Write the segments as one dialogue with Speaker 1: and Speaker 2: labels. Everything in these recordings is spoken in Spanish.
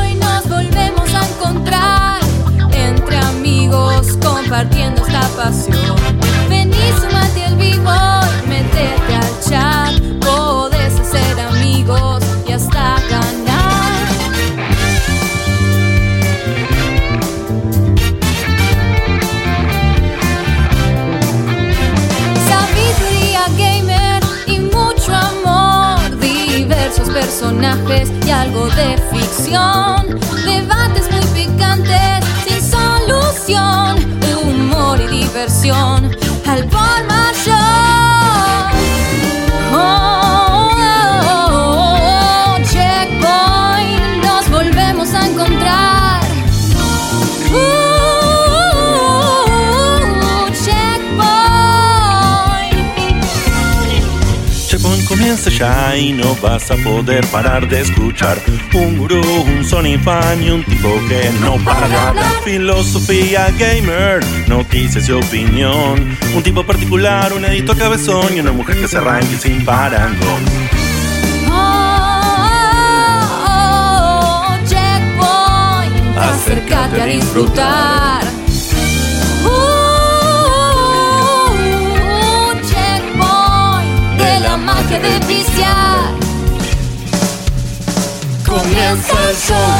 Speaker 1: Hoy nos volvemos a encontrar entre amigos compartiendo esta pasión. Vení, sumate al vivo y metete al chat. Podés hacer amigos y hasta ganar. Sabiduría gamer y mucho amor, diversos personajes y algo de ficción, debates muy picantes sin solución, humor y diversión al por mayor. Oh, oh, oh, oh, checkpoint, nos volvemos a encontrar. Uh, checkpoint.
Speaker 2: Checkpoint comienza ya y no vas a poder parar de escuchar Un gurú, un Sony fan y un tipo que no para de hablar Filosofía gamer, noticias y opinión Un tipo particular, un editor cabezón y una mujer que se arranque sin parangón
Speaker 1: Oh, oh, oh, oh, checkpoint, acércate a disfrutar. Uh, uh, uh, checkpoint, de la magia de viciar. Comienza el show.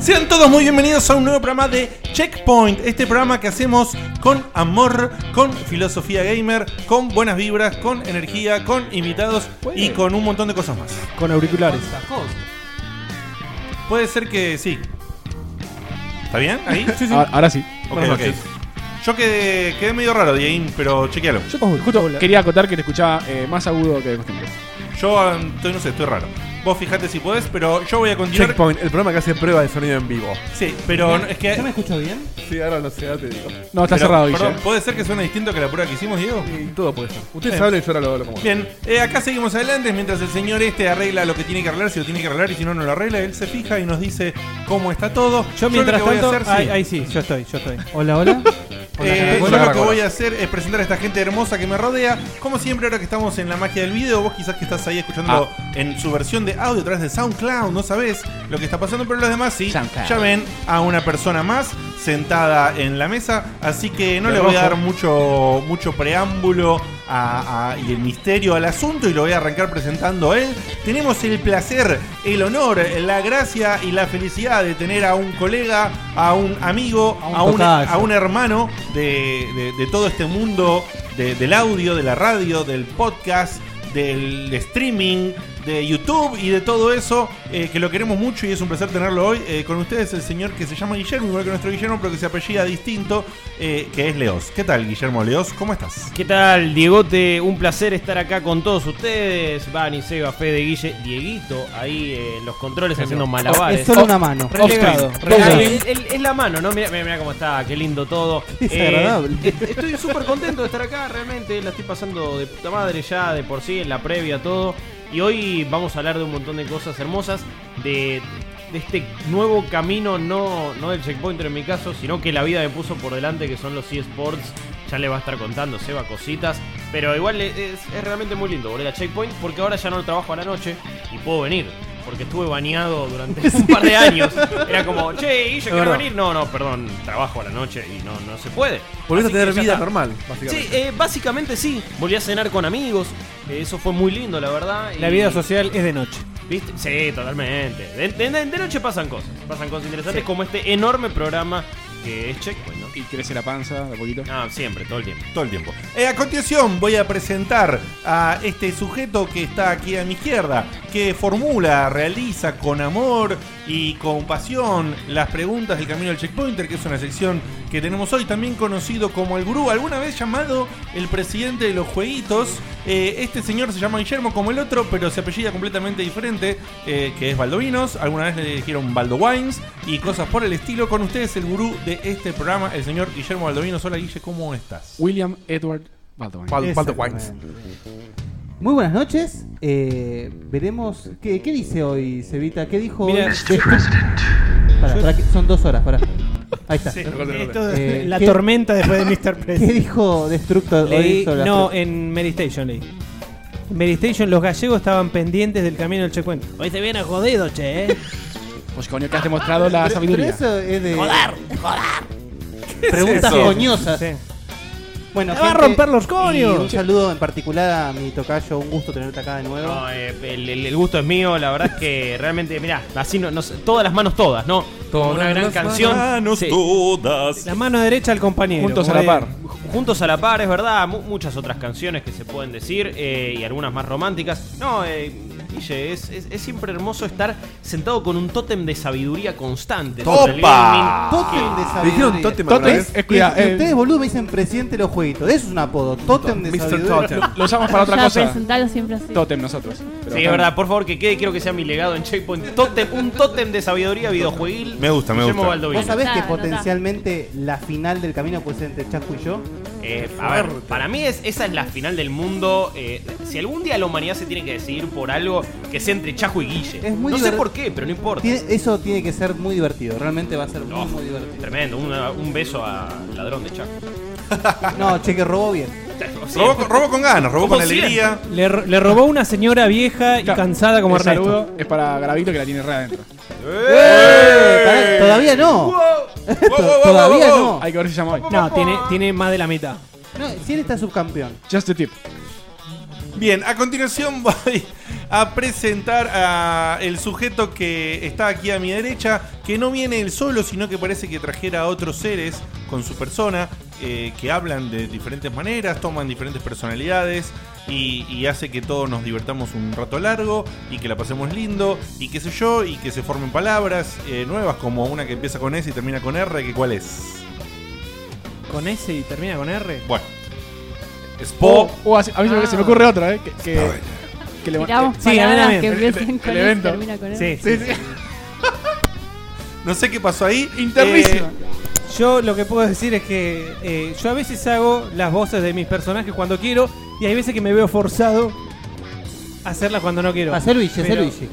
Speaker 3: Sean todos muy bienvenidos a un nuevo programa de Checkpoint, este programa que hacemos con amor, con filosofía gamer, con buenas vibras, con energía, con invitados y con un montón de cosas más.
Speaker 4: Con auriculares.
Speaker 3: Puede ser que sí. ¿Está bien? ¿Ahí? Sí, sí.
Speaker 4: Ah, Ahora sí.
Speaker 3: Ok,
Speaker 4: Buenas
Speaker 3: ok.
Speaker 4: noches.
Speaker 3: Yo quedé, quedé medio raro, Dieguín, pero chequealo.
Speaker 4: Yo justo quería acotar que te escuchaba eh, más agudo que de costumbre.
Speaker 3: Yo mm, estoy, no sé, estoy raro. Vos fijate si podés, pero yo voy a continuar.
Speaker 5: Checkpoint, el programa que hace prueba de sonido en vivo.
Speaker 3: Sí, pero no- es que.
Speaker 6: ¿Yo me escucho bien?
Speaker 5: Sí, ahora no sé, ahora te digo.
Speaker 4: No, está
Speaker 3: pero,
Speaker 4: cerrado, Guille.
Speaker 3: perdón, ¿Puede ser que suene distinto que la prueba que hicimos, Diego?
Speaker 5: Y todo puede ser. Ustedes
Speaker 3: Bien.
Speaker 5: hablen, yo ahora lo hablo como.
Speaker 3: Bien, eh, acá seguimos adelante mientras el señor este arregla lo que tiene que arreglar, si lo tiene que arreglar y si no, no lo arregla. Él se fija y nos dice cómo está todo.
Speaker 6: Yo
Speaker 3: lo
Speaker 6: mientras
Speaker 3: que voy a
Speaker 6: tanto.
Speaker 3: hacer, sí.
Speaker 6: ahí, ahí sí, yo estoy, yo estoy. Hola, hola. Hola,
Speaker 3: Eh, yo
Speaker 6: caracola.
Speaker 3: lo que
Speaker 5: Caracola.
Speaker 3: voy a hacer es presentar a esta gente hermosa que me rodea. Como siempre, ahora que estamos en la magia del video, vos quizás que estás ahí escuchándolo en su versión de audio a través de SoundCloud, no sabés lo que está pasando, pero los demás sí.
Speaker 6: SoundCloud.
Speaker 3: Ya ven a una persona más sentada en la mesa, así que no
Speaker 4: De
Speaker 3: le voy a
Speaker 4: rojo.
Speaker 3: dar mucho, mucho preámbulo a- a- y el misterio al asunto y lo voy a arrancar presentando a él. Tenemos el placer, el honor, la gracia y la felicidad de tener a un colega, a un amigo,
Speaker 6: A un
Speaker 3: a un,
Speaker 6: tocayo.
Speaker 3: a un hermano de, de- de todo este mundo de- del audio, de la radio, del podcast, del streaming, de YouTube y de todo eso, eh, que lo queremos mucho y es un placer tenerlo hoy. Eh, con ustedes el señor que se llama Guillermo, igual que nuestro Guillermo, pero que se apellida distinto, eh, que es Leos. ¿Qué tal, Guillermo Leos? ¿Cómo estás?
Speaker 7: ¿Qué tal, Diegote? Un placer estar acá con todos ustedes. Vani, Seba, Fede, Guille, Dieguito, ahí eh, en los controles haciendo malabares. Oh,
Speaker 6: Es solo una mano. Relegado.
Speaker 7: Re-
Speaker 6: relegado.
Speaker 7: es, es- es la mano, ¿no? Mira, cómo está, qué lindo todo.
Speaker 6: Desagradable.
Speaker 7: Eh, est- estoy súper contento de estar acá, realmente. La estoy pasando de puta madre ya, de por sí, en la previa, todo. Y hoy vamos a hablar de un montón de cosas hermosas, de, de este nuevo camino, no, no del checkpointer en mi caso, sino que la vida me puso por delante, que son los eSports. Ya le va a estar contando Seba cositas. Pero igual es, es realmente muy lindo volver a Checkpoint porque ahora ya no trabajo a la noche y puedo venir. Porque estuve baneado durante un par de años. Era como, che, Guille, quiero
Speaker 5: verdad.
Speaker 7: venir. No, no, perdón, trabajo a la noche y no, no se puede.
Speaker 5: Volvés a
Speaker 7: Así que
Speaker 5: tener
Speaker 7: ya
Speaker 5: vida
Speaker 7: está.
Speaker 5: normal,
Speaker 7: Sí,
Speaker 5: básicamente.
Speaker 7: eh, básicamente sí. Volví a cenar con amigos. eh, Eso fue muy lindo, la verdad.
Speaker 6: La
Speaker 7: y-
Speaker 6: vida social es de noche.
Speaker 7: ¿Viste? Sí, totalmente. De, de- de noche pasan cosas. Pasan cosas interesantes como este enorme programa que es Checkpoint, ¿no?
Speaker 4: Y crece la panza de a poquito.
Speaker 7: Ah, siempre, todo el tiempo.
Speaker 3: Todo el tiempo. Eh, a continuación voy a presentar a este sujeto que está aquí a mi izquierda, que formula, realiza con amor y con pasión las preguntas del camino del checkpointer, que es una sección que tenemos hoy, también conocido como el gurú, alguna vez llamado el presidente de los jueguitos, Eh, este señor se llama Guillermo como el otro, pero se apellida completamente diferente, eh, que es Baldovinos. Alguna vez le dijeron Baldo Wines y cosas por el estilo. Con ustedes el gurú de este programa, el señor Guillermo Baldovinos. Hola Guille, ¿cómo estás?
Speaker 4: William Edward Baldwin.
Speaker 5: Pal- Palto Wines.
Speaker 6: Exactamente. Muy buenas noches. Eh, veremos. ¿qué, qué dice hoy, Cevita? ¿Qué dijo
Speaker 7: Mira,
Speaker 6: hoy? Pará, pará, que son dos horas, pará. Ahí está.
Speaker 5: Sí, recuerdo, recuerdo.
Speaker 8: Esto-
Speaker 6: Eh,
Speaker 8: la
Speaker 6: ¿qué-
Speaker 8: tormenta después de Mr.
Speaker 6: ¿Qué
Speaker 8: President.
Speaker 6: dijo Destructor hoy
Speaker 8: Leí-
Speaker 6: sobre las
Speaker 8: no,
Speaker 6: tres?
Speaker 8: en Medistation leí. En Medistation los gallegos estaban pendientes del camino del checkpoint. Hoy se viene jodido, che, eh.
Speaker 4: Pues coño, que has demostrado la
Speaker 6: Pero- pero
Speaker 4: sabiduría.
Speaker 6: eso es de. ¡Joder! ¡Joder! Preguntas
Speaker 5: eso?
Speaker 6: coñosas.
Speaker 8: Sí.
Speaker 6: Bueno,
Speaker 8: ¡Te va a
Speaker 6: gente,
Speaker 8: romper los
Speaker 6: y Un
Speaker 8: coños!
Speaker 6: saludo en particular a mi tocayo. Un gusto tenerte acá de nuevo.
Speaker 7: No, eh, el, el- el gusto es mío, la verdad es que realmente, mirá, así no, no sé, todas las manos todas, ¿no? Como una gran canción.
Speaker 2: Manos
Speaker 7: Sí.
Speaker 2: todas.
Speaker 8: La mano derecha al compañero.
Speaker 4: Juntos a
Speaker 8: como
Speaker 4: la par.
Speaker 8: de-
Speaker 7: Juntos a la par, es verdad, mu- muchas otras canciones que se pueden decir eh, y algunas más románticas. No, eh, Guille, es, es- es siempre hermoso estar sentado con un tótem de sabiduría constante. sobre el
Speaker 2: ¡Opa!
Speaker 7: gaming,
Speaker 6: Tótem de
Speaker 5: Le dijeron
Speaker 6: sabiduría. Eh,
Speaker 5: Totem alguna
Speaker 4: Totem, eh,
Speaker 5: vez.
Speaker 4: es cuidado.
Speaker 6: Y- y ustedes, boludo, me dicen presidente de los jueguitos. Eso es un apodo. Totem de
Speaker 5: Mr.
Speaker 6: sabiduría.
Speaker 5: Totem.
Speaker 4: lo usamos para otra
Speaker 9: Ya,
Speaker 4: cosa.
Speaker 9: presentarlo siempre así.
Speaker 4: Totem nosotros. Pero
Speaker 7: Sí, es
Speaker 4: acá-
Speaker 7: verdad, por favor que quede, quiero que sea mi legado en Checkpoint. Tótem- un tótem de sabiduría videojueguil.
Speaker 2: Me gusta, me
Speaker 7: Guillermo
Speaker 2: gusta.
Speaker 7: Baldovino.
Speaker 6: ¿Vos sabés
Speaker 9: Anotá,
Speaker 6: que
Speaker 9: anotá.
Speaker 6: potencialmente la final del camino puede ser entre Chacu y yo?
Speaker 7: Eh, a ver, para mí es, esa es la final del mundo. eh, si algún día la humanidad se tiene que decidir por algo, que sea entre Chajo y Guille.
Speaker 6: Es muy
Speaker 7: no sé
Speaker 6: divert-
Speaker 7: por qué, pero no importa.
Speaker 6: Tiene- eso tiene que ser muy divertido. Realmente va a ser
Speaker 7: No,
Speaker 6: muy, muy divertido.
Speaker 7: Tremendo, una- un beso al ladrón de Chaco.
Speaker 6: No, che, que robó bien.
Speaker 2: Robó, con- robó con ganas, robó
Speaker 7: Como
Speaker 2: con alegría.
Speaker 8: Le, ro- le robó una señora vieja y
Speaker 4: Claro.
Speaker 8: cansada como
Speaker 4: el
Speaker 8: Ernesto.
Speaker 4: saludo es para Garavito que la tiene re adentro.
Speaker 6: Eh, pará, todavía no. To- Todavía no.
Speaker 4: Hay que ver si se llama hoy.
Speaker 8: No, tiene, tiene más de la mitad.
Speaker 6: No, si él está subcampeón.
Speaker 4: Just a tip.
Speaker 3: Bien, a continuación voy a presentar a el sujeto que está aquí a mi derecha, que no viene él solo, sino que parece que trajera a otros seres con su persona, eh, que hablan de diferentes maneras, toman diferentes personalidades y, y hace que todos nos divertamos un rato largo y que la pasemos lindo y qué sé yo, y que se formen palabras eh, nuevas, como una que empieza con S y termina con R, que cuál es.
Speaker 8: Con S y termina con R.
Speaker 3: Bueno.
Speaker 4: O,
Speaker 3: Spo.
Speaker 4: o así- a mí se me-
Speaker 3: Ah.
Speaker 4: se me ocurre otra, ¿eh? Que, que, que le
Speaker 9: Tiramos
Speaker 8: Sí, a mí
Speaker 9: palabras
Speaker 8: también.
Speaker 9: que
Speaker 8: El-
Speaker 9: empiecen
Speaker 4: el
Speaker 9: con eso y
Speaker 4: evento.
Speaker 9: termina con eso.
Speaker 8: Sí,
Speaker 4: Sí,
Speaker 8: sí.
Speaker 4: sí.
Speaker 3: No sé qué pasó ahí.
Speaker 4: Interrísimo.
Speaker 3: Eh,
Speaker 8: Yo lo que puedo decir es que eh, yo a veces hago las voces de mis personajes cuando quiero y hay veces que me veo forzado a hacerlas cuando no quiero.
Speaker 6: Hacer Luigi, hacer
Speaker 8: Pero-
Speaker 6: Luigi.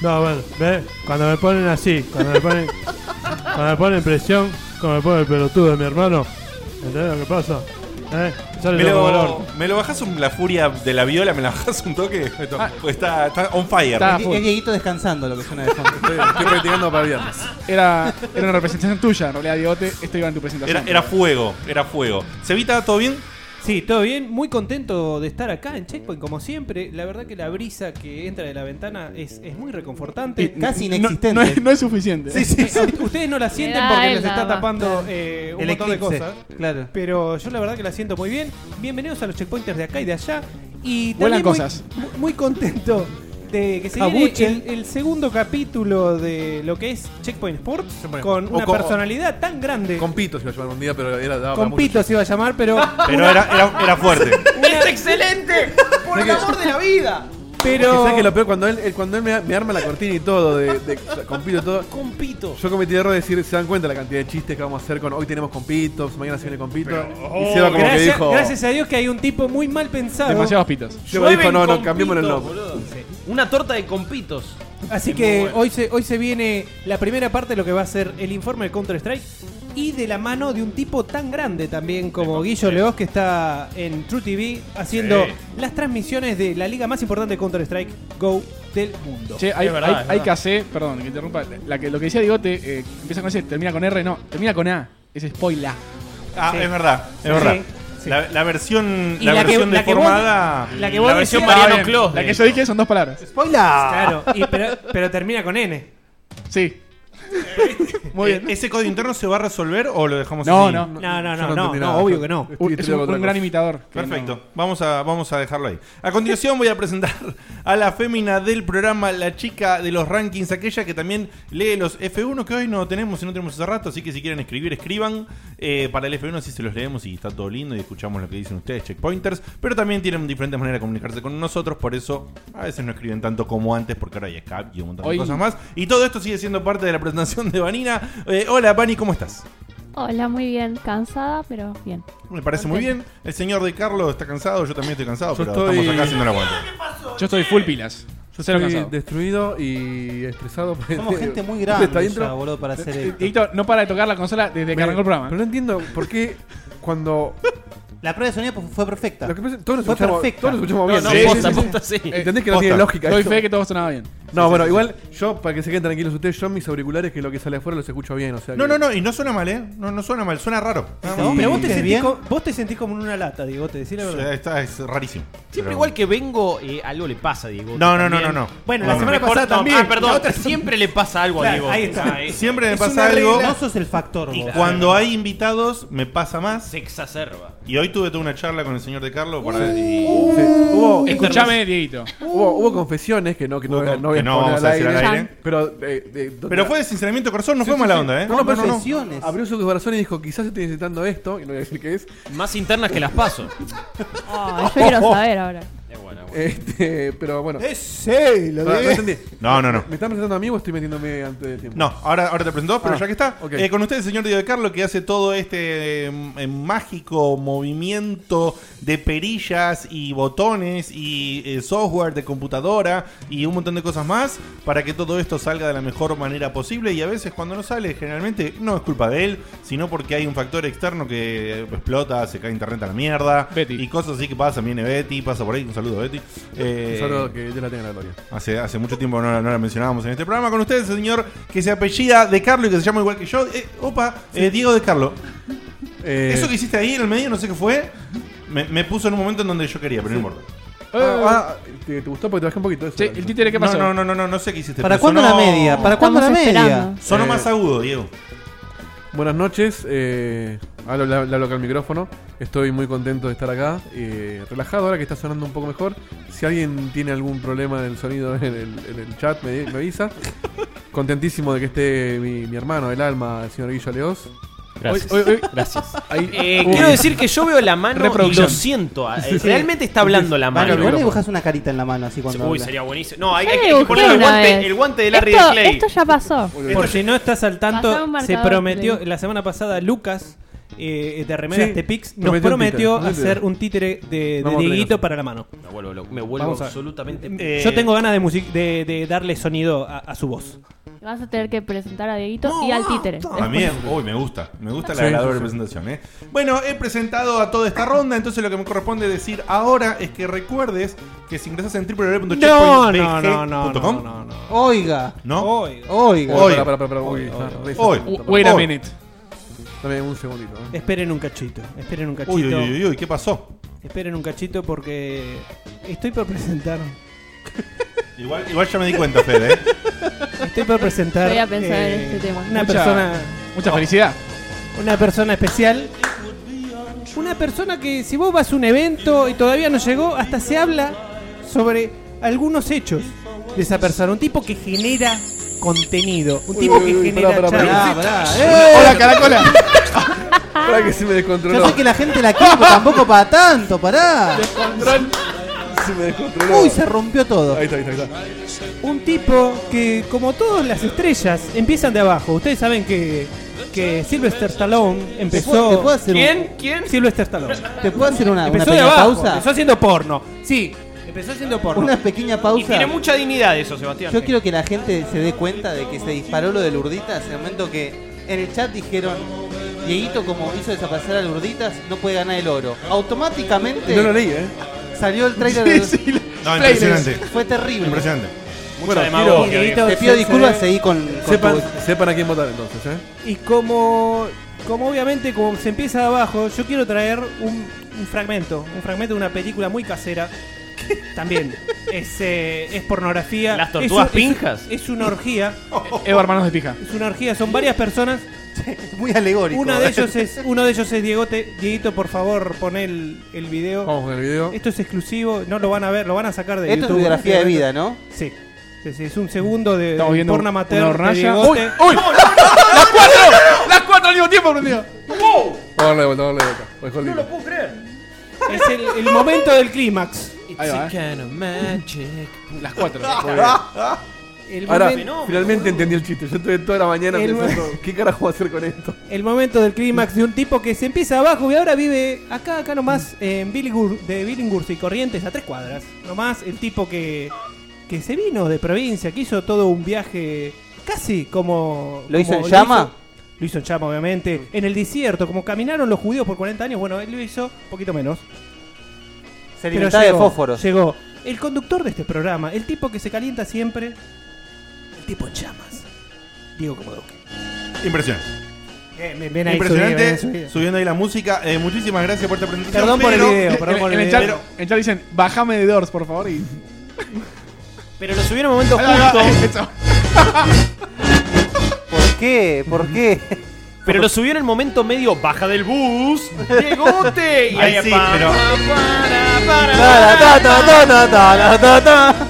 Speaker 8: No, bueno, ¿ves? Cuando me ponen así, cuando me ponen, cuando me ponen presión, cuando me ponen el pelotudo de mi hermano, ¿entendés lo que pasa? ¿Eh? Sale
Speaker 3: Me lo, me lo bajás un- la furia de la viola, me la bajás un toque. Esto- pues está, está on fire.
Speaker 4: Ah. Está- Ah,
Speaker 6: Es
Speaker 4: full.
Speaker 6: es Dieguito descansando lo que suena de fondo.
Speaker 5: Estoy, estoy practicando para viernes.
Speaker 4: Era, era una representación tuya, en realidad, Diote. Esto iba en tu
Speaker 3: Era,
Speaker 4: presentación.
Speaker 3: era fuego, era fuego. ¿Cevita, todo bien?
Speaker 8: Sí, todo bien, muy contento de estar acá en Checkpoint como siempre. La verdad que la brisa que entra de la ventana es, es muy reconfortante.
Speaker 6: Casi
Speaker 4: No-
Speaker 6: inexistente.
Speaker 4: No, es, no es suficiente.
Speaker 8: Eh, Ustedes no la sienten
Speaker 9: da
Speaker 8: porque
Speaker 9: él
Speaker 8: les está
Speaker 9: nada más.
Speaker 8: tapando eh, un
Speaker 6: El
Speaker 8: montón de
Speaker 6: eclipse,
Speaker 8: cosas.
Speaker 6: Claro.
Speaker 8: Pero yo la verdad que la siento muy bien. Bienvenidos a los checkpointers de acá y de allá. Y
Speaker 4: Vuelan
Speaker 8: también muy-
Speaker 4: cosas.
Speaker 8: Muy, muy contento de que se viene
Speaker 6: Abuchen.
Speaker 8: el, el segundo capítulo de lo que es Checkpoint Sports con
Speaker 5: O
Speaker 8: una
Speaker 5: con-
Speaker 8: personalidad tan grande. Con,
Speaker 5: Compito se iba a llevar un día, pero era daba para
Speaker 8: Pito se iba a llamar, pero
Speaker 3: Pero era, era, era fuerte.
Speaker 7: ¡Es excelente! ¡Por el amor de la vida!
Speaker 5: mucho. Es que,
Speaker 8: pero
Speaker 5: ¿sabes qué es lo peor? Cuando él, él- cuando él me, me arma la cortina y todo, de, de- compito y todo.
Speaker 7: Compito.
Speaker 5: Yo cometí el error de decir, se dan cuenta la cantidad de chistes que vamos a hacer con hoy tenemos compitos, mañana se viene compito. y Seba como que
Speaker 8: Oh. gracias,
Speaker 5: dijo.
Speaker 8: gracias a Dios que hay un tipo muy mal pensado.
Speaker 4: Demasiados pitos.
Speaker 5: Seba dijo, no, no, cambiemos el nombre.
Speaker 7: Una torta de compitos.
Speaker 8: Así que hoy, se, hoy se viene la primera parte de lo que va a ser el informe de Counter-Strike y de la mano de un tipo tan grande también como Guillo Leoz que está en True TV haciendo las transmisiones de la liga más importante de Counter-Strike Go del mundo.
Speaker 4: Che, hay,
Speaker 7: Es verdad,
Speaker 4: hay-
Speaker 7: es verdad.
Speaker 4: hay que hacer, perdón, que interrumpa. La que, lo que decía Digote, eh, empieza con S, termina con R, no, termina con A. Es spoiler.
Speaker 3: Ah,
Speaker 8: Sí.
Speaker 3: es verdad, es
Speaker 8: Sí,
Speaker 3: verdad.
Speaker 8: sí.
Speaker 3: La, la versión,
Speaker 8: Y
Speaker 3: la
Speaker 8: la que-
Speaker 3: versión
Speaker 8: la que vos-
Speaker 3: deformada.
Speaker 8: la que vos
Speaker 3: versión
Speaker 8: decías-
Speaker 3: Mariano
Speaker 4: Ah, bien.
Speaker 3: Clos.
Speaker 4: La que yo dije son dos palabras.
Speaker 6: ¡Spoiler!
Speaker 8: Claro, y pero, pero termina con N.
Speaker 4: Sí. Muy
Speaker 3: Eh,
Speaker 4: bien.
Speaker 3: ¿Ese código interno se va a resolver o lo dejamos
Speaker 4: No,
Speaker 3: así?
Speaker 4: no.
Speaker 8: No, no,
Speaker 5: Yo
Speaker 8: no, no,
Speaker 5: entendí
Speaker 8: no,
Speaker 5: nada.
Speaker 8: obvio que no.
Speaker 5: Estoy
Speaker 4: Un- es un,
Speaker 5: estudiando otra
Speaker 4: un gran
Speaker 5: cosa.
Speaker 4: imitador. que
Speaker 3: Perfecto,
Speaker 4: no-
Speaker 3: vamos, a, vamos a dejarlo ahí. A continuación voy a presentar a la fémina del programa, la chica de los rankings, aquella que también lee los F1 que hoy no tenemos y no tenemos hace rato, así que si quieren escribir, escriban. Eh, para el F1 así se los leemos y está todo lindo y escuchamos lo que dicen ustedes, checkpointers, pero también tienen diferentes maneras de comunicarse con nosotros, por eso a veces no escriben tanto como antes porque ahora hay Skype y un montón de
Speaker 4: Hoy-
Speaker 3: cosas más. Y todo esto sigue siendo parte de la presentación de Vanina. Eh, hola, Vani, ¿cómo estás?
Speaker 9: Hola, muy bien. Cansada, pero bien.
Speaker 3: Me parece muy bien. El señor de Carlos está cansado, yo también estoy cansado,
Speaker 5: Yo
Speaker 3: pero
Speaker 5: estoy-
Speaker 3: estamos acá haciendo la aguante.
Speaker 4: Yo estoy full pilas. Yo
Speaker 5: Yo
Speaker 4: sé lo
Speaker 5: estoy
Speaker 4: cansado.
Speaker 5: destruido y estresado.
Speaker 6: Somos gente muy grande
Speaker 5: Esta
Speaker 6: ya,
Speaker 5: intro-
Speaker 6: boludo, para hacer esto.
Speaker 4: Dieguito, no para de tocar la consola desde que
Speaker 5: Me-
Speaker 4: arrancó el
Speaker 5: Pero
Speaker 4: programa.
Speaker 5: no entiendo por qué cuando.
Speaker 6: La prueba de sonido pues, fue perfecta.
Speaker 5: lo que pasa- todos nos
Speaker 6: Fue
Speaker 5: escuchamos,
Speaker 6: perfecta.
Speaker 5: todos nos escuchamos
Speaker 7: No,
Speaker 5: bien.
Speaker 7: no,
Speaker 5: Sí,
Speaker 7: posta,
Speaker 5: sí, sí.
Speaker 7: posta, sí.
Speaker 5: ¿Entendés que no tiene
Speaker 3: Posta.
Speaker 5: lógica?
Speaker 4: Doy
Speaker 5: esto?
Speaker 4: fe que todo sonaba bien.
Speaker 5: No, bueno, igual yo, para que se queden tranquilos ustedes, yo mis auriculares, que lo que sale afuera los escucho bien. O sea
Speaker 3: No,
Speaker 5: que-
Speaker 3: no, no, y no suena mal, ¿eh? No, no suena mal, suena raro. Ah, Nada más.
Speaker 6: No,
Speaker 8: Pero vos te,
Speaker 6: ¿Viste
Speaker 8: sentís
Speaker 6: bien?
Speaker 8: co- vos te sentís como en una lata, digo, te decís la
Speaker 3: Sí,
Speaker 8: verdad.
Speaker 3: Está, es rarísimo.
Speaker 7: Siempre igual que vengo, eh, algo le pasa a Diego.
Speaker 3: No, no, no, no, no.
Speaker 8: Bueno,
Speaker 3: No,
Speaker 8: la
Speaker 3: no.
Speaker 8: semana pasada también.
Speaker 7: Ah, perdón.
Speaker 8: La otra-
Speaker 7: Siempre le pasa algo a
Speaker 8: Claro,
Speaker 7: Diego.
Speaker 8: ahí está.
Speaker 7: Ah, eh,
Speaker 3: Siempre me
Speaker 8: Es
Speaker 3: pasa
Speaker 8: una
Speaker 3: algo.
Speaker 8: regla.
Speaker 6: No sos el factor,
Speaker 3: Y
Speaker 6: vos.
Speaker 3: cuando hay invitados, me pasa más.
Speaker 7: Se exacerba.
Speaker 3: Y hoy tuve toda una charla con el señor de Carlos para.
Speaker 5: Sí, hubo,
Speaker 4: Escuchame, Dieguito.
Speaker 5: hubo, hubo confesiones que no, que no,
Speaker 3: Hubo-
Speaker 5: no voy
Speaker 3: que
Speaker 5: a
Speaker 3: no
Speaker 5: exponer
Speaker 3: vamos
Speaker 5: al
Speaker 3: a decir
Speaker 5: aire.
Speaker 3: al aire.
Speaker 5: Pero, eh, eh,
Speaker 3: Pero
Speaker 5: doctora-
Speaker 3: fue de sinceramiento corazón, no
Speaker 5: Sí,
Speaker 3: fue
Speaker 5: sí,
Speaker 3: mala
Speaker 5: sí.
Speaker 3: onda, ¿eh?
Speaker 5: No, no, pero no, no.
Speaker 6: Confesiones.
Speaker 5: Abrió su corazón y dijo, quizás estoy necesitando esto, y no voy a decir qué es.
Speaker 7: Más internas que las paso.
Speaker 9: Ay, yo quiero saber ahora.
Speaker 7: Es bueno, bueno.
Speaker 5: Este, pero bueno.
Speaker 8: Ese, lo
Speaker 5: No, no
Speaker 8: de-
Speaker 5: entendí.
Speaker 3: No, no, no.
Speaker 5: ¿Me están presentando a mí o estoy metiéndome antes de tiempo?
Speaker 3: No, ahora, ahora te presentó, pero
Speaker 5: Ah,
Speaker 3: ya que está,
Speaker 5: ok.
Speaker 3: eh, con usted el señor Diego de Carlo que hace todo este eh, mágico movimiento de perillas y botones y eh, software de computadora y un montón de cosas más para que todo esto salga de la mejor manera posible y a veces cuando no sale generalmente no es culpa de él, sino porque hay un factor externo que explota, se cae internet a la mierda
Speaker 4: Betty.
Speaker 3: y cosas así que pasan, viene Betty, pasa por ahí, un saludo Betty. Eh,
Speaker 5: Solo que Dios la tenga en la gloria.
Speaker 3: Hace, hace mucho tiempo no, la- no la mencionábamos en este programa. Con ustedes, el señor que se apellida De Carlo y que se llama igual que yo. Eh, opa, eh, Diego De Carlo.
Speaker 5: Eh,
Speaker 3: Eso que hiciste ahí en el medio, no sé qué fue. Me, me puso en un momento en donde yo quería, pero no importa.
Speaker 5: ah, ah, ¿te, te gustó porque te bajé un poquito? Eso
Speaker 4: Che,
Speaker 5: era.
Speaker 4: Eh, el títere, ¿qué pasó?
Speaker 3: No, no, no, no, no, no sé qué hiciste.
Speaker 6: ¿Para
Speaker 3: pero
Speaker 6: cuándo la
Speaker 3: sonó-
Speaker 6: media? ¿Para cuándo la
Speaker 9: Estamos
Speaker 6: media?
Speaker 9: esperando.
Speaker 3: Sonó
Speaker 5: Eh.
Speaker 3: más agudo, Diego.
Speaker 5: Buenas noches, eh, hablo, le hablo acá al micrófono. Estoy muy contento de estar acá, eh, relajado ahora que está sonando un poco mejor. Si alguien tiene algún problema del sonido en el, en el chat, me, me avisa. Contentísimo de que esté mi, mi hermano, el alma, el señor Guillo Leoz.
Speaker 7: Gracias.
Speaker 4: Hoy- hoy- hoy-
Speaker 7: Gracias.
Speaker 4: ahí-
Speaker 7: Eh,
Speaker 4: Uy.
Speaker 7: quiero decir que yo veo la mano y
Speaker 4: Reproducción.
Speaker 7: lo siento. ah, eh, Realmente está hablando la
Speaker 6: Vale, vos
Speaker 7: mano.
Speaker 6: le dibujas una carita en la mano así cuando
Speaker 7: Uy,
Speaker 6: habla.
Speaker 7: sería buenísimo. No, hay,
Speaker 9: Ya
Speaker 7: hay
Speaker 9: me
Speaker 7: que- hay que
Speaker 9: busqué
Speaker 7: poner el
Speaker 9: una
Speaker 7: guante,
Speaker 9: vez.
Speaker 7: el guante de Larry
Speaker 9: Esto,
Speaker 7: de Clay.
Speaker 9: esto ya pasó.
Speaker 8: Por si no estás al
Speaker 9: Pasá
Speaker 8: tanto,
Speaker 9: un
Speaker 8: se
Speaker 9: marcador,
Speaker 8: prometió,
Speaker 9: Clay.
Speaker 8: la semana pasada Lucas eh, de Remeras
Speaker 5: Sí,
Speaker 8: Tepix nos
Speaker 5: prometió un
Speaker 8: prometió
Speaker 5: títere, un títere.
Speaker 8: hacer un títere de, de
Speaker 5: Vamos a
Speaker 8: Dieguito
Speaker 5: tenerlo.
Speaker 8: para la mano.
Speaker 7: Me vuelvo loco. Me vuelvo
Speaker 5: Vamos a-
Speaker 7: absolutamente.
Speaker 3: Eh,
Speaker 8: Yo tengo ganas de, music- de, de darle sonido a, a su voz.
Speaker 9: Vas a tener que presentar a Dieguito y al títere.
Speaker 3: A mí, uy, me gusta. Me gusta la
Speaker 5: Sí,
Speaker 3: habladora
Speaker 5: sí,
Speaker 3: de
Speaker 5: sí.
Speaker 3: presentación, ¿eh? Bueno, he presentado a toda esta ronda, entonces lo que me corresponde decir ahora es que recuerdes que si ingresas en www.checkpointbg.com
Speaker 8: no.
Speaker 6: Oiga,
Speaker 3: ¿No?
Speaker 8: Oiga.
Speaker 6: oiga.
Speaker 3: Hoy.
Speaker 5: Pará, pará, pará, pará, uy,
Speaker 8: Hoy,
Speaker 5: está
Speaker 8: hoy,
Speaker 5: re
Speaker 3: hoy.
Speaker 5: saltando.
Speaker 4: Wait a
Speaker 3: Hoy.
Speaker 4: minute.
Speaker 5: Dame un segundito. eh.
Speaker 8: Esperen un cachito, esperen un cachito.
Speaker 3: Uy, uy, uy, uy, ¿qué pasó?
Speaker 8: Esperen un cachito porque estoy por presentar.
Speaker 3: Igual, igual ya me di cuenta, Fede. ¿eh?
Speaker 8: Estoy por presentar. eh,
Speaker 9: Voy a pensar en este tema.
Speaker 8: Una
Speaker 4: Mucha-
Speaker 8: persona.
Speaker 4: Mucha felicidad.
Speaker 8: Una persona especial. Una persona que si vos vas a un evento y todavía no llegó, hasta se habla sobre algunos hechos de esa persona. Un tipo que genera contenido. Un tipo
Speaker 5: uy,
Speaker 8: que
Speaker 5: uy,
Speaker 8: genera
Speaker 5: pará, pará,
Speaker 8: charla.
Speaker 5: pará.
Speaker 6: Pará,
Speaker 3: Ah,
Speaker 6: pará.
Speaker 3: Eh.
Speaker 5: ¡Hola, caracola! Pará que se me
Speaker 6: Yo
Speaker 5: descontroló.
Speaker 6: sé que la gente la quiere, pero tampoco para tanto, pará.
Speaker 5: Se me descontroló.
Speaker 6: Uy, se rompió todo.
Speaker 5: Ahí está, ahí está, ahí está.
Speaker 8: Un tipo que, como todas las estrellas, empiezan de abajo. Ustedes saben que, que Sylvester Stallone
Speaker 6: ¿Te puedo, te
Speaker 8: empezó.
Speaker 6: puedo hacer un-
Speaker 8: ¿Quién? ¿Quién? Sylvester Stallone.
Speaker 6: ¿Te puedo hacer una, una
Speaker 8: Empezó de
Speaker 6: pequeña
Speaker 8: abajo.
Speaker 6: pausa?
Speaker 8: Empezó haciendo porno. Sí, empezó haciendo porno.
Speaker 6: Una pequeña
Speaker 7: Y
Speaker 6: pausa.
Speaker 7: tiene mucha dignidad eso, Sebastián.
Speaker 6: Yo quiero que la gente se dé cuenta de que se disparó lo de Lurditas en el momento que en el chat dijeron Dieguito como hizo desaparecer a Lurditas no puede ganar el oro. Automáticamente
Speaker 5: No lo leí, ¿eh?
Speaker 6: salió el trailer de
Speaker 3: No, impresionante.
Speaker 6: Fue terrible.
Speaker 3: Impresionante.
Speaker 7: Mucha
Speaker 8: Y
Speaker 7: demagogia.
Speaker 8: Dieguito
Speaker 7: viejo.
Speaker 6: Te pido
Speaker 8: se-
Speaker 6: disculpas, seguí con, con
Speaker 5: Sepan,
Speaker 6: tu-
Speaker 5: sepan a quién votar entonces, ¿eh?
Speaker 8: Y como, como obviamente como se empieza de abajo, yo quiero traer un, un fragmento, un fragmento de una película muy casera También. Es, eh, es pornografía.
Speaker 7: ¿Las tortugas
Speaker 8: Es un-
Speaker 7: pinjas?
Speaker 8: Es, es una orgía.
Speaker 4: Evo Hermanos de Pija.
Speaker 8: Es una orgía. Son varias personas.
Speaker 6: Muy alegórico.
Speaker 8: Una de ellos es, uno de ellos es Diegote. Dieguito, por favor, pon el, el video.
Speaker 5: Vamos con el video.
Speaker 8: Esto es exclusivo, no lo van a ver, lo van a sacar de
Speaker 6: Esto es
Speaker 8: YouTube.
Speaker 6: biografía de vida, ¿no?
Speaker 8: Sí. Sí, sí, es un segundo de,
Speaker 4: Estamos
Speaker 8: de
Speaker 4: viendo
Speaker 8: porno
Speaker 4: una
Speaker 8: amateur de
Speaker 4: hornalla.
Speaker 8: Diegote.
Speaker 5: ¡Uy! ¡Las cuatro! ¡Las cuatro al mismo tiempo, prendido! Vamos a darle de vuelta, vamos a darle de vuelta. Mejor dicho.
Speaker 8: Es el, el momento del clímax.
Speaker 4: Ahí va, eh. Las cuatro.
Speaker 8: El,
Speaker 5: Ahora,
Speaker 8: momen-
Speaker 5: finalmente entendí el chiste. Yo estuve toda la mañana
Speaker 8: El-
Speaker 5: pensando, ¿qué carajo voy a hacer con esto?
Speaker 8: el momento del clímax de un tipo que se empieza abajo y ahora vive acá, acá nomás, en Billingur, de Billinghurst y Corrientes, a tres cuadras. Nomás el tipo que, que se vino de provincia, que hizo todo un viaje casi como...
Speaker 6: ¿Lo hizo
Speaker 8: como-
Speaker 6: en llama?
Speaker 8: hizo- Lo hizo en llama, obviamente.
Speaker 6: Mm.
Speaker 8: En el desierto, como caminaron los judíos por 40 años, bueno, él lo hizo un poquito menos.
Speaker 6: Se
Speaker 8: Pero
Speaker 6: alimentaba de
Speaker 8: llegó,
Speaker 6: fósforos.
Speaker 8: Llegó el conductor de este programa, el tipo que se calienta siempre, el tipo en llamas, Diego Comodoque.
Speaker 3: Impresionante.
Speaker 8: Bien, bien, bien ahí, subí,
Speaker 3: Impresionante.
Speaker 8: bien, subí.
Speaker 3: Subiendo ahí la música. Eh, muchísimas gracias por esta presentación.
Speaker 8: Perdón por el
Speaker 3: pero-
Speaker 8: video, perdón
Speaker 4: En,
Speaker 8: por el
Speaker 4: en el
Speaker 8: video.
Speaker 4: chat, en el chat dicen, bajame de Doors, por favor. Y...
Speaker 7: Pero lo subieron en momentos
Speaker 4: Ahí va, ahí va,
Speaker 7: justo.
Speaker 4: eso.
Speaker 6: ¿Por qué? ¿Por qué?
Speaker 7: Pero lo subieron en el momento medio baja del bus. Diegote. Y
Speaker 3: Ahí sí,
Speaker 7: pa-
Speaker 3: pero-
Speaker 7: para, para,
Speaker 6: Ta, ta, ta, ta, ta, ta, ta, ta.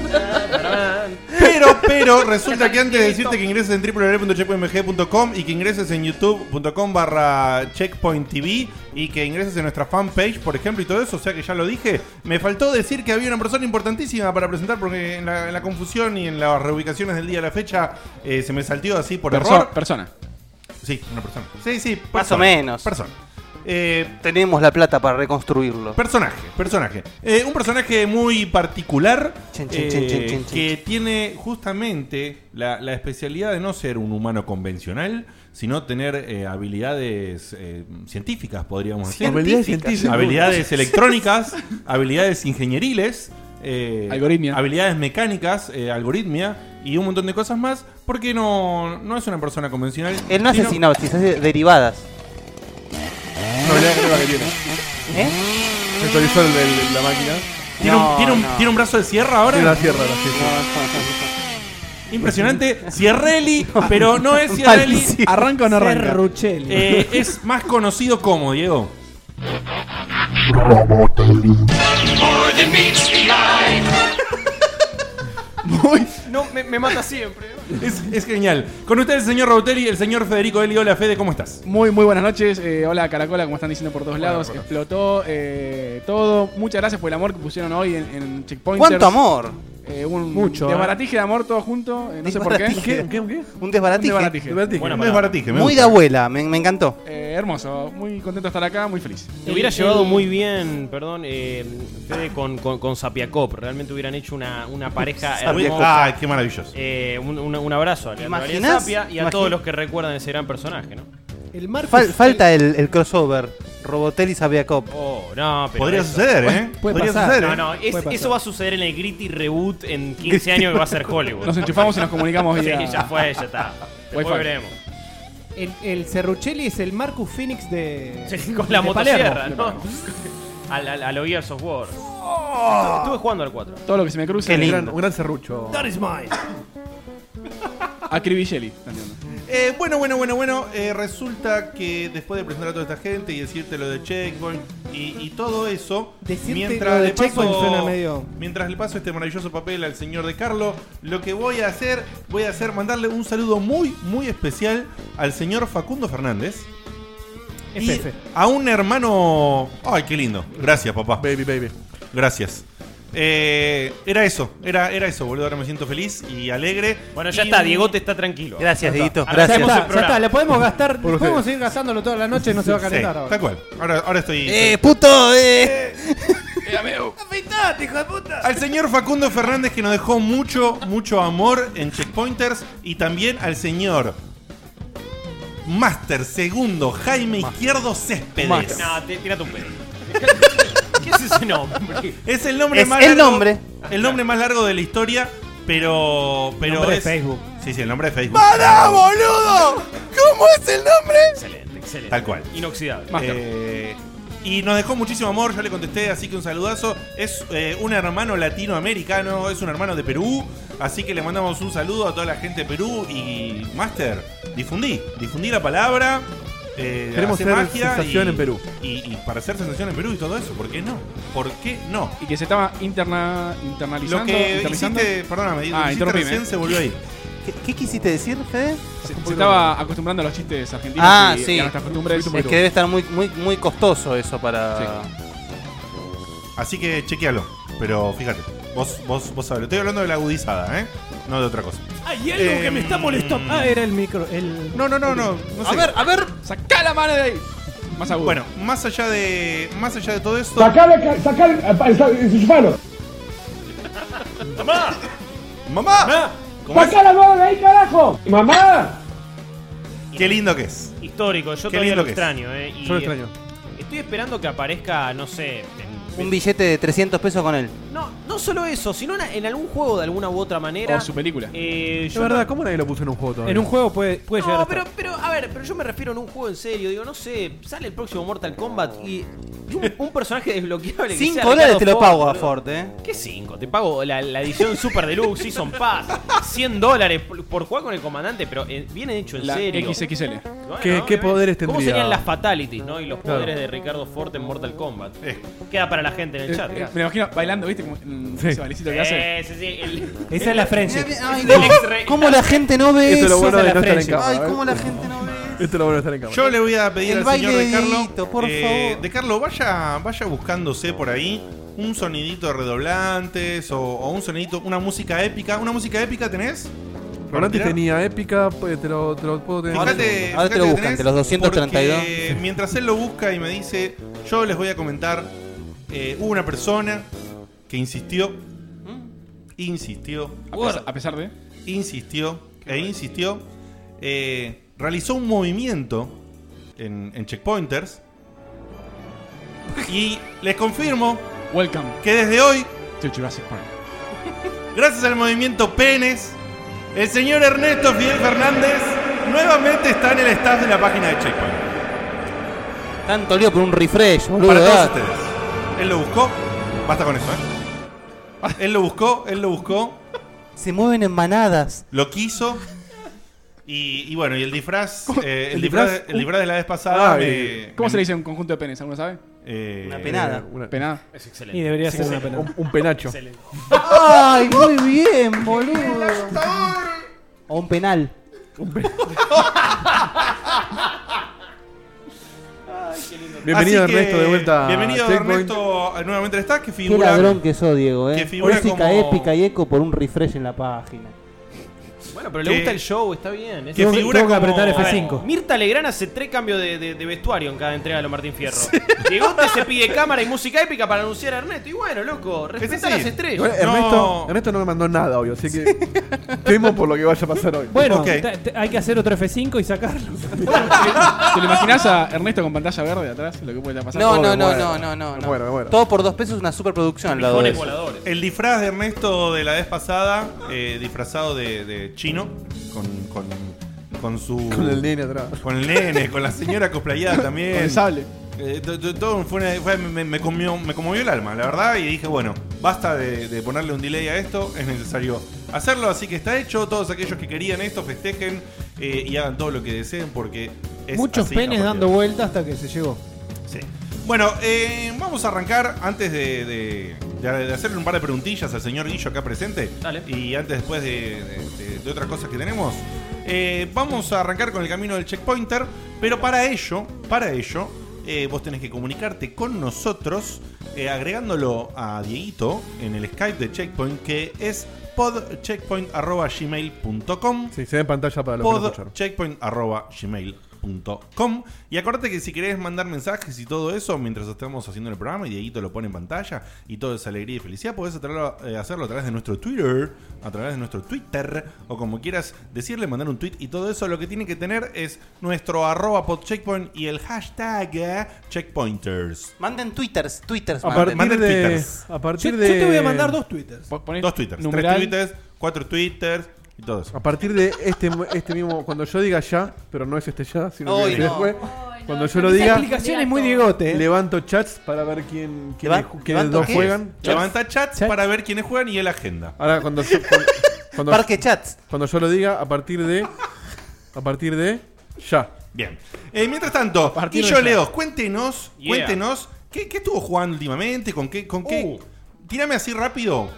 Speaker 3: Pero, pero, resulta que antes de decirte que ingreses en www.checkpointmg.com y que ingreses en youtube.com barra checkpoint TV y que ingreses en nuestra fanpage, por ejemplo, y todo eso, o sea que ya lo dije, me faltó decir que había una persona importantísima para presentar porque en la, en la confusión y en las reubicaciones del día a la fecha eh, se me saltió así por
Speaker 4: Perso-
Speaker 3: error.
Speaker 4: persona.
Speaker 3: Sí, una persona. Sí, sí,
Speaker 6: Más
Speaker 3: persona,
Speaker 6: o menos.
Speaker 3: Persona. Eh,
Speaker 6: Tenemos la plata para reconstruirlo.
Speaker 3: Personaje, personaje. Eh, un personaje muy particular
Speaker 6: Chin, chin,
Speaker 3: eh,
Speaker 6: chin, chin, chin, chin.
Speaker 3: que tiene justamente la, la especialidad de no ser un humano convencional, sino tener eh, habilidades eh, científicas, podríamos decir.
Speaker 5: Habilidades científicas.
Speaker 3: Habilidades electrónicas, habilidades ingenieriles, eh,
Speaker 4: Algoritmia.
Speaker 3: habilidades mecánicas, eh, algoritmia y un montón de cosas más, porque no, no es una persona convencional.
Speaker 6: Él no hace
Speaker 3: sino-
Speaker 6: sinopsis, hace derivadas.
Speaker 5: No, mirá la crema que tiene.
Speaker 6: ¿Eh?
Speaker 5: Se actualizó el- el- la máquina.
Speaker 3: ¿Tiene, un,
Speaker 6: No,
Speaker 3: tiene un-
Speaker 6: no.
Speaker 3: tiene un brazo de sierra ahora?
Speaker 5: Tiene la sierra, la sierra.
Speaker 3: Impresionante. Cierrelli, pero no es Cierrelli.
Speaker 6: Malísimo.
Speaker 4: Arranca o no arranca.
Speaker 8: Serruchelli.
Speaker 3: Eh, es más conocido como, Diego.
Speaker 7: No, me, me mata siempre.
Speaker 3: Es, es genial. Con ustedes, el señor Rautelli, el señor Federico Eli. Hola, Fede, ¿cómo estás?
Speaker 4: Muy, muy buenas noches. Eh, hola Caracola, como están diciendo por todos lados. Explotó eh, todo. Muchas gracias por el amor que pusieron hoy en, en Checkpointers.
Speaker 6: ¿Cuánto amor?
Speaker 4: Eh, un
Speaker 8: Mucho,
Speaker 4: De
Speaker 8: eh.
Speaker 4: baratije de amor todo junto. eh, no sé por qué.
Speaker 6: Desbaratije.
Speaker 5: ¿Qué? ¿Qué?
Speaker 6: Un
Speaker 4: Un
Speaker 6: desbaratije.
Speaker 4: desbaratije.
Speaker 3: Bueno, me baratije, me
Speaker 6: Muy de
Speaker 3: gusta.
Speaker 6: abuela, me, me encantó.
Speaker 4: Eh, hermoso. Muy contento de estar acá, muy feliz. Eh,
Speaker 7: Te hubiera
Speaker 8: El-
Speaker 7: llevado
Speaker 8: el-
Speaker 7: muy bien, perdón, eh, Fede, con, con, con Sapiakop. Realmente hubieran hecho una, una pareja hermosa.
Speaker 3: Ay, qué maravilloso.
Speaker 7: Eh, un, un- un abrazo a Leandro Arias
Speaker 6: ¿Imaginás?
Speaker 7: Sapia y a
Speaker 6: Imagin-
Speaker 7: todos los que recuerdan ese gran personaje, ¿no?
Speaker 8: El Marcus-
Speaker 6: Fal- falta el, el crossover. Robotel y Sabiacop.
Speaker 7: Oh, no, pero.
Speaker 3: Podría
Speaker 7: eso-
Speaker 3: suceder, ¿eh?
Speaker 8: puede
Speaker 3: Podría
Speaker 8: pasar.
Speaker 3: suceder.
Speaker 7: No,
Speaker 3: ¿eh?
Speaker 7: no, es-
Speaker 8: Puede pasar.
Speaker 7: eso va a suceder en el Gritty Reboot en 15 años que va a ser Hollywood.
Speaker 4: Nos enchufamos y nos comunicamos
Speaker 7: Sí,
Speaker 4: vía-
Speaker 7: ya fue, ya está. Después
Speaker 4: Wi-Fi.
Speaker 7: veremos.
Speaker 8: El, el Serruchelli es el Marcus Phoenix de.
Speaker 7: Sí, con la
Speaker 8: de
Speaker 7: motosierra,
Speaker 8: Palermo.
Speaker 7: ¿no? Al, al, al Gears of War.
Speaker 3: Oh.
Speaker 7: Estuve jugando al 4.
Speaker 4: Todo lo que se me cruce.
Speaker 6: Qué
Speaker 5: Un
Speaker 6: lindo.
Speaker 5: gran, un gran serrucho.
Speaker 4: A Crivicelli. entiendo.
Speaker 3: Eh, bueno, bueno, bueno, bueno. eh, resulta que después de presentar a toda esta gente y decirte lo de Checkpoint y, y todo eso,
Speaker 8: Decirte lo de Checkpoint suena medio-
Speaker 3: mientras le paso este maravilloso papel al señor de Carlo, lo que voy a hacer, voy a hacer mandarle un saludo muy, muy especial al señor Facundo Fernández. Y
Speaker 8: FF.
Speaker 3: a un hermano. Ay, qué lindo. Gracias, papá.
Speaker 5: Baby, baby.
Speaker 3: Gracias. Eh, era eso, era, era eso, boludo. Ahora me siento feliz y alegre.
Speaker 7: Bueno, ya
Speaker 3: Y-
Speaker 7: está, Diegote está tranquilo.
Speaker 6: Gracias, Dieguito.
Speaker 7: Ahora
Speaker 8: Ya
Speaker 7: hacemos
Speaker 6: Gracias.
Speaker 7: el
Speaker 8: está, ya
Speaker 7: programa.
Speaker 8: está, le podemos gastar.
Speaker 5: Por
Speaker 8: podemos
Speaker 5: ustedes.
Speaker 8: seguir gastándolo toda la noche, no se va a
Speaker 3: Sí,
Speaker 8: calentar ahora.
Speaker 3: tal cual. Ahora, ahora estoy.
Speaker 6: ¡Eh, puto! ¡Eh!
Speaker 3: Al señor Facundo Fernández que nos dejó mucho, mucho amor en Checkpointers y también al señor Master Segundo Jaime Izquierdo Céspedes.
Speaker 7: No, te- tírate un pedo. ¿Qué es ese nombre?
Speaker 3: Es el nombre
Speaker 6: Es
Speaker 3: más
Speaker 6: el
Speaker 3: largo,
Speaker 6: nombre.
Speaker 3: El nombre más largo de la historia, pero pero
Speaker 8: Nombre de
Speaker 3: es-
Speaker 8: Facebook.
Speaker 3: Sí, sí, el nombre de Facebook.
Speaker 6: ¡Para, boludo! ¿Cómo es el nombre?
Speaker 7: Excelente, excelente.
Speaker 3: Tal cual.
Speaker 7: Inoxidable.
Speaker 3: Eh, Y nos dejó muchísimo amor, yo le contesté, así que un saludazo. Es eh, un hermano latinoamericano, es un hermano de Perú, así que le mandamos un saludo a toda la gente de Perú y Master, difundí, difundí la palabra. eh,
Speaker 5: Queremos
Speaker 3: hace
Speaker 5: ser
Speaker 3: magia
Speaker 5: sensación
Speaker 3: y-
Speaker 5: en Perú.
Speaker 3: Y, y para hacer sensación en Perú y todo eso, ¿por qué no? ¿Por qué no?
Speaker 4: Y que se estaba interna, internalizando.
Speaker 3: Lo que
Speaker 4: internalizando.
Speaker 3: hiciste, perdóname, lo que
Speaker 4: ah,
Speaker 3: hiciste
Speaker 4: interrumpime.
Speaker 3: recién se volvió a ir.
Speaker 6: ¿Qué, qué quisiste decir, Fede?
Speaker 4: Se, se estaba acostumbrando a los chistes argentinos
Speaker 6: Ah,
Speaker 4: y,
Speaker 6: sí.
Speaker 4: y a nuestras costumbres.
Speaker 6: Es que debe estar muy, muy, muy costoso eso para.
Speaker 3: Así que chequealo. Pero fíjate, vos, vos, vos sabés. Estoy hablando de la agudizada, ¿eh? No de otra cosa.
Speaker 8: Hay algo que me está molestando. Ah, era el micro. El...
Speaker 3: Eh, No, no, no, no. no sé.
Speaker 6: a ver.
Speaker 4: ¡Sacá la mano de ahí! Más agudo.
Speaker 3: Bueno, más allá de. Más allá de todo esto.
Speaker 10: Sacale, sacale, enchufalo.
Speaker 3: ¡Mamá! ¿Cómo es?
Speaker 10: Sacala mano de ahí, carajo. Mamá.
Speaker 3: Qué lindo que es.
Speaker 7: Histórico, yo
Speaker 3: Qué
Speaker 7: todavía
Speaker 3: lindo
Speaker 7: lo
Speaker 3: que es.
Speaker 7: extraño, ¿eh? Y,
Speaker 5: Yo lo extraño.
Speaker 7: eh, Estoy esperando que aparezca, no sé. en-
Speaker 6: Un billete de 300 pesos con él.
Speaker 7: No, no solo eso, sino una- en algún juego de alguna u otra manera.
Speaker 4: O su película.
Speaker 7: Eh,
Speaker 5: Es
Speaker 7: yo
Speaker 5: verdad, ¿cómo nadie lo puso en un juego todavía?
Speaker 8: En un juego puede, puede llegar.
Speaker 7: No,
Speaker 8: hasta-
Speaker 7: pero, pero, a ver, pero yo me refiero en un juego en serio. Digo, no sé, sale el próximo Mortal Kombat y, y un, un personaje desbloqueable. que
Speaker 6: 5
Speaker 7: sea
Speaker 6: dólares
Speaker 7: Ricardo
Speaker 6: te lo
Speaker 7: Ford,
Speaker 6: pago a
Speaker 7: boludo.
Speaker 6: Ford, eh.
Speaker 7: ¿Qué 5? Te pago la, la edición Super Deluxe, Season Pass, 100 dólares por, por jugar con el comandante, pero eh, bien hecho, en
Speaker 4: la
Speaker 7: serio.
Speaker 4: XXL.
Speaker 7: Bueno,
Speaker 5: ¿Qué- qué
Speaker 7: bien.
Speaker 5: poderes
Speaker 7: ¿Cómo
Speaker 5: tendría?
Speaker 7: serían las fatalities, no? Y los
Speaker 5: Claro.
Speaker 7: poderes de Ricardo Forte en Mortal Kombat.
Speaker 3: Eh.
Speaker 7: Queda para la gente en el
Speaker 4: Eh,
Speaker 7: chat.
Speaker 4: eh, me lo imagino bailando, ¿viste? Como en
Speaker 5: Sí.
Speaker 4: ese bailecito que hace.
Speaker 7: Eh, sí, sí, el-
Speaker 8: Esa es la French.
Speaker 6: ¿Cómo la gente no ve
Speaker 5: Eso
Speaker 6: eso?
Speaker 5: es lo bueno
Speaker 8: de
Speaker 5: de
Speaker 8: la
Speaker 5: no estar en
Speaker 8: French.
Speaker 5: cámara.
Speaker 6: Ay,
Speaker 5: ¿eh?
Speaker 6: ¿cómo la gente no ve eso?
Speaker 5: Esto es lo bueno de estar en cámara.
Speaker 3: Yo le voy a pedir
Speaker 6: El
Speaker 3: al
Speaker 6: baile
Speaker 3: señor
Speaker 6: de
Speaker 3: De Carlo. eh,
Speaker 6: Dieguito, por favor.
Speaker 3: De Carlo, vaya, vaya buscándose por ahí un sonidito de redoblantes o, o un sonidito, una música épica. ¿Una música épica tenés?
Speaker 5: Rodante
Speaker 3: Para tirar.
Speaker 5: tenía épica, pues, te lo, te lo puedo tener.
Speaker 3: Fíjate,
Speaker 6: Ahora te
Speaker 3: fíjate
Speaker 6: lo
Speaker 3: que
Speaker 6: buscan,
Speaker 3: tenés,
Speaker 6: de los 232.
Speaker 3: porque Mientras él lo busca y me dice, yo les voy a comentar, eh, hubo una persona que insistió, insistió,
Speaker 4: A pesar, a pesar de.
Speaker 3: insistió e insistió, eh, realizó un movimiento en, en Checkpointers y les confirmo
Speaker 4: Welcome
Speaker 3: que desde hoy,
Speaker 4: to Jurassic Park.
Speaker 3: gracias al movimiento Penes, el señor Ernesto Fidel Fernández nuevamente está en el staff de la página de Checkpoint.
Speaker 6: Tanto lío por un refresh, boludo.
Speaker 3: Para todos
Speaker 6: ¿verdad?
Speaker 3: ustedes. Él lo buscó. Basta con eso, ¿eh? Él lo buscó, él lo buscó,
Speaker 6: Se mueven en manadas.
Speaker 3: lo quiso. Y, y bueno, y el disfraz, eh, el,
Speaker 5: ¿El
Speaker 3: disfraz,
Speaker 5: disfraz?
Speaker 3: el disfraz de la vez pasada.
Speaker 5: Ah,
Speaker 3: me-
Speaker 4: ¿Cómo
Speaker 3: me-
Speaker 4: se le dice a un conjunto de penes? ¿Alguno sabe?
Speaker 3: eh,
Speaker 6: Una penada.
Speaker 5: Una-
Speaker 4: Penada.
Speaker 7: Es
Speaker 8: Y
Speaker 7: excelente.
Speaker 8: debería ser una pena.
Speaker 5: un, un penacho.
Speaker 6: Ay, muy bien, boludo. O un penal.
Speaker 5: Bienvenido
Speaker 3: Así que,
Speaker 5: Ernesto de vuelta. a
Speaker 3: Bienvenido
Speaker 5: Checkpoint.
Speaker 3: Ernesto a- nuevamente al staff que
Speaker 6: Qué
Speaker 3: figura.
Speaker 6: ladrón que sos, Diego,
Speaker 3: que
Speaker 6: eh.
Speaker 3: figura
Speaker 6: Música
Speaker 3: como-
Speaker 6: épica y eco por un refresh en la página.
Speaker 7: Bueno, pero le
Speaker 3: Que-
Speaker 7: gusta el show, está bien. es-
Speaker 3: que
Speaker 7: A
Speaker 8: Tengo que-
Speaker 3: figura
Speaker 8: tengo que
Speaker 3: como-
Speaker 8: apretar
Speaker 7: ver,
Speaker 8: F5.
Speaker 7: Mirta Legrán hace tres cambios de, de- de vestuario en cada entrega de los Martín Fierro. Llegó que se pide cámara y música épica para anunciar a Ernesto. Y bueno, loco, respeta
Speaker 3: así.
Speaker 7: las estrellas.
Speaker 5: Igual Ernesto,
Speaker 3: No.
Speaker 5: Ernesto no me mandó nada hoy, así que temo por lo que vaya a pasar hoy.
Speaker 8: Bueno,
Speaker 3: Ok.
Speaker 8: te- te- hay que hacer otro F5 y sacarlo.
Speaker 4: ¿Te lo imaginás a Ernesto con pantalla verde atrás? Lo que puede estar pasando.
Speaker 6: No, no,
Speaker 5: me
Speaker 6: no,
Speaker 5: muero.
Speaker 6: no, no, no,
Speaker 5: Me
Speaker 6: no.
Speaker 5: muero, me muero.
Speaker 6: Todo por dos pesos es una superproducción al lado de
Speaker 7: Pijones
Speaker 6: eso.
Speaker 7: voladores.
Speaker 3: El disfraz de Ernesto de la vez pasada, eh, disfrazado de, de chino, con, con, con su.
Speaker 5: Con el nene atrás.
Speaker 3: Con el nene, con la señora cosplayada también.
Speaker 4: Con el sable.
Speaker 3: Eh, to- to- todo fue una- fue- me, me conmovió, me conmovió el alma, la verdad, y dije, bueno, basta de, de ponerle un delay a esto, es necesario hacerlo, así que está hecho, todos aquellos que querían esto festejen eh, y hagan todo lo que deseen porque es
Speaker 8: Muchos
Speaker 3: así a
Speaker 8: penes
Speaker 3: partir
Speaker 8: dando
Speaker 3: de-
Speaker 8: vueltas hasta que se llegó.
Speaker 3: Sí. Bueno, eh, vamos a arrancar antes de, de- de- de hacerle un par de preguntillas al señor Guillo acá presente.
Speaker 7: Dale.
Speaker 3: Y antes después de, de- de- de otras cosas que tenemos. eh, vamos a arrancar con el camino del checkpointer. Pero para ello, para ello, eh, vos tenés que comunicarte con nosotros eh, agregándolo a Dieguito en el Skype de Checkpoint, que es podcheckpoint.gmail.com
Speaker 5: Sí, se ve en pantalla para los que no escucharon.
Speaker 3: podcheckpoint.gmail.com Y acuérdate que si querés mandar mensajes y todo eso mientras estamos haciendo el programa y Dieguito lo pone en pantalla y toda esa alegría y felicidad, podés atraerlo- eh, hacerlo a través de nuestro Twitter, a través de nuestro Twitter o como quieras decirle, mandar un tweet y todo eso. Lo que tiene que tener es nuestro arroba podcheckpoint y el hashtag eh, checkpointers.
Speaker 6: Manden twitters, twitters,
Speaker 5: A partir
Speaker 6: manden.
Speaker 3: manden
Speaker 5: de.
Speaker 3: twitters.
Speaker 5: A
Speaker 8: Yo,
Speaker 5: partir
Speaker 8: yo
Speaker 5: de.
Speaker 8: te voy a mandar dos twitters.
Speaker 4: Po- ponés
Speaker 3: Dos twitters,
Speaker 4: numeral-
Speaker 3: tres twitters, cuatro twitters y todo eso.
Speaker 5: A partir de este, este mismo. Cuando yo diga ya, pero no es este ya, sino
Speaker 6: Hoy
Speaker 5: que
Speaker 6: no.
Speaker 5: después. Cuando yo lo
Speaker 8: Esa
Speaker 5: diga,
Speaker 8: explicación es muy diegote. ¿eh?
Speaker 5: levanto chats para ver quién, quién
Speaker 6: Levan-
Speaker 5: ju- quiénes
Speaker 6: levanto
Speaker 5: dos
Speaker 6: qué?
Speaker 5: juegan.
Speaker 3: Levanta chats
Speaker 8: Chat.
Speaker 3: para ver quiénes juegan y el agenda.
Speaker 5: Ahora, cuando yo, cuando, cuando-
Speaker 6: Parque Chats.
Speaker 5: cuando yo lo diga, a partir de. A partir de. Ya.
Speaker 3: Bien. Eh, mientras tanto,
Speaker 4: partir
Speaker 3: Guillo
Speaker 4: de ya.
Speaker 3: Leos, cuéntenos,
Speaker 7: Yeah.
Speaker 3: cuéntenos, ¿qué, qué estuvo jugando últimamente? ¿Con qué? ¿Con
Speaker 7: Uh.
Speaker 3: qué? Tírame así rápido.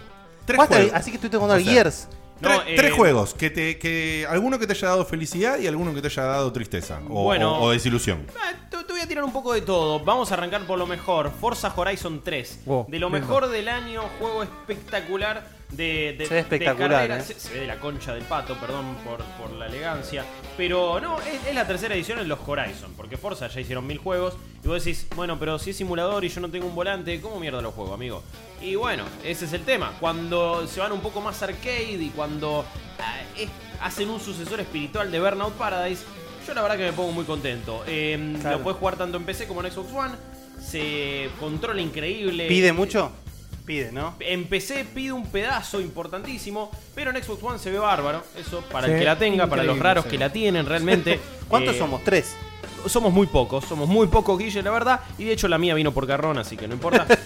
Speaker 3: Tres
Speaker 6: Basta,
Speaker 3: juegos.
Speaker 6: Así que estoy jugando
Speaker 3: O
Speaker 6: al
Speaker 3: sea,
Speaker 6: Gears.
Speaker 7: No,
Speaker 3: Tres,
Speaker 7: eh,
Speaker 3: tres juegos, que te, que alguno que te haya dado felicidad y alguno que te haya dado tristeza o,
Speaker 7: Bueno.
Speaker 3: o- o desilusión.
Speaker 7: Ah, Te, te voy a tirar un poco de todo. Vamos a arrancar por lo mejor. Forza Horizon 3.
Speaker 5: Oh,
Speaker 7: de lo
Speaker 5: lindo.
Speaker 7: mejor del año, juego espectacular de, de-
Speaker 6: Se ve
Speaker 7: de
Speaker 6: espectacular,
Speaker 7: carrera.
Speaker 6: eh.
Speaker 7: Se, se ve de la concha del pato, perdón por, por la elegancia. Pero no, es, es la tercera edición en los Horizon. Porque Forza ya hicieron mil juegos. Y vos decís, bueno, pero si es simulador y yo no tengo un volante, ¿cómo mierda lo juego, amigo? Y bueno, ese es el tema. Cuando se van un poco más arcade y cuando ah, es- hacen un sucesor espiritual de Burnout Paradise, yo la verdad que me pongo muy contento. Eh, Lo puedes jugar tanto en PC como en Xbox One. Se controla increíble.
Speaker 6: ¿Pide mucho? Pide, ¿no?
Speaker 7: En PC pide un pedazo importantísimo, pero en Xbox One se ve bárbaro. Eso para
Speaker 8: Sí,
Speaker 7: el que la tenga, para los
Speaker 8: increíble,
Speaker 7: raros
Speaker 8: sí.
Speaker 7: que la tienen realmente.
Speaker 6: ¿Cuántos
Speaker 7: Eh,
Speaker 6: somos? Tres.
Speaker 7: Somos muy pocos, somos muy pocos, Guille, la verdad. Y de hecho la mía vino por carrón, así que no importa.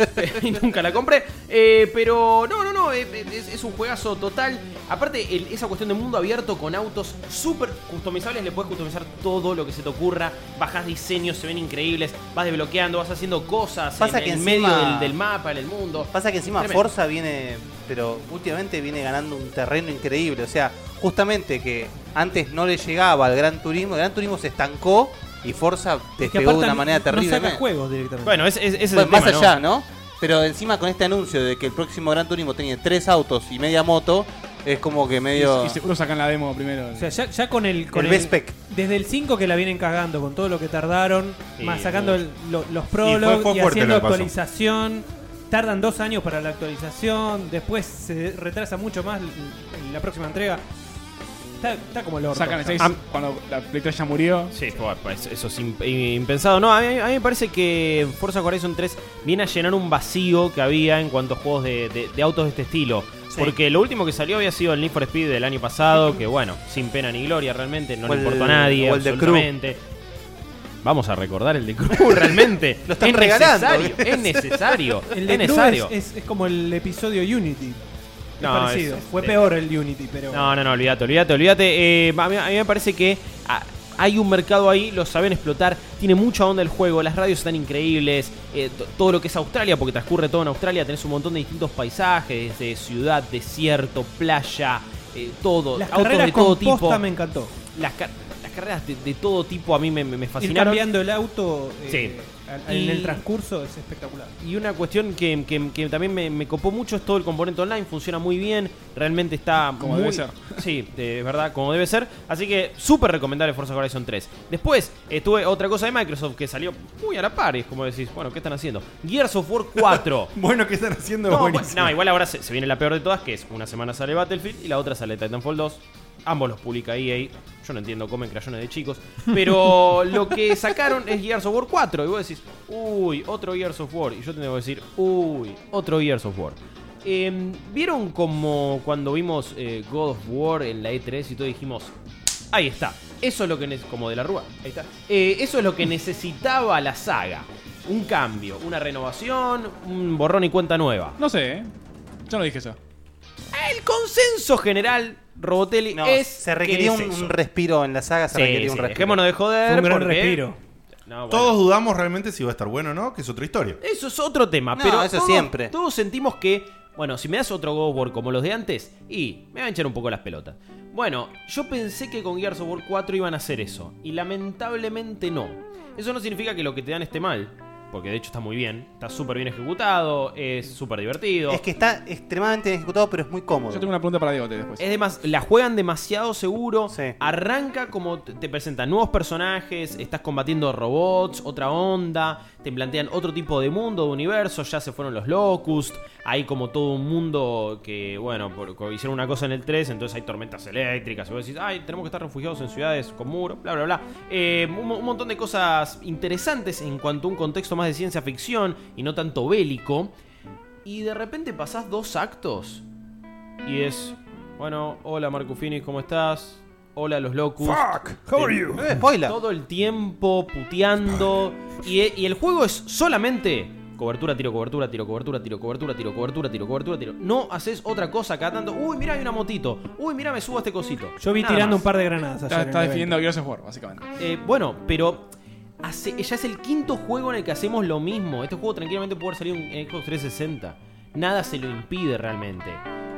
Speaker 7: y nunca la compré. Eh, pero no, no, no, eh, eh, es, es un juegazo total. Aparte, el- esa cuestión de mundo abierto con autos súper customizables, le puedes customizar todo lo que se te ocurra. Bajás diseños, se ven increíbles. Vas desbloqueando, vas haciendo cosas
Speaker 6: Pasa
Speaker 7: en
Speaker 6: que
Speaker 7: el
Speaker 6: encima-
Speaker 7: medio del, del mapa, en el mundo.
Speaker 6: Pasa que encima
Speaker 7: Tremendo.
Speaker 6: Forza viene, pero últimamente viene ganando un terreno increíble. O sea, justamente que antes no le llegaba al Gran Turismo, el Gran Turismo se estancó y Forza
Speaker 8: Que
Speaker 6: despegó de
Speaker 8: aparte
Speaker 6: una
Speaker 8: no-
Speaker 6: manera terrible.
Speaker 8: No saca juegos directamente.
Speaker 7: Bueno, ese ese- ese es,
Speaker 6: Bueno,
Speaker 7: el
Speaker 6: más
Speaker 7: tema, ¿no?
Speaker 6: allá, ¿no? Pero encima con este anuncio de que el próximo Gran Turismo tenía tres autos y media moto, es como que
Speaker 4: Y,
Speaker 6: medio...
Speaker 4: y seguro sacan la demo primero.
Speaker 8: O sea, ya, ya con el. Con
Speaker 6: El best spec.
Speaker 8: Desde el 5 que la vienen cagando, con todo lo que tardaron,
Speaker 7: Sí,
Speaker 8: más sacando
Speaker 7: mucho.
Speaker 8: el- lo- los
Speaker 3: Y fue-
Speaker 8: prólogos
Speaker 3: fue
Speaker 8: y,
Speaker 3: fuerte lo
Speaker 8: haciendo
Speaker 3: que pasó.
Speaker 8: actualización. Tardan dos años para la actualización, después se retrasa mucho más l- la próxima entrega. Está, está como lo
Speaker 4: sacan el 6 cuando la Play 3 ya murió.
Speaker 7: Sí, pues, pues, eso es imp- impensado. No, a mí, a mí me parece que Forza Horizon 3 viene a llenar un vacío que había en cuanto a juegos de, de- de autos de este estilo. Porque lo último que salió había sido el Need for Speed del año pasado, que bueno, sin pena ni gloria realmente, no
Speaker 6: O el-
Speaker 7: le importó a nadie,
Speaker 6: o el de Crew.
Speaker 7: absolutamente. Vamos a recordar el de Crew realmente.
Speaker 6: Lo están
Speaker 7: es
Speaker 6: regalando.
Speaker 7: necesario, es necesario,
Speaker 8: El
Speaker 7: es
Speaker 8: de Crew
Speaker 7: necesario.
Speaker 8: es, es- es como el episodio Unity. Es
Speaker 7: No,
Speaker 8: parecido.
Speaker 7: es- es-
Speaker 8: Fue
Speaker 7: es-
Speaker 8: peor el Unity, pero.
Speaker 7: No, no, no, olvídate, olvídate, olvídate. Eh, a, mí, a mí me parece que ah, hay un mercado ahí, lo saben explotar. Tiene mucha onda el juego, las radios están increíbles. eh, to- todo lo que es Australia, porque transcurre todo en Australia, tenés un montón de distintos paisajes: de ciudad, desierto, playa, eh, todo.
Speaker 8: Las
Speaker 7: autos
Speaker 8: carreras
Speaker 7: de todo
Speaker 8: con
Speaker 7: tipo.
Speaker 8: posta me encantó.
Speaker 7: Las, car- las carreras de, de todo tipo a mí me, me, me
Speaker 8: Ir
Speaker 7: fascinaron.
Speaker 8: cambiando el auto eh,
Speaker 7: Sí.
Speaker 8: al- en
Speaker 7: Y-
Speaker 8: el transcurso es espectacular.
Speaker 7: Y una cuestión que, que- que también me, me copó mucho es todo el componente online, funciona muy bien, realmente está
Speaker 4: Como
Speaker 7: muy-
Speaker 4: debe ser.
Speaker 7: Sí, de- es verdad, como debe ser. Así que súper recomendable Forza Horizon 3. Después estuve otra cosa de Microsoft que salió muy a la par, y es como decís, bueno, ¿qué están haciendo? Gears of War 4.
Speaker 3: Bueno, ¿qué están haciendo?
Speaker 7: No, bueno,
Speaker 3: Buenísimo.
Speaker 7: no, igual ahora se, se viene la peor de todas, que es una semana sale Battlefield y la otra sale Titanfall 2. Ambos los publica EA. Yo no entiendo, comen crayones de chicos. Pero lo que sacaron es Gears of War 4. Y vos decís, uy, otro Gears of War. Y yo tengo que decir, uy, otro Gears of War. Em, ¿Vieron como cuando vimos eh, God of War en la E3 y todo dijimos, Ahí está. Eso es lo que ne- como de la rúa. Ahí está. Eh, eso es lo que necesitaba la saga. Un cambio, una renovación, un borrón y cuenta nueva.
Speaker 4: No sé, ¿eh? Yo no dije eso.
Speaker 7: El consenso general, Robotelli,
Speaker 6: No,
Speaker 7: es
Speaker 6: se
Speaker 7: que
Speaker 6: requería
Speaker 7: es
Speaker 6: un,
Speaker 7: eso.
Speaker 6: un respiro en la saga, se
Speaker 7: Sí,
Speaker 6: requería
Speaker 7: sí,
Speaker 6: un respiro.
Speaker 7: dejémonos de joder.
Speaker 8: Fue un gran
Speaker 7: porque-
Speaker 8: respiro.
Speaker 7: No, bueno. Eh,
Speaker 3: Todos dudamos realmente si va a estar bueno o no, que es otra historia.
Speaker 7: Eso es otro tema,
Speaker 6: No,
Speaker 7: pero
Speaker 6: eso
Speaker 7: todos,
Speaker 6: siempre.
Speaker 7: todos sentimos que, bueno, si me das otro God of War como los de antes, y me van a echar un poco las pelotas. Bueno, yo pensé que con Gears of War 4 iban a hacer eso, y lamentablemente no. Eso no significa que lo que te dan esté mal, porque de hecho está muy bien, está súper bien ejecutado, es súper divertido.
Speaker 6: Es que está extremadamente bien ejecutado, pero es muy cómodo.
Speaker 4: Yo tengo una pregunta para Diego después.
Speaker 7: Es demas- la juegan demasiado seguro.
Speaker 6: Sí.
Speaker 7: Arranca como te te presentan nuevos personajes, estás combatiendo robots, otra onda, te plantean otro tipo de mundo, de universo, ya se fueron los Locust, hay como todo un mundo que, bueno, por- co- hicieron una cosa en el 3, entonces hay tormentas eléctricas, y vos decís, ay, tenemos que estar refugiados en ciudades con muros, bla, bla, bla. Eh, un, mo- un montón de cosas interesantes en cuanto a un contexto más de ciencia ficción y no tanto bélico. Y de repente pasás dos actos y es, bueno, hola Marco Finis, ¿cómo estás? Hola los locos.
Speaker 3: Fuck, how are you?
Speaker 6: No me spoila.
Speaker 7: Todo el tiempo puteando. Y, e- y el juego es solamente cobertura, tiro, cobertura, tiro, cobertura, tiro, cobertura, tiro, cobertura, tiro, cobertura, tiro. No haces otra cosa cada tanto. Uy, mira, hay una motito. Uy, mira, me subo a este cosito.
Speaker 8: Yo vi
Speaker 7: Nada
Speaker 8: tirando
Speaker 7: más.
Speaker 8: un par de granadas ayer
Speaker 4: Está,
Speaker 8: en
Speaker 4: está
Speaker 8: el
Speaker 4: definiendo a Gears of War, básicamente.
Speaker 7: Eh, bueno, pero hace, ya es el quinto juego en el que hacemos lo mismo. Este juego tranquilamente puede haber salido en- en Xbox 360. Nada se lo impide realmente.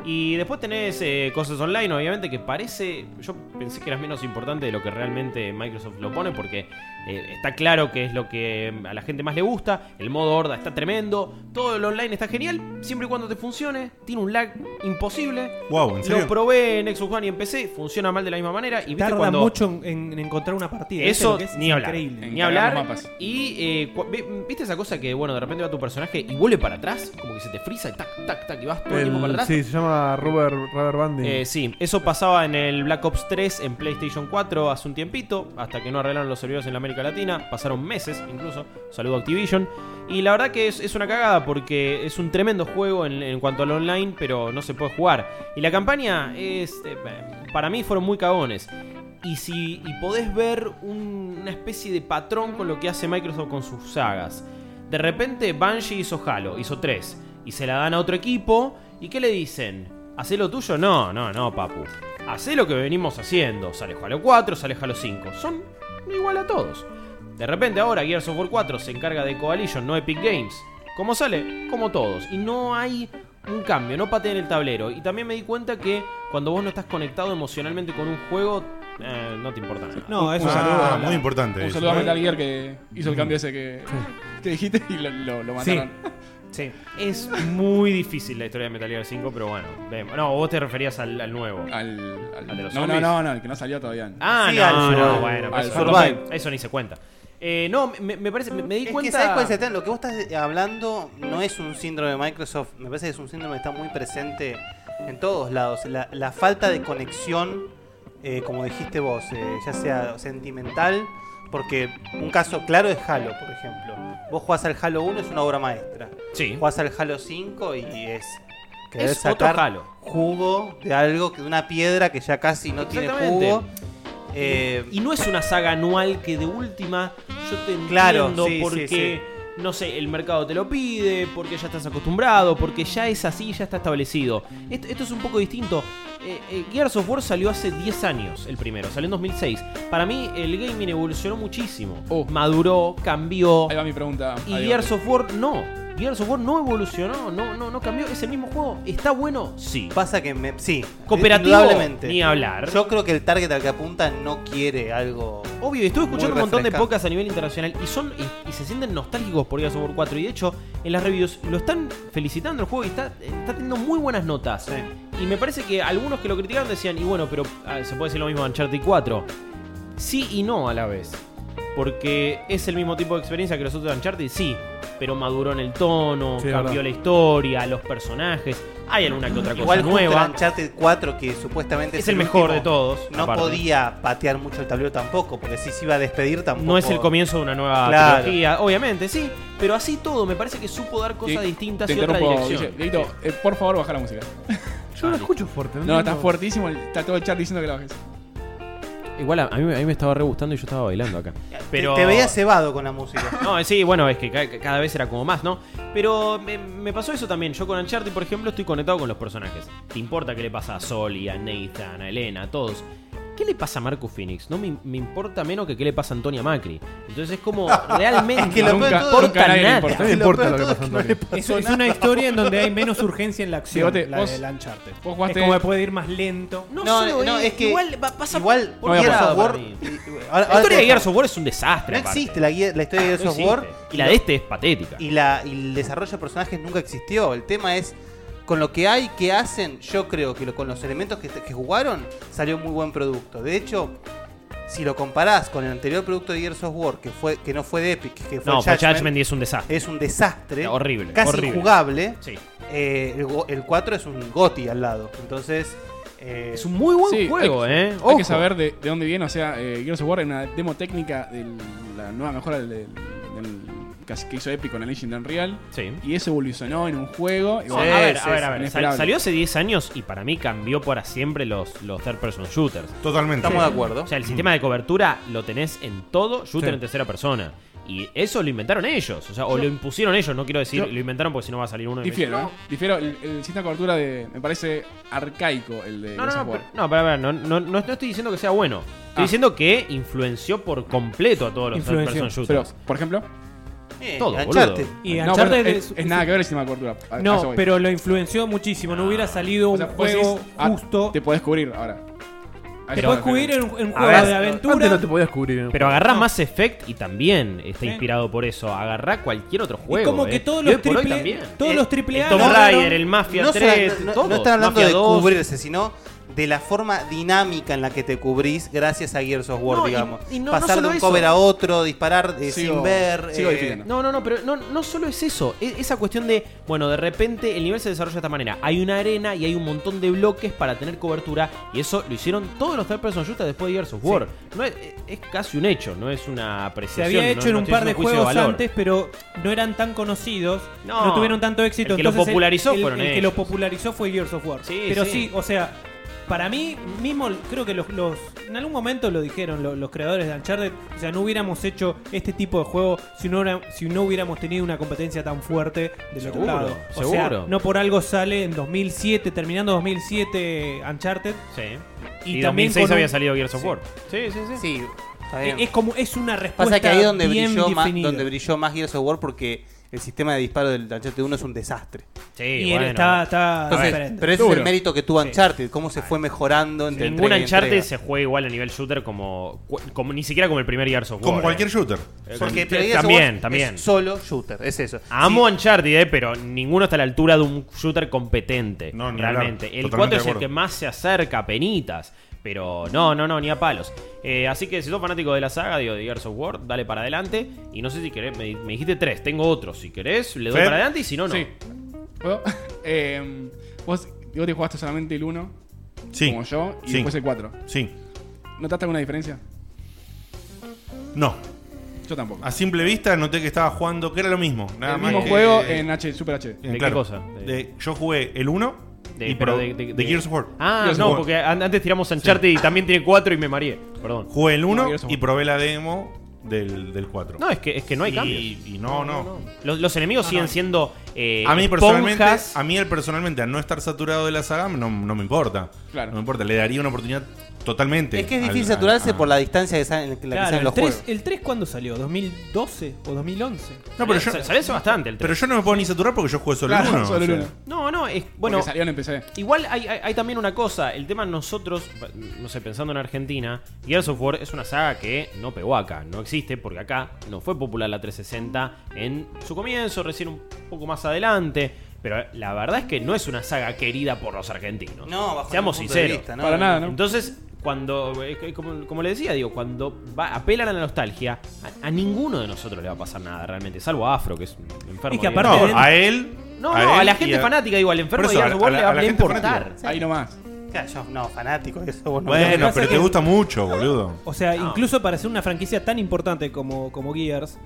Speaker 7: Y después tenés eh, cosas online, obviamente, que parece. Yo pensé que era menos importante de lo que realmente Microsoft lo pone, porque eh, está claro que es lo que a la gente más le gusta. El modo horda está tremendo. Todo lo online está genial, siempre y cuando te funcione. Tiene un lag imposible.
Speaker 3: Wow, ¿en
Speaker 7: Lo
Speaker 3: serio?
Speaker 7: probé en Xbox One y empecé. Funciona mal de la misma manera. Y
Speaker 8: evento.
Speaker 7: viste
Speaker 8: Tarda
Speaker 7: cuando-
Speaker 8: mucho en, en encontrar una partida. ¿viste
Speaker 7: eso
Speaker 8: lo que es?
Speaker 7: ni
Speaker 8: Es
Speaker 7: hablar.
Speaker 8: Increíble.
Speaker 7: Ni
Speaker 4: En cargar
Speaker 7: hablar.
Speaker 4: los mapas.
Speaker 7: Y eh, cu- vi- viste esa cosa que, bueno, de repente va tu personaje y vuelve para atrás, como que se te frisa y tac, tac, tac, y vas todo el, tiempo para
Speaker 5: El-
Speaker 7: atrás.
Speaker 5: sí, se llama Robert, Robert Banding.
Speaker 7: Eh, sí, eso pasaba en el Black Ops 3 en PlayStation 4 hace un tiempito, hasta que no arreglaron los servidores en la América Latina, pasaron meses incluso, saludo a Activision, y la verdad que es, es una cagada porque es un tremendo juego en, en cuanto al online, pero no se puede jugar. Y la campaña es, eh, para mí fueron muy cagones. Y si y podés ver un- una especie de patrón con lo que hace Microsoft con sus sagas. De repente Bungie hizo Halo, hizo 3, y se la dan a otro equipo, ¿y qué le dicen? ¿Hacé lo tuyo? No, no, no, papu. Hacé lo que venimos haciendo. Sale Halo 4, sale Halo 5. Son igual a todos. De repente ahora Gears of War 4 se encarga de Coalition, no Epic Games. ¿Cómo sale? Como todos. Y no hay un cambio, no pateen el tablero. Y también me di cuenta que cuando vos no estás conectado emocionalmente con un juego, eh, no te importa nada.
Speaker 8: No, eso
Speaker 3: Un saludo
Speaker 8: no.
Speaker 3: muy importante.
Speaker 4: Un
Speaker 3: eso,
Speaker 4: saludo a
Speaker 3: ¿eh?
Speaker 4: Metal Gear que hizo el cambio ese que, que dijiste y lo, lo, lo
Speaker 8: Sí.
Speaker 4: mataron.
Speaker 7: Sí. Es muy difícil la historia de Metal Gear 5, pero bueno, vemos. No, vos te referías al, al nuevo.
Speaker 4: Al, al-
Speaker 7: ¿Al de los
Speaker 4: no, no,
Speaker 7: zombies?
Speaker 4: no, no, el que no salió todavía.
Speaker 7: Ah,
Speaker 6: Sí,
Speaker 7: no,
Speaker 6: al-
Speaker 7: no, bueno,
Speaker 4: al
Speaker 7: eso,
Speaker 6: Survive.
Speaker 7: eso ni se cuenta. Eh, no, me, me parece, me, me di
Speaker 6: Es
Speaker 7: cuenta.
Speaker 6: que sabes cuál es el tema? lo que vos estás eh, hablando no es un síndrome de Microsoft, me parece que es un síndrome que está muy presente en todos lados, la, la falta de conexión, eh, como dijiste vos, eh, ya sea sentimental, porque un caso claro es Halo, por ejemplo. Vos jugás al Halo 1, es una obra maestra.
Speaker 7: Sí.
Speaker 6: Jugás al Halo 5 y es querer
Speaker 7: Es otro
Speaker 6: sacar
Speaker 7: Halo.
Speaker 6: jugo de algo, que de una piedra que ya casi no tiene
Speaker 7: Exactamente.
Speaker 6: jugo. Eh,
Speaker 7: Y no es una saga anual que de última yo te entiendo
Speaker 6: Claro, sí,
Speaker 7: porque,
Speaker 6: sí, sí.
Speaker 7: no sé, el mercado te lo pide, porque ya estás acostumbrado, porque ya es así, ya está establecido. Esto, esto es un poco distinto. Eh, eh, Gears of War salió hace 10 años, el primero, salió en 2006. Para mí el gaming evolucionó muchísimo.
Speaker 4: Oh.
Speaker 7: Maduró, cambió.
Speaker 4: Ahí va mi pregunta.
Speaker 7: Y
Speaker 4: Adiós.
Speaker 7: Gears of War no. Gears of War no evolucionó, no, no, no cambió. Es el mismo juego. ¿Está bueno? Sí.
Speaker 6: Pasa que me, sí,
Speaker 7: Cooperativo,
Speaker 6: indudablemente.
Speaker 7: ni hablar.
Speaker 6: Yo creo que el target al que apunta no quiere algo.
Speaker 7: Obvio, y estuve escuchando un
Speaker 6: Muy
Speaker 7: montón de
Speaker 6: refrescante.
Speaker 7: podcasts a nivel internacional y son y, y se sienten nostálgicos por Gears of War 4 y de hecho en las reviews lo están felicitando el juego y está, está teniendo muy buenas notas. Y me parece que algunos que lo criticaron decían, y bueno, pero ah, se puede decir lo mismo de Uncharted 4. Sí y no a la vez. Porque es el mismo tipo de experiencia que los otros Uncharted, sí. Pero maduró en el tono,
Speaker 5: Sí,
Speaker 7: cambió
Speaker 5: verdad.
Speaker 7: la historia, los personajes. Hay alguna que otra cosa
Speaker 6: Igual justo el
Speaker 7: nueva.
Speaker 6: Uncharted 4, que supuestamente
Speaker 7: Es el mejor
Speaker 6: último,
Speaker 7: de todos.
Speaker 6: No
Speaker 7: aparte.
Speaker 6: podía patear mucho el tablero tampoco, porque si se iba a despedir tampoco.
Speaker 7: No es el comienzo de una nueva
Speaker 6: Claro.
Speaker 7: trilogía, obviamente, sí. Pero así todo, me parece que supo dar cosas
Speaker 4: Di-
Speaker 7: distintas
Speaker 4: Te
Speaker 7: y otra
Speaker 4: interrumpo,
Speaker 7: dirección.
Speaker 4: Guille. Dieguito, eh, por favor, baja la música.
Speaker 5: Yo lo escucho fuerte.
Speaker 4: No, está
Speaker 5: entiendo.
Speaker 4: fuertísimo. el- Está todo el chat diciendo que la bajes.
Speaker 7: Igual a, a mí, a mí me estaba re gustando y yo estaba bailando acá. Pero...
Speaker 6: Te, te veía cebado con la música.
Speaker 7: No, eh, sí, bueno, es que ca- ca- cada vez era como más, ¿no? Pero me, me pasó eso también. Yo con Uncharted, por ejemplo, estoy conectado con los personajes. ¿Te importa qué le pasa a Sully, a Nathan, a Elena, a todos? ¿Qué le pasa a Marcus Phoenix? No me, me importa menos que qué le pasa a Antonia Macri. Entonces es como realmente
Speaker 6: Es que lo
Speaker 7: no
Speaker 6: peor de
Speaker 7: me
Speaker 4: nunca,
Speaker 6: todo-
Speaker 7: importa
Speaker 4: nunca a nadie le
Speaker 7: nada.
Speaker 5: No
Speaker 4: importa.
Speaker 5: me
Speaker 6: Lo
Speaker 5: importa
Speaker 6: peor
Speaker 5: lo que
Speaker 6: todo es
Speaker 5: pasa,
Speaker 6: que no
Speaker 5: Antonio.
Speaker 8: Es, es una historia en donde hay menos urgencia en la acción,
Speaker 4: Digote,
Speaker 8: la
Speaker 4: vos-
Speaker 8: del Uncharted.
Speaker 4: vos jugaste-
Speaker 8: Es como que puede ir más lento.
Speaker 7: No,
Speaker 6: No,
Speaker 7: solo
Speaker 6: no,
Speaker 7: es,
Speaker 6: es que-
Speaker 7: igual va- pasa
Speaker 6: Igual,
Speaker 7: por
Speaker 6: Gears
Speaker 7: otro
Speaker 6: of War.
Speaker 7: lado para mí.
Speaker 6: y- y- ahora-
Speaker 7: La
Speaker 6: ahora
Speaker 7: historia
Speaker 6: te-
Speaker 7: de Gears of War es un desastre.
Speaker 6: No
Speaker 7: aparte.
Speaker 6: existe la, guía- la historia de Gears
Speaker 7: No
Speaker 6: of
Speaker 7: existe.
Speaker 6: War.
Speaker 7: Y la de este es patética.
Speaker 6: y, la, y el desarrollo de personajes nunca existió. El tema es, con lo que hay, que hacen, yo creo que lo- con los elementos que, que jugaron, salió muy buen producto. De hecho, si lo comparás con el anterior producto de Gears of War, que, fue, que no fue de Epic, que fue
Speaker 7: no,
Speaker 6: Judgment,
Speaker 7: Judgment, Judgment es un desastre.
Speaker 6: es un desastre,
Speaker 7: Horrible,
Speaker 6: casi
Speaker 7: horrible.
Speaker 6: jugable,
Speaker 7: Sí.
Speaker 6: eh, el, go- el 4 es un goti al lado. Entonces, eh,
Speaker 7: Es un muy buen
Speaker 4: Sí,
Speaker 7: juego,
Speaker 4: hay,
Speaker 7: ¿eh?
Speaker 4: Hay
Speaker 7: Ojo.
Speaker 4: que saber de, de dónde viene. O sea, eh, Gears of War era una demo técnica de la nueva mejora del, del- casi que hizo Epic con la Legend Unreal.
Speaker 7: Sí.
Speaker 4: Y eso evolucionó en un juego. y
Speaker 7: Sí,
Speaker 4: bueno,
Speaker 7: a ver,
Speaker 4: es- es
Speaker 7: a ver, a ver. Sal-
Speaker 4: inesperable.
Speaker 7: salió hace 10 años y para mí cambió para siempre los, los third person shooters.
Speaker 3: Totalmente.
Speaker 6: Estamos de acuerdo.
Speaker 7: O sea, el sistema de cobertura lo tenés en todo shooter en tercera persona. Y eso lo inventaron ellos. O sea, o lo impusieron ellos. No quiero decir
Speaker 4: yo-
Speaker 7: lo inventaron porque si no va a salir uno. y me-
Speaker 4: Difiero, ¿eh? Difiero. El, el sistema de cobertura de, me parece arcaico el de
Speaker 7: No, no,
Speaker 4: Gears
Speaker 7: no,
Speaker 4: of War.
Speaker 7: pero- no, para ver, no, no, no estoy diciendo que sea bueno.
Speaker 4: Ah.
Speaker 7: Estoy diciendo que influenció por completo a todos los third
Speaker 8: Influenció,
Speaker 7: person
Speaker 4: Pero,
Speaker 7: shooters.
Speaker 4: por ejemplo,
Speaker 6: Eh,
Speaker 7: todo,
Speaker 6: engancharte.
Speaker 7: boludo.
Speaker 8: Y
Speaker 4: no,
Speaker 8: Uncharted
Speaker 4: bueno, es,
Speaker 8: es-
Speaker 4: es nada que ver el sistema de cobertura. A- a eso
Speaker 8: No,
Speaker 4: voy.
Speaker 8: pero lo influenció muchísimo. No hubiera salido
Speaker 4: O
Speaker 8: un
Speaker 4: sea, vos
Speaker 8: juego
Speaker 4: decís, ah,
Speaker 8: justo.
Speaker 4: Te podés cubrir ahora. A eso me
Speaker 8: Te puedes
Speaker 4: refiero.
Speaker 8: cubrir en un, en un
Speaker 7: A
Speaker 8: juego
Speaker 7: ver,
Speaker 8: de
Speaker 5: Antes no
Speaker 8: aventura.
Speaker 5: te podías cubrir. ¿no?
Speaker 7: Pero agarrá Mass Effect y también está
Speaker 8: Sí.
Speaker 7: inspirado por eso. Agarrá cualquier otro
Speaker 8: Y
Speaker 7: juego.
Speaker 8: como que
Speaker 7: eh.
Speaker 8: todos
Speaker 7: Y
Speaker 8: los
Speaker 7: hoy por hoy
Speaker 8: triple,
Speaker 7: también.
Speaker 8: todos
Speaker 6: Eh,
Speaker 8: los triple A
Speaker 7: el Tomb
Speaker 8: no,
Speaker 7: Raider,
Speaker 8: no,
Speaker 7: el Mafia
Speaker 6: no, sola-
Speaker 7: 3,
Speaker 6: no- no-
Speaker 7: todos.
Speaker 6: no están hablando
Speaker 7: Mafia
Speaker 6: de
Speaker 7: 2.
Speaker 6: cubrirse, sino de la forma dinámica en la que te cubrís gracias a Gears of War,
Speaker 7: No, y-
Speaker 6: digamos.
Speaker 7: y no- no
Speaker 6: Pasar de
Speaker 7: solo
Speaker 6: un
Speaker 7: eso.
Speaker 6: cover a otro, disparar eh,
Speaker 4: Sigo-
Speaker 6: sin ver.
Speaker 4: sigo
Speaker 6: eh,
Speaker 4: difiriendo.
Speaker 7: No, no, no, pero no, no solo es eso. E- esa cuestión de, bueno, de repente el nivel se desarrolla de esta manera. Hay una arena y hay un montón de bloques para tener cobertura. Y eso lo hicieron todos los third person shooters después de Gears of War. No es, e-, es casi un hecho, no es una
Speaker 8: Se
Speaker 7: apreciación.
Speaker 8: había
Speaker 7: no-
Speaker 8: hecho en
Speaker 7: no
Speaker 8: un
Speaker 7: estoy
Speaker 8: par de
Speaker 7: haciendo juicio
Speaker 8: juegos
Speaker 7: valor.
Speaker 8: antes, pero no eran tan conocidos,
Speaker 7: No,
Speaker 8: no, tuvieron tanto éxito.
Speaker 7: el que lo
Speaker 8: entonces
Speaker 7: popularizó
Speaker 8: el,
Speaker 7: fueron
Speaker 8: el que
Speaker 7: ellos.
Speaker 8: lo popularizó fue Gears of War.
Speaker 7: Sí,
Speaker 8: pero
Speaker 7: sí.
Speaker 8: sí. o sea, para mí mismo creo que los, los- en algún momento lo dijeron lo- los, creadores de Uncharted, o sea, no hubiéramos hecho este tipo de juego si no hubiera- si no hubiéramos tenido una competencia tan fuerte del
Speaker 7: Seguro,
Speaker 8: otro lado. O
Speaker 7: seguro.
Speaker 8: sea, no por algo sale en 2007, terminando 2007 Uncharted.
Speaker 7: Sí.
Speaker 8: Y
Speaker 7: Y,
Speaker 8: también
Speaker 7: 2006
Speaker 8: con
Speaker 7: había
Speaker 8: un-
Speaker 7: salido Gears of
Speaker 8: Sí.
Speaker 7: War. Sí, sí, sí.
Speaker 6: Sí, está bien.
Speaker 8: Es como es una respuesta
Speaker 6: Pasa que ahí es donde
Speaker 8: bien
Speaker 6: brilló, más,
Speaker 8: definida.
Speaker 6: donde brilló más Gears of War porque el sistema de disparo del Uncharted 1 es un desastre.
Speaker 7: Sí,
Speaker 8: y
Speaker 7: bueno.
Speaker 8: era- estaba, estaba
Speaker 6: Entonces,
Speaker 8: diferente.
Speaker 6: pero ese es el
Speaker 4: Duro.
Speaker 6: mérito que tuvo Uncharted, cómo se fue mejorando entre
Speaker 7: Ningún
Speaker 6: entrega y
Speaker 7: Uncharted
Speaker 6: entrega.
Speaker 7: se juega igual a nivel shooter como, como ni siquiera como el primer Gears of War.
Speaker 3: Como
Speaker 7: eh.
Speaker 3: cualquier shooter.
Speaker 6: Porque
Speaker 7: Sí,
Speaker 6: pero Gears of
Speaker 7: también,
Speaker 6: War es
Speaker 7: también.
Speaker 6: solo shooter, es eso.
Speaker 7: Amo Uncharted, eh, pero ninguno está a la altura de un shooter competente.
Speaker 3: No, ni
Speaker 7: realmente.
Speaker 3: hablar.
Speaker 7: El
Speaker 3: Totalmente
Speaker 7: 4
Speaker 3: de
Speaker 7: es el
Speaker 3: acuerdo.
Speaker 7: que más se acerca a penitas. Pero no, no, no, ni a palos. Eh, así que si sos fanático de la saga, digo, de Gears of War, dale para adelante. Y no sé si querés, me, me dijiste tres, tengo otros. Si querés, le doy
Speaker 3: Fed.
Speaker 7: para adelante y si no, no.
Speaker 4: Sí. ¿Puedo? Eh, vos, digo, te jugaste solamente el 1,
Speaker 3: Sí.
Speaker 4: como yo, y
Speaker 3: Sí.
Speaker 4: después el 4.
Speaker 3: Sí.
Speaker 4: ¿Notaste alguna diferencia?
Speaker 3: No.
Speaker 4: Yo tampoco.
Speaker 3: A simple vista noté que estaba jugando, que era lo mismo. Nada
Speaker 4: el
Speaker 3: más
Speaker 4: mismo
Speaker 3: que-
Speaker 4: juego en H, Super HD.
Speaker 3: en-
Speaker 7: ¿De qué cosa? De-
Speaker 3: de- yo jugué el 1
Speaker 7: De-
Speaker 3: y
Speaker 7: pero
Speaker 3: pro-
Speaker 7: de- de- de-
Speaker 3: Gears of War.
Speaker 7: Ah,
Speaker 3: Gears of
Speaker 7: no,
Speaker 3: War.
Speaker 7: porque an- antes tiramos Uncharted y también tiene cuatro y me mareé. Perdón.
Speaker 3: Jugué el 1
Speaker 4: No, Gears of
Speaker 3: y
Speaker 4: War.
Speaker 3: probé la demo del, del 4.
Speaker 7: No, eh, es que, es que no hay
Speaker 3: y,
Speaker 7: cambios.
Speaker 3: Y no, no.
Speaker 7: Los, los enemigos siguen siendo. eh,
Speaker 3: A mí personalmente,
Speaker 7: esponjas.
Speaker 3: a mí el personalmente, al no estar saturado de la saga, no, no me importa.
Speaker 4: Claro.
Speaker 3: No me importa, le daría una oportunidad totalmente.
Speaker 6: Es que es
Speaker 3: al-
Speaker 6: difícil
Speaker 3: al-
Speaker 6: saturarse
Speaker 3: a-
Speaker 6: por la distancia que salen, en la que
Speaker 8: Claro,
Speaker 6: salen
Speaker 8: el
Speaker 6: los
Speaker 8: 3,
Speaker 6: juegos.
Speaker 8: ¿El 3 cuándo salió? ¿2012 o 2011?
Speaker 3: No, pero yo,
Speaker 7: Sa- salió hace bastante el
Speaker 3: pero
Speaker 7: tres.
Speaker 3: yo no me puedo ni saturar porque yo jugué solo
Speaker 4: Claro,
Speaker 3: el 1.
Speaker 4: solo el uno.
Speaker 7: No, no, es.
Speaker 4: Bueno,
Speaker 7: Bueno,
Speaker 4: salió en PC.
Speaker 7: Igual hay, hay- hay también una cosa, el tema nosotros, no sé, pensando en Argentina, Gears of War es una saga que no pegó acá, no existe porque acá no fue popular la 360 en su comienzo, recién un poco más adelante, pero la verdad es que no es una saga querida por los argentinos.
Speaker 6: No, bajo
Speaker 7: Seamos
Speaker 6: ningún punto de
Speaker 7: sinceros.
Speaker 6: vista, no,
Speaker 4: Para
Speaker 6: no,
Speaker 4: nada, ¿no?
Speaker 7: Entonces, cuando, eh, eh, como, como le decía, digo, cuando va- apelan a la nostalgia, a, a ninguno de nosotros le va a pasar nada realmente, salvo a Afro, que es un enfermo.
Speaker 8: Es que
Speaker 7: de-
Speaker 8: aparte-
Speaker 3: No, a él.
Speaker 7: No, no,
Speaker 3: él
Speaker 7: a la
Speaker 3: y
Speaker 7: gente
Speaker 3: a-
Speaker 7: fanática, digo, al enfermo
Speaker 3: Por eso,
Speaker 7: de Gears
Speaker 3: a-
Speaker 7: of War
Speaker 3: a la-
Speaker 7: le va
Speaker 3: a la
Speaker 7: a
Speaker 3: gente
Speaker 7: importar.
Speaker 3: fanática.
Speaker 4: Ahí nomás.
Speaker 6: Claro, yo- no, fanático de eso. vos no-
Speaker 3: Bueno,
Speaker 8: pasa
Speaker 3: pero te
Speaker 8: que-
Speaker 3: gusta mucho, boludo.
Speaker 8: O sea,
Speaker 7: No.
Speaker 8: incluso para ser una franquicia tan importante como, como Gears,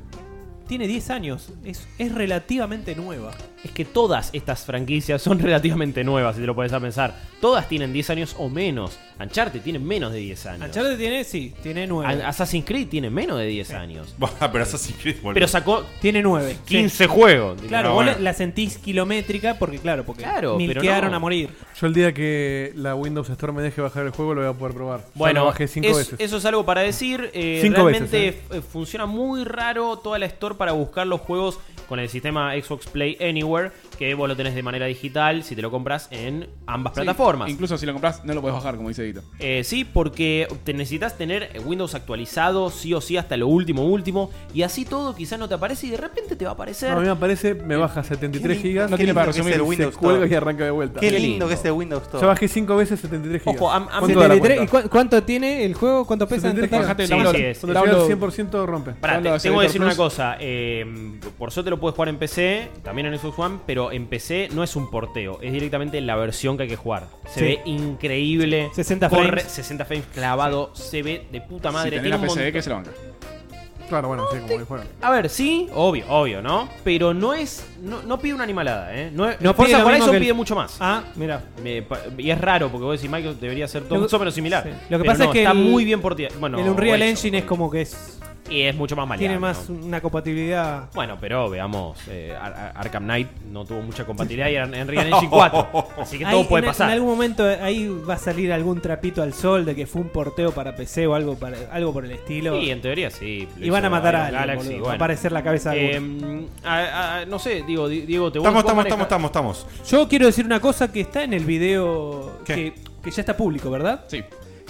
Speaker 8: tiene 10 años. Es, es relativamente nueva.
Speaker 7: Es que todas estas franquicias son relativamente nuevas, si te lo puedes a pensar. Todas tienen 10 años o menos. Uncharted tiene menos de 10 años.
Speaker 8: Uncharted tiene, sí, tiene 9.
Speaker 7: A- Assassin's Creed tiene menos de 10 años.
Speaker 3: Bah, pero Assassin's Creed, boludo.
Speaker 7: Pero sacó
Speaker 8: tiene 9.
Speaker 7: 15 juegos.
Speaker 8: Claro,
Speaker 3: No,
Speaker 8: vos la-
Speaker 3: bueno.
Speaker 8: la sentís kilométrica porque, claro, porque
Speaker 7: Claro, pero
Speaker 8: milquearon
Speaker 7: no.
Speaker 8: a morir.
Speaker 5: Yo el día que la Windows Store me deje bajar el juego lo voy a poder probar. Ya
Speaker 7: Bueno,
Speaker 5: lo bajé cinco
Speaker 7: es-
Speaker 5: veces.
Speaker 7: eso es algo para decir. eh,
Speaker 5: Cinco
Speaker 7: realmente
Speaker 5: veces,
Speaker 7: f- eh, funciona muy raro toda la store para buscar los juegos con el sistema Xbox Play Anywhere, que vos lo tenés de manera digital si te lo compras en ambas plataformas.
Speaker 4: Sí, incluso si lo compras, no lo puedes bajar, como dice Edito.
Speaker 7: Eh, sí, porque te necesitas tener Windows actualizado sí o sí hasta lo último último y así todo quizás no te aparece y de repente te va a aparecer.
Speaker 5: No, a mí me aparece, me baja 73
Speaker 6: lindo,
Speaker 5: gigas.
Speaker 4: no tiene para
Speaker 5: se
Speaker 4: resumir,
Speaker 6: el
Speaker 5: cuelga
Speaker 6: Windows
Speaker 5: y
Speaker 6: Store.
Speaker 5: arranca de vuelta.
Speaker 6: Qué
Speaker 7: Qué
Speaker 6: lindo
Speaker 7: lindo.
Speaker 6: que es el Windows Store.
Speaker 5: Ya bajé 5 veces 73 gigas.
Speaker 7: Ojo, a- a mí-
Speaker 5: Con toda la
Speaker 8: 73, ¿y
Speaker 5: cuenta.
Speaker 8: cu- cuánto tiene el juego? ¿Cuánto pesa en
Speaker 5: 73
Speaker 8: total?
Speaker 4: Bajate el
Speaker 7: Sí,
Speaker 4: download.
Speaker 7: sí, es-
Speaker 5: Cuando llega
Speaker 4: Download.
Speaker 5: al 100% rompe.
Speaker 7: Pará,
Speaker 4: Habla de
Speaker 7: te- tengo que decir
Speaker 4: Accelerator
Speaker 7: una
Speaker 4: Plus.
Speaker 7: cosa. eh, por suerte lo puedes jugar en PC, también en Xbox One, pero en PC no es un porteo, es directamente la versión que hay que jugar. Se
Speaker 8: Sí.
Speaker 7: ve increíble.
Speaker 8: 60
Speaker 7: corre
Speaker 8: frames.
Speaker 7: 60 frames clavado, se ve de puta
Speaker 4: Si
Speaker 7: madre.
Speaker 4: tenés
Speaker 7: tiene
Speaker 4: la
Speaker 7: un
Speaker 4: PC,
Speaker 7: montón-
Speaker 4: que se la banca.
Speaker 5: Claro, bueno, sí, como que fuera.
Speaker 7: A ver, sí, obvio, obvio, ¿no? Pero no es. No, no pide una animalada, ¿eh? No, es-
Speaker 8: No pide
Speaker 7: Forza
Speaker 8: lo
Speaker 7: para
Speaker 8: mismo
Speaker 7: eso
Speaker 8: que el-
Speaker 7: pide mucho más.
Speaker 8: Ah, mira.
Speaker 7: Me pa- y es raro, porque vos decís, Michael debería ser todo
Speaker 8: Lo que-
Speaker 7: más o menos similar.
Speaker 8: sí. Lo
Speaker 7: Pero
Speaker 8: que pasa
Speaker 7: no,
Speaker 8: es que
Speaker 7: está
Speaker 8: el-
Speaker 7: muy bien por ti. Bueno,
Speaker 8: el Unreal
Speaker 7: hecho.
Speaker 8: Engine es como que es
Speaker 7: Y es mucho más maleable.
Speaker 8: tiene más
Speaker 7: ¿no?
Speaker 8: una compatibilidad.
Speaker 7: Bueno, pero veamos, eh, Ar- Ar- Arkham Knight no tuvo mucha compatibilidad y era Unreal Engine 4. Así que
Speaker 8: Ahí,
Speaker 7: todo puede
Speaker 8: en,
Speaker 7: pasar.
Speaker 8: En algún momento eh, ahí va a salir algún trapito al sol de que fue un porteo para PC o algo para, algo por el estilo.
Speaker 7: Sí, en teoría sí. lo
Speaker 8: y van
Speaker 7: hizo
Speaker 8: a matar a
Speaker 7: Iron
Speaker 8: alguien,
Speaker 7: Galaxy,
Speaker 8: boludo. Va a
Speaker 7: bueno.
Speaker 8: aparecer la cabeza de alguno.
Speaker 7: Eh, a- a- no sé, digo, Di- Diego, te voy
Speaker 3: Estamos, estamos, estamos, estamos, estamos.
Speaker 8: Yo quiero decir una cosa que está en el video
Speaker 3: ¿Qué?
Speaker 8: que, que ya está público, ¿verdad?
Speaker 4: Sí.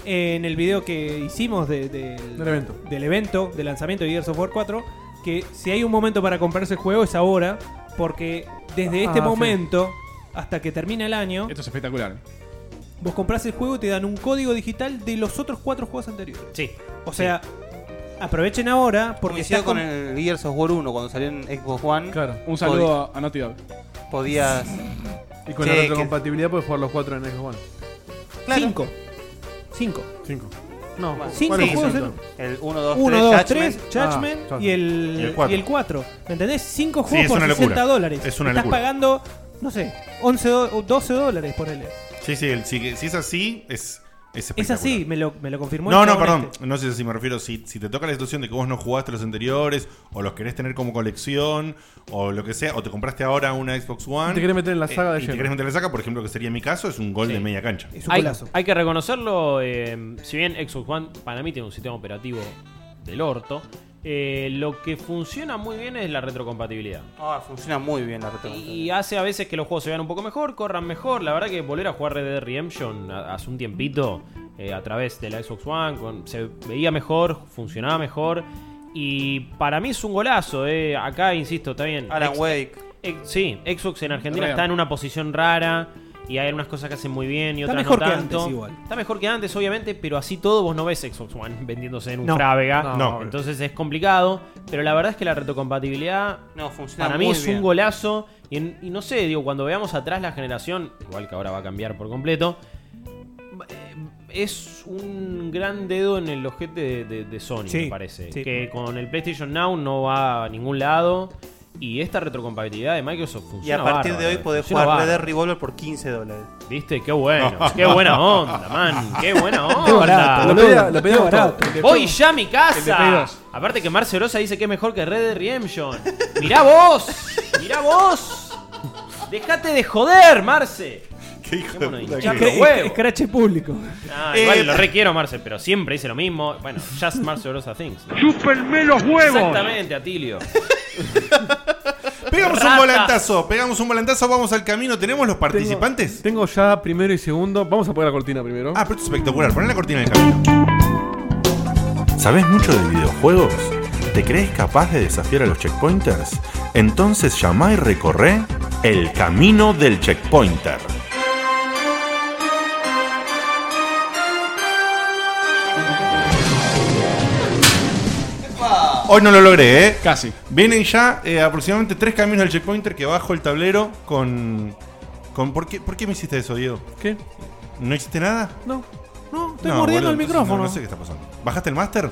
Speaker 8: En el video que hicimos de- de-
Speaker 5: Del evento.
Speaker 8: del evento, de lanzamiento de Gears of War 4, que si hay un momento para comprarse el juego es ahora, porque desde este
Speaker 5: Ah, sí.
Speaker 8: momento hasta que termina el año,
Speaker 4: Esto es espectacular.
Speaker 8: vos comprás el juego y te dan un código digital de los otros cuatro juegos anteriores.
Speaker 7: Sí.
Speaker 8: O sea, aprovechen ahora porque
Speaker 6: Porque hicieron
Speaker 8: estás
Speaker 6: con
Speaker 8: con-
Speaker 6: el Gears of War 1 cuando salió en Xbox One.
Speaker 5: Claro.
Speaker 4: Un saludo a, a Naughty Dog.
Speaker 6: Podías.
Speaker 5: Y con
Speaker 6: Sí,
Speaker 5: la
Speaker 6: que-
Speaker 5: retrocompatibilidad puedes jugar los cuatro en Xbox One.
Speaker 6: Claro.
Speaker 8: cinco. Cinco.
Speaker 5: Cinco. No,
Speaker 6: Bueno,
Speaker 8: cinco
Speaker 5: ¿cuál es
Speaker 8: juegos
Speaker 5: el
Speaker 8: en-
Speaker 5: quinto?
Speaker 6: El 1, 2,
Speaker 8: 1,
Speaker 6: 3,
Speaker 8: 2,
Speaker 6: Judgment.
Speaker 8: 3, Judgment
Speaker 5: Ah,
Speaker 8: y el,
Speaker 3: Y el cuatro.
Speaker 8: y el 4. ¿Me entendés? 5
Speaker 3: Sí, es
Speaker 8: juegos por
Speaker 3: una
Speaker 8: 60
Speaker 3: locura.
Speaker 8: dólares.
Speaker 3: Es una
Speaker 8: Estás
Speaker 3: locura.
Speaker 8: pagando, no sé, 11 do- 12 dólares, ponele.
Speaker 3: Sí, sí, el- si, si es así, es, es
Speaker 8: Es
Speaker 3: espectacular.
Speaker 8: así, me lo, me lo confirmó. el
Speaker 3: No, no,
Speaker 8: chabón
Speaker 3: perdón.
Speaker 8: este.
Speaker 3: No sé si me refiero. Si, si te toca la situación de que vos no jugaste los anteriores, o los querés tener como colección, o lo que sea, o te compraste ahora una Xbox One. eh,
Speaker 5: Te querés meter en la saga de
Speaker 3: y te
Speaker 5: lleno.
Speaker 3: querés meter en la saga, por ejemplo, que sería mi caso, es un gol de media cancha.
Speaker 8: Es un
Speaker 7: Hay,
Speaker 8: golazo.
Speaker 7: hay que reconocerlo, eh, si bien Xbox One para mí tiene un sistema operativo del orto, eh, lo que funciona muy bien es la retrocompatibilidad.
Speaker 6: Ah, funciona muy bien la
Speaker 7: Y
Speaker 6: retrocompatibilidad.
Speaker 7: hace a veces que los juegos se vean un poco mejor, corran mejor. La verdad que volver a jugar Red Dead Redemption a- hace un tiempito eh, a través de la Xbox One con- se veía mejor, funcionaba mejor. Y para mí es un golazo. eh. Acá, insisto, está bien.
Speaker 6: Alan
Speaker 7: Ex-
Speaker 6: Wake.
Speaker 7: ex- sí, Xbox en Argentina
Speaker 4: Real.
Speaker 7: está en una posición rara. Y hay algunas cosas que hacen muy bien y
Speaker 8: Está
Speaker 7: otras
Speaker 8: mejor
Speaker 7: no
Speaker 8: que
Speaker 7: tanto.
Speaker 8: antes igual.
Speaker 7: Está mejor que antes, obviamente, pero así todo vos no ves Xbox One vendiéndose en un
Speaker 8: No.
Speaker 7: frávega.
Speaker 5: No,
Speaker 3: No.
Speaker 5: obvio.
Speaker 7: Entonces es complicado. Pero la verdad es que la retrocompatibilidad
Speaker 6: No, funciona
Speaker 7: para mí
Speaker 6: muy
Speaker 7: es
Speaker 6: bien.
Speaker 7: un golazo. Y, en- y no sé, digo, cuando veamos atrás la generación, igual que ahora va a cambiar por completo, eh, es un gran dedo en el ojete de, de- de Sony,
Speaker 8: Sí,
Speaker 7: me parece.
Speaker 8: sí.
Speaker 7: Que con el PlayStation Now no va a ningún lado. Y esta retrocompatibilidad de Microsoft
Speaker 6: Y
Speaker 7: funciona.
Speaker 6: a partir de
Speaker 7: bárbaro, eh,
Speaker 6: hoy podés
Speaker 7: funciona
Speaker 6: jugar Red Dead
Speaker 7: bárbaro.
Speaker 6: Revolver por 15 dólares.
Speaker 7: ¿Viste? Qué bueno. Qué buena onda, man. Qué buena onda.
Speaker 8: Qué barato,
Speaker 5: Lo
Speaker 8: boludo.
Speaker 5: pedía- lo pedíamos
Speaker 8: Qué barato.
Speaker 5: todo.
Speaker 7: Voy ya a mi
Speaker 4: el de Play
Speaker 7: casa.
Speaker 4: 2.
Speaker 7: Aparte que Marce Rosa dice que es mejor que Red Dead Redemption. Mirá vos. Mirá vos. Dejate de joder, Marce.
Speaker 3: ¿Qué hijo
Speaker 7: Bueno, y
Speaker 3: puta
Speaker 7: ya
Speaker 3: que-
Speaker 7: creo-
Speaker 8: Cra-
Speaker 7: huevos.
Speaker 8: Scratch público.
Speaker 7: Ah,
Speaker 3: Eh,
Speaker 7: igual lo requiero, Marce, pero siempre dice lo mismo. Bueno, just Marce Rosa Things. ¿no?
Speaker 10: ¡Chúpenme los huevos!
Speaker 7: Exactamente, Atilio.
Speaker 3: Pegamos un
Speaker 7: Rata.
Speaker 3: volantazo, pegamos un volantazo, vamos al camino. ¿Tenemos los participantes?
Speaker 5: Tengo ya primero y segundo. Vamos a poner la cortina primero.
Speaker 3: Ah, pero esto es espectacular. Poné la cortina del camino.
Speaker 2: ¿Sabes mucho de videojuegos? ¿Te crees capaz de desafiar a los checkpointers? Entonces llama y recorre el camino del checkpointer.
Speaker 3: Hoy no lo logré, ¿eh?
Speaker 4: Casi.
Speaker 3: Vienen ya eh, aproximadamente tres caminos del checkpointer que bajo el tablero con. con ¿por, qué, ¿Por qué me hiciste eso, Diego?
Speaker 5: ¿Qué?
Speaker 3: ¿No hiciste nada?
Speaker 5: No.
Speaker 8: No, estoy mordiendo
Speaker 3: boludo,
Speaker 8: el
Speaker 3: entonces
Speaker 8: micrófono.
Speaker 3: No, no sé qué está pasando. ¿Bajaste el máster?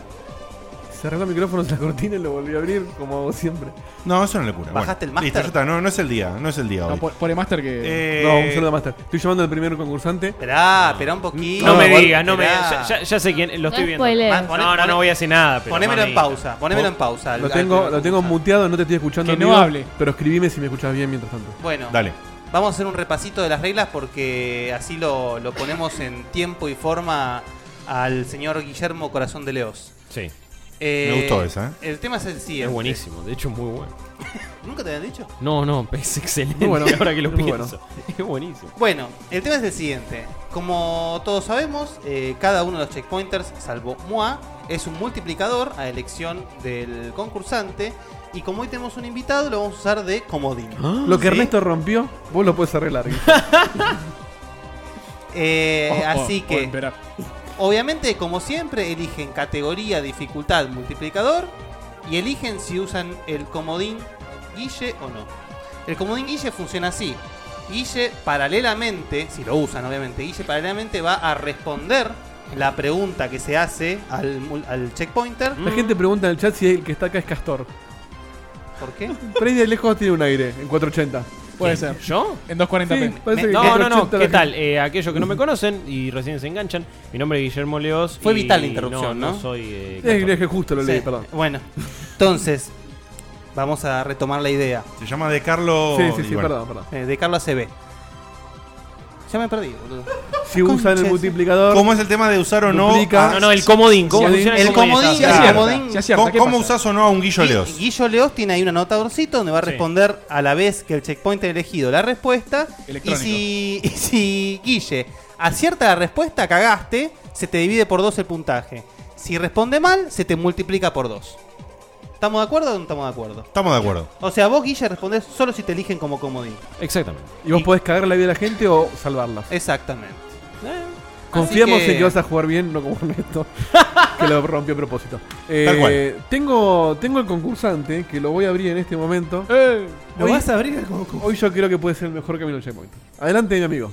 Speaker 5: Cerré los micrófonos de la cortina y lo volví a abrir, como hago siempre.
Speaker 3: No, es una locura.
Speaker 6: ¿Bajaste el máster?
Speaker 3: Listo, ya está. No, no es el día, no es el día
Speaker 4: No,
Speaker 3: hoy.
Speaker 4: por, por el Master que.
Speaker 3: Eh,
Speaker 5: No, un saludo a Master. Estoy llamando al primer concursante.
Speaker 6: Esperá, esperá un poquito.
Speaker 7: No me
Speaker 6: Igual-
Speaker 7: digas, no me
Speaker 6: esperá.
Speaker 7: digas. Ya, ya- ya sé quién, lo estoy
Speaker 9: No
Speaker 7: viendo.
Speaker 9: spoilees.
Speaker 6: Más-
Speaker 7: No, no, no voy a decir nada. Pero
Speaker 6: Ponémelo en
Speaker 7: mamita.
Speaker 6: pausa, ponémelo en pausa. al-
Speaker 5: Lo
Speaker 6: al
Speaker 5: tengo,
Speaker 6: primer
Speaker 5: lo tengo
Speaker 6: concursante.
Speaker 5: muteado, no te estoy escuchando.
Speaker 4: Que no
Speaker 5: amigo,
Speaker 4: hable.
Speaker 5: Pero escribime si me escuchas bien mientras tanto.
Speaker 6: Bueno,
Speaker 3: Dale.
Speaker 6: vamos a hacer un repasito de las reglas porque así lo, lo ponemos en tiempo y forma al señor Guillermo Corazón de Leos.
Speaker 7: Sí,
Speaker 6: Eh,
Speaker 3: Me gustó esa, ¿eh?
Speaker 6: El tema es el siguiente.
Speaker 7: es buenísimo. De hecho, muy bueno.
Speaker 6: ¿Nunca te habían dicho?
Speaker 7: No, no, es excelente.
Speaker 5: Muy bueno,
Speaker 7: ahora que lo
Speaker 5: muy
Speaker 7: pienso. Es buenísimo.
Speaker 6: Bueno, el tema es el siguiente. Como todos sabemos, eh, cada uno de los checkpointers, salvo MOA, es un multiplicador a elección del concursante. Y como hoy tenemos un invitado, lo vamos a usar de comodín.
Speaker 5: Ah,
Speaker 7: Ah,
Speaker 5: Lo que
Speaker 6: ¿Sí?
Speaker 5: Ernesto rompió, vos lo puedes arreglar.
Speaker 6: Eh,
Speaker 4: o- o-
Speaker 6: así
Speaker 4: o
Speaker 6: que,
Speaker 4: emperar.
Speaker 6: obviamente, como siempre, eligen categoría, dificultad, multiplicador. Y eligen si usan el comodín Guille o no. El comodín Guille funciona así. Guille paralelamente, si lo usan obviamente, Guille paralelamente va a responder la pregunta que se hace al, mul- al checkpointer.
Speaker 5: La gente pregunta en el chat si el que está acá es Castor.
Speaker 6: ¿Por qué?
Speaker 5: Freddy de lejos tiene un aire en 480.
Speaker 4: Puede ser.
Speaker 7: ¿Yo?
Speaker 4: En 240p.
Speaker 5: Sí, parece que
Speaker 7: No, no, no.
Speaker 5: 480 la
Speaker 7: ¿Qué tal?
Speaker 5: gente-
Speaker 7: Eh, aquellos que no me conocen y recién se enganchan, mi nombre es Guillermo Leos.
Speaker 6: Fue
Speaker 7: y
Speaker 6: vital la interrupción, ¿no?
Speaker 7: No, soy. eh,
Speaker 5: Sí, es
Speaker 7: cantor.
Speaker 5: que justo lo leí,
Speaker 6: Sí.
Speaker 5: perdón.
Speaker 6: Bueno, entonces, vamos a retomar la idea
Speaker 3: Se llama de Carlos.
Speaker 5: Sí, sí,
Speaker 3: y
Speaker 5: sí,
Speaker 3: bueno.
Speaker 5: perdón, perdón.
Speaker 6: eh, de Carlos CB. Ya me perdí, boludo.
Speaker 5: Si usan el
Speaker 6: Concha,
Speaker 5: multiplicador,
Speaker 3: ¿Cómo es el tema de usar o no? ah,
Speaker 5: Duplica.
Speaker 3: a-
Speaker 7: No, no, el comodín. ¿Cómo
Speaker 5: Sí,
Speaker 7: funciona
Speaker 6: El comodín,
Speaker 7: está?
Speaker 3: sí,
Speaker 6: el
Speaker 3: acierta,
Speaker 6: comodín.
Speaker 4: Se acierta,
Speaker 3: ¿Cómo,
Speaker 4: ¿qué
Speaker 3: cómo
Speaker 4: pasa?
Speaker 3: usás o no a un Guillo Leos?
Speaker 6: Gui- Guillo Leos tiene ahí una notadorcita donde va a
Speaker 7: Sí.
Speaker 6: responder a la vez que el checkpoint ha elegido la respuesta. Y
Speaker 4: Electrónico.
Speaker 6: si, y si Guille acierta la respuesta, cagaste, se te divide por dos el puntaje. Si responde mal, se te multiplica por dos. ¿Estamos de acuerdo o no estamos de acuerdo?
Speaker 3: Estamos de acuerdo.
Speaker 6: O sea, vos, Guille, respondés solo si te eligen como comodín.
Speaker 7: Exactamente.
Speaker 5: y vos podés cagar la vida de la gente o salvarla.
Speaker 6: Exactamente. Eh,
Speaker 5: Confiamos
Speaker 6: así
Speaker 5: en que vas a jugar bien, no como Ernesto, que lo rompió a propósito. Eh,
Speaker 3: Tal cual.
Speaker 5: Tengo, tengo el concursante, que lo voy a abrir en este momento.
Speaker 8: ¿Lo
Speaker 5: Hoy-
Speaker 8: vas a abrir como como-
Speaker 5: Hoy yo creo que puede ser el mejor camino al checkpoint. Adelante, mi amigo.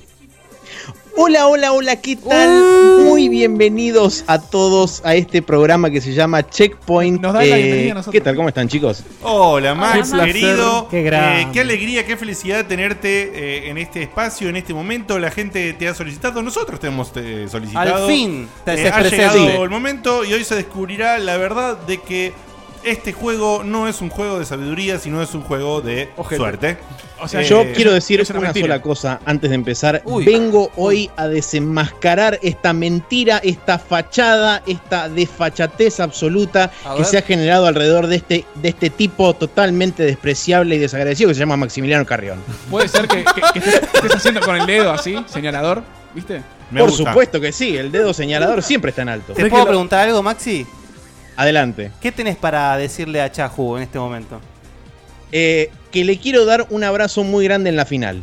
Speaker 11: Hola, hola, hola, ¿qué tal?
Speaker 4: Uh.
Speaker 11: Muy bienvenidos a todos a este programa que se llama Checkpoint. eh,
Speaker 4: Nos da la bienvenida a nosotros.
Speaker 11: ¿Qué tal? ¿Cómo están, chicos?
Speaker 3: Hola, Max,
Speaker 9: Hola, Max.
Speaker 3: querido.
Speaker 8: Qué grande.
Speaker 3: Eh, qué alegría, qué felicidad tenerte eh, en este espacio, en este momento. La gente te ha solicitado, nosotros te hemos eh, solicitado.
Speaker 6: Al fin, te
Speaker 3: Eh,
Speaker 6: haces
Speaker 3: ha
Speaker 6: presente.
Speaker 3: llegado el momento y hoy se descubrirá la verdad de que este juego no es un juego de sabiduría, sino es un juego de
Speaker 5: Ojete.
Speaker 3: suerte.
Speaker 4: O sea,
Speaker 3: Eh,
Speaker 11: Yo quiero decir
Speaker 4: es una
Speaker 11: una
Speaker 4: mentira.
Speaker 11: sola cosa antes de empezar.
Speaker 6: Uy.
Speaker 11: Vengo hoy a desenmascarar esta mentira, esta fachada, esta desfachatez absoluta
Speaker 6: A
Speaker 11: que
Speaker 6: ver.
Speaker 11: se ha generado alrededor de este, de este tipo totalmente despreciable y desagradecido que se llama Maximiliano Carrión.
Speaker 4: Puede ser que, que- que estés, estés haciendo con el dedo así, señalador, ¿viste?
Speaker 3: Me
Speaker 11: Por
Speaker 3: gusta.
Speaker 11: supuesto que sí, el dedo señalador siempre está en alto.
Speaker 6: ¿Te puedo preguntar algo, Maxi?
Speaker 11: Adelante.
Speaker 6: ¿Qué tenés para decirle a Chahu en este momento?
Speaker 11: Eh, que le quiero dar un abrazo muy grande en la final.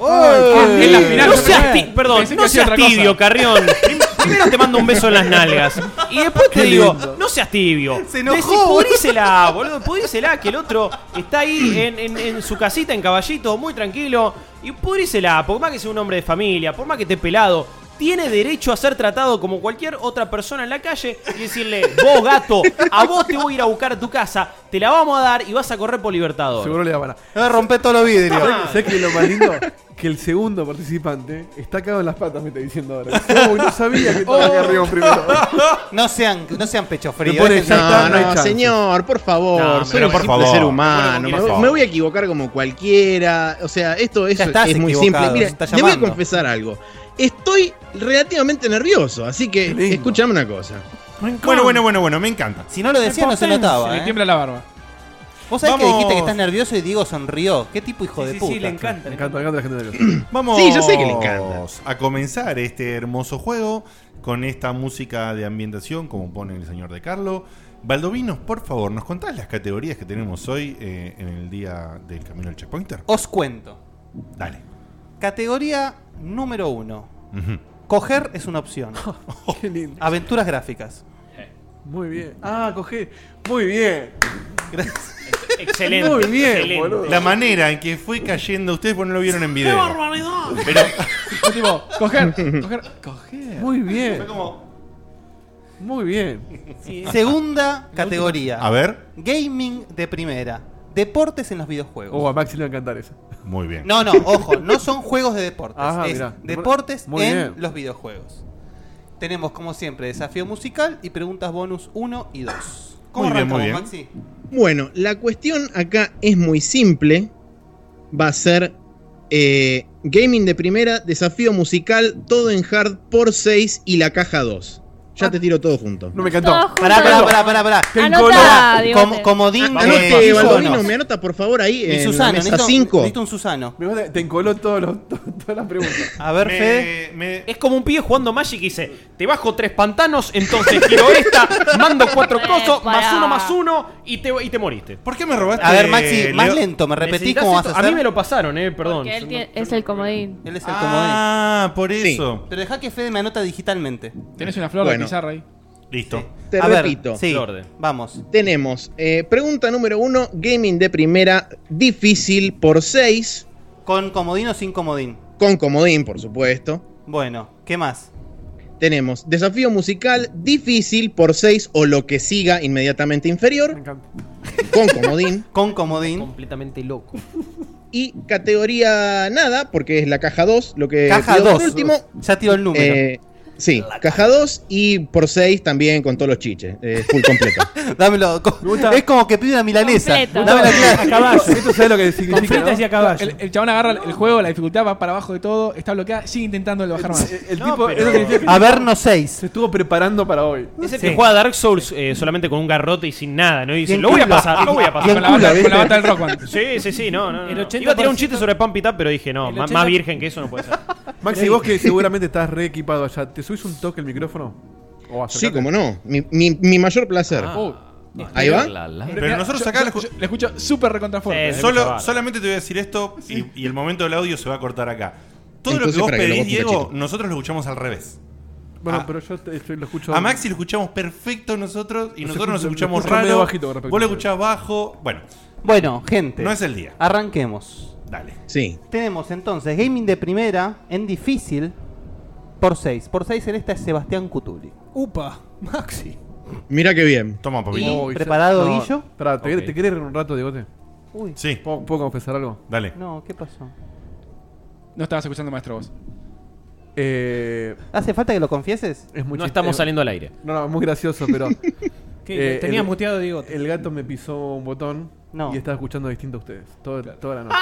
Speaker 4: Ah, en la final,
Speaker 7: No
Speaker 4: yo
Speaker 7: seas,
Speaker 4: pensé-
Speaker 7: ti- perdón,
Speaker 4: pensé que
Speaker 7: no
Speaker 4: hacía
Speaker 7: seas
Speaker 4: otra cosa.
Speaker 7: tibio, Carrión. Prim-
Speaker 8: Eh,
Speaker 7: Primero te mando un beso en las nalgas. Y después te
Speaker 5: Qué
Speaker 7: digo,
Speaker 5: lindo.
Speaker 7: no seas tibio.
Speaker 6: Se enojó,
Speaker 7: Decí,
Speaker 6: boludo.
Speaker 7: pudrísela, boludo. Pudrísela, que el otro está ahí en, en- en su casita, en caballito, muy tranquilo. Y pudrísela, por más que sea un hombre de familia, por más que esté pelado. Tiene derecho a ser tratado como cualquier otra persona en la calle y decirle, vos gato, a vos te voy a ir a buscar a tu casa, te la vamos a dar y vas a correr por libertador.
Speaker 5: Seguro le da para.
Speaker 6: No, rompe todos los vidrios.
Speaker 5: ¿Sabes que lo más lindo? Que el segundo participante está cagado en las patas, me está diciendo ahora. Uy, no sabía que estaba acá arriba primero.
Speaker 6: No sean, no sean pecho frío. eh.
Speaker 5: Me pone
Speaker 6: Dejen-
Speaker 5: Ya está,
Speaker 11: No,
Speaker 5: no hay
Speaker 11: no,
Speaker 5: chance.
Speaker 11: señor, por favor,
Speaker 7: No,
Speaker 11: soy
Speaker 7: pero
Speaker 11: un
Speaker 3: por
Speaker 11: simple
Speaker 3: favor.
Speaker 11: ser humano.
Speaker 3: Bueno,
Speaker 11: me,
Speaker 3: por favor.
Speaker 11: me voy a equivocar como cualquiera. O sea, esto es,
Speaker 6: Ya estás
Speaker 11: es muy
Speaker 6: equivocado,
Speaker 11: simple. Mira,
Speaker 6: se está
Speaker 11: te voy a
Speaker 6: llamando.
Speaker 11: confesar algo. Estoy relativamente nervioso, así que
Speaker 5: Qué lindo.
Speaker 11: escúchame una cosa.
Speaker 3: Bueno, bueno, bueno, bueno, me encanta.
Speaker 6: Si no lo decía, no se notaba.
Speaker 4: Se le
Speaker 6: ¿eh?
Speaker 4: tiembla la barba.
Speaker 6: Vos sabés que
Speaker 3: Vamos.
Speaker 6: dijiste que estás nervioso y Diego sonrió. ¿Qué tipo hijo de puta?
Speaker 5: Me encanta, me encanta la gente nerviosa.
Speaker 3: Vamos
Speaker 11: Sí, yo sé que le encanta.
Speaker 3: a comenzar este hermoso juego con esta música de ambientación, como pone el señor De Carlo. Baldovinos, por favor, ¿nos contás las categorías que tenemos hoy eh, en el día del Camino del Checkpointer?
Speaker 6: Os cuento.
Speaker 3: Dale.
Speaker 6: Categoría número uno.
Speaker 3: Ujú.
Speaker 6: Coger es una opción.
Speaker 5: Oh, Qué lindo.
Speaker 6: Aventuras gráficas.
Speaker 5: Muy bien. Ah, coge. Muy bien.
Speaker 7: Excelente.
Speaker 5: Muy bien,
Speaker 7: excelente.
Speaker 5: boludo.
Speaker 3: La manera en que fue cayendo, ustedes pues no lo vieron en video. ¡Qué barbaridad! Pero
Speaker 4: Es tipo, coger, coger, coger.
Speaker 5: Muy bien.
Speaker 3: fue como.
Speaker 5: Muy bien. Ah,
Speaker 6: Segunda categoría.
Speaker 3: A ver.
Speaker 6: Gaming de primera. Deportes en los videojuegos.
Speaker 5: Oh, a Maxi le va a encantar esa.
Speaker 3: Muy bien.
Speaker 6: No, no, ojo, no son juegos de deportes.
Speaker 5: Ah,
Speaker 6: es
Speaker 5: mirá.
Speaker 6: deportes
Speaker 5: Muy
Speaker 6: en
Speaker 5: bien.
Speaker 6: los videojuegos. Tenemos, como siempre, desafío musical y preguntas bonus 1 y 2. ¿Cómo
Speaker 3: Muy bien,
Speaker 6: arrancamos,
Speaker 3: muy bien.
Speaker 6: Maxi?
Speaker 11: Bueno, la cuestión acá es muy simple. Va a ser eh, gaming de primera, desafío musical, todo en hard por 6 y la caja 2. Ya te tiro todo junto.
Speaker 5: No me encantó.
Speaker 6: Pará, pará, pará, pará, pará.
Speaker 9: Anota, Diego.
Speaker 6: Como, comodín,
Speaker 7: Vamos,
Speaker 6: eh,
Speaker 7: vamos.
Speaker 11: Anote,
Speaker 6: piso
Speaker 11: Baldovino,
Speaker 6: bonus.
Speaker 11: me anota por favor ahí
Speaker 6: Y
Speaker 11: en la
Speaker 6: Susano,
Speaker 11: mesa
Speaker 6: necesito,
Speaker 11: 5.
Speaker 6: necesito un Susano.
Speaker 5: Me gusta- Te encoló todos los- to- todas las preguntas.
Speaker 6: A ver,
Speaker 3: Me-
Speaker 6: Fede.
Speaker 3: me-
Speaker 7: Es como un pibe jugando Magic y dice, te bajo tres pantanos, entonces tiro esta, mando cuatro
Speaker 9: Eh,
Speaker 7: cosos, más
Speaker 9: pará.
Speaker 7: uno, más uno, y te, y te moriste.
Speaker 3: ¿Por qué me robaste?
Speaker 6: A ver, Maxi, más
Speaker 3: Leo?
Speaker 6: lento, me repetís
Speaker 7: Necesitas
Speaker 6: cómo vas
Speaker 7: esto-
Speaker 6: a hacer.
Speaker 7: mí me lo pasaron, eh, perdón.
Speaker 9: Porque él tiene- es el comodín.
Speaker 6: Él es el comodín.
Speaker 3: Ah, por
Speaker 11: Sí.
Speaker 3: eso.
Speaker 6: Pero dejá que Fede me anota digitalmente.
Speaker 4: Tenés una flor
Speaker 11: Bueno.
Speaker 4: de pizarra ahí.
Speaker 3: Listo.
Speaker 11: Te
Speaker 6: a
Speaker 11: repito.
Speaker 6: ver, sí,
Speaker 7: El orden.
Speaker 6: vamos.
Speaker 11: Tenemos eh, pregunta número 1, gaming de primera, difícil por 6,
Speaker 6: ¿Con comodín o sin comodín?
Speaker 11: con comodín, por supuesto.
Speaker 6: Bueno, ¿qué más?
Speaker 11: Tenemos desafío musical difícil por 6 o lo que siga inmediatamente inferior. Con comodín.
Speaker 6: Con comodín.
Speaker 7: Completamente loco.
Speaker 11: Y categoría nada, porque es la caja 2, lo que
Speaker 6: Caja
Speaker 11: pidió por
Speaker 6: 2.
Speaker 11: último.
Speaker 6: Ya tiró el número.
Speaker 11: Eh, sí, caja 2 y por 6 también con todos los chiches. eh, full completo.
Speaker 6: Dámelo. co- Es como que pide una milanesa. Dame la
Speaker 4: A
Speaker 6: milanesa.
Speaker 4: caballo.
Speaker 5: Esto sabe lo que
Speaker 4: Con
Speaker 5: significa.
Speaker 4: fritas
Speaker 5: ¿no?
Speaker 4: y a caballo. El, el chabón agarra el juego, la dificultad va para abajo de todo, está bloqueada, sigue intentando bajar más.
Speaker 5: El tipo,
Speaker 7: pero-
Speaker 5: eso significa que
Speaker 6: A ver, no seis.
Speaker 5: se estuvo preparando para hoy.
Speaker 7: Es el
Speaker 8: Sí.
Speaker 7: que juega Dark Souls eh, solamente con un garrote y sin nada, ¿no? Y dice,
Speaker 6: en
Speaker 7: lo voy a
Speaker 6: culo.
Speaker 7: pasar, lo voy a
Speaker 6: Y en
Speaker 7: pasar.
Speaker 4: con, la bata,
Speaker 11: culo,
Speaker 4: con la
Speaker 11: ¿viste?
Speaker 4: bata del rock band.
Speaker 7: Sí, sí, sí, no, no. no.
Speaker 8: El 80%
Speaker 7: Iba a tirar un chiste sobre Pump It Up, pero dije, no,
Speaker 8: El
Speaker 7: más,
Speaker 8: 80%
Speaker 7: más virgen que eso no puede ser.
Speaker 5: Maxi, vos que seguramente estás re equipado allá, ¿te subís un toque el micrófono? O Ah,
Speaker 11: Sí,
Speaker 5: acercate.
Speaker 11: como no. Mi, mi- mi mayor placer.
Speaker 5: Oh.
Speaker 11: Ahí va.
Speaker 3: Pero nosotros
Speaker 4: Yo-
Speaker 3: acá
Speaker 4: yo-
Speaker 3: lo escu-
Speaker 4: yo la escucho súper recontrafuerte.
Speaker 7: Sí,
Speaker 3: Eh, Solo-
Speaker 7: chaval.
Speaker 3: solamente te voy a decir esto y, y el momento del audio se va a cortar acá. Todo
Speaker 11: Entonces,
Speaker 3: lo que vos
Speaker 11: para que lo
Speaker 3: pedís,
Speaker 11: baje un
Speaker 3: Diego,
Speaker 11: cachito.
Speaker 3: nosotros lo escuchamos al revés.
Speaker 5: Bueno,
Speaker 3: Ah.
Speaker 5: pero yo, te- yo lo escucho.
Speaker 3: A Maxi lo escuchamos perfecto nosotros y
Speaker 5: Lo
Speaker 3: nosotros nos
Speaker 5: escucho-
Speaker 3: escuchamos
Speaker 5: lo escucho medio
Speaker 3: raro.
Speaker 5: bajito con respecto
Speaker 3: Vos lo
Speaker 5: a ustedes.
Speaker 3: escuchás bajo. Bueno,
Speaker 6: Bueno, gente.
Speaker 3: no es el día.
Speaker 6: Arranquemos.
Speaker 3: Dale.
Speaker 11: Sí.
Speaker 6: Tenemos entonces gaming de primera en difícil por 6. Por 6 en esta es Sebastián Cutuli.
Speaker 8: Upa, Maxi.
Speaker 11: Mira qué bien.
Speaker 3: Toma, papito.
Speaker 6: Y-
Speaker 5: Oh, y-
Speaker 6: ¿Preparado, Guillo?
Speaker 5: Pará, ¿te,
Speaker 7: Ok.
Speaker 5: te querés ir un rato, Diegote?
Speaker 6: Uy,
Speaker 3: Sí,
Speaker 5: ¿Puedo, puedo confesar algo?
Speaker 3: dale.
Speaker 6: no, ¿qué pasó?
Speaker 4: No estabas escuchando, maestro, vos.
Speaker 5: Eh,
Speaker 6: ¿Hace falta que lo confieses?
Speaker 5: es muy
Speaker 7: No
Speaker 5: chiste-
Speaker 7: estamos
Speaker 5: eh,
Speaker 7: saliendo al aire.
Speaker 5: No, no, es muy gracioso, pero
Speaker 8: ¿Qué?
Speaker 5: Eh,
Speaker 8: Tenías
Speaker 5: el-
Speaker 8: muteado, digo.
Speaker 5: el gato me pisó un botón
Speaker 6: No.
Speaker 5: y estaba escuchando distinto a ustedes. Todo, Toda la noche.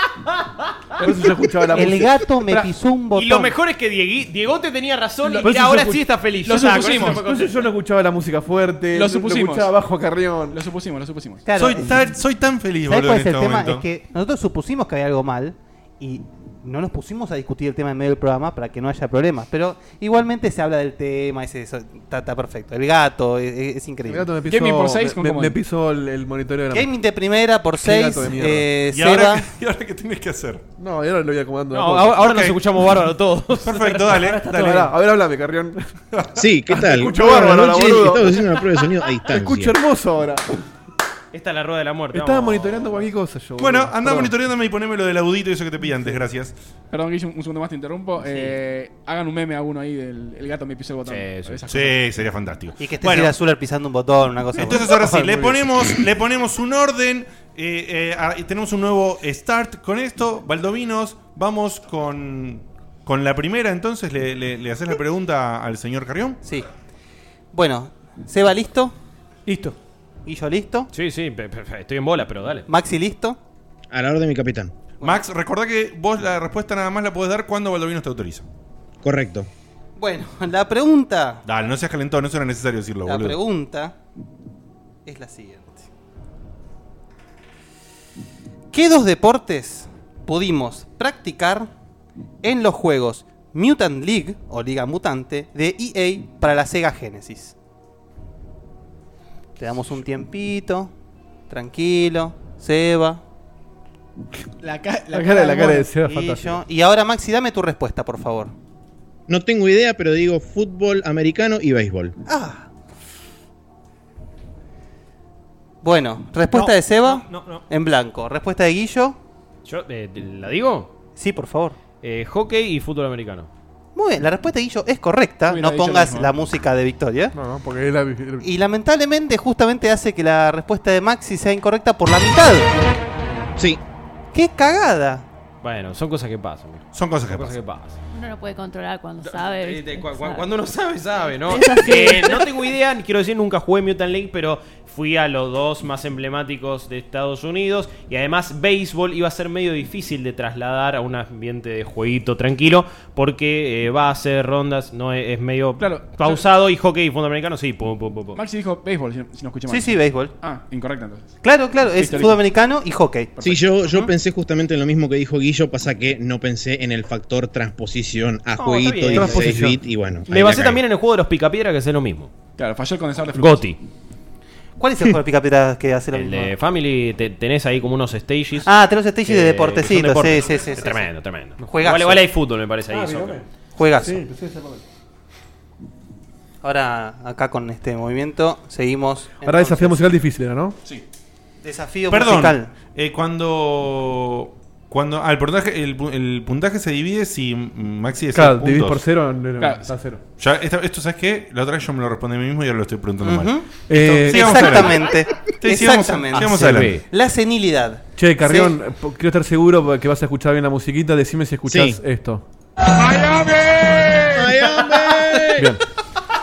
Speaker 5: Por eso yo escuchaba la
Speaker 6: El
Speaker 5: música.
Speaker 6: gato me pisó un botón.
Speaker 7: Y lo mejor es que Diegui- Diegote tenía razón y
Speaker 5: Por
Speaker 7: mira,
Speaker 5: eso
Speaker 7: ahora
Speaker 5: yo escuch-
Speaker 7: sí está feliz.
Speaker 4: lo
Speaker 7: Ya está,
Speaker 4: supusimos.
Speaker 7: con eso fue
Speaker 5: Entonces yo no escuchaba la música fuerte.
Speaker 4: Lo supusimos.
Speaker 5: escuchaba bajo a Carrión.
Speaker 4: Lo supusimos, lo supusimos.
Speaker 6: Claro,
Speaker 3: soy, tan, soy tan feliz,
Speaker 6: ¿Sabes
Speaker 3: boludo, en
Speaker 6: cuál es
Speaker 3: este
Speaker 6: el tema?
Speaker 3: momento.
Speaker 6: Es que nosotros supusimos que había algo mal y no nos pusimos a discutir el tema en medio del programa para que no haya problemas. Pero igualmente se habla del tema, es eso, está, está perfecto. El gato, es, es- es
Speaker 5: El
Speaker 6: increíble.
Speaker 5: gato me pisó,
Speaker 4: Gaming por seis con
Speaker 5: me,
Speaker 4: comodín.
Speaker 5: me pisó el, el monitoreo de la
Speaker 6: Gaming de primera por
Speaker 5: Qué
Speaker 6: 6.
Speaker 5: gato de mierda.
Speaker 6: Eh,
Speaker 3: ¿Y,
Speaker 6: Seba.
Speaker 3: ahora, ¿Y ahora qué tienes que hacer?
Speaker 5: No, y ahora lo voy acomodando. de a
Speaker 7: No,
Speaker 5: poco.
Speaker 7: ahora, ahora nos
Speaker 3: Ok.
Speaker 7: escuchamos bárbaro todos.
Speaker 3: Perfecto, dale.
Speaker 5: Pará,
Speaker 3: dale.
Speaker 5: A ver, háblame, Carrión. Ah,
Speaker 11: Sí, ¿qué tal? Ah,
Speaker 5: escucho
Speaker 11: Buenas
Speaker 5: bárbaro,
Speaker 11: noches,
Speaker 5: boludo.
Speaker 11: Estamos haciendo una prueba de sonido a
Speaker 5: Te
Speaker 11: distancia.
Speaker 5: escucho hermoso ahora.
Speaker 7: Esta es la rueda de la muerte.
Speaker 5: Estaba
Speaker 7: vamos.
Speaker 5: monitoreando cualquier cosa yo.
Speaker 3: Bueno,
Speaker 5: boludo.
Speaker 3: anda
Speaker 5: Perdón.
Speaker 3: monitoreándome y poneme lo del audito y eso que te pillé antes, gracias.
Speaker 4: Perdón, Guille, un, un segundo más te interrumpo. Eh, hagan un meme a uno ahí del el gato me pisó el botón.
Speaker 7: Sí, sí.
Speaker 4: Esas cosas.
Speaker 3: Sí, sería fantástico.
Speaker 6: Y que esté
Speaker 3: bueno,
Speaker 6: Seba Zuller pisando un botón, una cosa
Speaker 3: entonces
Speaker 6: buena.
Speaker 3: ahora sí,
Speaker 6: Ah, Muy
Speaker 3: le
Speaker 6: bien.
Speaker 3: ponemos, le ponemos un orden. eh, eh, a- y tenemos un nuevo start con esto. Baldovinos, vamos con, con la primera. Entonces, le, le, le haces la pregunta al señor Carrión.
Speaker 6: Sí. Bueno, Seba listo.
Speaker 8: Listo.
Speaker 6: Guillo listo.
Speaker 7: Sí, sí, pe- pe- pe- estoy en bola, pero dale.
Speaker 6: Maxi listo.
Speaker 11: A la orden, mi capitán.
Speaker 3: Max, recordá que vos la respuesta nada más la podés dar cuando Baldovinos te autoriza.
Speaker 11: Correcto.
Speaker 6: Bueno, la pregunta
Speaker 3: Dale, no seas calentón, no eso era necesario decirlo,
Speaker 6: La
Speaker 3: boludo.
Speaker 6: pregunta es la siguiente. ¿Qué dos deportes pudimos practicar en los juegos Mutant League o Liga Mutante de EA para la Sega Genesis? Te damos un tiempito, tranquilo, Seba,
Speaker 4: La, ca-
Speaker 5: La cara, la
Speaker 4: del
Speaker 5: cara
Speaker 4: mono.
Speaker 5: de Seba es
Speaker 6: Guillo.
Speaker 5: fantástica.
Speaker 6: Y ahora Maxi, dame tu respuesta, por favor.
Speaker 11: No tengo idea, pero digo fútbol americano y béisbol.
Speaker 6: Ah. Bueno, respuesta de Seba
Speaker 7: no, no, no.
Speaker 6: en blanco. Respuesta de Guillo.
Speaker 7: Yo, eh, ¿la digo?
Speaker 6: Sí, por favor.
Speaker 7: Eh, hockey y fútbol americano.
Speaker 6: Muy bien, la respuesta de Guillo es correcta.
Speaker 4: Hubiera
Speaker 6: No
Speaker 4: dicho
Speaker 6: pongas
Speaker 4: lo mismo.
Speaker 6: la música de Victoria.
Speaker 5: No, no, porque es la. el-
Speaker 6: Y lamentablemente justamente hace que la respuesta de Maxi sea incorrecta por la mitad.
Speaker 11: Sí,
Speaker 6: ¡Qué cagada!
Speaker 7: Bueno, son cosas que pasan. mira.
Speaker 3: Son cosas que
Speaker 7: Son cosas
Speaker 3: pasan.
Speaker 7: que pasan.
Speaker 9: Uno no puede controlar cuando sabe.
Speaker 7: Eh,
Speaker 9: ¿viste?
Speaker 7: eh, cua- cua-
Speaker 9: Sabe.
Speaker 7: Cuando uno sabe, sabe, ¿no?
Speaker 9: Es así.
Speaker 7: Eh, no tengo idea, ni quiero decir, nunca jugué Mutant League, pero fui a los dos más emblemáticos de Estados Unidos. Y además, béisbol iba a ser medio difícil de trasladar a un ambiente de jueguito tranquilo, porque eh, va a hacer rondas, no es, es medio
Speaker 4: Claro.
Speaker 7: pausado. Y hockey y fútbol americano, sí, pum, pum, pum, pum.
Speaker 4: Maxi dijo béisbol, si no, si no escuché mal.
Speaker 6: Sí, sí, béisbol.
Speaker 4: Ah, incorrecto entonces.
Speaker 6: Claro, claro, es
Speaker 4: Victoria.
Speaker 6: fútbol americano y hockey.
Speaker 11: sí yo, yo pensé justamente en lo mismo que dijo Guillo, pasa que no pensé en el factor transposición a
Speaker 7: No,
Speaker 11: jueguito
Speaker 7: está
Speaker 11: 16
Speaker 7: bien.
Speaker 5: Transposición.
Speaker 11: bit y bueno.
Speaker 7: Me basé también en el juego de los picapiedra, que es lo mismo.
Speaker 4: Claro, falló el condensador de frutas.
Speaker 7: Goti.
Speaker 6: ¿Cuál es el juego de picapiedra que hace lo
Speaker 7: El
Speaker 6: mismo?
Speaker 7: de Family, te- tenés ahí como unos stages. Eh,
Speaker 6: Ah, tenemos stages
Speaker 7: que-
Speaker 6: de
Speaker 7: que son
Speaker 6: deportecitos. Sí,
Speaker 7: deportes.
Speaker 6: sí, sí, sí.
Speaker 7: Tremendo, tremendo.
Speaker 6: Juegazo.
Speaker 7: Igual, igual hay fútbol, me parece ahí.
Speaker 5: Ah,
Speaker 7: soccer.
Speaker 5: mirame.
Speaker 6: Juegazo.
Speaker 5: Sí, empecé a hacer papel.
Speaker 6: Ahora, acá con este movimiento, seguimos.
Speaker 5: Ahora
Speaker 6: Entonces,
Speaker 5: desafío musical difícil, era, ¿no?
Speaker 4: Sí.
Speaker 6: Desafío
Speaker 3: Perdón,
Speaker 6: musical.
Speaker 3: eh, cuando Cuando al portaje- el, pu- el puntaje se divide si Maxi es
Speaker 5: Claro, dividís por cero, no, no, está cero.
Speaker 3: Ya, esta- esto, ¿sabes qué? La otra vez yo me lo respondí a mí mismo y ahora lo estoy preguntando
Speaker 6: Ujú.
Speaker 3: mal.
Speaker 5: Eh,
Speaker 3: Listo, sigamos
Speaker 6: Exactamente.
Speaker 3: adelante. Sí, sigamos-
Speaker 6: Exactamente.
Speaker 3: sigamos adelante.
Speaker 6: La senilidad.
Speaker 5: Che, Carrión, eh, po- quiero estar seguro que vas a escuchar bien la musiquita. Decime si escuchás
Speaker 6: Sí.
Speaker 5: esto.
Speaker 11: Miami.
Speaker 5: Bien.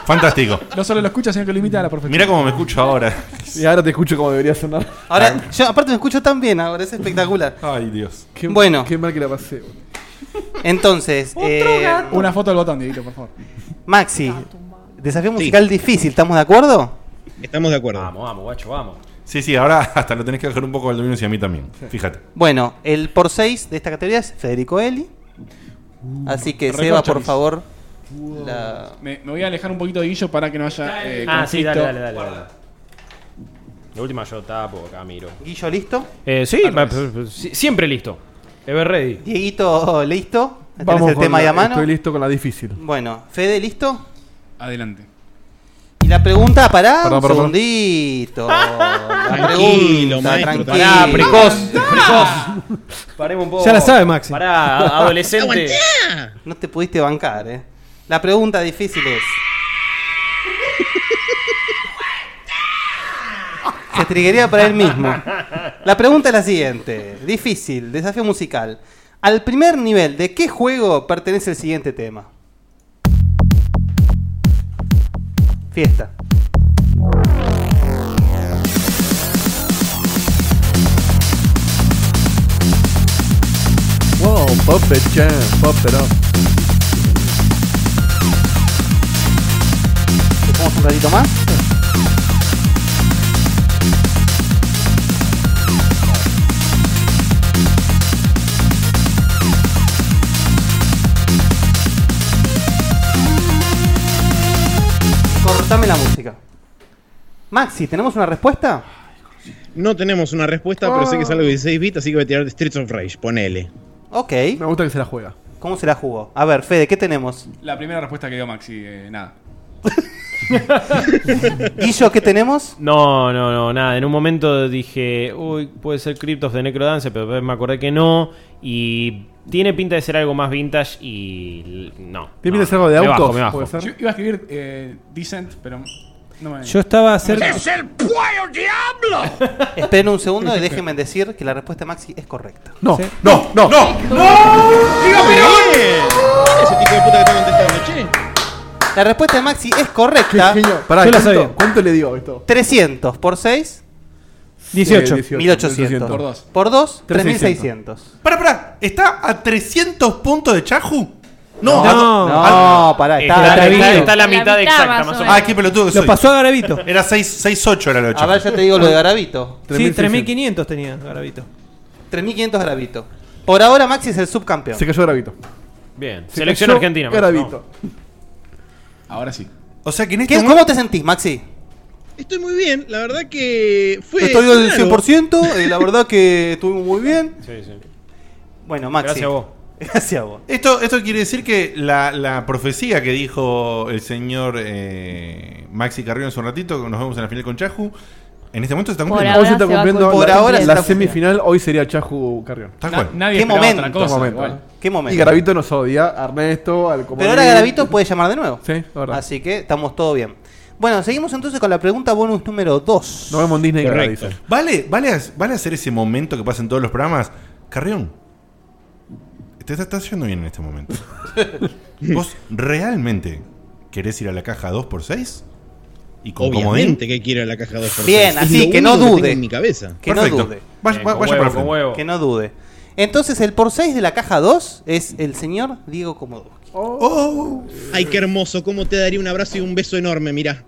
Speaker 3: Fantástico.
Speaker 4: No solo lo escuchas, sino que lo imita a la perfección.
Speaker 3: Mira cómo me escucho ahora. Ah.
Speaker 5: Y ahora te escucho como debería sonar.
Speaker 6: Ahora, yo aparte me escucho tan bien ahora, es espectacular.
Speaker 3: Ay, Dios.
Speaker 5: Qué-
Speaker 6: bueno,
Speaker 5: Qué mal que la pasé.
Speaker 6: entonces, eh,
Speaker 4: Una foto del botón, Dieguito, por favor.
Speaker 6: Maxi, desafío musical difícil, ¿estamos de acuerdo?
Speaker 11: Estamos de acuerdo.
Speaker 7: Vamos, vamos, guacho, vamos.
Speaker 3: Sí, sí, ahora hasta lo tenés que dejar un poco al dominio y a mí también. Fíjate.
Speaker 6: Bueno, el por 6 de esta categoría es Federico Eli.
Speaker 5: Uh,
Speaker 6: Así que, Seba, por
Speaker 4: recorcholis.
Speaker 6: favor. la-
Speaker 4: Me, me voy a alejar un poquito de Guillo para que no haya. eh,
Speaker 7: ah, sí,
Speaker 4: conflicto.
Speaker 7: dale, dale, dale. dale. La última yo tapo, acá miro.
Speaker 6: Guillo, ¿listo?
Speaker 7: Eh, sí,
Speaker 3: Ah,
Speaker 7: ma-
Speaker 3: pues,
Speaker 7: p- p- sí, siempre listo. Ever ready.
Speaker 6: Dieguito, ¿listo? ¿Tenés el
Speaker 5: con
Speaker 6: tema ahí
Speaker 5: la-
Speaker 6: a mano?
Speaker 5: Estoy listo con la difícil.
Speaker 6: Bueno, Fede, ¿listo?
Speaker 4: Adelante.
Speaker 6: Y la pregunta, pará,
Speaker 5: Perdón, perdón,
Speaker 6: un
Speaker 5: perdón.
Speaker 6: segundito. La
Speaker 11: Tranquilo,
Speaker 6: pregunta,
Speaker 11: maestro,
Speaker 6: tranquilo.
Speaker 7: Pará, precoz, precoz. Paremos un poco.
Speaker 8: Ya la sabe, Maxi.
Speaker 7: Pará, a- adolescente.
Speaker 6: No te pudiste bancar, eh. La pregunta difícil es. Se triguería para él mismo. La pregunta es la siguiente. Difícil, desafío musical. Al primer nivel, ¿de qué juego pertenece el siguiente tema? Fiesta.
Speaker 5: Wow, pop it, jam, pop it up.
Speaker 6: ¿Le ponemos un ratito más? Cortame la música. Maxi, ¿tenemos una respuesta?
Speaker 11: No tenemos una respuesta, pero sé que es algo de 16 bits, así que voy a tirar de Streets of Rage. Ponele.
Speaker 6: Ok.
Speaker 5: Me gusta que se la juega.
Speaker 6: ¿Cómo se la jugó? A ver, Fede, ¿qué tenemos?
Speaker 4: La primera respuesta que dio Maxi, eh, nada.
Speaker 6: Guillo, ¿qué tenemos?
Speaker 7: No, no, no, nada. En un momento dije, uy, puede ser Cryptos de Necrodance, pero después me acordé que no. Y tiene pinta de ser algo más vintage y. l- No.
Speaker 5: ¿Tiene pinta
Speaker 7: no,
Speaker 5: de ser algo de
Speaker 7: me bajo,
Speaker 5: autos?
Speaker 7: me bajo.
Speaker 5: ¿Puede
Speaker 4: Yo
Speaker 5: ser?
Speaker 4: iba a escribir eh, Decent, pero no me.
Speaker 8: Yo estaba cerca.
Speaker 6: Esperen un segundo y déjenme decir que la respuesta de Maxi es correcta.
Speaker 5: No,
Speaker 8: Sí.
Speaker 5: no, no, no.
Speaker 11: Ese tipo de puta que está contestando, che.
Speaker 6: La respuesta de Maxi es correcta.
Speaker 5: Pará,
Speaker 8: Yo la
Speaker 5: ¿cuánto-
Speaker 8: sabía.
Speaker 5: ¿Cuánto le dio esto?
Speaker 6: 300 por 6,
Speaker 8: 18.
Speaker 6: 1800.
Speaker 4: Por dos.
Speaker 6: Por 2,
Speaker 5: 3600.
Speaker 6: 3600.
Speaker 3: Pará, pará. ¿Está a 300 puntos de Chahu? No. Ah,
Speaker 8: No.
Speaker 6: No, pará, está.
Speaker 7: Está,
Speaker 8: Está
Speaker 7: está-
Speaker 8: bien.
Speaker 7: está la
Speaker 9: La
Speaker 7: mitad
Speaker 9: mitad
Speaker 7: exacta,
Speaker 9: más
Speaker 7: más
Speaker 9: o
Speaker 7: o menos.
Speaker 3: Ah, qué pelotudo que
Speaker 8: Lo
Speaker 3: soy.
Speaker 8: pasó a Garavito.
Speaker 3: Era 6-8 era el 8.
Speaker 6: A ver, yo te digo lo de Garavito.
Speaker 8: Sí,
Speaker 5: 3600.
Speaker 8: 3500 tenía Garavito.
Speaker 6: 3500 Garavito. Por ahora Maxi es el subcampeón.
Speaker 5: Se cayó Gravito.
Speaker 7: Bien.
Speaker 5: Se
Speaker 7: Selección
Speaker 5: cayó
Speaker 7: argentina.
Speaker 5: Gravito.
Speaker 4: Ahora sí.
Speaker 3: O sea que en este
Speaker 6: ¿Qué-
Speaker 3: momento.
Speaker 6: ¿Cómo te sentís, Maxi?
Speaker 11: Estoy muy bien, la verdad que fue.
Speaker 6: Estoy al
Speaker 11: raro.
Speaker 6: 100%, eh, la verdad que estuvimos muy bien.
Speaker 7: No. Sí, sí.
Speaker 6: Bueno, Maxi.
Speaker 7: Gracias a vos.
Speaker 6: Gracias a vos.
Speaker 3: Esto, esto quiere decir que la, la profecía que dijo el señor eh, Maxi Carrión hace un ratito, que nos vemos en la final con Chahu, en este momento se está
Speaker 9: Por
Speaker 3: cumpliendo.
Speaker 9: ahora
Speaker 5: Hoy se está
Speaker 9: se va
Speaker 5: cumpliendo
Speaker 9: cumpliendo.
Speaker 6: Por
Speaker 5: la,
Speaker 6: ahora se
Speaker 5: la
Speaker 6: está cumpliendo.
Speaker 5: semifinal. Hoy sería Chahu Carrión.
Speaker 3: Tal
Speaker 4: Na-
Speaker 3: cual.
Speaker 4: nadie
Speaker 6: Qué
Speaker 4: esperaba
Speaker 6: momento,
Speaker 4: otra
Speaker 5: Por
Speaker 4: cosa.
Speaker 5: momento,
Speaker 4: igual.
Speaker 5: ¿eh?
Speaker 6: Qué
Speaker 5: Y
Speaker 6: momento.
Speaker 5: Garavito nos odia, a Ernesto, al
Speaker 6: Pero ahora
Speaker 5: Comodín.
Speaker 6: Garavito puede llamar de nuevo.
Speaker 5: Sí, la verdad.
Speaker 6: Así que estamos todo bien. Bueno, seguimos entonces con la pregunta bonus número 2.
Speaker 5: Nos vemos en Disney
Speaker 11: Correcto.
Speaker 5: Gravito.
Speaker 3: Vale, vale, as- vale hacer ese momento que pasa en todos los programas. Carrión, te está- estás yendo bien en este momento. ¿Vos realmente querés ir a la caja 2x6? Y con comodín.
Speaker 11: Obviamente que quiero la caja 2
Speaker 6: Bien, así, que no dude.
Speaker 11: En mi cabeza.
Speaker 6: Que
Speaker 3: Perfecto.
Speaker 6: no dude.
Speaker 3: Vaya,
Speaker 7: Bien,
Speaker 3: va-
Speaker 7: con
Speaker 3: vaya
Speaker 7: huevo,
Speaker 3: para
Speaker 7: con
Speaker 3: frente.
Speaker 7: huevo.
Speaker 6: Que no dude. Entonces, el por 6 de la caja 2 es el señor Diego Komodowski.
Speaker 3: Oh,
Speaker 11: Ay, qué hermoso, cómo te daría un abrazo y un beso enorme, mirá.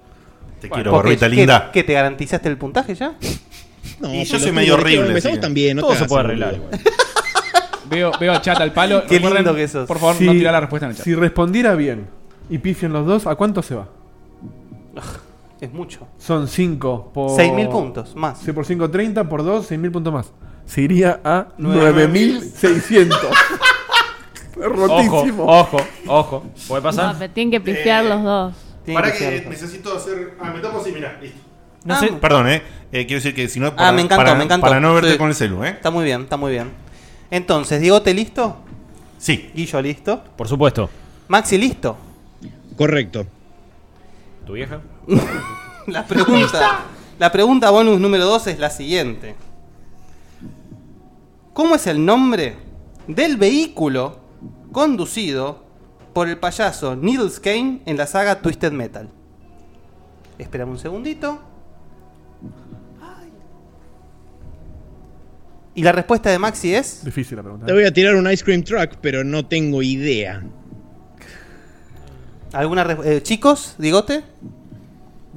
Speaker 3: te quiero,
Speaker 6: Porque,
Speaker 3: barbita
Speaker 6: ¿qué-
Speaker 3: linda.
Speaker 6: ¿Qué te garantizaste el puntaje ya?
Speaker 11: No,
Speaker 3: Y yo
Speaker 11: pelotudo,
Speaker 3: soy medio
Speaker 11: ¿de qué
Speaker 3: horrible,
Speaker 11: Empezamos
Speaker 3: así que
Speaker 11: también, no
Speaker 7: Todo
Speaker 11: te
Speaker 7: se
Speaker 11: hagas,
Speaker 7: puede
Speaker 11: boludo.
Speaker 7: arreglar. igual.
Speaker 4: Veo, veo chat al palo.
Speaker 6: Qué
Speaker 4: Recuerden,
Speaker 6: lindo que sos.
Speaker 4: Por favor,
Speaker 5: Si-
Speaker 4: no tirar la respuesta en el chat.
Speaker 5: Si respondiera bien y pifian los dos, ¿a cuánto se va?
Speaker 6: Es mucho.
Speaker 5: Son 5 por.
Speaker 6: 6.000 puntos más.
Speaker 5: Sí, por 5, 30, por 2, 6.000 puntos más. Se iría a
Speaker 6: Nueve mil.
Speaker 5: 9.600.
Speaker 7: Ojo,
Speaker 5: Rotísimo.
Speaker 7: ojo, ojo. ¿Puede pasar?
Speaker 9: Oh, No, pero tienen que pifiar los dos.
Speaker 6: Tiene
Speaker 3: Para
Speaker 6: que
Speaker 3: Eh, que
Speaker 6: ser.
Speaker 3: necesito hacer. Ah, me tomo así, mirá, listo.
Speaker 6: Ah,
Speaker 8: sé-
Speaker 3: Perdón, eh. Eh, quiero decir que si no. Para,
Speaker 6: me encantó,
Speaker 3: para,
Speaker 6: me encantó.
Speaker 3: Para no verte
Speaker 6: Sí.
Speaker 3: con el celu, eh.
Speaker 6: Está muy bien, está muy bien. Entonces, Diegote, ¿listo?
Speaker 3: Sí.
Speaker 6: Guillo, ¿listo?
Speaker 7: Por supuesto.
Speaker 6: Maxi, ¿listo?
Speaker 11: Correcto.
Speaker 7: ¿Tu vieja?
Speaker 6: La pregunta, la pregunta bonus número 2 es la siguiente. ¿Cómo es el nombre del vehículo conducido por el payaso Needles Kane en la saga Twisted Metal? Esperame un segundito. Y la respuesta de Maxi es...
Speaker 5: Difícil la pregunta. ¿eh?
Speaker 11: Te
Speaker 6: Eh,
Speaker 11: voy a tirar un ice cream truck, pero no tengo idea.
Speaker 6: ¿Alguna res- eh, chicos, digote?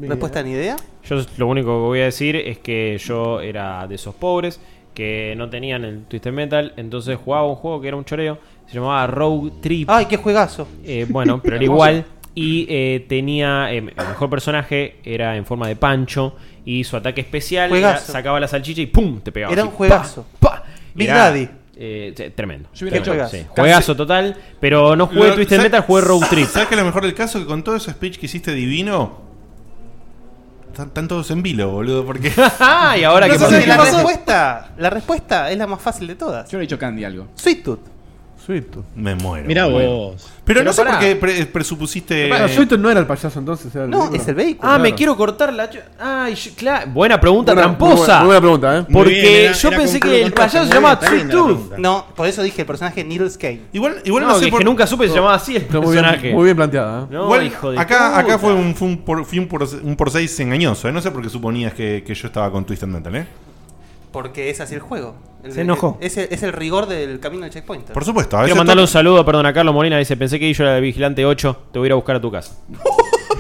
Speaker 6: ¿Respuesta ni idea?
Speaker 7: Yo lo único que voy a decir es que yo era de esos pobres que no tenían el Twisted Metal, entonces jugaba un juego que era un choreo, se llamaba Road Trip. Eh,
Speaker 6: ¡Ay, qué juegazo!
Speaker 7: bueno, pero era igual. Y eh, tenía. eh, el mejor personaje era en forma de pancho. Y su ataque especial era-
Speaker 6: Juegazo.
Speaker 7: sacaba la salchicha y ¡pum! te pegaba.
Speaker 6: Era
Speaker 7: así,
Speaker 6: un juegazo.
Speaker 7: ¡pa! ¡pa! Y
Speaker 6: Big
Speaker 7: era,
Speaker 6: Daddy.
Speaker 7: eh, sí, tremendo.
Speaker 6: Yo hubiera
Speaker 7: Tremendo,
Speaker 6: hecho-
Speaker 7: sí. Juegazo total. Pero no jugué
Speaker 3: Lo-
Speaker 7: Twisted
Speaker 3: ¿sabes-
Speaker 7: Metal, jugué Road Trip.
Speaker 3: ¿Sabes que lo mejor del caso? Que con todo ese speech que hiciste divino. Están, están todos en vilo, boludo. Porque.
Speaker 7: y ahora
Speaker 6: No
Speaker 7: que
Speaker 6: sé si la respuesta, la respuesta es la más fácil de todas.
Speaker 4: Yo le he dicho Candy algo.
Speaker 6: Sweet Tooth.
Speaker 5: Sweet Tooth.
Speaker 3: Me muero.
Speaker 11: Mirá
Speaker 3: me muero.
Speaker 11: vos.
Speaker 3: Pero, no
Speaker 7: Pero
Speaker 3: sé por
Speaker 7: pará.
Speaker 3: qué pre- presupusiste.
Speaker 5: Bueno,
Speaker 3: eh,
Speaker 5: Sweet Tooth no era el payaso entonces. Era el
Speaker 6: No, es el vehículo.
Speaker 7: Ah, me
Speaker 5: Claro.
Speaker 7: quiero cortar la. cho- Ay, yo- claro. Buena pregunta
Speaker 5: Buena- muy buena-
Speaker 7: tramposa.
Speaker 5: Muy buena pregunta, ¿eh?
Speaker 11: Muy
Speaker 7: Porque
Speaker 11: bien, era-
Speaker 7: yo
Speaker 11: era
Speaker 7: pensé
Speaker 11: con
Speaker 7: que
Speaker 11: Cruz con
Speaker 7: el
Speaker 11: Rosa,
Speaker 7: payaso se
Speaker 11: muy bien,
Speaker 7: llama
Speaker 11: está linda
Speaker 7: Sweet
Speaker 11: la
Speaker 7: Tooth.
Speaker 11: pregunta.
Speaker 6: No, por eso dije el personaje Needles Kane.
Speaker 3: Igual, igual
Speaker 7: No,
Speaker 3: no, sé
Speaker 7: que,
Speaker 3: por
Speaker 7: que nunca supe se llamaba así el
Speaker 5: Está muy,
Speaker 7: personaje.
Speaker 5: bien, muy bien planteada. ¿eh?
Speaker 7: No,
Speaker 3: igual
Speaker 7: hijo de
Speaker 3: acá,
Speaker 7: puta.
Speaker 3: acá fue un, fue un por, fui un por, un por seis engañoso, ¿eh? No sé por qué suponías que, que yo estaba con Twisted Metal, ¿eh?
Speaker 6: Porque es así el juego. El-
Speaker 8: Se enojó.
Speaker 6: Es el, es el rigor del camino del checkpoint.
Speaker 3: Por supuesto, a
Speaker 7: Quiero
Speaker 3: veces.
Speaker 7: mandarle un
Speaker 3: to-
Speaker 7: saludo, perdón, a Carlos Molina. Dice: Pensé que yo era el vigilante 8. Te voy a ir a buscar a tu casa.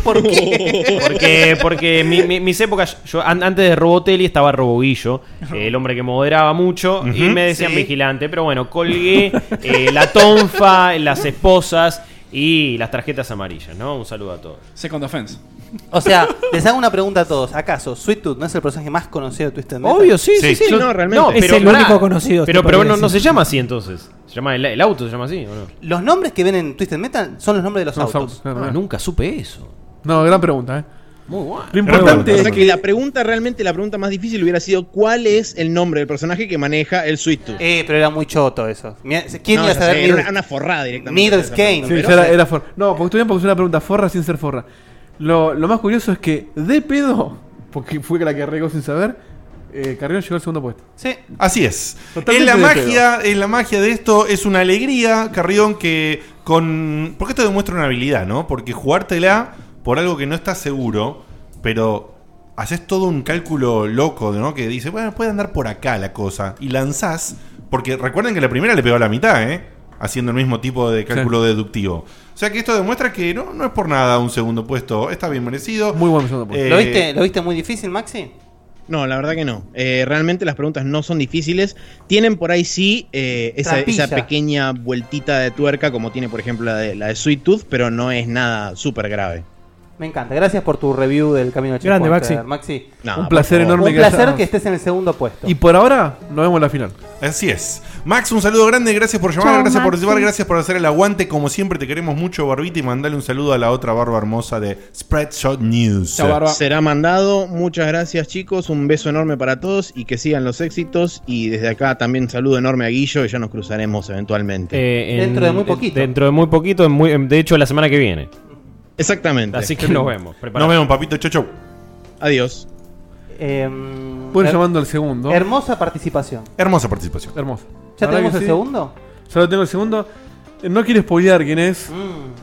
Speaker 6: ¿Por qué?
Speaker 7: Porque, porque mi- mi- mis épocas, yo an- antes de Robotelli estaba Roboguillo, eh, el hombre que moderaba mucho, y me decían
Speaker 6: sí.
Speaker 7: vigilante. Pero bueno, colgué eh, la tonfa, las esposas y las tarjetas amarillas, ¿no? Un saludo a todos.
Speaker 4: Second offense.
Speaker 6: o sea, les hago una pregunta a todos. ¿Acaso Sweet Tooth no es el personaje más conocido de Twisted Metal?
Speaker 7: Obvio, sí,
Speaker 3: Sí.
Speaker 7: sí, sí.
Speaker 11: Sí, no, realmente.
Speaker 7: No,
Speaker 11: Es
Speaker 7: pero
Speaker 8: el
Speaker 7: pará,
Speaker 8: único conocido,
Speaker 7: Pero,
Speaker 8: te
Speaker 7: pero
Speaker 8: podría
Speaker 7: no, no se
Speaker 8: decir.
Speaker 7: llama así entonces. Se llama el, el auto se llama así, ¿o no?
Speaker 6: Los nombres que ven en Twisted Metal son los nombres de los
Speaker 5: No,
Speaker 6: autos.
Speaker 5: South-
Speaker 7: Ah,
Speaker 5: no,
Speaker 7: nunca supe eso.
Speaker 5: no, gran pregunta, ¿eh?
Speaker 7: Muy guay.
Speaker 5: Lo
Speaker 3: Gran
Speaker 5: importante
Speaker 11: O
Speaker 5: es
Speaker 11: sea
Speaker 3: pregunta.
Speaker 11: que la pregunta realmente, la pregunta más difícil hubiera sido ¿cuál es el nombre del personaje que maneja el Sweet Tooth?
Speaker 6: Eh, pero era muy choto eso. Mirá, ¿Quién
Speaker 11: No,
Speaker 6: iba a
Speaker 11: ya
Speaker 6: saber?
Speaker 11: sé,
Speaker 6: Needles-
Speaker 11: era una, una forrada directamente.
Speaker 6: Needles
Speaker 11: Esa
Speaker 6: Kane.
Speaker 11: pregunta.
Speaker 5: Sí,
Speaker 6: Pero,
Speaker 5: ya era,
Speaker 6: o sea-
Speaker 5: era forra. No, porque estoy bien porque es una pregunta forra sin ser forra. Lo, lo más curioso es que de pedo, porque fue la que arregló sin saber, eh, Carrión llegó al segundo puesto.
Speaker 6: Sí.
Speaker 3: Así es. Es
Speaker 5: Totalmente
Speaker 3: la
Speaker 5: de
Speaker 3: magia, es la magia de esto, es una alegría, Carrión, que con. Porque esto demuestra una habilidad, ¿no? Porque jugártela por algo que no estás seguro, pero haces todo un cálculo loco, ¿no? Que dice, bueno, puede andar por acá la cosa. Y lanzás, porque recuerden que la primera le pegó a la mitad, ¿eh? Haciendo el mismo tipo de cálculo deductivo. O sea que esto demuestra que no, no es por nada un segundo puesto. Está bien merecido.
Speaker 5: Muy buen segundo puesto.
Speaker 3: Eh,
Speaker 6: ¿Lo, viste, ¿Lo viste muy difícil, Maxi?
Speaker 11: No, la verdad que no. Eh, realmente las preguntas no son difíciles. Tienen por ahí sí eh, esa,
Speaker 6: Trampilla.
Speaker 11: esa pequeña vueltita de tuerca, como tiene por ejemplo la de, la de Sweet Tooth, pero no es nada súper grave.
Speaker 6: Me encanta. Gracias por tu review del camino del
Speaker 8: Grande,
Speaker 6: checkpoint, eh, Maxi.
Speaker 11: No,
Speaker 5: Un
Speaker 11: por
Speaker 5: placer
Speaker 11: favor.
Speaker 5: enorme
Speaker 6: Un placer
Speaker 5: hayamos-
Speaker 6: que estés en el segundo puesto.
Speaker 5: Y por ahora, nos vemos en la final.
Speaker 3: Así es. Max, un saludo grande, gracias por llamar,
Speaker 9: Chao,
Speaker 3: gracias por
Speaker 9: Maxi.
Speaker 3: llevar, gracias por hacer el aguante. Como siempre, te queremos mucho, Barbita, y mandale un saludo a la otra barba hermosa de Spreadshot News.
Speaker 4: Chao, Barba.
Speaker 11: Será mandado. Muchas gracias, chicos. Un beso enorme para todos y que sigan los éxitos. Y desde acá también un saludo enorme a Guillo y ya nos cruzaremos eventualmente.
Speaker 7: Eh, en-
Speaker 6: Dentro de muy poquito.
Speaker 7: Dentro de muy poquito, en muy- en- de hecho la semana que viene.
Speaker 11: Exactamente.
Speaker 7: Así que nos vemos.
Speaker 3: Nos vemos, papito, chau, chau.
Speaker 11: Adiós.
Speaker 6: Em,
Speaker 5: Voy
Speaker 6: her-
Speaker 5: llamando al segundo.
Speaker 6: Hermosa participación.
Speaker 3: Hermosa participación.
Speaker 5: Hermoso.
Speaker 6: ¿Ya
Speaker 5: La verdad
Speaker 6: tenemos
Speaker 5: que
Speaker 6: el
Speaker 5: sí.
Speaker 6: segundo?
Speaker 5: Ya lo tengo el segundo. Eh, No quiero spoilear quién es.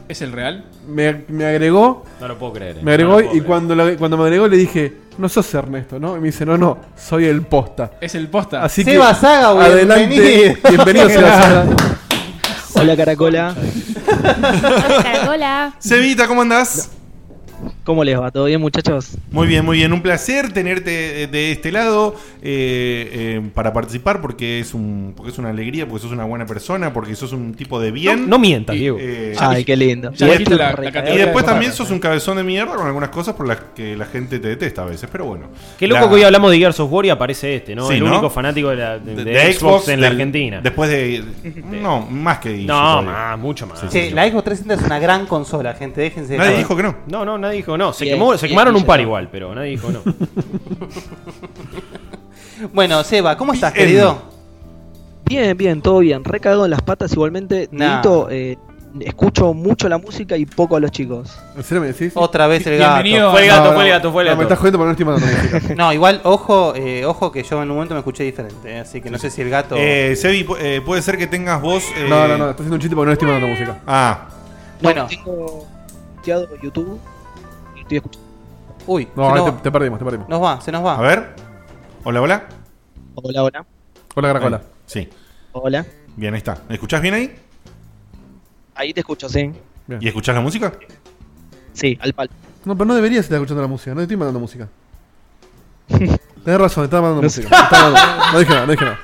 Speaker 4: ¿Es el real?
Speaker 5: Me, me agregó,
Speaker 7: No lo puedo creer. eh.
Speaker 5: me
Speaker 7: No
Speaker 5: agregó
Speaker 7: lo puedo
Speaker 5: y
Speaker 7: creer.
Speaker 5: cuando, lo- cuando me agregó le dije, no sos Ernesto, ¿no? Y me dice, no, no, soy el posta.
Speaker 4: ¿Es el posta?
Speaker 5: Así
Speaker 6: Seba
Speaker 5: que,
Speaker 6: Saga,
Speaker 5: adelante,
Speaker 6: bienvenido.
Speaker 5: bienvenido Seba Saga.
Speaker 10: Hola, Caracola.
Speaker 9: Hola, hola.
Speaker 3: Cevita, ¿cómo andás?
Speaker 10: ¿Cómo les va? ¿Todo bien, muchachos?
Speaker 3: Muy bien, muy bien. Un placer tenerte eh, de este lado eh, eh, para participar porque es, un, porque es una alegría, porque sos una buena persona, porque sos un tipo de bien.
Speaker 7: No, no mientas, Diego.
Speaker 3: Eh,
Speaker 10: Ay, qué lindo.
Speaker 4: Ya
Speaker 3: Y
Speaker 4: le
Speaker 3: esto-
Speaker 4: quito la, la
Speaker 3: y
Speaker 4: categoría
Speaker 3: después
Speaker 4: de barba.
Speaker 3: también sos un cabezón de mierda con algunas cosas por las que la gente te detesta a veces, pero bueno.
Speaker 7: Qué loco
Speaker 3: La-
Speaker 7: que hoy hablamos de Gears of War y aparece este, ¿no?
Speaker 3: Sí,
Speaker 7: el
Speaker 3: ¿no?
Speaker 7: único fanático de, la- de-
Speaker 3: de,
Speaker 7: de
Speaker 3: de
Speaker 7: Xbox, en la
Speaker 3: del-
Speaker 7: Argentina.
Speaker 3: Después de. No, más que. ellos
Speaker 7: no,
Speaker 3: todavía.
Speaker 7: más, mucho más.
Speaker 6: Che, la Xbox 360 es una gran consola, gente. Déjense de
Speaker 3: Nadie
Speaker 6: joder.
Speaker 3: dijo que no.
Speaker 7: No, no, nadie dijo no. Se,
Speaker 10: Bien,
Speaker 7: quemó, se
Speaker 10: bien,
Speaker 7: quemaron un
Speaker 10: ya
Speaker 7: par
Speaker 10: está.
Speaker 7: igual, pero nadie dijo no.
Speaker 6: Bueno, Seba, ¿cómo estás,
Speaker 3: Bien.
Speaker 6: querido?
Speaker 10: Bien, bien, todo bien. Recagado en las patas igualmente.
Speaker 6: Nah.
Speaker 10: Dieguito, eh, escucho mucho la música y poco a los chicos.
Speaker 5: ¿En serio me decís?
Speaker 6: Otra vez el gato. Fue el gato, fue el gato, fue el
Speaker 5: No, me
Speaker 6: gato.
Speaker 5: estás jodiendo porque no estoy mandando música.
Speaker 6: No, igual, ojo, eh, ojo que yo en un momento me escuché diferente, eh, así que no sé si el gato.
Speaker 3: Eh, Sebi, pu- eh, puede ser que tengas voz. eh,
Speaker 5: No, no, no, estás haciendo un chiste porque no estoy mandando música.
Speaker 3: Ah.
Speaker 6: Bueno.
Speaker 10: Tengo muteado YouTube y estoy escuchando.
Speaker 6: Uy,
Speaker 5: No, ahí te, te perdimos, te perdimos.
Speaker 6: Nos va, se nos va.
Speaker 3: A ver. Hola, hola.
Speaker 10: Hola, hola.
Speaker 5: Hola, Caracola.
Speaker 3: Ahí, Sí.
Speaker 10: Hola.
Speaker 3: Bien, ahí está. ¿Me escuchás bien ahí?
Speaker 10: Ahí te escucho, sí.
Speaker 3: ¿Y escuchás la música?
Speaker 10: Sí, al palo.
Speaker 5: No, pero no deberías estar escuchando la música, no te estoy mandando música. Tenés razón, estaba mandando
Speaker 10: No sé.
Speaker 5: música. Estaba mandando- No dije nada, no dije nada.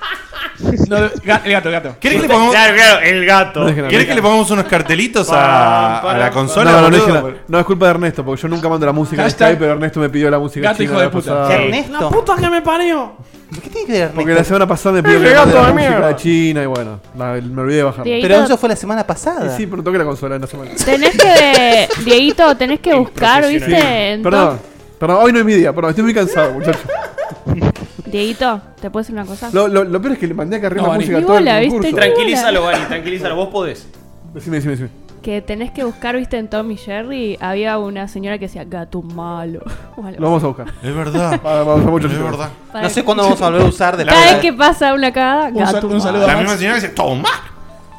Speaker 4: el gato, el gato.
Speaker 3: ¿Querés que le pongamos-
Speaker 7: Claro, claro, el gato.
Speaker 5: No dije nada.
Speaker 3: ¿Querés que le pongamos unos cartelitos a, a la consola?
Speaker 5: no, no, no,
Speaker 3: boludo?
Speaker 5: dije nada. No, es culpa de Ernesto, porque yo nunca mando la música en
Speaker 4: Hashtag
Speaker 5: Skype, pero Ernesto me pidió la música.
Speaker 4: gato
Speaker 5: china
Speaker 4: hijo de
Speaker 5: la
Speaker 4: puta.
Speaker 5: pasada.
Speaker 6: ¿Qué, Ernesto?
Speaker 8: La puta que me parió.
Speaker 6: ¿Qué tiene que ver Ernesto?
Speaker 5: Porque la semana pasada me pidió
Speaker 7: Ese
Speaker 5: que mande
Speaker 7: gato
Speaker 5: la
Speaker 7: de
Speaker 5: música
Speaker 7: mierda.
Speaker 5: de China y bueno, la- me olvidé de bajar.
Speaker 9: Dieguito,
Speaker 6: Pero eso fue la semana pasada.
Speaker 5: sí, pero toqué la consola en la semana.
Speaker 9: tenés que, Dieguito, tenés que buscar, ¿viste? En
Speaker 5: Perdón, perdón, hoy no es mi día, perdón, estoy muy cansado, muchachos.
Speaker 9: todo- Dieguito, ¿te puedo decir una cosa?
Speaker 5: Lo, lo, lo peor es que le mandé a cargar
Speaker 4: No,
Speaker 5: la
Speaker 4: ni-
Speaker 5: música a
Speaker 9: ni
Speaker 5: todo
Speaker 9: bola,
Speaker 5: el
Speaker 9: ¿viste?
Speaker 5: concurso.
Speaker 7: Tranquilízalo, Gary, tranquilízalo. Vos podés.
Speaker 5: Decime, decime, decime.
Speaker 9: Que tenés que buscar, ¿viste? En Tom y Jerry había una señora que decía gato malo. o algo
Speaker 5: Lo vamos a buscar.
Speaker 3: Es verdad.
Speaker 5: Va- Vamos a mucho
Speaker 3: es verdad.
Speaker 9: así. Para
Speaker 6: No sé
Speaker 9: que-
Speaker 6: cuándo vamos a volver a usar de
Speaker 9: Cada vez que pasa una cagada,
Speaker 4: Un, sal-
Speaker 9: gato
Speaker 4: un saludo
Speaker 9: malo.
Speaker 4: a
Speaker 3: La misma
Speaker 4: Max.
Speaker 3: señora dice: ¡Toma!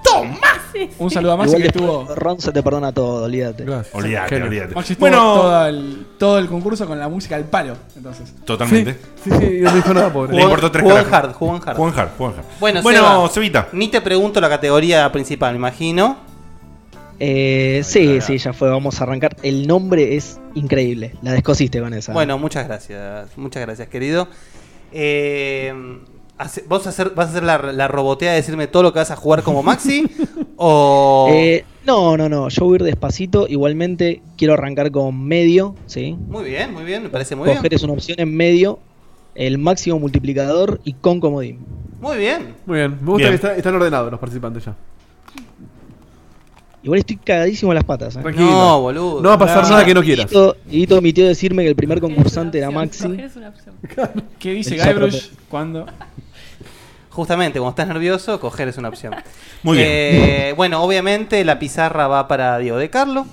Speaker 3: ¡Toma!
Speaker 4: Un saludo a Maxi
Speaker 10: Igual
Speaker 4: que
Speaker 10: después
Speaker 4: estuvo.
Speaker 10: Ron se te perdona todo, olvídate.
Speaker 5: Gracias.
Speaker 3: Olvídate,
Speaker 5: Genio.
Speaker 3: olvídate.
Speaker 4: Maxi estuvo
Speaker 3: Bueno,
Speaker 4: todo, el, todo el concurso con la música al palo. Entonces.
Speaker 5: Sí,
Speaker 3: totalmente.
Speaker 5: sí, sí, y no dijo nada,
Speaker 3: Le
Speaker 5: ah, pobre.
Speaker 3: importó tres
Speaker 6: Juan
Speaker 3: carajos.
Speaker 6: Hard, Juan Hard.
Speaker 3: Juan Hart, Juan Hart.
Speaker 6: Bueno, Seba.
Speaker 3: Cevita.
Speaker 6: Ni te pregunto la categoría principal, me imagino.
Speaker 10: Eh, sí, sí, ya fue. Vamos a arrancar. El nombre es increíble. La descosiste con esa.
Speaker 6: Bueno, muchas gracias. Muchas gracias, querido. Eh, hace- ¿Vos hacer- vas a hacer la, la robotea de decirme todo lo que vas a jugar como Maxi? o.
Speaker 10: Eh, no, no, no. Yo voy a ir despacito. Igualmente quiero arrancar con medio, ¿sí?
Speaker 6: Muy bien, muy bien, me parece muy
Speaker 10: Coger
Speaker 6: bien.
Speaker 10: es una opción en medio, el máximo multiplicador y con comodín.
Speaker 6: Muy bien.
Speaker 5: Muy bien, me gusta
Speaker 3: Bien.
Speaker 5: que está- están ordenados los participantes ya.
Speaker 10: Igual estoy cagadísimo en las patas. ¿eh?
Speaker 5: Tranquilo.
Speaker 6: No, boludo.
Speaker 5: No va a pasar nada que no quieras.
Speaker 10: Dieguito- Dieguito omitió decirme que el primer concursante era
Speaker 9: Opción,
Speaker 10: Maxi.
Speaker 9: coger es una opción.
Speaker 4: ¿Qué dice
Speaker 10: El chato.
Speaker 4: Guybrush cuando.?
Speaker 6: Justamente, cuando estás nervioso, coger es una opción.
Speaker 3: Muy bien.
Speaker 6: Eh, bueno, obviamente la pizarra va para Diego de Carlo.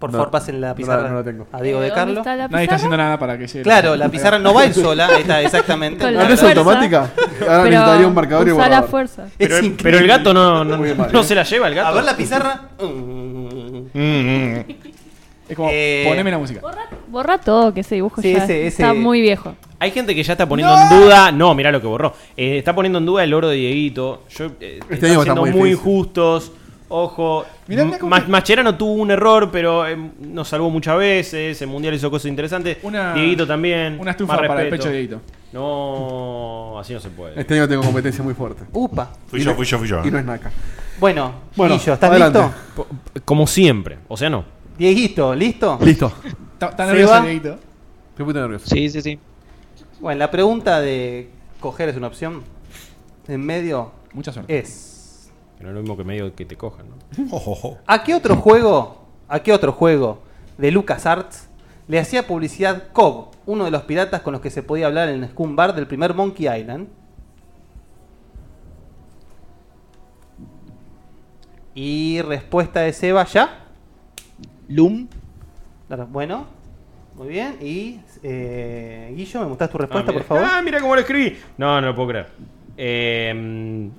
Speaker 6: Por
Speaker 5: No,
Speaker 6: favor, pasen la
Speaker 5: no
Speaker 6: pizarra
Speaker 5: la- no la tengo.
Speaker 6: a Diego de
Speaker 9: Eh, ¿Dónde
Speaker 6: Carlo.
Speaker 9: está la
Speaker 4: Nadie está
Speaker 9: pizarra?
Speaker 4: haciendo nada para que llegue.
Speaker 6: Claro, la pizarra no va a ir sola, ahí está, exactamente.
Speaker 9: Con
Speaker 5: ¿No
Speaker 9: la
Speaker 5: es
Speaker 9: fuerza.
Speaker 5: automática?
Speaker 4: Ah,
Speaker 5: Ahora
Speaker 9: Pero
Speaker 5: necesitaría un marcador y
Speaker 9: usa la
Speaker 5: borrador.
Speaker 9: fuerza.
Speaker 6: Es
Speaker 7: Pero,
Speaker 6: increíble.
Speaker 7: pero el gato no, no,
Speaker 5: Muy mal,
Speaker 7: no
Speaker 5: ¿eh?
Speaker 7: se la lleva el gato.
Speaker 6: A ver la pizarra. Mm.
Speaker 3: Mm, mm.
Speaker 4: Es como,
Speaker 6: Eh,
Speaker 4: poneme la música.
Speaker 9: Borra, borra todo, que ese dibujo
Speaker 6: Sí,
Speaker 9: ya
Speaker 6: ese-
Speaker 9: está
Speaker 6: ese-
Speaker 9: muy viejo.
Speaker 7: Hay gente que ya está poniendo en duda. No, mirá lo que borró. Eh, está poniendo en duda el oro de Dieguito. Yo, eh,
Speaker 5: Este
Speaker 7: están
Speaker 5: año está
Speaker 7: siendo
Speaker 5: muy
Speaker 7: muy,
Speaker 5: difícil.
Speaker 7: justos. Ojo.
Speaker 4: Mirá, mirá cómo
Speaker 7: Ma-
Speaker 4: que-
Speaker 7: Mascherano tuvo un error, pero eh, nos salvó muchas veces. En Mundial hizo cosas interesantes.
Speaker 4: Una-
Speaker 7: Dieguito también.
Speaker 4: Una estufa
Speaker 7: Más
Speaker 4: para el
Speaker 7: respeto.
Speaker 4: pecho de Dieguito.
Speaker 7: No, así no se puede.
Speaker 5: Este año tengo competencia muy fuerte.
Speaker 6: Upa.
Speaker 3: Fui yo, fui yo, fui yo.
Speaker 5: Y no es naca.
Speaker 6: Bueno,
Speaker 5: Bueno,
Speaker 6: Guillo, ¿estás
Speaker 5: adelante.
Speaker 6: listo?
Speaker 7: Po- Como siempre. O sea, no.
Speaker 6: Dieguito, ¿listo?
Speaker 5: Listo.
Speaker 4: Está está
Speaker 6: Se
Speaker 4: nervioso
Speaker 6: va.
Speaker 4: Dieguito.
Speaker 5: Estoy puto nervioso.
Speaker 10: Sí, sí, sí.
Speaker 6: Bueno, la pregunta de coger es una opción. En medio
Speaker 4: Mucha suerte.
Speaker 6: es.
Speaker 7: Que no es lo mismo que medio que te cojan, ¿no?
Speaker 3: Ojo,
Speaker 6: ¿A qué otro juego, a qué otro juego de LucasArts le hacía publicidad Cobb, uno de los piratas con los que se podía hablar en el Scum Bar del primer Monkey Island? Y respuesta de Seba ya.
Speaker 10: Loom.
Speaker 6: Claro, Bueno, muy bien. Y eh, Guillo, ¿me mostrás tu
Speaker 7: Ah,
Speaker 6: respuesta,
Speaker 7: mira.
Speaker 6: por favor?
Speaker 7: Ah, mira cómo lo escribí. No, no lo puedo creer. Eh,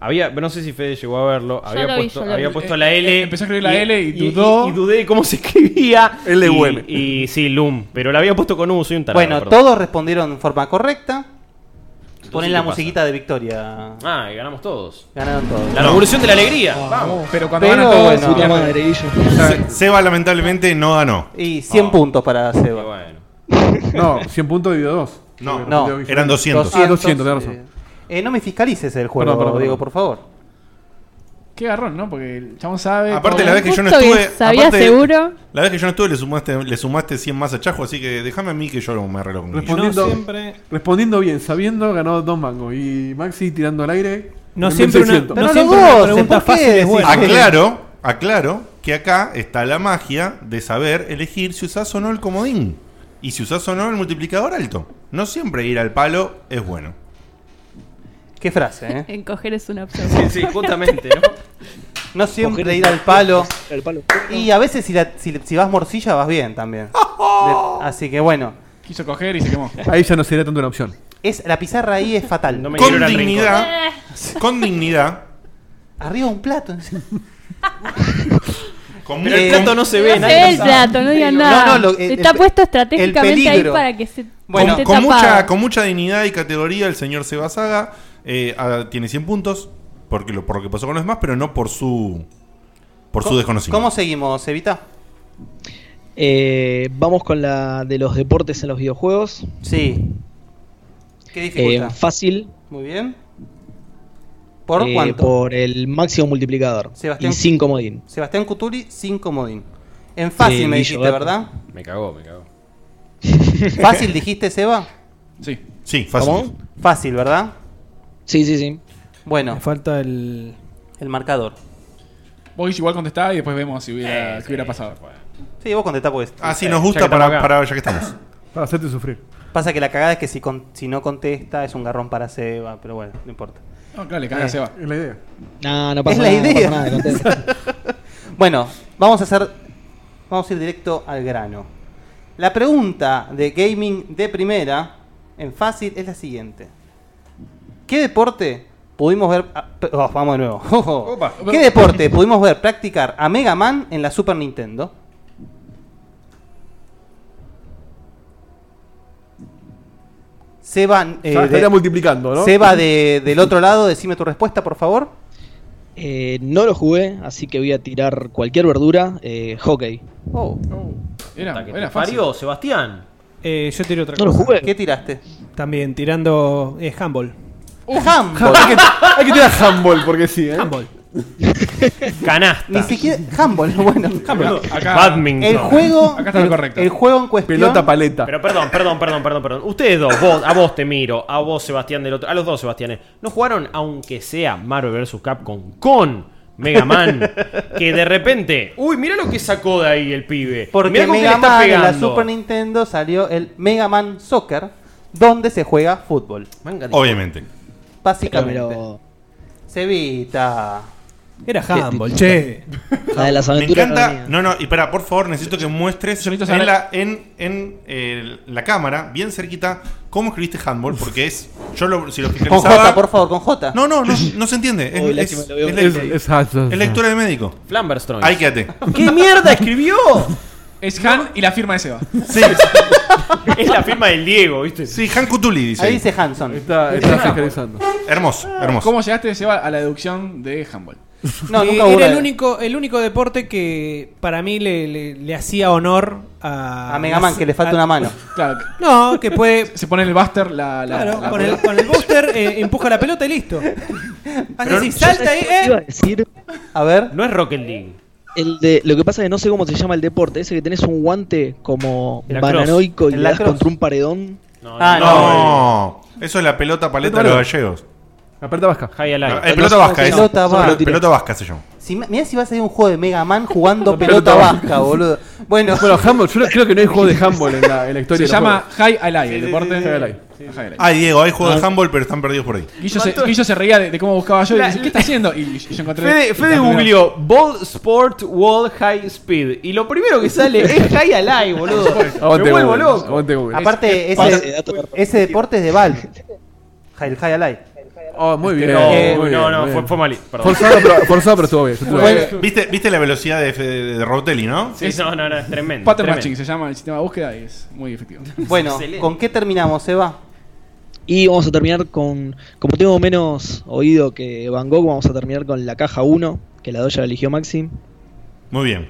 Speaker 7: había, no sé si Fede llegó a verlo. Había
Speaker 9: lo vi,
Speaker 7: puesto,
Speaker 9: yo lo
Speaker 7: había
Speaker 9: vi.
Speaker 7: puesto la L.
Speaker 4: Eh, empezó a escribir la L y dudó.
Speaker 7: Y, y dudé de cómo se escribía.
Speaker 5: LUM.
Speaker 7: Y, y sí, Loom. Pero la había puesto con U, soy un tarado.
Speaker 6: bueno,
Speaker 7: perdón.
Speaker 6: todos respondieron en forma correcta. Ponen
Speaker 7: ¿qué
Speaker 6: la
Speaker 7: pasa?
Speaker 6: musiquita de victoria.
Speaker 7: Ah, y ganamos todos.
Speaker 6: Ganaron todos.
Speaker 7: La revolución de la alegría. Vamos.
Speaker 4: Oh, Pero cuando
Speaker 6: Pero
Speaker 4: van a todos,
Speaker 6: bueno.
Speaker 4: se
Speaker 10: Puta
Speaker 4: pierde.
Speaker 10: madre, Guillo.
Speaker 3: Se- Seba lamentablemente no ganó.
Speaker 6: Y 100
Speaker 7: Ah.
Speaker 6: puntos para
Speaker 7: Y
Speaker 6: Seba.
Speaker 7: bueno.
Speaker 5: No, 100 puntos dividido 2.
Speaker 3: No,
Speaker 6: No,
Speaker 3: eran 200.
Speaker 5: Ah, 200, tenés razón.
Speaker 6: Eh, eh, no me fiscalices el juego,
Speaker 5: Perdón, perdón, perdón.
Speaker 6: Diego, por favor.
Speaker 4: Qué garrón, ¿no? Porque el chabón sabe.
Speaker 3: Aparte,
Speaker 4: todo.
Speaker 3: la vez que yo no
Speaker 9: Justo que
Speaker 3: estuve.
Speaker 9: sabía
Speaker 3: aparte,
Speaker 9: seguro.
Speaker 3: La vez que yo no estuve, le sumaste, le sumaste 100 más a Chajo, así que déjame a mí que yo lo- me arreglo con Guillo.
Speaker 5: Respondiendo,
Speaker 7: siempre-
Speaker 5: respondiendo bien, sabiendo, ganó dos mangos. Y Maxi tirando al aire.
Speaker 8: No
Speaker 5: en
Speaker 8: siempre una-
Speaker 5: 1600.
Speaker 8: pero
Speaker 6: no
Speaker 8: no siempre
Speaker 6: lo
Speaker 8: una
Speaker 6: goces,
Speaker 8: pregunta
Speaker 6: ¿por qué
Speaker 8: fácil es
Speaker 6: decís?
Speaker 8: buena.
Speaker 3: Aclaro, aclaro que acá está la magia de saber elegir si usás o no el comodín. Y si usás o no el multiplicador alto. No siempre ir al palo es bueno.
Speaker 6: Qué frase, ¿eh?
Speaker 9: Encoger es una opción.
Speaker 6: Sí, sí, justamente, ¿no? No siempre ir al palo. Y a veces si, la- si- si vas morcilla vas bien también. De- así que bueno.
Speaker 4: Quiso coger y se quemó.
Speaker 5: Ahí ya no sería tanto una opción.
Speaker 6: Es, la pizarra ahí es fatal. Eh.
Speaker 3: me Con quiero ir al dignidad. Con dignidad.
Speaker 6: Arriba un plato.
Speaker 3: Con
Speaker 6: Pero el
Speaker 3: mu-
Speaker 6: plato
Speaker 3: con-
Speaker 6: no se
Speaker 9: No se ve el plato, no digan nada.
Speaker 6: lo- el-
Speaker 9: Está
Speaker 6: el-
Speaker 9: puesto estratégicamente
Speaker 6: el
Speaker 9: ahí
Speaker 6: peligro.
Speaker 9: para que se
Speaker 3: Bueno,
Speaker 9: esté
Speaker 3: con
Speaker 9: tapado.
Speaker 3: mucha, con mucha dignidad y categoría, el señor Sebasaga eh, ah, tiene 100 puntos porque lo, por lo que pasó con los demás, pero no por su por su
Speaker 6: ¿Cómo-
Speaker 3: desconocimiento.
Speaker 6: ¿Cómo seguimos, Evita?
Speaker 10: Eh, vamos con la de los deportes en los videojuegos.
Speaker 6: Sí. ¿Qué dificultad?
Speaker 10: Eh, fácil.
Speaker 6: Muy bien. ¿Por
Speaker 10: eh,
Speaker 6: cuánto?
Speaker 10: Por el máximo multiplicador.
Speaker 6: Sebastián.
Speaker 10: Y sin comodín.
Speaker 6: Sebastián Cutuli sin comodín. En fácil
Speaker 10: Eh,
Speaker 6: me
Speaker 10: Guillo
Speaker 6: dijiste,
Speaker 10: Gato.
Speaker 6: ¿verdad?
Speaker 12: Me cagó, me cagó.
Speaker 6: ¿Fácil dijiste, Seba?
Speaker 4: Sí.
Speaker 3: Sí,
Speaker 6: fácil. Fácil, ¿verdad?
Speaker 10: Sí, sí, sí.
Speaker 6: Bueno.
Speaker 8: Me falta el.
Speaker 6: El marcador.
Speaker 4: Vos igual contestá y después vemos si hubiera, qué hubiera pasado.
Speaker 6: Sí, vos contestá pues.
Speaker 3: Ah, sí, nos gusta para- para- ya que estamos.
Speaker 5: Para hacerte sufrir.
Speaker 6: Pasa que la cagada es que si, con- si no contesta es un garrón para Seba, pero bueno, no importa.
Speaker 4: No, claro, le caga a Seba.
Speaker 5: Eh, Es la idea.
Speaker 10: No, no pasa
Speaker 6: es la
Speaker 10: nada, no
Speaker 6: idea.
Speaker 10: pasa nada, contento.
Speaker 6: bueno, vamos a hacer. Vamos a ir directo al grano. La pregunta de gaming de primera, en fácil, es la siguiente: ¿Qué deporte pudimos ver. ah, pe- oh, vamos de nuevo.
Speaker 12: Opa.
Speaker 6: ¿Qué deporte pudimos ver practicar a Mega Man en la Super Nintendo? Se van.
Speaker 5: Ya estaría multiplicando, ¿no?
Speaker 6: eh, Seba de- del otro lado, decime tu respuesta, por favor.
Speaker 10: Eh, no lo jugué, así que voy a tirar cualquier verdura. eh, hockey.
Speaker 6: Oh.
Speaker 4: Era,
Speaker 7: era fácil. Parió, Sebastián.
Speaker 8: Eh, yo tiré otra
Speaker 10: No lo
Speaker 8: cosa.
Speaker 10: jugué.
Speaker 6: ¿Qué tiraste?
Speaker 8: También tirando eh, handball.
Speaker 6: Handball.
Speaker 5: hay, que, hay que tirar handball porque sí, ¿eh?
Speaker 8: Handball.
Speaker 7: Canasta.
Speaker 6: Ni siquiera. Handball, bueno.
Speaker 7: Acá- Badminton.
Speaker 6: El juego.
Speaker 7: Acá está lo
Speaker 6: el-
Speaker 7: correcto.
Speaker 6: El juego en cuestión.
Speaker 5: Pelota paleta.
Speaker 7: Pero perdón, perdón, perdón, perdón, perdón. Ustedes dos, vos, a vos te miro, a vos Sebastián del otro, a los dos Sebastianes, ¿no jugaron aunque sea Marvel vs. Capcom con Mega Man? que de repente, uy, mira lo que sacó de ahí el pibe.
Speaker 6: Porque
Speaker 7: mirá con qué
Speaker 6: Mega
Speaker 7: le está
Speaker 6: Man en la
Speaker 7: pegando.
Speaker 6: Super Nintendo salió el Mega Man Soccer, donde se juega fútbol.
Speaker 7: Manga de-
Speaker 3: Obviamente.
Speaker 6: Básicamente.
Speaker 10: Pero
Speaker 6: Sevita.
Speaker 8: Era handball, che.
Speaker 10: la de las
Speaker 3: Me
Speaker 10: aventuras.
Speaker 3: encanta. No, no, y para, por favor, necesito que muestres
Speaker 4: Yo necesito
Speaker 3: en,
Speaker 4: saber-
Speaker 3: la, en, en, eh, la cámara, bien cerquita, cómo escribiste handball, porque es. Yo lo, si lo
Speaker 6: Con J,
Speaker 3: fiscalizaba.
Speaker 6: por favor, con J.
Speaker 3: No, no, no, no se entiende. Es,
Speaker 10: Uy,
Speaker 3: es-
Speaker 10: lástima, lo veo
Speaker 3: es
Speaker 5: Es,
Speaker 3: le-
Speaker 5: es, es-
Speaker 3: es lectura de médico.
Speaker 7: Flamberstroin.
Speaker 3: Ahí quédate.
Speaker 7: ¿Qué mierda escribió?
Speaker 4: Es Han y la firma de Seba.
Speaker 3: Sí,
Speaker 7: es la firma del Diego, ¿viste?
Speaker 3: sí, Han Cutuli dice.
Speaker 6: Ahí
Speaker 3: ahí.
Speaker 6: dice Hanson.
Speaker 5: está, está fiscalizando.
Speaker 3: Hermoso, hermoso.
Speaker 4: ¿Cómo llegaste, Seba, a la deducción de handball?
Speaker 6: No,
Speaker 8: Eh,
Speaker 6: nunca hubo
Speaker 8: era el
Speaker 6: la-
Speaker 8: único, el único deporte que para mí le, le- le hacía honor a.
Speaker 6: A Mega Man, que le falta
Speaker 8: a-
Speaker 6: una mano.
Speaker 4: Claro,
Speaker 8: No, que puede.
Speaker 4: se pone en el buster la. la-
Speaker 8: Claro,
Speaker 4: la-
Speaker 8: con el, con el booster eh, empuja la pelota y listo. Hace así, salta ahí,
Speaker 10: Iba a
Speaker 8: eh.
Speaker 10: decir
Speaker 6: A ver.
Speaker 7: No es Rocket League.
Speaker 10: el de. Lo que pasa es que no sé cómo se llama el deporte. Ese que tenés un guante como
Speaker 7: El lacrosse.
Speaker 10: bananoico y
Speaker 6: El
Speaker 10: le das
Speaker 6: lacrosse.
Speaker 10: contra un paredón.
Speaker 7: No,
Speaker 6: Ah,
Speaker 3: No, eso es la pelota paleta de los gallegos.
Speaker 5: Aperta vasca.
Speaker 7: High
Speaker 3: No,
Speaker 7: Alive.
Speaker 3: eh, pelota vasca, es.
Speaker 6: Pelota vasca.
Speaker 3: Pelota- Pelota vasca se llama.
Speaker 6: Si, mirá si va a salir un juego de Mega Man jugando pelota
Speaker 5: pelota
Speaker 6: vasca, boludo. Bueno,
Speaker 5: Bueno, handball, yo no- creo que no hay juego de handball en la, en la historia.
Speaker 4: Se
Speaker 5: de los
Speaker 4: llama
Speaker 5: juegos.
Speaker 4: High Alive, el deporte.
Speaker 5: sí, sí.
Speaker 4: High Alive. High Alive.
Speaker 3: Ay, Ah, Diego, hay
Speaker 5: Ah.
Speaker 3: juego de handball, pero están perdidos por ahí.
Speaker 4: Guillo, se, Guillo se reía de, de cómo buscaba yo y
Speaker 7: La-
Speaker 4: dice, ¿qué está haciendo? Y yo encontré.
Speaker 7: Fede,
Speaker 4: la
Speaker 7: Fede
Speaker 4: primera-
Speaker 7: googleó Ball Sport World High Speed y lo primero que sale es High Alive, boludo. Me
Speaker 5: Aguante
Speaker 7: vuelvo
Speaker 5: Google,
Speaker 7: loco.
Speaker 5: Aguante Google.
Speaker 6: aparte,
Speaker 10: Pase,
Speaker 6: ese,
Speaker 10: dato de-
Speaker 6: ese deporte es de Valve. El High Alive.
Speaker 5: Oh, muy bien.
Speaker 7: Eh,
Speaker 3: Este,
Speaker 7: No,
Speaker 5: muy bien,
Speaker 7: no, no,
Speaker 5: muy
Speaker 7: fue,
Speaker 5: bien.
Speaker 7: fue mal. Perdón.
Speaker 5: Forzado, pero, forzado, pero estuvo bien. estuvo bien.
Speaker 6: Bueno,
Speaker 3: ¿Viste, viste la velocidad de, de, de Rotelli, no?
Speaker 7: Sí, no, no, no, es tremendo.
Speaker 4: Pattern
Speaker 7: tremendo.
Speaker 4: matching se llama el sistema de búsqueda y es muy efectivo.
Speaker 6: Bueno,
Speaker 7: Excelente.
Speaker 6: ¿con qué terminamos, Eva?
Speaker 10: Y vamos a terminar con. Como tengo menos oído que Van Gogh, vamos a terminar con la caja 1, que la doya eligió Maxi.
Speaker 3: Muy bien.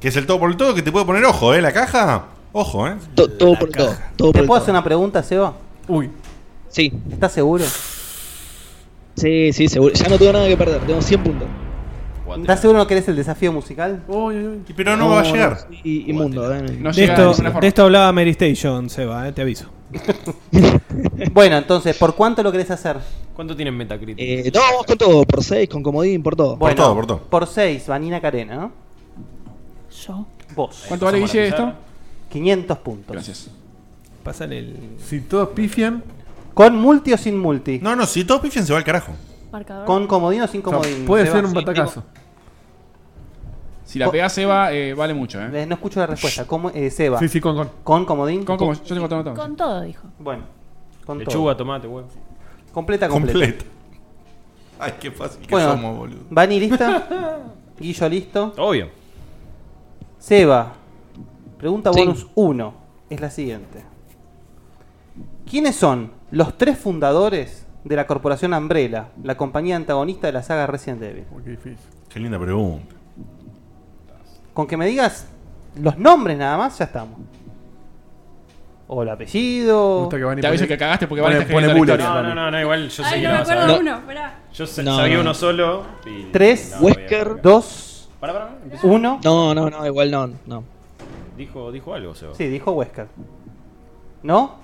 Speaker 3: Que es el todo por el todo que te puede poner ojo, ¿eh? La caja. Ojo, ¿eh?
Speaker 10: To- todo por el todo. todo por
Speaker 6: ¿Te
Speaker 10: el
Speaker 6: puedo
Speaker 10: todo.
Speaker 6: hacer una pregunta, Seba?
Speaker 5: Uy.
Speaker 10: Sí,
Speaker 6: ¿Estás seguro?
Speaker 10: sí, sí, seguro. Ya no tengo nada que perder, tengo 100 puntos.
Speaker 6: ¿Estás seguro no querés el desafío musical?
Speaker 5: Uy, uy, uy.
Speaker 3: Y- Pero no, va a llegar.
Speaker 10: Y, inmundo, ¿eh?
Speaker 4: No llega
Speaker 8: De
Speaker 4: de
Speaker 8: esto,
Speaker 4: ninguna forma.
Speaker 8: de esto hablaba Mary Station, Seba, eh, te aviso.
Speaker 6: Bueno, entonces, ¿por cuánto lo querés hacer?
Speaker 7: ¿Cuánto tienen Metacritic?
Speaker 10: Eh, no, vamos con todo, por 6, con comodín, por todo.
Speaker 6: Bueno,
Speaker 3: todo, por todo.
Speaker 6: Por 6, Vanina Carena, ¿no?
Speaker 9: Yo.
Speaker 6: Vos.
Speaker 4: ¿Cuánto vale Guille esto?
Speaker 6: 500 puntos.
Speaker 4: Gracias.
Speaker 8: Pásale el.
Speaker 5: Si todos pifian,
Speaker 6: ¿Con multi o sin multi?
Speaker 3: No, no, si todos pifian se va al carajo.
Speaker 9: Marcador.
Speaker 6: ¿Con comodín o sin comodín?
Speaker 5: puede ser
Speaker 6: Seba?
Speaker 5: un batacazo.
Speaker 4: Si la pegás, Eva, eh, vale mucho, ¿eh?
Speaker 6: Eh, No escucho la respuesta. ¿Cómo, eh, Seba?
Speaker 5: Sí, sí, con, con.
Speaker 6: ¿Con comodín?
Speaker 4: Con, como, yo tengo todo, todo.
Speaker 9: Con todo, dijo.
Speaker 6: Bueno, con
Speaker 7: Lechuga,
Speaker 6: todo.
Speaker 7: tomate, huevo.
Speaker 6: Completa, completa.
Speaker 3: Completo. Ay, qué fácil que
Speaker 6: Bueno.
Speaker 3: somos, boludo.
Speaker 6: Vani, ¿lista? Guillo, ¿listo?
Speaker 7: Obvio.
Speaker 6: Seba, pregunta
Speaker 10: Sí.
Speaker 6: bonus 1 es la siguiente. ¿Quiénes son los tres fundadores de la corporación Umbrella, la compañía antagonista de la saga Resident Evil?
Speaker 5: Uy, qué difícil.
Speaker 3: Qué linda pregunta.
Speaker 6: Con que me digas los nombres nada más, ya estamos. O el
Speaker 5: Me
Speaker 6: apellido.
Speaker 5: gusta que Vani
Speaker 4: Te aviso
Speaker 5: pone-
Speaker 4: que cagaste porque vale
Speaker 5: pone-
Speaker 4: a
Speaker 5: pone bullet.
Speaker 7: No, no, no, no, igual yo sé
Speaker 9: Ay,
Speaker 7: que
Speaker 9: no
Speaker 7: no
Speaker 9: me
Speaker 7: vas a
Speaker 9: acuerdo
Speaker 10: No.
Speaker 9: uno, esperá.
Speaker 7: Yo sa-
Speaker 10: No,
Speaker 7: sabía
Speaker 10: no.
Speaker 7: uno solo. y-
Speaker 6: Tres,
Speaker 7: voy a-
Speaker 10: Wesker.
Speaker 6: Dos,
Speaker 7: Pará, pará, pará, empecé.
Speaker 6: uno.
Speaker 10: No, no, no, igual no, no.
Speaker 7: Dijo, dijo algo, Seba.
Speaker 6: Sí, dijo Wesker. ¿No?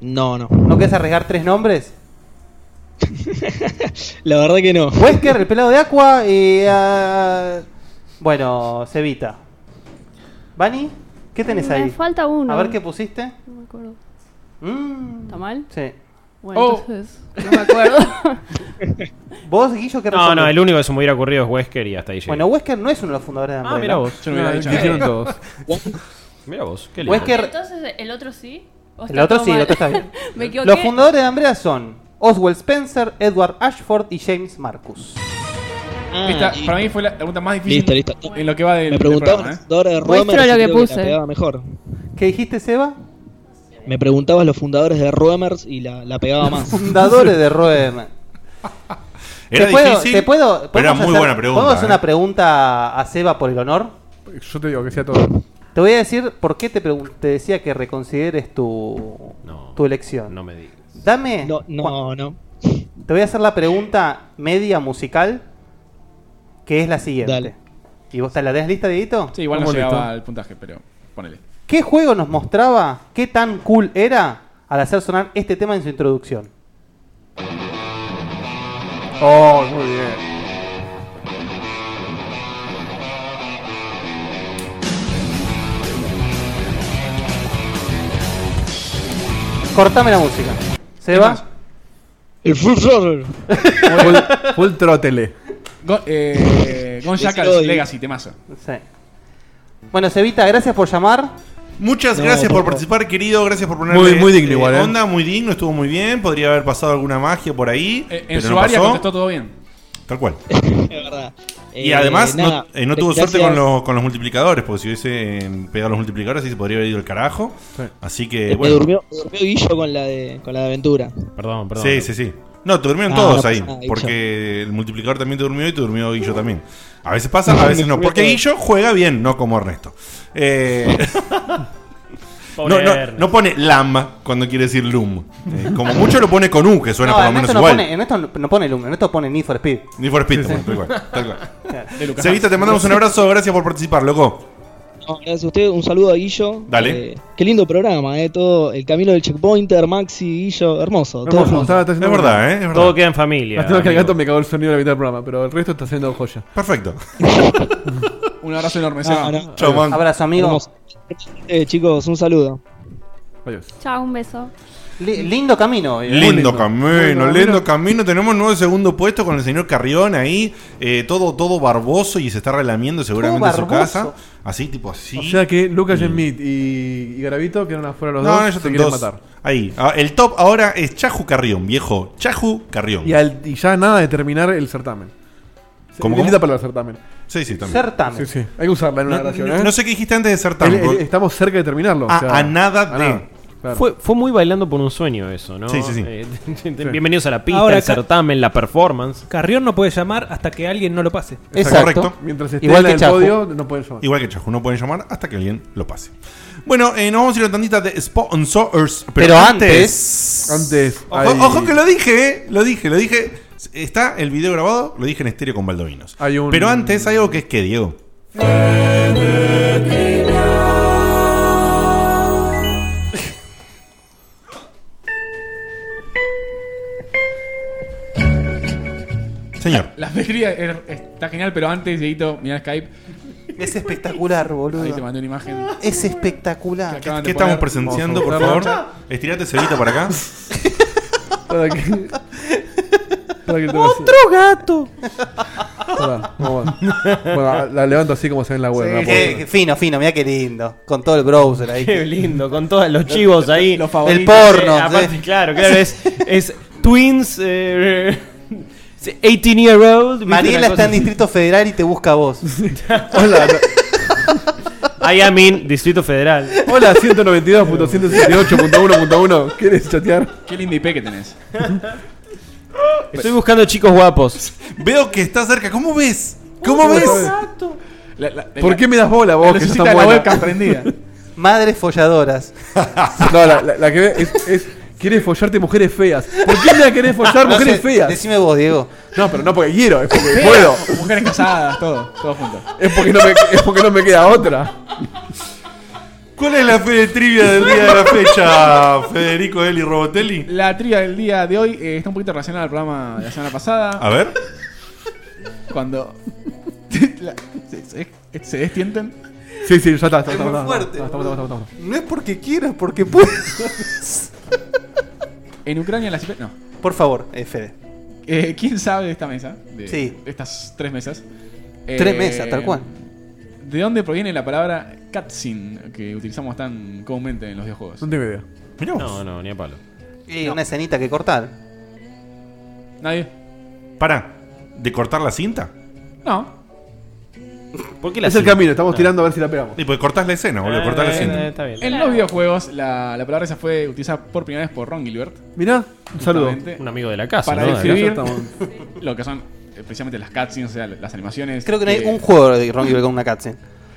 Speaker 10: No, no.
Speaker 6: ¿No querés arriesgar tres nombres?
Speaker 10: La verdad que no.
Speaker 6: Wesker, el pelado de Aqua y. ah, bueno, Cevita. Bani, ¿qué tenés
Speaker 9: me
Speaker 6: ahí?
Speaker 9: falta uno.
Speaker 6: A ver qué pusiste.
Speaker 9: No me acuerdo.
Speaker 6: Mm,
Speaker 9: ¿Está mal?
Speaker 6: sí.
Speaker 9: Bueno,
Speaker 4: Oh.
Speaker 9: entonces. No me acuerdo.
Speaker 6: ¿Vos, Guillo, qué
Speaker 7: No, no,
Speaker 6: respondés?
Speaker 7: el único que se me hubiera ocurrido es Wesker y hasta ahí llegué.
Speaker 6: Bueno, Wesker no es uno de los fundadores de
Speaker 7: ah,
Speaker 6: Umbrella.
Speaker 7: mira vos.
Speaker 4: Yo no hubiera
Speaker 5: Ah,
Speaker 4: dicho
Speaker 5: que
Speaker 4: nada.
Speaker 5: hicieron todos.
Speaker 7: Mira vos, qué lindo.
Speaker 6: Wesker,
Speaker 9: entonces, ¿el otro sí? ¿O
Speaker 6: el
Speaker 9: está
Speaker 6: otro
Speaker 9: todo
Speaker 6: sí, el
Speaker 9: mal?
Speaker 6: otro está bien.
Speaker 9: me equivoqué.
Speaker 6: Los fundadores de Umbrella son Oswald Spencer, Edward Ashford y James Marcus.
Speaker 4: Esta, para mí fue la pregunta más difícil
Speaker 10: Ah, Listo, listo.
Speaker 4: en lo que va del,
Speaker 10: Me
Speaker 4: del
Speaker 10: preguntabas
Speaker 4: programa, ¿eh?
Speaker 10: fundadores de
Speaker 9: Muestro
Speaker 10: Romer. yo
Speaker 9: lo que
Speaker 10: creo la
Speaker 9: puse.
Speaker 10: pegaba mejor.
Speaker 6: ¿Qué dijiste, Seba?
Speaker 10: Me preguntabas los fundadores de Roemers y la, la pegaba más.
Speaker 6: Fundadores de Roem.
Speaker 3: Era
Speaker 6: ¿Te puedo,
Speaker 3: difícil.
Speaker 6: te puedo-
Speaker 3: pero era
Speaker 6: podemos
Speaker 3: muy
Speaker 6: hacer-
Speaker 3: buena pregunta.
Speaker 6: ¿Podemos hacer
Speaker 3: eh.
Speaker 6: una pregunta a Seba por el honor?
Speaker 5: Yo te digo que sea todo.
Speaker 6: Te voy a decir por qué te, pregun- te decía que reconsideres tu,
Speaker 7: No.
Speaker 6: tu elección.
Speaker 7: No me digas.
Speaker 6: Dame.
Speaker 10: No,
Speaker 6: cua-
Speaker 10: no, no.
Speaker 6: Te voy a hacer la pregunta media musical, que es la siguiente.
Speaker 10: Dale.
Speaker 6: ¿Y vos te la tenés lista, Dieguito?
Speaker 4: Sí, igual no
Speaker 5: Vamos, listo.
Speaker 4: llegaba al puntaje, pero ponele.
Speaker 6: ¿Qué juego nos mostraba qué tan cool era al hacer sonar este tema en su introducción?
Speaker 5: Oh, muy bien.
Speaker 6: Cortame la música.
Speaker 4: más?
Speaker 6: Seba,
Speaker 10: El Full Throttle.
Speaker 5: Full, full trótele.
Speaker 4: Go- eh, Gon Shackles
Speaker 10: Decidí.
Speaker 4: Legacy, temazo.
Speaker 6: Sí. Bueno, Cevita, gracias por llamar.
Speaker 3: Muchas
Speaker 10: No,
Speaker 3: gracias por
Speaker 10: por favor.
Speaker 3: participar, querido. Gracias por ponerle
Speaker 5: Muy- muy digno igual, eh.
Speaker 3: onda, muy digno, estuvo muy bien. Podría haber pasado alguna magia por ahí.
Speaker 4: Eh, en
Speaker 3: pero
Speaker 4: su
Speaker 3: no
Speaker 4: área
Speaker 3: pasó.
Speaker 4: contestó todo bien.
Speaker 3: Tal cual.
Speaker 10: Es verdad.
Speaker 3: Y
Speaker 10: Eh,
Speaker 3: además no-
Speaker 10: nada,
Speaker 3: eh, no, tuvo suerte
Speaker 10: gracias.
Speaker 3: con los, con los multiplicadores, porque si hubiese eh, pegado los multiplicadores, sí se podría haber ido el carajo.
Speaker 5: Sí.
Speaker 3: Así
Speaker 10: Me,
Speaker 3: que,
Speaker 10: Eh, me
Speaker 3: bueno.
Speaker 10: durmió, me durmió Guillo con la de, con la de aventura.
Speaker 7: Perdón, perdón.
Speaker 3: Sí, sí, sí. No, te durmieron
Speaker 10: Ah, no
Speaker 3: todos
Speaker 10: pasa
Speaker 3: ahí.
Speaker 10: nada, Guillo.
Speaker 3: porque el multiplicador también te durmió y te durmió Guillo también. A veces pasa, a veces no.
Speaker 10: durmió
Speaker 3: Porque
Speaker 10: todo.
Speaker 3: Guillo juega bien, no como Ernesto. Eh,
Speaker 7: Pobre
Speaker 3: no, no,
Speaker 7: Ernest.
Speaker 3: no pone LAM cuando quiere decir LUM. Eh, como mucho lo pone con U, que suena
Speaker 6: No,
Speaker 3: por lo
Speaker 6: en
Speaker 3: menos
Speaker 6: esto no
Speaker 3: igual.
Speaker 6: pone, en esto no no pone Lumen, en esto pone Need for Speed.
Speaker 3: Ni for Speed, tal cual. Tal cual.
Speaker 4: De Lucas.
Speaker 3: Cevita, te mandamos un abrazo. Gracias por participar, loco.
Speaker 10: No, gracias a usted, un saludo a Guillo.
Speaker 3: Dale.
Speaker 10: Eh, qué lindo programa, eh, todo el camino del checkpointer, Maxi, Guillo, hermoso. todo
Speaker 5: Hermoso, está- está
Speaker 3: Es
Speaker 5: haciendo bueno.
Speaker 3: verdad, ¿eh? Es verdad.
Speaker 7: Todo queda en familia.
Speaker 5: Lástima que el
Speaker 7: amigo.
Speaker 5: gato me cagó el sonido de la mitad del programa, pero el resto está haciendo joya.
Speaker 3: Perfecto.
Speaker 4: Un abrazo enorme,
Speaker 10: Ah,
Speaker 4: Seba.
Speaker 10: no,
Speaker 3: Chau, man.
Speaker 6: Abrazo, amigo.
Speaker 10: hermoso. Eh, chicos, un saludo.
Speaker 5: Adiós.
Speaker 9: Chao, un beso.
Speaker 6: Li- lindo camino. eh.
Speaker 3: Lindo camino,
Speaker 5: Bueno,
Speaker 3: lindo
Speaker 5: mira.
Speaker 3: camino. Tenemos nuevo segundo puesto con el señor Carrión ahí, eh, todo, todo barboso y se está relamiendo seguramente en su
Speaker 6: barboso.
Speaker 3: casa. Así, tipo así.
Speaker 5: O sea que Lucas Smith y, y Garavito quedaron afuera los
Speaker 3: no,
Speaker 5: dos.
Speaker 3: no, ellos
Speaker 5: se
Speaker 3: son
Speaker 5: quieren
Speaker 3: dos.
Speaker 5: matar.
Speaker 3: Ahí. Ah, el top ahora es Chaju Carrión, viejo. Chaju Carrión.
Speaker 5: Y, al- y ya nada de terminar el certamen.
Speaker 3: ¿Cómo,
Speaker 5: Linda
Speaker 3: cómo?
Speaker 5: palabra certamen.
Speaker 3: Sí, sí, también.
Speaker 6: Certamen.
Speaker 5: Sí, sí. Hay que usarla en una
Speaker 3: No,
Speaker 5: oración,
Speaker 3: no-
Speaker 5: ¿eh?
Speaker 3: no sé qué dijiste antes de ser
Speaker 5: El- el- estamos cerca de terminarlo.
Speaker 3: A- a nada de.
Speaker 5: Claro.
Speaker 7: Fue, fue muy bailando por un sueño eso, ¿no?
Speaker 3: Sí, sí, sí.
Speaker 7: Eh, bienvenidos a la pista,
Speaker 8: Ahora
Speaker 7: el
Speaker 8: acá-
Speaker 7: certamen, la performance.
Speaker 8: Carrión no puede llamar hasta que alguien no lo pase.
Speaker 6: Exacto.
Speaker 3: Correcto.
Speaker 5: Mientras esté en
Speaker 6: Igual que
Speaker 5: el
Speaker 6: Chapu.
Speaker 5: Este podio, no pueden llamar.
Speaker 3: Igual que Chaju, no pueden llamar hasta que alguien lo pase. Bueno, eh, nos vamos a ir a una tandita de sponsors. Pero,
Speaker 6: Pero
Speaker 3: antes.
Speaker 5: Antes,
Speaker 3: Ojo,
Speaker 5: hay-
Speaker 3: ojo que lo dije, eh, lo dije, lo dije. Está el video grabado, lo dije en estéreo con Baldovinos.
Speaker 5: Hay un-
Speaker 3: Pero antes hay algo que es que, Diego. Señor,
Speaker 4: La alegría er- está genial, pero antes, Dieguito, mirá Skype.
Speaker 6: Es
Speaker 4: Ahí
Speaker 6: espectacular,
Speaker 4: te
Speaker 6: boludo.
Speaker 4: mandé una imagen. que
Speaker 6: Es espectacular.
Speaker 4: acaban de
Speaker 3: ¿qué estamos
Speaker 4: poner.
Speaker 3: presenciando, por favor? Estirate, Cevita, para acá.
Speaker 5: Para que. Para que te lo-
Speaker 8: ¡Otro gato!
Speaker 5: Pará, vamos a- Bueno, la levanto así como se ve en la web. la
Speaker 6: Qué-
Speaker 5: puedo-
Speaker 6: qué fino, fino, mira qué lindo. Con todo el browser ahí.
Speaker 7: Qué lindo, con todos los chivos ahí.
Speaker 6: el porno.
Speaker 7: Eh, aparte,
Speaker 6: sí.
Speaker 7: claro, claro, es, es Twins. eh, 18 year old. ¿viste? Una
Speaker 6: Mariela
Speaker 7: cosa
Speaker 6: está en
Speaker 7: así.
Speaker 6: Distrito Federal y te busca a vos.
Speaker 7: I am in Distrito Federal.
Speaker 5: Hola, 192.168.1.1. ¿Quieres chatear?
Speaker 4: Qué lindo IP que tenés.
Speaker 7: Estoy buscando chicos guapos.
Speaker 3: Veo que está cerca. ¿Cómo ves? ¿Cómo
Speaker 5: Otro
Speaker 3: ves?
Speaker 5: gato. ¿Por qué me das bola
Speaker 4: La
Speaker 5: vos? Que sos
Speaker 4: lucecita
Speaker 5: tan
Speaker 4: de la
Speaker 5: buena?
Speaker 4: webcam prendida.
Speaker 6: Madres folladoras.
Speaker 5: No, la, la- la que ve es, es. Quieres follarte mujeres feas. ¿Por qué me la querés follar
Speaker 6: No
Speaker 5: mujeres
Speaker 6: sé,
Speaker 5: feas?
Speaker 6: Decime vos, Diego.
Speaker 5: No, pero no porque quiero, es porque puedo.
Speaker 4: Mujeres casadas, todo, todo junto.
Speaker 5: Es porque no me, es porque no me queda otra.
Speaker 3: ¿Cuál es la fe de trivia del día de la fecha, Federico Eli Robotelli?
Speaker 4: La trivia del día de hoy eh, está un poquito relacionada al programa de la semana pasada.
Speaker 3: A ver.
Speaker 4: Cuando. la- se, se- se destienten.
Speaker 5: Sí, sí, ya está. está,
Speaker 6: Es
Speaker 5: está,
Speaker 6: muy
Speaker 5: está,
Speaker 6: fuerte,
Speaker 5: está, está, está, está, está, está.
Speaker 6: No es porque quieras, porque puedes.
Speaker 4: En Ucrania las. No.
Speaker 6: Por favor, eh, Fede.
Speaker 4: Eh, ¿Quién sabe de esta mesa? De,
Speaker 6: Sí.
Speaker 4: de estas tres mesas.
Speaker 6: Tres
Speaker 4: Eh,
Speaker 6: mesas, tal cual.
Speaker 4: ¿De dónde proviene la palabra cutscene que utilizamos tan comúnmente en los videojuegos?
Speaker 5: No tengo idea.
Speaker 3: Mirá vos.
Speaker 7: No, no, ni a palo.
Speaker 6: Y una escenita que cortar.
Speaker 4: ¿Nadie?
Speaker 3: Pará. ¿De cortar la cinta?
Speaker 4: No.
Speaker 7: ¿Por qué la
Speaker 5: Es el
Speaker 7: cinta?
Speaker 5: camino, estamos tirando a ver si la pegamos.
Speaker 3: Y pues cortás la escena, boludo. Cortás la
Speaker 7: Eh, eh,
Speaker 3: cinta.
Speaker 7: está bien.
Speaker 4: En los videojuegos, la, la palabra esa fue utilizada por primera vez por Ron Gilbert.
Speaker 5: Mirá, un saludo.
Speaker 4: justamente,
Speaker 7: Un amigo de la casa,
Speaker 4: Para
Speaker 7: ¿no?
Speaker 5: Sí, ya
Speaker 4: describir
Speaker 5: estamos.
Speaker 4: lo que son eh, precisamente las cutscenes, o sea, las animaciones.
Speaker 6: Creo que no hay
Speaker 4: que-
Speaker 6: un juego de Ron Gilbert con una cutscene.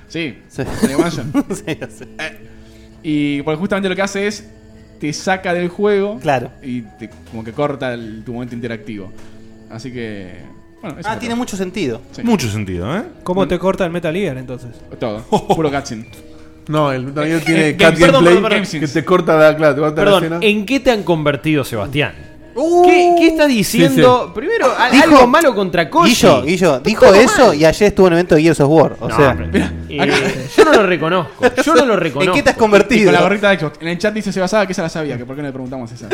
Speaker 4: Sí,
Speaker 6: Sí.
Speaker 4: Mario Mansion.
Speaker 6: Sí, sí.
Speaker 4: Y porque justamente lo que hace es te saca del juego
Speaker 6: Claro.
Speaker 4: y te, como que corta el- tu momento interactivo. Así que. Bueno, eso
Speaker 6: Ah,
Speaker 4: es
Speaker 6: tiene mucho sentido.
Speaker 4: Sí.
Speaker 3: Mucho sentido, ¿eh?
Speaker 8: ¿Cómo te corta el Metal Gear entonces?
Speaker 4: todo. Puro cutscene.
Speaker 5: No, el Daniel tiene
Speaker 7: eh,
Speaker 5: Cat
Speaker 7: perdón,
Speaker 5: Gameplay
Speaker 7: perdón, perdón.
Speaker 5: que te corta la, claro, te corta la escena.
Speaker 7: Perdón, ¿en qué te han convertido, Sebastián? ¿Qué, qué está diciendo? Primero, a-
Speaker 6: Dijo-
Speaker 7: algo malo contra Koji.
Speaker 6: Guillo, Guillo, dijo eso y ayer estuvo en un evento de Gears of War. O
Speaker 7: No,
Speaker 6: sea,
Speaker 7: pero- eh, yo no lo reconozco. Yo no lo reconozco.
Speaker 6: ¿en qué te has
Speaker 4: Y
Speaker 6: convertido?
Speaker 4: con la gorrita de Xbox. En el chat dice Sebasada que esa la sabía, que por qué no le preguntamos esa.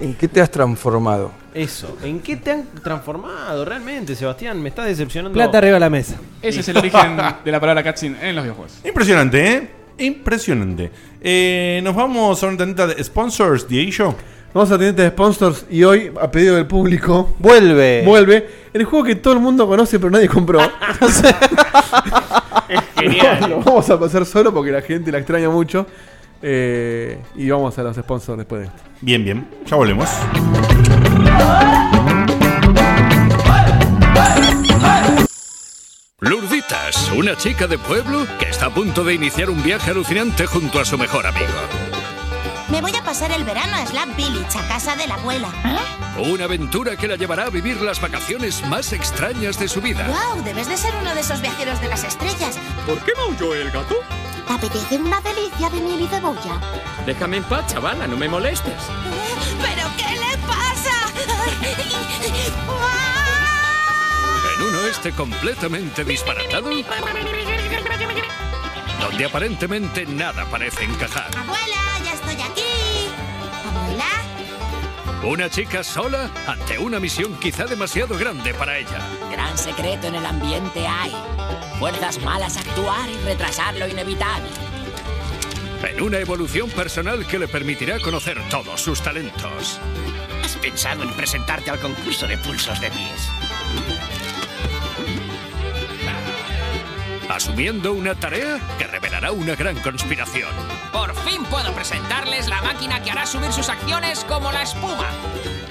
Speaker 12: ¿En qué te has transformado?
Speaker 7: Eso, ¿en qué te han transformado realmente, Sebastián? Me estás decepcionando.
Speaker 8: Plata arriba de la mesa.
Speaker 4: Ese es el origen de la palabra cutscene en los videojuegos.
Speaker 3: Impresionante, ¿eh? Impresionante. Eh, Nos vamos a una tandita de sponsors, Dieguillo.
Speaker 5: Vamos a teniente de sponsors y hoy, a pedido del público,
Speaker 6: Vuelve.
Speaker 5: vuelve el juego que todo el mundo conoce pero nadie compró.
Speaker 7: Genial.
Speaker 5: Lo vamos a pasar solo porque la gente la extraña mucho. Eh, y vamos a los sponsors después de esto.
Speaker 3: Bien, bien. Ya volvemos.
Speaker 13: Lurditas, una chica de pueblo que está a punto de iniciar un viaje alucinante junto a su mejor amigo.
Speaker 14: Me voy a pasar el verano a Slap Village, a casa de la abuela.
Speaker 13: Una aventura que la llevará a vivir las vacaciones más extrañas de su vida.
Speaker 14: ¡Wow! Debes de ser uno de esos viajeros de las estrellas.
Speaker 13: ¿Por qué maulló el gato?
Speaker 14: ¿Te apetece una delicia de miel y cebolla?
Speaker 12: Déjame en paz, chavala, no me molestes.
Speaker 14: ¿Pero qué le pasa?
Speaker 13: En un oeste completamente disparatado, donde aparentemente nada parece encajar.
Speaker 14: ¡Abuela, ya estoy aquí! ¿Abuela?
Speaker 13: Una chica sola ante una misión quizá demasiado grande para ella.
Speaker 14: Gran secreto en el ambiente hay. Fuerzas malas actuar y retrasar lo inevitable.
Speaker 13: En una evolución personal que le permitirá conocer todos sus talentos.
Speaker 12: ¿Has pensado en presentarte al concurso de pulsos de pies?
Speaker 13: asumiendo una tarea que revelará una gran conspiración.
Speaker 12: Por fin puedo presentarles la máquina que hará subir sus acciones como la espuma.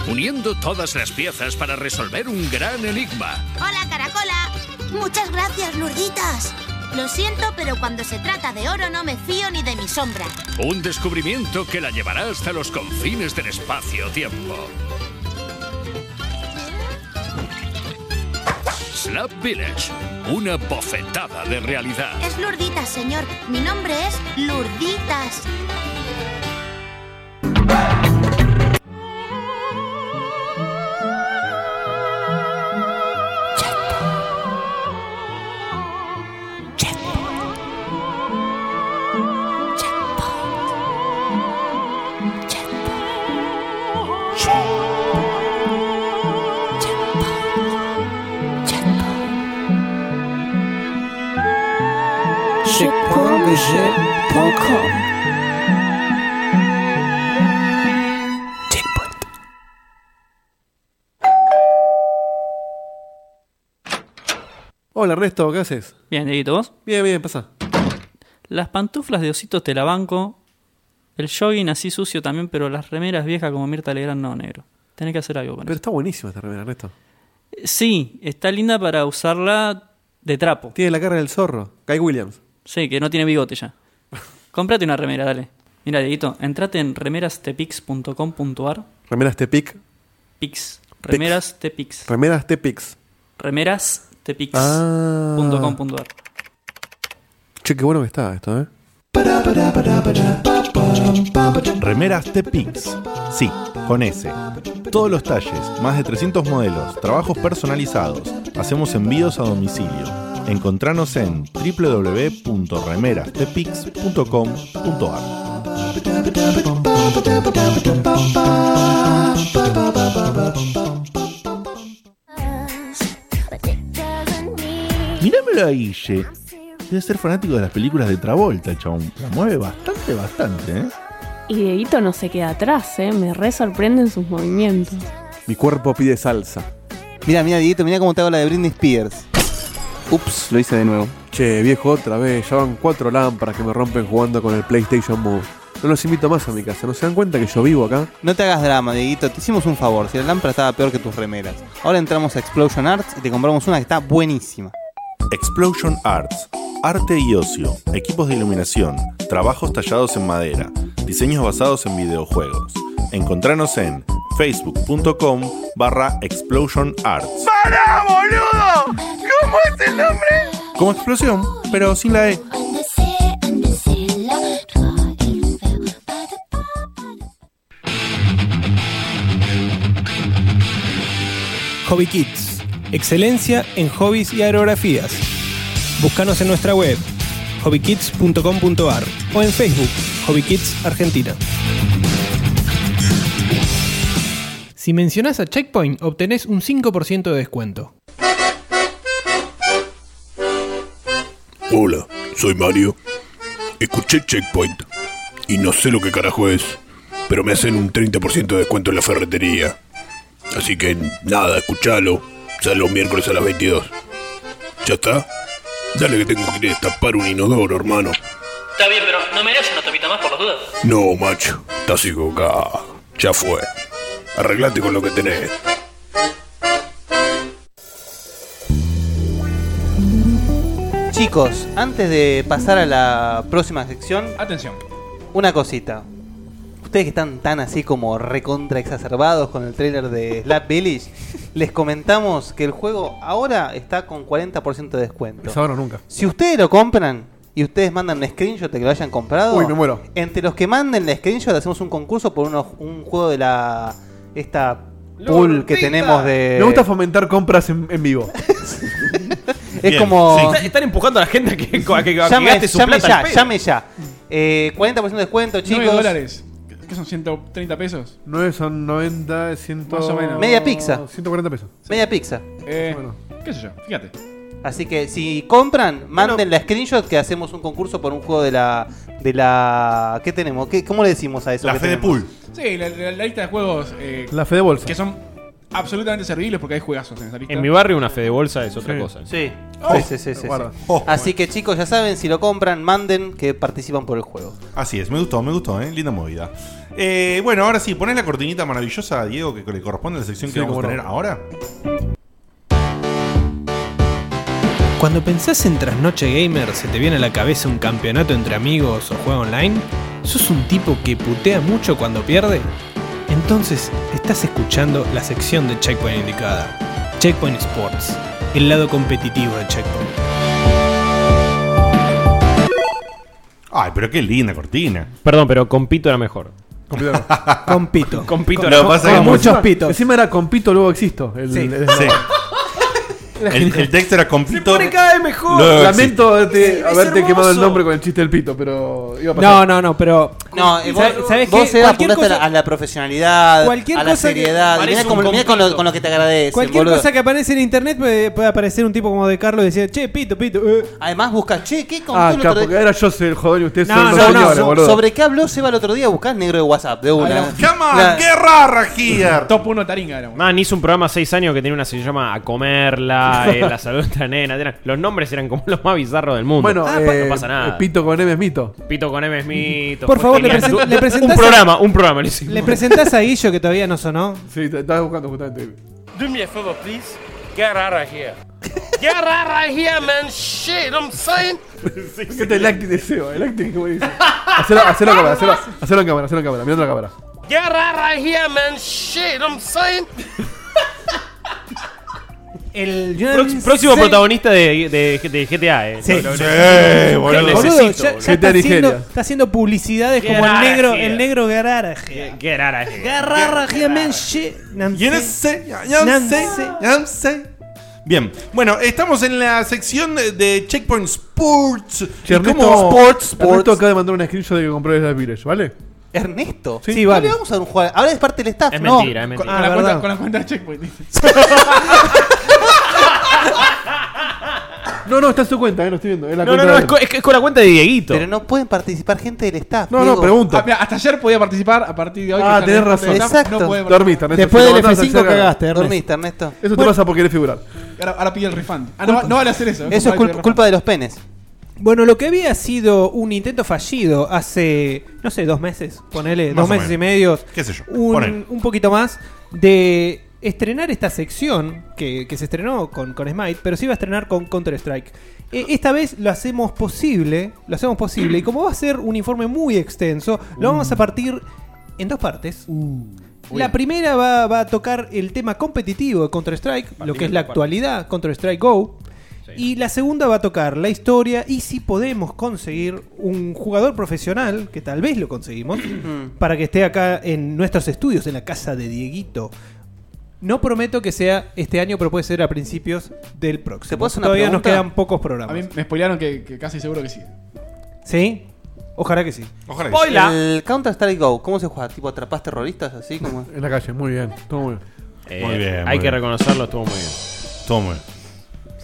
Speaker 13: Uniendo todas las piezas para resolver un gran enigma.
Speaker 14: ¡Hola, Caracola! Muchas gracias, Lurditas. Lo siento, pero cuando se trata de oro no me fío ni de mi sombra.
Speaker 13: Un descubrimiento que la llevará hasta los confines del espacio-tiempo. Slap Village, una bofetada de realidad.
Speaker 14: Es Lurditas, señor. Mi nombre es Lurditas.
Speaker 15: jeu.com.
Speaker 5: Hola Ernesto, ¿qué haces?
Speaker 16: Bien, Dieguito, ¿vos?
Speaker 5: Bien, bien, pasa.
Speaker 16: Las pantuflas de ositos te la banco. El jogging así sucio también, pero las remeras viejas como Mirta Legrand no, negro. Tenés que hacer algo con
Speaker 5: Pero está buenísima esta remera, Ernesto.
Speaker 16: eso. Sí, está linda para usarla de trapo.
Speaker 5: Tiene la cara del zorro. Kai Williams.
Speaker 16: Sí, que no tiene bigote ya. Comprate una remera, dale. Mira, Dieguito, entrate en remerastepix.com.ar.
Speaker 5: Remeras Tepic.
Speaker 16: Pix. Remeras Tepix.
Speaker 5: Remeras Tepix.
Speaker 16: Remeras Tepix.
Speaker 5: Ah.
Speaker 16: punto com punto ar.
Speaker 5: Che, qué bueno que está esto, ¿eh?
Speaker 3: Remeras Tepix. Sí, con S. Todos los talles, más de 300 modelos, trabajos personalizados. Hacemos envíos a domicilio. Encontranos en www.remerastepix.com.ar. Mirámelo a Guille. Debe ser fanático de las películas de Travolta, el chabón. La mueve bastante, bastante, ¿eh?
Speaker 9: Y Dieguito no se queda atrás, ¿eh? Me re sorprenden sus movimientos.
Speaker 5: Mi cuerpo pide salsa.
Speaker 6: Mira, mira, Dieguito, mira cómo te hago la de Britney Spears.
Speaker 5: Ups, lo hice de nuevo. Che, viejo, otra vez. Ya van cuatro lámparas que me rompen jugando con el PlayStation Move. No los invito más a mi casa. ¿No se dan cuenta que yo vivo acá?
Speaker 6: No te hagas drama, Dieguito, te hicimos un favor. Si la lámpara estaba peor que tus remeras. Ahora entramos a Explosion Arts y te compramos una que está buenísima.
Speaker 2: Explosion Arts. Arte y ocio, equipos de iluminación, trabajos tallados en madera, diseños basados en videojuegos. Encontranos en facebook.com barra explosion arts.
Speaker 15: ¡Para, boludo! ¿Cómo es el nombre?
Speaker 2: Como explosión, pero sin la E.
Speaker 8: Hobby Kids. Excelencia en hobbies y aerografías. Búscanos en nuestra web hobbykids.com.ar o en Facebook Hobby Kids Argentina. Si mencionás a Checkpoint, obtenés un 5% de descuento.
Speaker 17: Hola, soy Mario. Escuché Checkpoint y no sé lo que carajo es, pero me hacen un 30% de descuento en la ferretería. Así que nada, escuchalo. Sale los miércoles a las 22. ¿Ya está? Dale que tengo que ir a destapar un inodoro, hermano.
Speaker 16: Está bien, pero no merece una tapita más por las dudas.
Speaker 17: No, macho, estás equivocado. Ya fue. Arreglate con lo que tenés.
Speaker 6: Chicos, antes de pasar a la próxima sección,
Speaker 4: Atención.
Speaker 6: una cosita. Ustedes que están tan así como recontra exacerbados con el trailer de Slap Village, les comentamos que el juego ahora está con 40% de descuento.
Speaker 5: Es ahora o nunca.
Speaker 6: Si ustedes lo compran y ustedes mandan un screenshot de que lo hayan comprado,
Speaker 5: Uy, me muero.
Speaker 6: entre los que manden la screenshot hacemos un concurso por unos- un juego de la esta pool
Speaker 5: Lordita.
Speaker 6: que tenemos de
Speaker 5: Me gusta fomentar compras en, en vivo.
Speaker 6: es como
Speaker 7: Están, están empujando a la gente a que, a que, a que
Speaker 6: llame,
Speaker 7: gaste su
Speaker 6: llame
Speaker 7: plata al
Speaker 6: ya,
Speaker 7: pedo.
Speaker 6: llame ya. Eh, 40% de descuento, chicos.
Speaker 4: 9 dólares. ¿Qué son 130 pesos?
Speaker 5: 9 son 90, 100.
Speaker 4: Más o menos.
Speaker 6: Media pizza.
Speaker 5: 140 pesos.
Speaker 6: Media pizza.
Speaker 4: Eh, ¿Qué sé yo? Fíjate.
Speaker 6: Así que si compran, manden la screenshot que hacemos un concurso por un juego de la de la ¿qué tenemos? ¿Qué, ¿Cómo le decimos a eso? que tenemos?
Speaker 4: Sí, la, la- la lista de juegos. eh,
Speaker 5: La fe de bolsa.
Speaker 4: Que son absolutamente servibles porque hay juegazos en esa lista.
Speaker 7: En mi barrio una fe de bolsa es otra cosa.
Speaker 6: Sí.
Speaker 4: Oh,
Speaker 6: Sí, sí, sí, sí, sí.
Speaker 4: guarda.
Speaker 6: Así que chicos, ya saben, si lo compran, manden que participan por el juego.
Speaker 3: Así es, me gustó, me gustó, ¿eh? linda movida. Eh, bueno, ahora sí, ponés la cortinita maravillosa, Diego, que le corresponde a la sección
Speaker 5: Sí,
Speaker 3: que vamos a
Speaker 5: cómo no.
Speaker 3: tener ahora.
Speaker 8: Cuando pensás en Trasnoche Gamer, ¿se te viene a la cabeza un campeonato entre amigos o juego online? ¿Sos un tipo que putea mucho cuando pierde? Entonces, estás escuchando la sección de Checkpoint indicada. Checkpoint Sports, el lado competitivo de Checkpoint.
Speaker 3: Ay, pero qué linda cortina.
Speaker 7: Perdón, pero compito era mejor.
Speaker 5: Compito.
Speaker 8: Compito.
Speaker 7: compito
Speaker 3: Lo
Speaker 7: era
Speaker 3: que
Speaker 7: mejor.
Speaker 3: pasa es que
Speaker 5: Encima- Encima era compito, luego existo. El,
Speaker 7: Sí.
Speaker 5: el-
Speaker 3: Sí. El, el texto era
Speaker 7: Se
Speaker 3: completo.
Speaker 7: pone cada vez mejor.
Speaker 5: Lamento haberte,
Speaker 7: Sí, es
Speaker 5: haberte quemado el
Speaker 7: hermoso.
Speaker 5: nombre con el chiste del pito, pero iba a pasar.
Speaker 8: No, no, no, pero
Speaker 6: No, eh, vos,
Speaker 8: ¿Sabes
Speaker 6: vos,
Speaker 8: qué?
Speaker 6: Seba,
Speaker 8: Cualquier
Speaker 6: apuntaste a la-
Speaker 8: cosa-
Speaker 6: a la profesionalidad,
Speaker 8: Cualquier
Speaker 6: a la
Speaker 8: cosa que-
Speaker 6: seriedad.
Speaker 8: Parece
Speaker 6: Mirá,
Speaker 8: un
Speaker 6: como- mirá con, lo,
Speaker 8: conflicto.
Speaker 6: con lo que te agradece.
Speaker 8: Cualquier cosa que aparece en internet puede, puede aparecer un tipo como de Carlos y decir, che, pito, pito. eh".
Speaker 6: Además busca, che, ¿qué
Speaker 5: Ah, capo, que ahora yo soy el jodón y ustedes
Speaker 6: No,
Speaker 5: son los
Speaker 6: no, no,
Speaker 5: señores,
Speaker 6: so-
Speaker 5: boludo.
Speaker 6: ¿Sobre qué habló Seba el otro día? Buscá el negro de WhatsApp, de una. La-
Speaker 4: Top 1 Taringa éramos.
Speaker 7: Man, hizo un programa hace 6 años que tenía una se llama A Comerla, eh, La Salud de esta nena. eran- los nombres eran como los más bizarros del mundo. Ah, pues
Speaker 5: Bueno, eh,
Speaker 7: no pasa nada.
Speaker 5: Pito con M es mito.
Speaker 7: Pito con M es mito.
Speaker 8: Por favor, le,
Speaker 7: Tenías
Speaker 8: presenta-
Speaker 7: du-
Speaker 8: le presentás.
Speaker 7: Un
Speaker 8: a-
Speaker 7: programa, un programa. le hicimos.
Speaker 8: Le presentás a Guillo que todavía no sonó.
Speaker 5: Sí, te- estaba buscando justamente.
Speaker 18: Do me a favor, please. Get out of here. Get out of here, man. Shit, I'm saying.
Speaker 5: ¿Qué te Este el acting de Seba? El acting, ¿cómo dice? Hacelo, hacelo en cámara, hacelo, hacelo en cámara, hacelo en cámara, mirando la cámara.
Speaker 18: Get out of here, man. Shit, I'm saying.
Speaker 8: El
Speaker 7: Prox- próximo protagonista de, de- de GTA, eh.
Speaker 8: Sí.
Speaker 7: Lo- lo-
Speaker 8: Sí,
Speaker 7: lo-
Speaker 8: boludo.
Speaker 7: lo
Speaker 8: Boludo,
Speaker 7: necesito,
Speaker 8: ya- ya
Speaker 7: boludo.
Speaker 8: está haciendo, está haciendo publicidades
Speaker 7: Qué
Speaker 8: como el
Speaker 7: rara
Speaker 8: negro,
Speaker 7: gira.
Speaker 8: el negro Gararaje.
Speaker 7: Get- Get out of here.
Speaker 8: Gararaje, men, shit.
Speaker 3: Yamse, yamse, yamse. Bien, bueno, estamos en la sección de- de Checkpoint Sports. ¿Y cómo-
Speaker 5: Sports, Ernesto acaba de mandar una screenshot de que compró el Village, ¿vale?
Speaker 6: Ernesto.
Speaker 5: Sí,
Speaker 6: No
Speaker 5: vale.
Speaker 6: le vamos a dar un juego. Ahora es parte del staff.
Speaker 5: Es
Speaker 6: no.
Speaker 5: mentira, es mentira. Ah,
Speaker 4: Con la cuenta-
Speaker 5: verdad.
Speaker 4: con la cuenta de Checkpoint. dice.
Speaker 5: No, no, está en su cuenta, eh, lo estoy viendo. Es la
Speaker 6: No,
Speaker 5: cuenta
Speaker 6: no, no,
Speaker 5: de-
Speaker 6: es co-
Speaker 7: con la cuenta de Dieguito.
Speaker 6: Pero no pueden participar gente del staff.
Speaker 5: No, no, pregunto.
Speaker 4: Ah, mira, hasta ayer podía participar, a partir de hoy.
Speaker 5: Ah,
Speaker 4: que está
Speaker 5: tenés
Speaker 4: en el
Speaker 5: razón.
Speaker 4: WhatsApp,
Speaker 5: Exacto.
Speaker 4: no puede
Speaker 5: Dormiste,
Speaker 4: participar.
Speaker 5: Ernesto. Después del F5 cagaste, Ernesto.
Speaker 6: Dormiste, Ernesto.
Speaker 5: Eso te pasa por querer figurar.
Speaker 6: Eh,
Speaker 4: Ahora, ahora pide el refund. Ah, no, no vale hacer eso.
Speaker 6: Eso es
Speaker 4: Vale,
Speaker 6: cul- culpa de los penes.
Speaker 8: Bueno, lo que había sido un intento fallido hace, no sé, dos meses, ponele,
Speaker 6: Más
Speaker 8: dos
Speaker 6: o
Speaker 8: meses y
Speaker 6: menos.
Speaker 8: medio,
Speaker 6: Qué sé yo, ponele.
Speaker 8: un, un poquito más, de estrenar esta sección que, que se estrenó con, con Smite, pero se iba a estrenar con Counter-Strike. Eh, esta vez lo hacemos posible, lo hacemos posible, y como va a ser un informe muy extenso, lo vamos a partir en dos partes. La primera va, va a tocar el tema competitivo de Counter-Strike, lo que es la
Speaker 7: Partimos por
Speaker 8: actualidad, Counter-Strike Go. Y la segunda va a tocar la historia y si podemos conseguir un jugador profesional, que tal vez lo conseguimos, para que esté acá en nuestros estudios, en la casa de Dieguito. No prometo que sea este año, pero puede ser a principios del próximo. Todavía nos quedan pocos programas.
Speaker 4: A mí me spoilearon que, que casi seguro que sí.
Speaker 8: ¿Sí? Ojalá que sí.
Speaker 4: Ojalá
Speaker 8: que sí. Spoiler.
Speaker 6: El Counter Strike Go, ¿cómo se juega? ¿Tipo atrapás terroristas así? Como...
Speaker 5: En la calle, muy bien, todo muy bien.
Speaker 7: Eh,
Speaker 6: Muy bien,
Speaker 7: Hay
Speaker 6: muy
Speaker 7: que
Speaker 6: bien.
Speaker 7: reconocerlo, estuvo muy bien.
Speaker 3: Estuvo muy bien.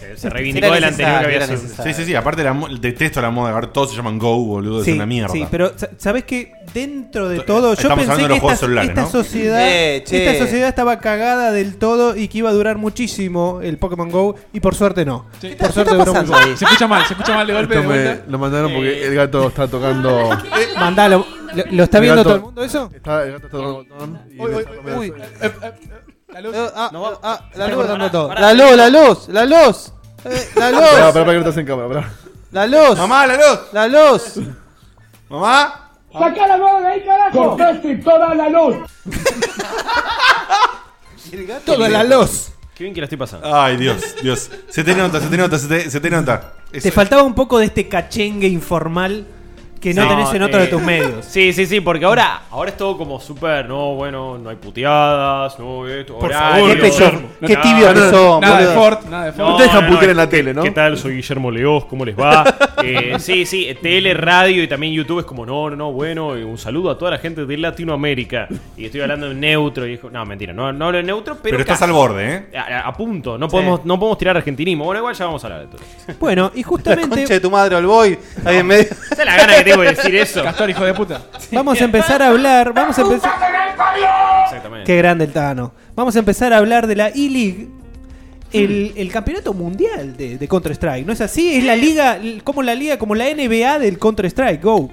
Speaker 7: Eh, Se, se reivindicó del anterior que había sido.
Speaker 3: Sí, sí, sí. Aparte, la mo- detesto la moda. Ahora todos se llaman Go, boludo.
Speaker 8: Sí,
Speaker 3: es una mierda.
Speaker 8: sí, pero sa- sabes que dentro de todo, yo
Speaker 3: Estamos
Speaker 8: pensé
Speaker 3: hablando de
Speaker 8: que
Speaker 3: los juegos
Speaker 8: esta,
Speaker 3: celulares,
Speaker 8: esta
Speaker 3: ¿no?
Speaker 8: sociedad,
Speaker 3: Eh, che.
Speaker 8: esta sociedad estaba cagada del todo y que iba a durar muchísimo el Pokémon Go y por suerte no. Por suerte duró muy poco.
Speaker 4: Se escucha mal, se escucha mal de golpe.
Speaker 5: Esto
Speaker 4: De
Speaker 5: me-
Speaker 4: vuelta.
Speaker 5: lo mandaron porque el gato está tocando.
Speaker 8: Mandalo. ¿Lo, lo está viendo todo el mundo eso?
Speaker 5: Está, el gato está tocando el botón. y le está comiendo-
Speaker 4: La
Speaker 6: luz. ah, eh, la
Speaker 8: Está
Speaker 6: luz.
Speaker 8: cortando todo.
Speaker 6: La luz, la luz, la luz. Eh, la luz.
Speaker 5: Pará, pará, pará, que no estás en cámara, pará.
Speaker 6: La luz. Mamá, la luz. La luz.
Speaker 3: Mamá.
Speaker 15: ¡Sacá la mano de ahí, carajo! ¡Cortaste toda la luz!
Speaker 8: Toda la luz.
Speaker 7: Qué bien que la estoy pasando.
Speaker 3: Ay, Dios, Dios. Se te nota, se te nota, se te, se te nota.
Speaker 8: Te faltaba un poco de este cachengue informal que no tenés en otro
Speaker 7: eh,
Speaker 8: de tus medios.
Speaker 7: Sí, sí, sí, porque ahora, ahora es todo como súper, no, bueno, no hay puteadas, no esto,
Speaker 8: Por
Speaker 7: horario,
Speaker 8: favor, qué pecho-
Speaker 7: no,
Speaker 8: qué
Speaker 7: nada,
Speaker 8: tibio que
Speaker 7: nada,
Speaker 8: son,
Speaker 7: nada
Speaker 8: boludo. No te dejan putear en la
Speaker 5: tele, ¿no?
Speaker 7: ¿Qué tal? Soy Guillermo Leoz, ¿cómo les va? Eh, sí, sí, eh, tele, radio y también YouTube es como, no, no, no, bueno, eh, un saludo a toda la gente de Latinoamérica. Y estoy hablando en neutro y es como- no, mentira, no, no hablo en neutro, pero.
Speaker 3: Pero estás
Speaker 7: casi.
Speaker 3: al borde, ¿eh?
Speaker 7: A, a- a punto, no podemos, no podemos tirar argentinismo. Bueno, igual ya vamos a hablar de todo.
Speaker 8: Bueno, y justamente.
Speaker 6: La concha de tu madre, al boy. Ahí en medio.
Speaker 7: Esa es la gana que tengo de decir eso.
Speaker 4: Castor, hijo de puta.
Speaker 8: Vamos a empezar a hablar. Vamos a empezar.
Speaker 7: Exactamente.
Speaker 8: Qué grande el Tano. Vamos a empezar a hablar de la E-League. El, el campeonato mundial de, de Counter-Strike, ¿no es así? Es la liga, el- como la liga, como la NBA del Counter-Strike, go.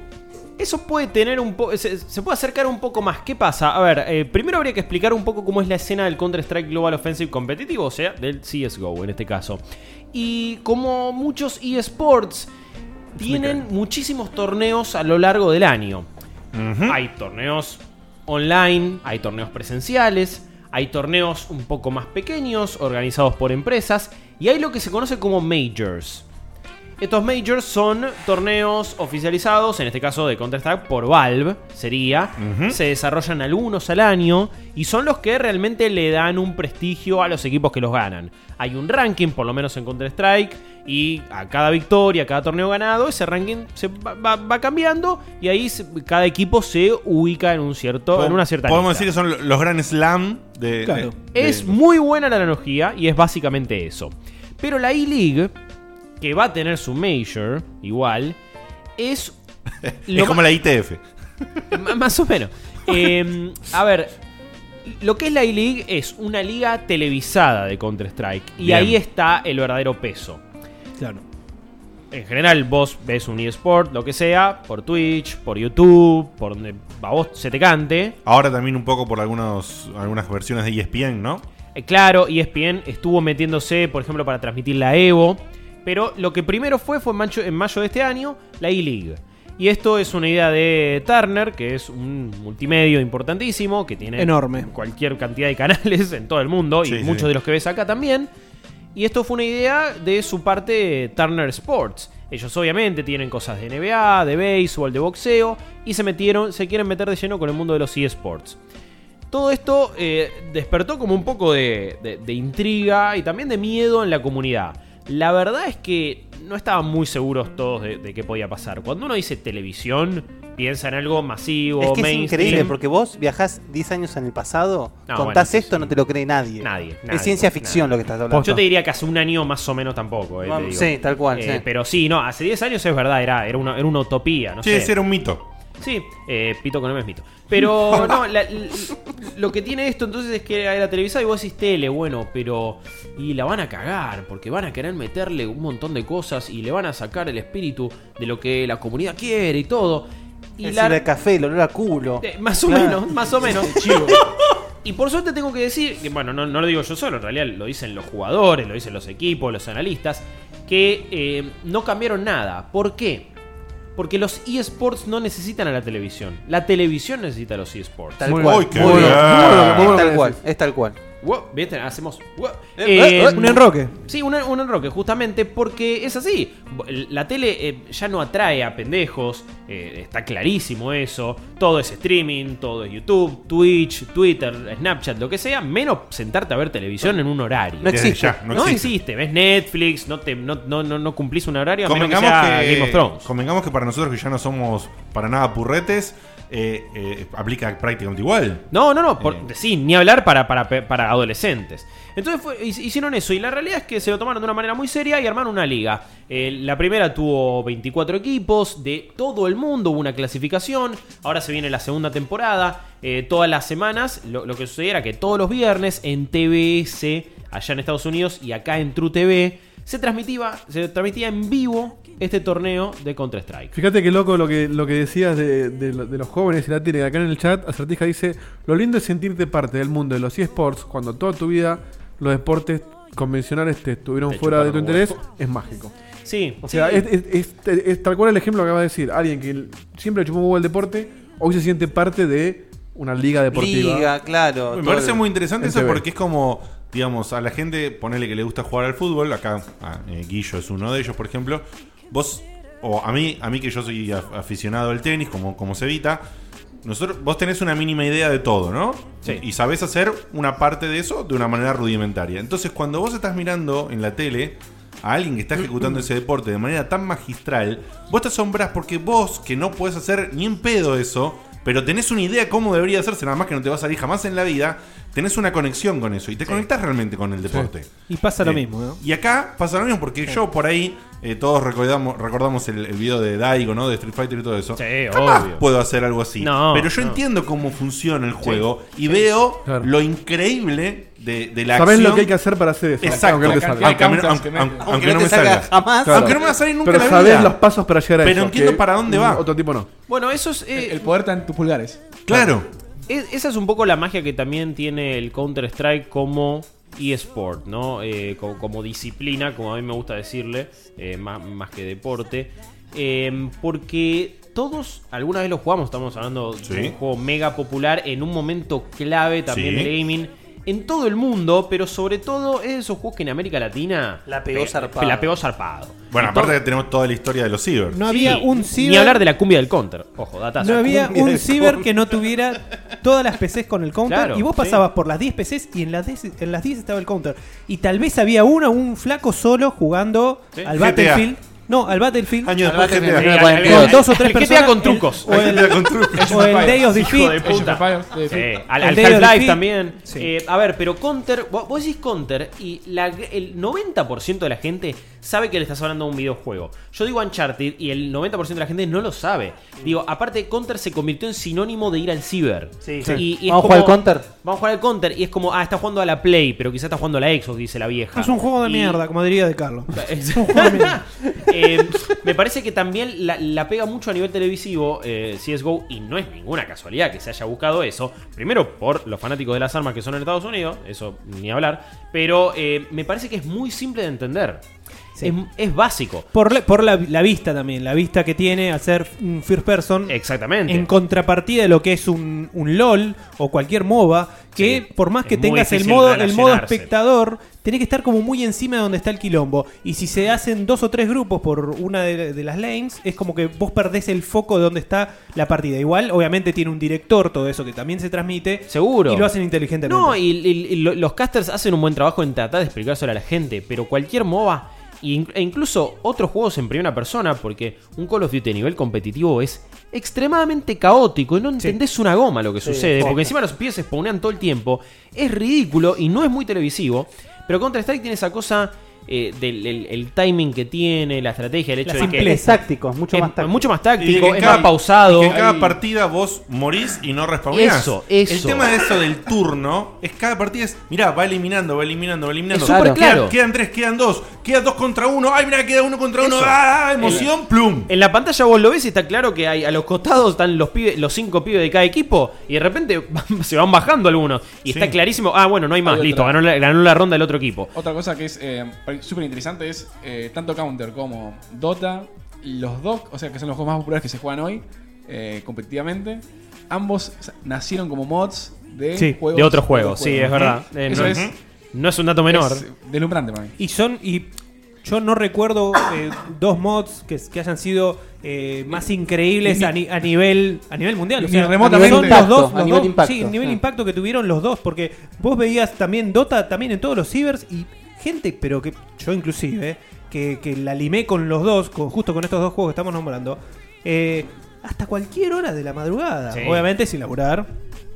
Speaker 7: Eso puede tener un poco. Se, se puede acercar un poco más. ¿Qué pasa? A ver, eh, primero habría que explicar un poco cómo es la escena del Counter-Strike Global Offensive competitivo, o sea, del CSGO en este caso. Y como muchos eSports, tienen muchísimos torneos a lo largo del año. Hay torneos online, hay torneos presenciales, hay torneos un poco más pequeños, organizados por empresas, y hay lo que se conoce como majors. Estos majors son torneos oficializados, en este caso de Counter-Strike por Valve, sería. Se desarrollan algunos al año y son los que realmente le dan un prestigio a los equipos que los ganan. Hay un ranking, por lo menos en Counter-Strike, y a cada victoria, a cada torneo ganado, ese ranking se va, va- va cambiando y ahí se- cada equipo se ubica en, un cierto, en una cierta
Speaker 3: Podemos
Speaker 7: lista.
Speaker 3: decir que son lo- los Grand Slam de.
Speaker 7: Claro.
Speaker 3: Eh, de-
Speaker 7: es muy buena la analogía y es básicamente eso. Pero la E-League, que va a tener su Major, igual, es.
Speaker 3: Es como la ITF.
Speaker 7: M- Más o menos. Eh, a ver, lo que es la E-League es una liga televisada de Counter-Strike. Y
Speaker 8: Bien.
Speaker 7: ahí está el verdadero peso.
Speaker 8: Claro.
Speaker 7: En general, vos ves un eSport, lo que sea, por Twitch, por YouTube, por donde a vos se te cante.
Speaker 3: Ahora también un poco por algunos, algunas versiones
Speaker 8: E
Speaker 3: de ESPN, ¿no?
Speaker 7: Eh, Claro, ESPN estuvo metiéndose, por ejemplo, para transmitir la Evo. Pero lo que primero fue fue en mayo, en mayo de este año, la E-League. Y esto es una idea de Turner, que es un multimedio importantísimo, que tiene
Speaker 8: Enorme.
Speaker 7: cualquier cantidad de canales en todo el mundo,
Speaker 8: Sí,
Speaker 7: y
Speaker 8: sí.
Speaker 7: muchos de los que ves acá también. Y esto fue una idea de su parte eh, Turner Sports. Ellos obviamente tienen cosas de NBA, de béisbol, de boxeo, y se metieron, se quieren meter de lleno con el mundo de los eSports. Todo esto eh, despertó como un poco de, de- de intriga y también de miedo en la comunidad. La verdad es que no estaban muy seguros todos de, de qué podía pasar. Cuando uno dice televisión, piensa en algo masivo,
Speaker 6: Es que es
Speaker 7: mainstream.
Speaker 6: increíble porque vos viajás 10 años en el pasado,
Speaker 7: No,
Speaker 6: contás
Speaker 7: bueno,
Speaker 6: esto, no te lo cree nadie.
Speaker 7: Nadie,
Speaker 6: Es
Speaker 7: nadie,
Speaker 6: ciencia ficción
Speaker 7: nadie.
Speaker 6: lo que estás hablando.
Speaker 7: Yo te diría que hace un año más o menos tampoco. eh, te
Speaker 6: Vamos,
Speaker 7: digo.
Speaker 6: sí, tal cual,
Speaker 7: Eh,
Speaker 6: sí.
Speaker 7: Pero sí, no, hace 10 años es verdad, era, era, una, era una utopía. No
Speaker 3: Sí,
Speaker 7: sé.
Speaker 3: ese era un mito.
Speaker 7: Sí, eh, pito con M es mito. Pero no, la- l- lo que tiene esto entonces es que era televisada y vos decís tele, bueno, pero. Y la van a cagar, porque van a querer meterle un montón de cosas y le van a sacar el espíritu de lo que la comunidad quiere y todo. Y
Speaker 6: el
Speaker 7: la-
Speaker 6: olor a café, el olor a culo.
Speaker 7: eh, más o
Speaker 6: Claro.
Speaker 7: menos, más o menos. Y por suerte tengo que decir, que bueno, no, no lo digo yo solo, en realidad lo dicen los jugadores, lo dicen los equipos, los analistas, que eh, no cambiaron nada. ¿Por qué? Porque los eSports no necesitan a la televisión. La televisión necesita a los eSports.
Speaker 6: Tal Muy cual. bien. Uy, qué Muy bien. bueno, muy bueno, muy bueno Tal que cual, decís. es tal cual.
Speaker 7: Wow, ¿viste? Hacemos. wow.
Speaker 6: Eh, eh, un enroque.
Speaker 7: Sí, un, un enroque, justamente porque es así. La tele eh, ya no atrae a pendejos, eh, está clarísimo eso. Todo es streaming, todo es YouTube, Twitch, Twitter, Snapchat, lo que sea, menos sentarte a ver televisión en un horario.
Speaker 3: No Desde existe. ya, no
Speaker 7: no
Speaker 3: existe.
Speaker 7: existe. Ves Netflix, no, te, no, no, no, no cumplís un horario, a menos que
Speaker 3: Convengamos
Speaker 7: sea
Speaker 3: que,
Speaker 7: Game of Thrones.
Speaker 3: convengamos que para nosotros que ya no somos para nada purretes, eh, eh, aplica prácticamente igual.
Speaker 7: No, no,
Speaker 5: Eh.
Speaker 7: no, por- sí, ni hablar para, para, para adolescentes. Entonces fue- hic- hicieron eso y la realidad es que se lo tomaron de una manera muy seria y armaron una liga. Eh, la primera tuvo 24 equipos de todo el mundo, hubo una clasificación, ahora se viene la segunda temporada, eh, todas las semanas, lo, lo que sucedía era que todos los viernes en TBS, allá en Estados Unidos y acá en True TV, se transmitía, se transmitía en vivo este torneo de Counter-Strike.
Speaker 5: Fíjate qué loco lo que, lo que decías de, de lo- de los jóvenes y la tele. Acá en el chat, Acertija dice: Lo lindo es sentirte parte del mundo de los eSports cuando toda tu vida los deportes convencionales te estuvieron
Speaker 7: Te
Speaker 5: fuera de tu
Speaker 7: chuparon
Speaker 5: interés.
Speaker 7: huevo.
Speaker 5: Es mágico.
Speaker 7: Sí,
Speaker 5: O sea,
Speaker 7: sí.
Speaker 5: es, es- es- es- es tal cual el ejemplo que acabas de decir. Alguien que siempre le chupó un huevo el deporte, hoy se siente parte de una liga deportiva.
Speaker 3: Me
Speaker 5: Todo
Speaker 3: parece
Speaker 5: el-
Speaker 3: muy interesante
Speaker 5: en
Speaker 3: eso
Speaker 5: TV.
Speaker 3: porque es como, digamos, a la gente, ponele que le gusta jugar al fútbol, acá ah, eh, Guillo es uno de ellos, por ejemplo, vos, o a mí, a mí que yo soy af- aficionado al tenis, como, como se evita, nosotros, vos tenés una mínima idea de todo, ¿no? Y sabés hacer una parte de eso de una manera rudimentaria. Entonces, cuando vos estás mirando en la tele a alguien que está ejecutando ese deporte de manera tan magistral, vos te asombrás porque vos, que no podés hacer ni en pedo eso, pero tenés una idea cómo debería hacerse, nada más que no te va a salir jamás en la vida, tenés una conexión con eso y te conectás realmente con el deporte.
Speaker 8: Y pasa lo
Speaker 3: Eh,
Speaker 8: mismo, ¿no?
Speaker 3: Y acá pasa lo mismo, porque yo por ahí, eh, todos recordamos, recordamos el, el video de Daigo, ¿no? De Street Fighter y todo eso. Jamás
Speaker 7: obvio.
Speaker 3: puedo hacer algo así.
Speaker 7: No,
Speaker 3: pero yo
Speaker 7: no.
Speaker 3: entiendo cómo funciona el juego y veo lo increíble de, de la
Speaker 5: Sabés
Speaker 3: acción.
Speaker 5: lo que hay que hacer para hacer eso, ¿eh?
Speaker 3: Exacto.
Speaker 5: aunque no te salga.
Speaker 3: Aunque me-
Speaker 5: Aunque
Speaker 3: aunque-
Speaker 5: no
Speaker 3: aunque-
Speaker 5: te salga.
Speaker 3: aunque no me
Speaker 5: Claro.
Speaker 3: salga jamás.
Speaker 5: Claro.
Speaker 3: Aunque no me va a salir nunca
Speaker 5: Pero
Speaker 3: en la
Speaker 5: sabés
Speaker 3: vida.
Speaker 5: los pasos para llegar a
Speaker 3: Pero
Speaker 5: eso,
Speaker 3: entiendo
Speaker 5: que
Speaker 3: para dónde va.
Speaker 5: Otro tipo no.
Speaker 7: Bueno, eso es. eh,
Speaker 4: El poder está en tus pulgares.
Speaker 3: Claro.
Speaker 7: Es- esa es un poco la magia que también tiene el Counter-Strike como eSport, ¿no? Eh, co- como, disciplina, como a mí me gusta decirle, eh, más, más que deporte. Eh, porque todos alguna vez lo jugamos, estamos hablando
Speaker 3: Sí.
Speaker 7: de un juego mega popular en un momento clave también
Speaker 3: Sí.
Speaker 7: del gaming. en todo el mundo, pero sobre todo es de esos juegos que en América Latina
Speaker 6: La pegó
Speaker 7: pe-
Speaker 6: zarpado.
Speaker 7: La pegó zarpado.
Speaker 3: Bueno,
Speaker 7: Y
Speaker 3: aparte
Speaker 7: to-
Speaker 3: que tenemos toda la historia de los cibers.
Speaker 8: No había un ciber-
Speaker 7: Ni hablar de la cumbia del counter. Ojo, datazo.
Speaker 8: No había
Speaker 7: Cumbia
Speaker 8: un
Speaker 7: del
Speaker 8: ciber
Speaker 7: Counter.
Speaker 8: que no tuviera todas las PCs con el counter.
Speaker 7: Claro,
Speaker 8: y vos
Speaker 7: sí.
Speaker 8: pasabas por las 10 PCs y en las 10, en las 10 estaba el counter. Y tal vez había uno, un flaco solo jugando
Speaker 7: Sí.
Speaker 8: al
Speaker 7: GTA.
Speaker 8: Battlefield. No, al Battlefield.
Speaker 7: Años
Speaker 8: Al
Speaker 7: después
Speaker 8: Battlefield.
Speaker 7: GTA.
Speaker 8: Con
Speaker 7: Al- al-
Speaker 8: dos o tres
Speaker 7: el GTA
Speaker 8: personas.
Speaker 7: con
Speaker 8: El-
Speaker 7: trucos.
Speaker 8: O el,
Speaker 7: El GTA con trucos.
Speaker 8: o el Day of
Speaker 7: Hijo de
Speaker 8: Defeat.
Speaker 7: puta.
Speaker 4: Sí,
Speaker 7: Eh, al
Speaker 8: El
Speaker 7: al
Speaker 8: Day of
Speaker 7: Half-Life
Speaker 8: Defeat.
Speaker 7: también.
Speaker 8: Sí.
Speaker 7: Eh, a ver, pero Counter, vos, vos decís Counter y la- el 90% de la gente sabe que le estás hablando de un videojuego. Yo digo Uncharted y el 90% de la gente no lo sabe. Digo, aparte Counter se convirtió en sinónimo de ir al ciber.
Speaker 6: Sí,
Speaker 7: Y-
Speaker 6: sí.
Speaker 7: y es
Speaker 6: Vamos a jugar
Speaker 7: como-
Speaker 6: al Counter.
Speaker 7: Vamos a jugar al Counter y es como, ah, está jugando a la Play, pero quizás está jugando a la Xbox, dice la vieja.
Speaker 8: Es un juego de
Speaker 7: Y-
Speaker 8: mierda, como diría de Carlos.
Speaker 7: Es- Eh, me parece que también la, la pega mucho a nivel televisivo eh, CSGO y no es ninguna casualidad que se haya buscado eso. Primero por los fanáticos de las armas que son en Estados Unidos, eso ni hablar, pero eh, me parece que es muy simple de entender.
Speaker 8: Sí.
Speaker 7: Es, es básico.
Speaker 8: Por, la, por la, la vista también, la vista que tiene al ser un first person.
Speaker 7: Exactamente.
Speaker 8: En contrapartida de lo que es un, un LOL o cualquier MOBA, que por más que
Speaker 7: es muy
Speaker 8: tengas el
Speaker 7: difícil
Speaker 8: modo, el modo
Speaker 7: relacionarse.
Speaker 8: espectador, tenés que estar como muy encima de donde está el quilombo. Y si se hacen dos o tres grupos por una de, de las lanes, es como que vos perdés el foco de donde está la partida. Igual, obviamente tiene un director todo eso que también se transmite.
Speaker 7: Seguro.
Speaker 8: Y lo hacen inteligentemente.
Speaker 7: No, y, y- y lo- los casters hacen un buen trabajo en tratar de explicárselo a la gente, pero cualquier MOBA in- e incluso otros juegos en primera persona, porque un Call of Duty a nivel competitivo es extremadamente caótico y no entendés una goma lo que
Speaker 6: Sí,
Speaker 7: sucede,
Speaker 6: posta.
Speaker 7: porque encima los pies se spawnean todo el tiempo, es ridículo y no es muy televisivo, pero Counter-Strike tiene esa cosa... eh, del el, el timing que tiene, la estrategia, el hecho de que
Speaker 6: Es táctico, es mucho
Speaker 7: es
Speaker 6: más táctico.
Speaker 7: mucho más
Speaker 3: Y de
Speaker 7: táctico,
Speaker 3: que
Speaker 7: es
Speaker 3: cada-
Speaker 7: más pausado.
Speaker 3: y que en cada
Speaker 7: Ay.
Speaker 3: partida vos morís y no respawneás.
Speaker 7: Eso, eso.
Speaker 3: El tema de eso del turno es cada partida es, mirá, va eliminando, va eliminando, va eliminando.
Speaker 7: Es súper
Speaker 3: Quedan-
Speaker 7: claro.
Speaker 3: Quedan tres, quedan dos, quedan dos contra uno. Ay, mirá, queda uno contra uno.
Speaker 7: Eso.
Speaker 3: Ah, emoción, plum.
Speaker 7: En la pantalla vos lo ves y está claro que hay, a los costados están los pibes, los cinco pibes de cada equipo y de repente van- se van bajando algunos. Y está clarísimo, ah, bueno, no hay más,
Speaker 4: Hay
Speaker 7: listo,
Speaker 4: otra.
Speaker 7: ganó la, ganó la ronda el otro equipo.
Speaker 4: Otra cosa que es eh, súper interesante es eh, tanto Counter como Dota, los dos, o sea, que son los juegos más populares que se juegan hoy eh, competitivamente, ambos o sea, nacieron como mods de
Speaker 7: Sí,
Speaker 4: juegos.
Speaker 7: de otros juegos, sí, es verdad.
Speaker 4: Ujú.
Speaker 7: Eh,
Speaker 4: Eso
Speaker 7: no-
Speaker 4: es,
Speaker 7: no es un dato menor.
Speaker 4: es deslumbrante para mí.
Speaker 8: Y son. Y yo no recuerdo eh, dos mods que, que hayan sido eh, más increíbles
Speaker 4: Ni-
Speaker 8: a, ni- a nivel a nivel mundial. O
Speaker 4: Ni
Speaker 8: sea,
Speaker 4: remotamente.
Speaker 8: son
Speaker 4: Impacto,
Speaker 8: los dos,
Speaker 4: a
Speaker 8: los
Speaker 4: nivel
Speaker 8: dos-
Speaker 4: impacto.
Speaker 8: Sí, nivel
Speaker 4: Ah.
Speaker 8: impacto que tuvieron los dos. Porque vos veías también Dota también en todos los cibers y gente, pero que yo inclusive, eh, que, que la limé con los dos, con, justo con estos dos juegos que estamos nombrando. eh, hasta cualquier hora de la madrugada.
Speaker 7: Sí.
Speaker 8: Obviamente sin laburar.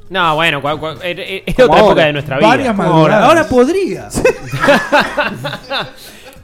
Speaker 7: No, bueno, cua- cua- era- era otra época de nuestra vida.
Speaker 8: Ahora, ahora podría.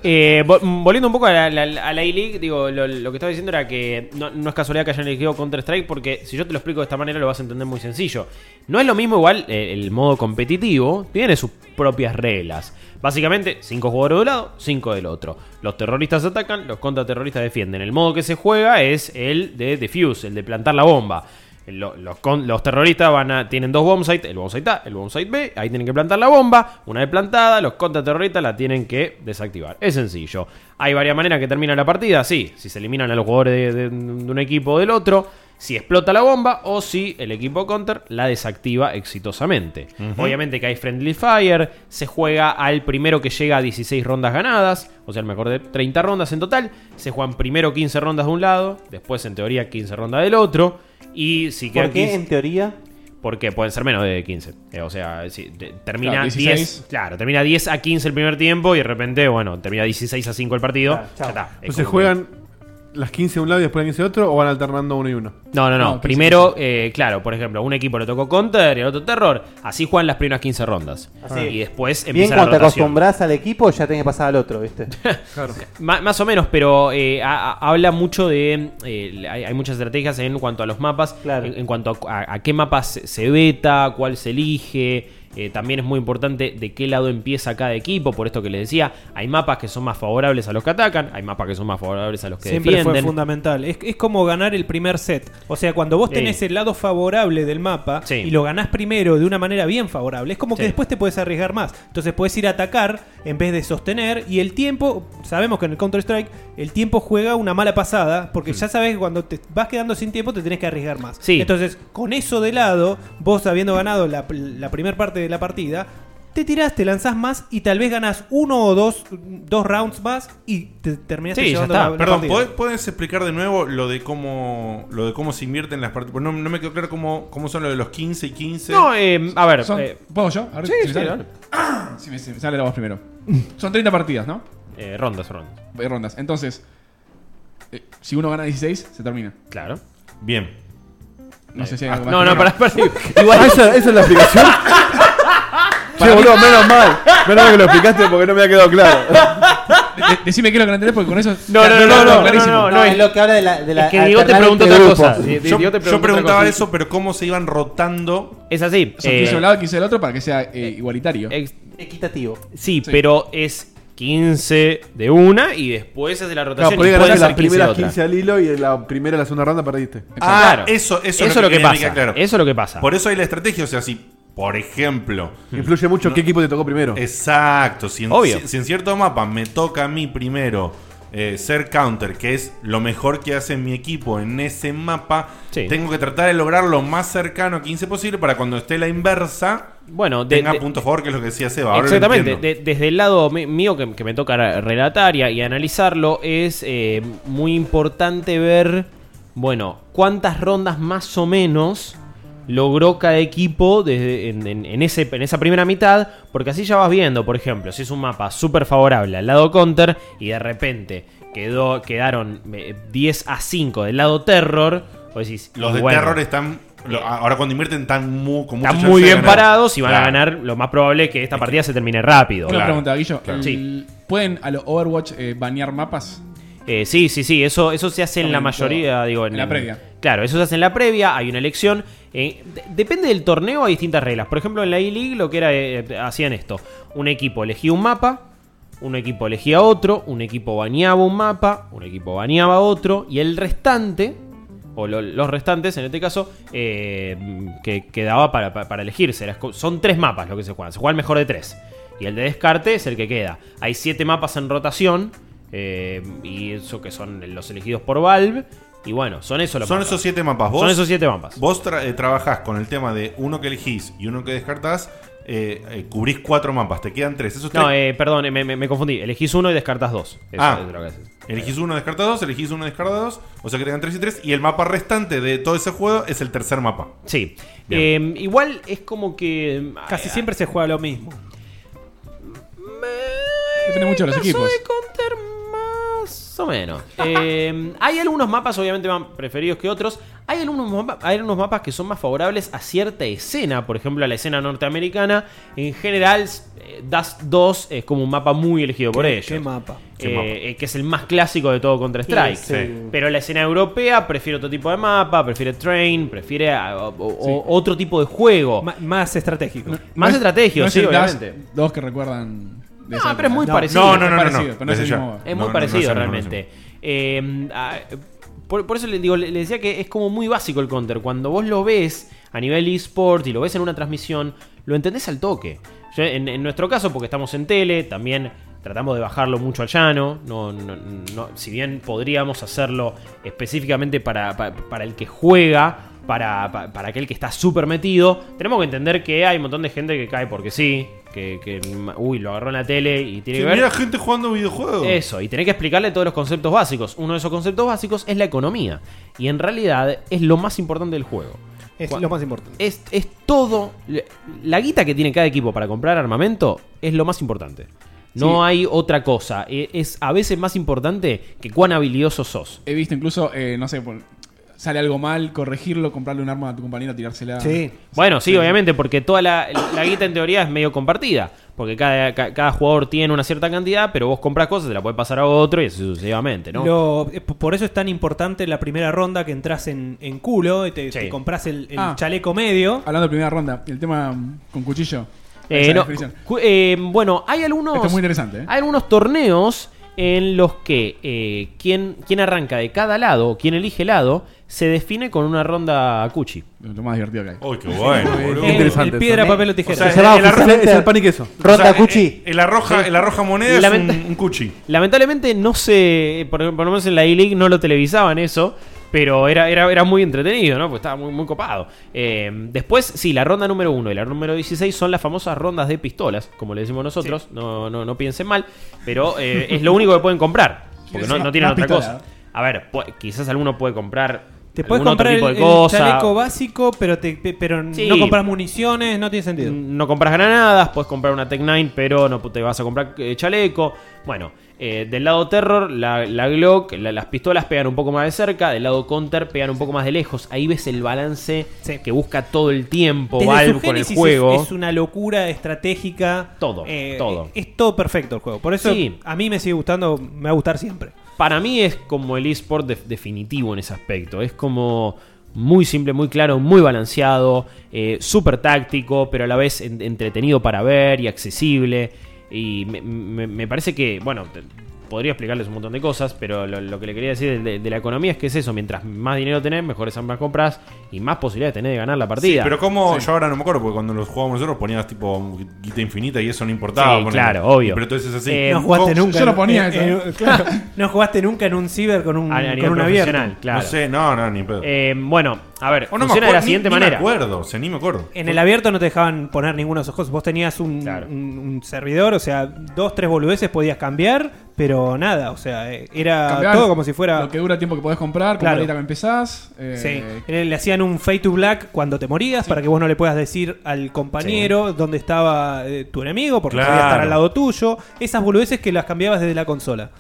Speaker 7: Eh, vo- mm, volviendo un poco a la, la- a la E-League, digo, lo, lo que estaba diciendo era que no, no es casualidad que hayan elegido Counter-Strike, porque si yo te lo explico de esta manera lo vas a entender muy sencillo. No es lo mismo igual eh, el modo competitivo, tiene sus propias reglas. Básicamente, cinco jugadores de un lado, cinco del otro. Los terroristas atacan, los contraterroristas defienden. El modo que se juega es el de defuse, el de plantar la bomba. Lo- los, con- los terroristas van a, tienen dos bombsites, el bombsite A, el bombsite B, ahí tienen que plantar la bomba, una vez plantada, los contraterroristas la tienen que desactivar. Es sencillo. Hay varias maneras que termina la partida, sí, si se eliminan a los jugadores de, de- de un equipo o del otro, si explota la bomba o si el equipo counter la desactiva exitosamente.
Speaker 6: Ujú.
Speaker 7: Obviamente que hay friendly fire, se juega al primero que llega a 16 rondas ganadas, o sea, el mejor de 30 rondas en total, se juegan primero 15 rondas de un lado, después en teoría 15 rondas del otro. Y si
Speaker 6: ¿Por
Speaker 7: quedan
Speaker 6: qué
Speaker 7: 15
Speaker 6: en teoría?
Speaker 7: porque pueden ser menos de 15. Eh, o sea, si te- termina
Speaker 6: Claro,
Speaker 7: 10.
Speaker 6: 16.
Speaker 7: Claro, termina 10 a 15 el primer tiempo y de repente, bueno, termina 16 a 5 el partido. ya está. Es
Speaker 5: Entonces
Speaker 7: como
Speaker 5: juegan las 15 de un lado y después las 15 de otro o van alternando uno y uno.
Speaker 7: que- No, no, no. Primero, eh, claro, por ejemplo, un equipo le tocó Counter y el otro Terror. Así juegan las primeras 15 rondas.
Speaker 6: Así.
Speaker 7: Ah, Y después
Speaker 6: Bien,
Speaker 7: empieza la
Speaker 6: cuando te
Speaker 7: rotación.
Speaker 6: acostumbras al equipo, ya tenés que pasar al otro, ¿viste?
Speaker 7: Ma- más o menos, pero eh, ha- ha- habla mucho de. eh, hay, hay muchas estrategias en cuanto a los mapas, en, en cuanto a, a- a qué mapa se, se beta, cuál se elige. eh, también es muy importante de qué lado empieza cada equipo, por esto que les decía, hay mapas que son más favorables a los que atacan, hay mapas que son más favorables a los que
Speaker 8: Siempre fue
Speaker 7: defienden.
Speaker 8: fundamental. Es, es como ganar el primer set. O sea, cuando vos
Speaker 7: Sí.
Speaker 8: tenés el lado favorable del mapa y lo ganás primero de una manera bien favorable, es como que
Speaker 7: Sí.
Speaker 8: después te puedes arriesgar más. Entonces puedes ir a atacar en vez de sostener. Y el tiempo, sabemos que en el Counter-Strike, el tiempo juega una mala pasada. Porque ya sabes que cuando te vas quedando sin tiempo te tenés que arriesgar más.
Speaker 7: Mm. Sí.
Speaker 8: Entonces, con eso de lado, vos habiendo ganado la, la primera parte de la partida. te tirás, te lanzás más y tal vez ganas uno o dos, dos rounds más y te terminás llevando la- la
Speaker 3: Perdón,
Speaker 8: partida.
Speaker 3: ¿podés, podés explicar de nuevo lo de cómo lo de cómo se invierten las partidas? No, no me quedó claro cómo, cómo son lo de los 15 y 15.
Speaker 4: No, eh, a ver,
Speaker 3: Son-
Speaker 4: eh, ¿puedo yo? A ver
Speaker 3: Sí,
Speaker 4: si
Speaker 3: sí,
Speaker 4: me sale.
Speaker 3: dale. Ah,
Speaker 4: Si Ah, me- si me sale la voz primero. Son 30 partidas, ¿no?
Speaker 7: rondas, rondas.
Speaker 4: Eh, Rondas. Entonces, eh, si uno gana 16, se termina.
Speaker 7: Claro.
Speaker 3: Bien.
Speaker 4: No sé si hay
Speaker 7: Ah,
Speaker 4: algo más.
Speaker 7: no, no, pará, pará.
Speaker 5: Ah, ¿esa- esa es la explicación? Che, boludo, menos mal. Menos mal que lo explicaste porque no me ha quedado claro.
Speaker 4: De- decime qué es lo que no entendés porque con eso.
Speaker 5: No, no, no, no, no,
Speaker 4: clarísimo.
Speaker 5: no, no,
Speaker 6: No, es lo que habla de la. De este la alternar entre grupos.
Speaker 4: eh,
Speaker 3: Yo, yo preguntaba eso, pero cómo se iban rotando.
Speaker 7: Es así.
Speaker 4: Son 15 de un lado, 15 del otro para que sea eh, igualitario.
Speaker 6: Equitativo.
Speaker 7: Sí, pero es 15 de una y después hace la rotación.
Speaker 5: No, podés
Speaker 7: y
Speaker 5: ganar
Speaker 7: puede
Speaker 5: las
Speaker 7: ser 15 de
Speaker 5: primeras
Speaker 7: otra.
Speaker 5: 15 al hilo y en la primera y la segunda ronda perdiste.
Speaker 3: Ah, eso, eso, es lo que, quería
Speaker 7: pasa.
Speaker 3: explicar, claro.
Speaker 7: Eso es lo que pasa.
Speaker 3: Por eso hay la estrategia, o sea, si, por ejemplo.
Speaker 5: Ah, Influye mucho qué equipo te tocó primero.
Speaker 3: Exacto, si en,
Speaker 5: Obvio.
Speaker 3: si- si en cierto mapa me toca a mí primero eh, ser counter, que es lo mejor que hace mi equipo en ese mapa, tengo que tratar de lograr lo más cercano a 15 posible para cuando esté la inversa,
Speaker 7: bueno, de-
Speaker 3: tenga
Speaker 7: de-
Speaker 3: punto a favor, que es lo que decía Seba. ahora lo
Speaker 7: Exactamente,
Speaker 3: entiendo.
Speaker 7: de- desde el lado mi- mío que, que me toca ra- relatar y, y analizarlo, es eh, muy importante ver, bueno, cuántas rondas más o menos logró cada equipo desde, en, en- en ese, en esa primera mitad, porque así ya vas viendo, por ejemplo, si es un mapa súper favorable al lado counter y de repente quedó, quedaron eh, 10 a 5 del lado terror, vos decís,
Speaker 3: Los de
Speaker 7: bueno,
Speaker 3: Terror están. lo- ahora cuando invierten, están muy, con mucha
Speaker 7: están
Speaker 3: chance
Speaker 7: muy
Speaker 3: de
Speaker 7: bien
Speaker 3: ganar.
Speaker 7: parados y van a
Speaker 3: Claro.
Speaker 7: ganar, lo más probable es que esta partida se termine rápido.
Speaker 4: Una pregunta, Guillo.
Speaker 7: Claro.
Speaker 4: el- ¿Pueden a los Overwatch eh, banear mapas?
Speaker 7: Eh, sí, sí, sí, eso, eso se hace en
Speaker 4: Está
Speaker 7: la
Speaker 4: bien,
Speaker 7: mayoría,
Speaker 4: todo.
Speaker 7: digo.
Speaker 4: En la previa.
Speaker 7: Claro, eso se hace en la previa, hay una elección. eh, de- depende del torneo, hay distintas reglas. Por ejemplo, en la E-League lo que era, eh, hacían esto. Un equipo elegía un mapa, un equipo elegía otro, un equipo baneaba un mapa, un equipo baneaba otro, y el restante, o lo- los restantes en este caso, eh, que quedaba para, para, para elegirse. Las co- Son tres mapas lo que se juegan, se juega el mejor de tres. Y el de descarte es el que queda. Hay siete mapas en rotación, eh, y eso que son los elegidos por Valve. Y bueno, son eso los
Speaker 3: Son
Speaker 7: mapas.
Speaker 3: esos siete mapas. Vos,
Speaker 7: Son esos siete mapas.
Speaker 3: Vos tra- eh, trabajás con el tema de uno que elegís y uno que descartás. eh, eh, cubrís cuatro mapas, te quedan tres. Esos
Speaker 7: No,
Speaker 3: tres-
Speaker 7: eh, perdón, eh, me, me- me confundí. Elegís uno y descartás dos. Eso
Speaker 3: Ah,
Speaker 7: es lo que haces.
Speaker 3: elegís uno, descartás dos, elegís uno, descartás dos. O sea que te quedan tres y tres. Y el mapa restante de todo ese juego es el tercer mapa.
Speaker 7: Sí. Eh, igual es como que. mm, eh,
Speaker 8: Casi siempre se juega lo mismo.
Speaker 4: Depende mucho de los
Speaker 7: caso
Speaker 4: equipos.
Speaker 7: de Más o menos. Eh, hay algunos mapas, obviamente, más preferidos que otros. Hay algunos, mapa- hay algunos mapas que son más favorables a cierta escena. Por ejemplo, a la escena norteamericana. En general, eh, Dust 2 es como un mapa muy elegido por
Speaker 8: ¿Qué-
Speaker 7: ellos.
Speaker 8: qué mapa?
Speaker 7: Eh,
Speaker 8: ¿Qué mapa?
Speaker 7: eh, que es el más clásico de todo Counter-Strike.
Speaker 8: Sí, sí.
Speaker 7: Pero la escena europea prefiere otro tipo de mapa, prefiere Train, prefiere ah, o- o-
Speaker 4: Sí.
Speaker 7: otro tipo de juego.
Speaker 8: más estratégico.
Speaker 7: más estratégico, sí, obviamente.
Speaker 4: Dos que recuerdan. de
Speaker 7: No,
Speaker 4: esa
Speaker 7: pero es muy
Speaker 4: época.
Speaker 7: parecido.
Speaker 4: parecido, pero no es el mismo.
Speaker 7: Es muy parecido realmente. Eh, ah, por, por eso le digo, le le decía que es como muy básico el counter. Cuando vos lo ves a nivel eSport y lo ves en una transmisión, lo entendés al toque. Yo, en, en nuestro caso, porque estamos en tele, también tratamos de bajarlo mucho al llano. No, no- no- si bien podríamos hacerlo específicamente para, pa- para, el que juega. Para, pa- para aquel que está súper metido, tenemos que entender que hay un montón de gente que cae porque sí, que, que, uy, lo agarró en la tele y tiene que ver.
Speaker 3: mira gente jugando videojuegos.
Speaker 7: Eso, y tenés que explicarle todos los conceptos básicos. Uno de esos conceptos básicos es la economía. Y en realidad es lo más importante del juego.
Speaker 8: Es
Speaker 7: Cua-
Speaker 8: lo más importante.
Speaker 7: Es, es todo. La guita que tiene cada equipo para comprar armamento es lo más importante. No
Speaker 4: Sí.
Speaker 7: hay otra cosa. E- Es, a veces más importante que cuán habilidoso sos.
Speaker 4: He visto incluso, eh, no sé, por- sale algo mal, corregirlo, comprarle un arma a tu compañero, tirársela.
Speaker 7: Bueno, sí, obviamente, porque toda la, la guita en teoría es medio compartida. Porque cada, ca- cada jugador tiene una cierta cantidad, pero vos compras cosas, se la puedes pasar a otro y así sucesivamente, ¿no?
Speaker 8: Lo- eh, p- por eso es tan importante la primera ronda que entras en, en culo y te, te compras el, el
Speaker 4: Ah.
Speaker 8: chaleco medio.
Speaker 4: Hablando de primera ronda, el tema mm, con cuchillo.
Speaker 7: Eh,
Speaker 4: Esa
Speaker 7: no,
Speaker 4: descripción.
Speaker 7: cu- eh, bueno, hay algunos.
Speaker 4: Esto es muy interesante, ¿eh?
Speaker 7: Hay algunos torneos en los que eh, quien, quien arranca de cada lado o quien elige lado se define con una ronda cuchi.
Speaker 4: Lo más divertido que hay.
Speaker 3: Uy, qué bueno, boludo. O sea, el arroja- O sea, eh, El, el arroja, el arroja moneda es un- un cuchi.
Speaker 7: Lamentablemente no se, por, por lo menos en la E-League no lo televisaban eso, Pero era, era, era muy entretenido, ¿no? Pues estaba muy, muy copado. Eh, después, sí, la ronda número 1 y la número 16 son las famosas rondas de pistolas, como le decimos nosotros. No, no, no piensen mal, pero eh, es lo único que pueden comprar. Porque no,
Speaker 8: Sí,
Speaker 7: no tienen
Speaker 8: más
Speaker 7: otra
Speaker 8: pistola.
Speaker 7: cosa. A ver, pu- quizás alguno puede comprar.
Speaker 8: Te puedes
Speaker 7: algún otro
Speaker 8: comprar el,
Speaker 7: tipo de
Speaker 8: el
Speaker 7: cosa.
Speaker 8: chaleco básico, pero, te, pe- pero
Speaker 7: Sí.
Speaker 8: no compras municiones, no tiene sentido.
Speaker 7: No compras granadas, puedes comprar una Tech 9, pero no te vas a comprar eh, chaleco. Bueno, eh, del lado Terror, la, la Glock, la- las pistolas pegan un poco más de cerca, del lado Counter pegan un poco más de lejos. Ahí ves el balance que busca todo el tiempo
Speaker 8: Desde
Speaker 7: Valve
Speaker 8: su
Speaker 7: con el
Speaker 8: génesis
Speaker 7: juego.
Speaker 8: Es, es una locura estratégica.
Speaker 7: Todo, todo.
Speaker 8: Es todo perfecto el juego. Por eso
Speaker 7: Sí.
Speaker 8: a mí me sigue gustando, me va a gustar siempre.
Speaker 7: Para mí es como el eSport de- definitivo en ese aspecto. Es como muy simple, muy claro, muy balanceado, eh, súper táctico, pero a la vez en- entretenido para ver y accesible. Y me, me- me parece que, bueno, te- podría explicarles un montón de cosas, pero lo, lo que le quería decir de, de la economía es que es eso. Mientras más dinero tenés, mejores armas compras y más posibilidades tenés de ganar la partida.
Speaker 3: Sí, pero como
Speaker 7: Sí.
Speaker 3: yo ahora no me acuerdo, porque cuando los jugábamos nosotros ponías tipo guita infinita y eso no importaba.
Speaker 7: Sí,
Speaker 3: ponele.
Speaker 7: claro, obvio.
Speaker 3: Pero entonces es así.
Speaker 7: Eh,
Speaker 8: no jugaste
Speaker 3: ¿Cómo?
Speaker 8: nunca. en- en- en- No jugaste nunca en un ciber con un,
Speaker 7: A- a nivel
Speaker 8: con un abierto.
Speaker 7: profesional, claro.
Speaker 3: No sé, no, no, ni pedo.
Speaker 7: Eh, bueno, a ver,
Speaker 3: O no me
Speaker 7: funciona de la
Speaker 3: acuerdo, ni-
Speaker 7: siguiente
Speaker 3: ni me
Speaker 7: manera.
Speaker 3: acuerdo, o sea, ni me acuerdo.
Speaker 8: En el abierto no te dejaban poner ninguno de esos cosas. Vos tenías un, un- un servidor, o sea, dos, tres boludeces podías cambiar, pero nada, o sea, eh, era
Speaker 4: Cambiar
Speaker 8: todo como si fuera.
Speaker 4: Lo que dura el tiempo que podés comprar, comprar
Speaker 8: Claro.
Speaker 4: ahorita que empezás. eh,
Speaker 8: Sí. Eh, Le hacían un fade to black cuando te morías para que vos no le puedas decir al compañero dónde estaba eh, tu enemigo, porque
Speaker 7: Claro.
Speaker 8: podía estar al lado tuyo. Esas boludeces que las cambiabas desde la consola.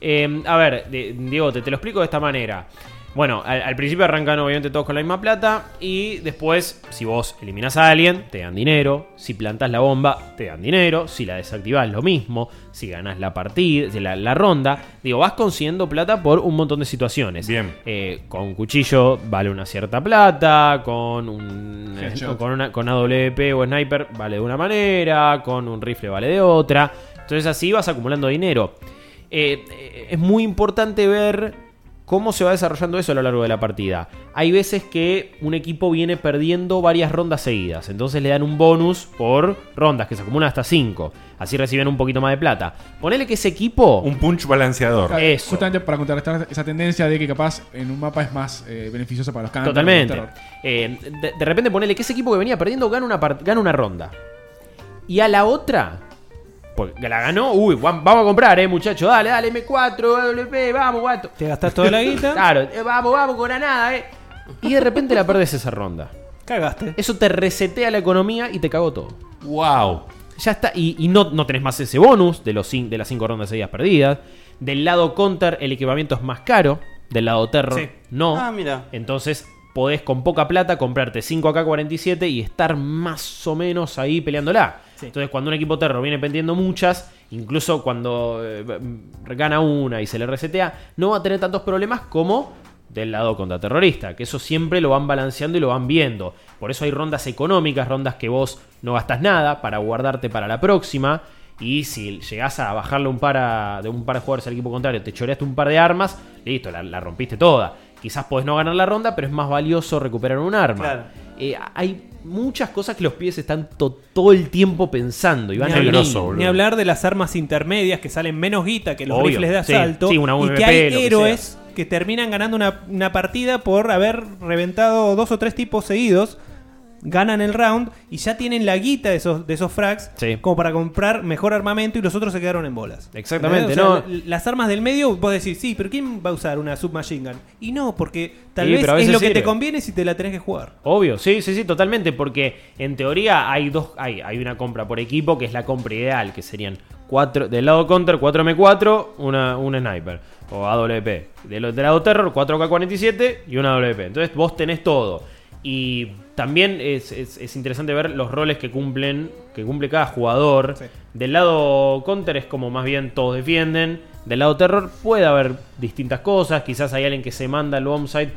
Speaker 7: Eh, a ver, de- Diego, te, te lo explico de esta manera. Bueno, al, al principio arrancan obviamente todos con la misma plata y después, si vos eliminás a alguien, te dan dinero. Si plantás la bomba, te dan dinero. Si la desactivás, lo mismo. Si ganás la partida, si la, la ronda. Digo, vas consiguiendo plata por un montón de situaciones. Bien. con un cuchillo vale una cierta plata, con un
Speaker 4: Headshot.
Speaker 7: con una con AWP o sniper vale de una manera, con un rifle vale de otra. Entonces así vas acumulando dinero. Eh, eh, es muy importante ver cómo se va desarrollando eso a lo largo de la partida. Hay veces que un equipo viene perdiendo varias rondas seguidas, entonces le dan un bonus por rondas que se acumulan hasta 5. Así reciben un poquito más de plata. Ponele que ese equipo... Un
Speaker 3: punch balanceador.
Speaker 4: claro,
Speaker 7: Ah, Eso.
Speaker 4: Ah, Justamente para contrarrestar esa tendencia de que capaz en un mapa es más eh, beneficioso para los cantos.
Speaker 7: Totalmente. Eh, de, de repente ponele que ese equipo que venía perdiendo gana una, part- gana una ronda. Y a la otra, porque la ganó, uy, guam- vamos a comprar, eh, muchacho, dale, dale, M4, WP, vamos, guato.
Speaker 8: Te gastás toda la guita.
Speaker 7: claro, eh, vamos, vamos, con la nada, eh. Y de repente la perdés esa ronda.
Speaker 8: Cagaste.
Speaker 7: Eso te resetea la economía y te cagó todo.
Speaker 3: ¡Wow!
Speaker 7: Ya está, y, y no, no tenés más ese bonus de, los cin- de las 5 rondas seguidas perdidas. Del lado counter, el equipamiento es más caro. Del lado terror,
Speaker 6: Sí.
Speaker 7: no.
Speaker 6: Ah, mira.
Speaker 7: Entonces podés con poca plata comprarte 5 AK-47 y estar más o menos ahí peleándola. Entonces cuando un equipo terror viene vendiendo muchas, incluso cuando eh, gana una y se le resetea, no va a tener tantos problemas como del lado contraterrorista, que eso siempre lo van balanceando y lo van viendo. Por eso hay rondas económicas, rondas que vos no gastas nada para guardarte para la próxima. Y si llegás a bajarle un par a- de un par de jugadores al equipo contrario, te choreaste un par de armas, listo, la, la rompiste toda. Quizás podés no ganar la ronda, pero es más valioso recuperar un arma. Eh, hay muchas cosas que los pies están to- todo el tiempo pensando y van
Speaker 8: ni,
Speaker 7: al
Speaker 8: hablar-
Speaker 7: grosso, boludo.
Speaker 8: ni hablar de las armas intermedias que salen menos guita que los
Speaker 7: Obvio,
Speaker 8: rifles de
Speaker 7: sí,
Speaker 8: asalto.
Speaker 7: sí, una
Speaker 8: y que
Speaker 7: UMP,
Speaker 8: hay
Speaker 7: lo que
Speaker 8: héroes que, terminan ganando una, una partida por haber reventado dos o tres tipos seguidos. Ganan el round y ya tienen la guita de esos, de esos frags
Speaker 7: Sí.
Speaker 8: como para comprar mejor armamento y los otros se quedaron en bolas.
Speaker 7: Exactamente,
Speaker 8: ¿Entendés? O sea,
Speaker 7: ¿no?
Speaker 8: l- Las armas del medio, vos decís, sí, pero ¿quién va a usar una submachine gun? Y no, porque tal
Speaker 7: Sí,
Speaker 8: vez
Speaker 7: pero a
Speaker 8: es
Speaker 7: veces
Speaker 8: lo que
Speaker 7: sirve.
Speaker 8: te conviene si te la tenés que jugar.
Speaker 7: Obvio, sí, sí, sí, totalmente, porque en teoría hay dos, hay, hay una compra por equipo que es la compra ideal, que serían cuatro, del lado counter 4M4, una, un sniper o AWP, del, del lado terror 4K47 y una AWP, entonces vos tenés todo. Y también es, es- es interesante ver los roles que cumplen, que cumple cada jugador. Del lado counter es como más bien todos defienden. Del lado terror puede haber distintas cosas. Quizás hay alguien que se manda al bombsite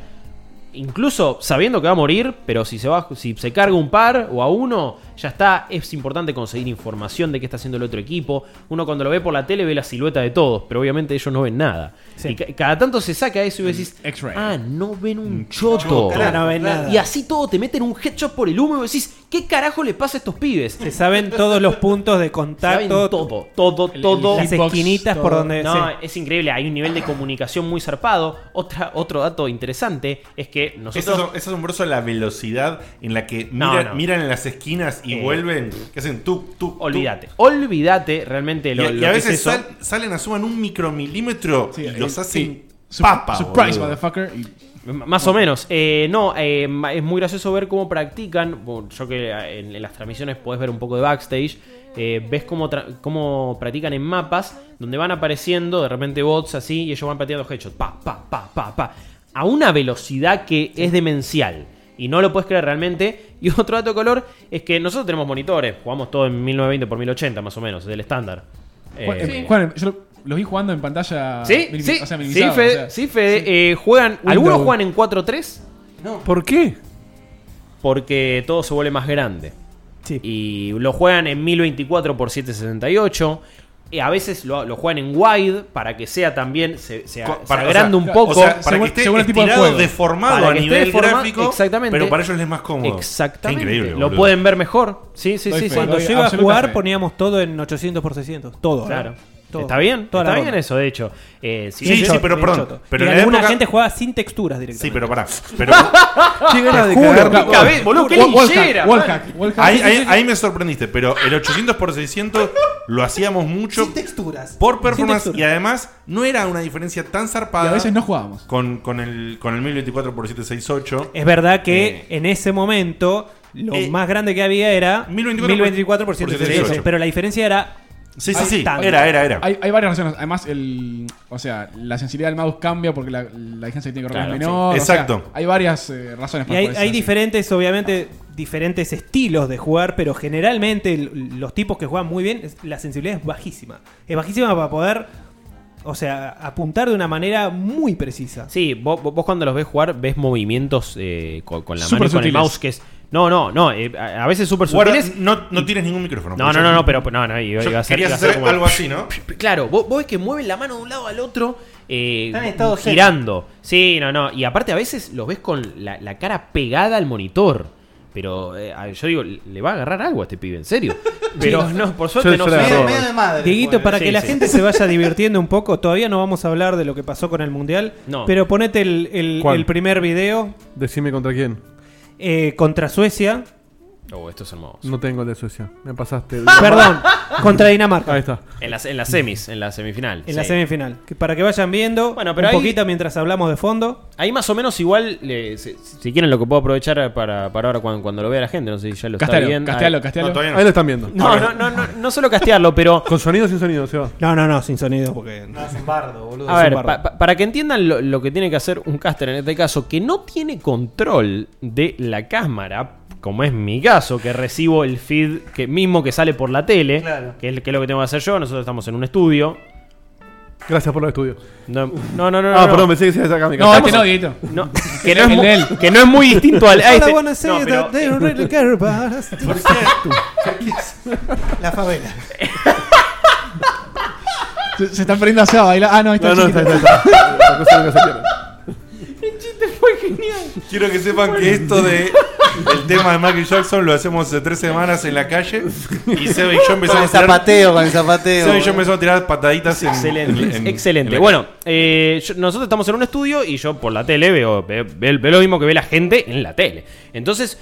Speaker 7: incluso sabiendo que va a morir, pero si se, va, si se carga un par o a uno, ya está. Es importante conseguir información de qué está haciendo el otro equipo. Uno cuando lo ve por la tele ve la silueta de todos, pero obviamente ellos no ven nada. Y ca- cada tanto se saca eso y vos decís, ah, no ven un choto.
Speaker 8: Claro, no ven nada.
Speaker 7: Y así todo te meten un headshot por el humo y vos decís, ¿qué carajo le pasa a estos pibes?
Speaker 8: Se saben todos los puntos de contacto.
Speaker 7: Saben todo, todo,
Speaker 8: el
Speaker 7: todo.
Speaker 8: Las
Speaker 7: hitbox,
Speaker 8: esquinitas
Speaker 7: todo.
Speaker 8: por donde.
Speaker 7: No,
Speaker 8: sí.
Speaker 7: es increíble. Hay un nivel de comunicación muy zarpado. Otra, otro dato interesante es que
Speaker 3: Es,
Speaker 7: nosotros.
Speaker 3: asom- es asombroso la velocidad en la que
Speaker 7: No,
Speaker 3: mira-
Speaker 7: no.
Speaker 3: miran en las esquinas y
Speaker 7: Eh,
Speaker 3: vuelven, que hacen tú, tú,
Speaker 7: Olvídate. Olvídate realmente lo,
Speaker 3: y, a-
Speaker 7: lo
Speaker 3: y a
Speaker 7: que
Speaker 3: veces
Speaker 7: es eso.
Speaker 3: sal- salen, asuman un micromilímetro y los
Speaker 7: eh,
Speaker 3: hacen
Speaker 7: sí.
Speaker 3: papa.
Speaker 7: Sur- surprise,
Speaker 3: boludo.
Speaker 4: Motherfucker. y-
Speaker 7: M- Más o menos. Eh, no, eh, ma- es muy gracioso ver cómo practican. Bueno, Yo que eh, en, en las transmisiones podés ver un poco de backstage. eh, ves cómo, tra- cómo practican en mapas donde van apareciendo de repente bots así y ellos van pateando headshots. Pa, pa, pa, pa, pa. A una velocidad que es demencial. Y no lo puedes creer realmente. Y otro dato de color es que nosotros tenemos monitores. Jugamos todo en 1920x1080 más o menos, del estándar.
Speaker 4: Ju-
Speaker 7: Eh,
Speaker 4: eh, Juan, yo lo- los vi jugando en pantalla.
Speaker 7: Sí,
Speaker 4: minimi-
Speaker 7: sí,
Speaker 4: o sea,
Speaker 7: sí,
Speaker 4: minimizado,
Speaker 7: Fede,
Speaker 4: o sea.
Speaker 7: sí, Fede, eh, juegan, algunos juegan en 4-3.
Speaker 5: ¿Por qué?
Speaker 7: Porque todo se vuelve más grande. Y lo juegan en 1024 por 768. Y Eh, a veces lo, lo juegan en wide para que sea también, se, se-
Speaker 3: Co-
Speaker 7: se
Speaker 3: para- o
Speaker 7: agrande
Speaker 3: sea,
Speaker 7: un poco.
Speaker 3: o sea, para que esté estirado, deformado
Speaker 7: Para
Speaker 3: a
Speaker 7: que esté
Speaker 3: nivel
Speaker 7: deforma-
Speaker 3: gráfico,
Speaker 7: Exactamente.
Speaker 3: pero para ellos les es más cómodo. Qué
Speaker 7: Exactamente.
Speaker 3: increíble,
Speaker 7: lo
Speaker 3: boludo.
Speaker 7: pueden ver mejor. Sí, sí,
Speaker 8: Doy
Speaker 7: sí.
Speaker 8: fe,
Speaker 7: sí.
Speaker 8: Cuando yo iba a jugar poníamos todo en 800 por 600. Todo.
Speaker 7: Claro.
Speaker 8: ¿eh? Todo.
Speaker 7: Está bien,
Speaker 8: Toda la
Speaker 7: está bien
Speaker 8: ronda.
Speaker 7: eso, de hecho. Eh,
Speaker 8: Bien
Speaker 3: sí,
Speaker 8: choto,
Speaker 3: pero
Speaker 8: bien
Speaker 3: perdón,
Speaker 8: choto.
Speaker 3: pero
Speaker 8: y
Speaker 3: en la
Speaker 8: alguna
Speaker 3: época-
Speaker 8: gente juega sin texturas directamente.
Speaker 3: Sí, pero pará. Pero,
Speaker 8: Qué ganas
Speaker 3: Te
Speaker 8: de
Speaker 3: juro.
Speaker 8: cagar, Qué cabeza, boludo, qué
Speaker 3: Wallhack,
Speaker 8: linchera,
Speaker 3: wallhack,
Speaker 8: man.
Speaker 3: wallhack. Ahí,
Speaker 8: Sí, sí,
Speaker 3: ahí-
Speaker 8: sí.
Speaker 3: ahí me sorprendiste, pero el 800 por 600 lo hacíamos mucho
Speaker 8: texturas.
Speaker 3: por performance
Speaker 8: texturas.
Speaker 3: y además no era una diferencia tan zarpada.
Speaker 4: Y a veces no jugábamos.
Speaker 3: Con, con el, con el 1024 por 768
Speaker 8: Es verdad
Speaker 7: Eh.
Speaker 8: que en ese momento lo
Speaker 3: Eh,
Speaker 8: más grande que había era 1024, por 768,
Speaker 3: 768.
Speaker 8: pero la diferencia era bastante.
Speaker 4: Hay, hay varias razones. Además, el, o sea, la sensibilidad del mouse cambia porque la, la distancia que tiene que correr
Speaker 8: Claro,
Speaker 4: es menor.
Speaker 8: sí.
Speaker 4: o sea,
Speaker 8: Exacto.
Speaker 4: hay varias eh, razones
Speaker 8: Y
Speaker 4: para
Speaker 8: hay,
Speaker 4: poder
Speaker 8: hay
Speaker 4: ser así.
Speaker 8: diferentes, obviamente, diferentes estilos de jugar, pero generalmente l- los tipos que juegan muy bien, es- la sensibilidad es bajísima. Es bajísima para poder, o sea, apuntar de una manera muy precisa.
Speaker 7: Sí, vos, vos- vos cuando los ves jugar ves movimientos eh, con, con la
Speaker 8: Súper
Speaker 7: mano y con el
Speaker 8: sutiles.
Speaker 7: mouse que es... No, no, no, eh, a a veces súper
Speaker 3: Guarda,
Speaker 7: sutiles.
Speaker 3: no, no tienes ningún micrófono.
Speaker 7: No, no, no, no, pero no, no, iba,
Speaker 3: Yo
Speaker 7: iba a ser,
Speaker 3: querías
Speaker 7: iba a ser
Speaker 3: hacer
Speaker 7: como-
Speaker 3: algo así, ¿no?
Speaker 7: Claro, vos, vos ves que mueven la mano de un lado al otro, eh,
Speaker 8: Están en estado zen.
Speaker 7: girando. Sí, no, no. Y aparte a veces los ves con la, la cara pegada al monitor. Pero eh, a- yo digo, le va a agarrar algo a este pibe, en serio. Pero no, por suerte no sé.
Speaker 8: Dieguito, para
Speaker 7: Sí,
Speaker 8: que la
Speaker 7: sí.
Speaker 8: gente se vaya divirtiendo un poco, todavía no vamos a hablar de lo que pasó con el Mundial,
Speaker 7: No.
Speaker 8: pero ponete el, el-
Speaker 5: ¿Cuál?
Speaker 8: el primer video
Speaker 5: Decime contra quién.
Speaker 8: eh, contra Suecia.
Speaker 7: Oh, esto es hermoso.
Speaker 5: No tengo el de Suecia. Me pasaste. el-
Speaker 8: Perdón, contra Dinamarca.
Speaker 5: Ahí está.
Speaker 7: En las, en las semis, en la semifinal.
Speaker 8: En la
Speaker 7: sí.
Speaker 8: semifinal. Que para que vayan viendo
Speaker 7: pero
Speaker 8: un
Speaker 7: ahí-
Speaker 8: poquito mientras hablamos de fondo.
Speaker 7: Ahí más o menos igual, le- si, si quieren lo que puedo aprovechar para, para ahora cuando, cuando lo vea la gente, no sé si ya lo
Speaker 4: Castealo,
Speaker 7: está bien.
Speaker 4: castealo, castealo. No, todavía no.
Speaker 5: Ahí lo están viendo.
Speaker 7: No, no, no, no, no solo castearlo, pero...
Speaker 5: Con sonido o sin sonido, se va.
Speaker 8: No, no, no, sin sonido porque... No,
Speaker 6: es un bardo, boludo.
Speaker 7: A ver, pa- pa- para que entiendan lo, lo que tiene que hacer un caster en este caso, que no tiene control de la cámara, como es mi caso, que recibo el feed que mismo que sale por la tele, que, es, que es lo que tengo que hacer yo, nosotros estamos en un estudio.
Speaker 5: Gracias por los estudios.
Speaker 7: No, no, no, no.
Speaker 5: Ah,
Speaker 7: no.
Speaker 5: perdón, pensé que se iba a sacar mi
Speaker 7: No,
Speaker 5: cámara.
Speaker 7: este no,
Speaker 4: Dieguito.
Speaker 7: No, que, no es
Speaker 5: El
Speaker 7: mu-
Speaker 5: de él.
Speaker 7: que no es muy distinto al...
Speaker 8: All
Speaker 7: a este.
Speaker 8: I wanna say
Speaker 7: No,
Speaker 8: is
Speaker 7: pero-
Speaker 8: that they don't really care about us. La favela.
Speaker 4: Se, se están prendiendo asado a bailar. Ah, no, ahí está.
Speaker 5: No, no,
Speaker 4: chiquito.
Speaker 5: está, está, está. La cosa nunca se pierde.
Speaker 3: Quiero que sepan que esto de el tema de Michael Jackson lo hacemos hace tres semanas en la calle y Seba y yo empezamos
Speaker 6: Con el
Speaker 3: a tirar-
Speaker 6: zapateo, con el zapateo,
Speaker 3: Seba y yo
Speaker 6: boludo.
Speaker 3: empezamos a tirar pataditas en-
Speaker 7: Excelente,
Speaker 3: en- en-
Speaker 7: excelente.
Speaker 3: en la-
Speaker 7: bueno, eh, yo- nosotros estamos en un estudio y yo por la tele veo, ve- ve- ve lo mismo que ve la gente en la tele. Entonces,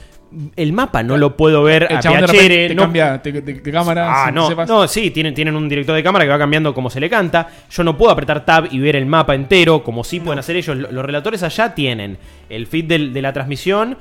Speaker 7: el mapa no lo puedo ver
Speaker 4: El
Speaker 7: a
Speaker 4: chabón de
Speaker 7: PHR,
Speaker 4: repente te
Speaker 7: no-
Speaker 4: cambia de, de- de cámara.
Speaker 7: Ah,
Speaker 4: sin que
Speaker 7: no,
Speaker 4: sepas.
Speaker 7: no, sí, tienen, tienen un director de cámara que va cambiando como se le canta. Yo no puedo apretar tab y ver el mapa entero, como sí pueden hacer ellos. Lo- Los relatores allá tienen el feed del- de la transmisión,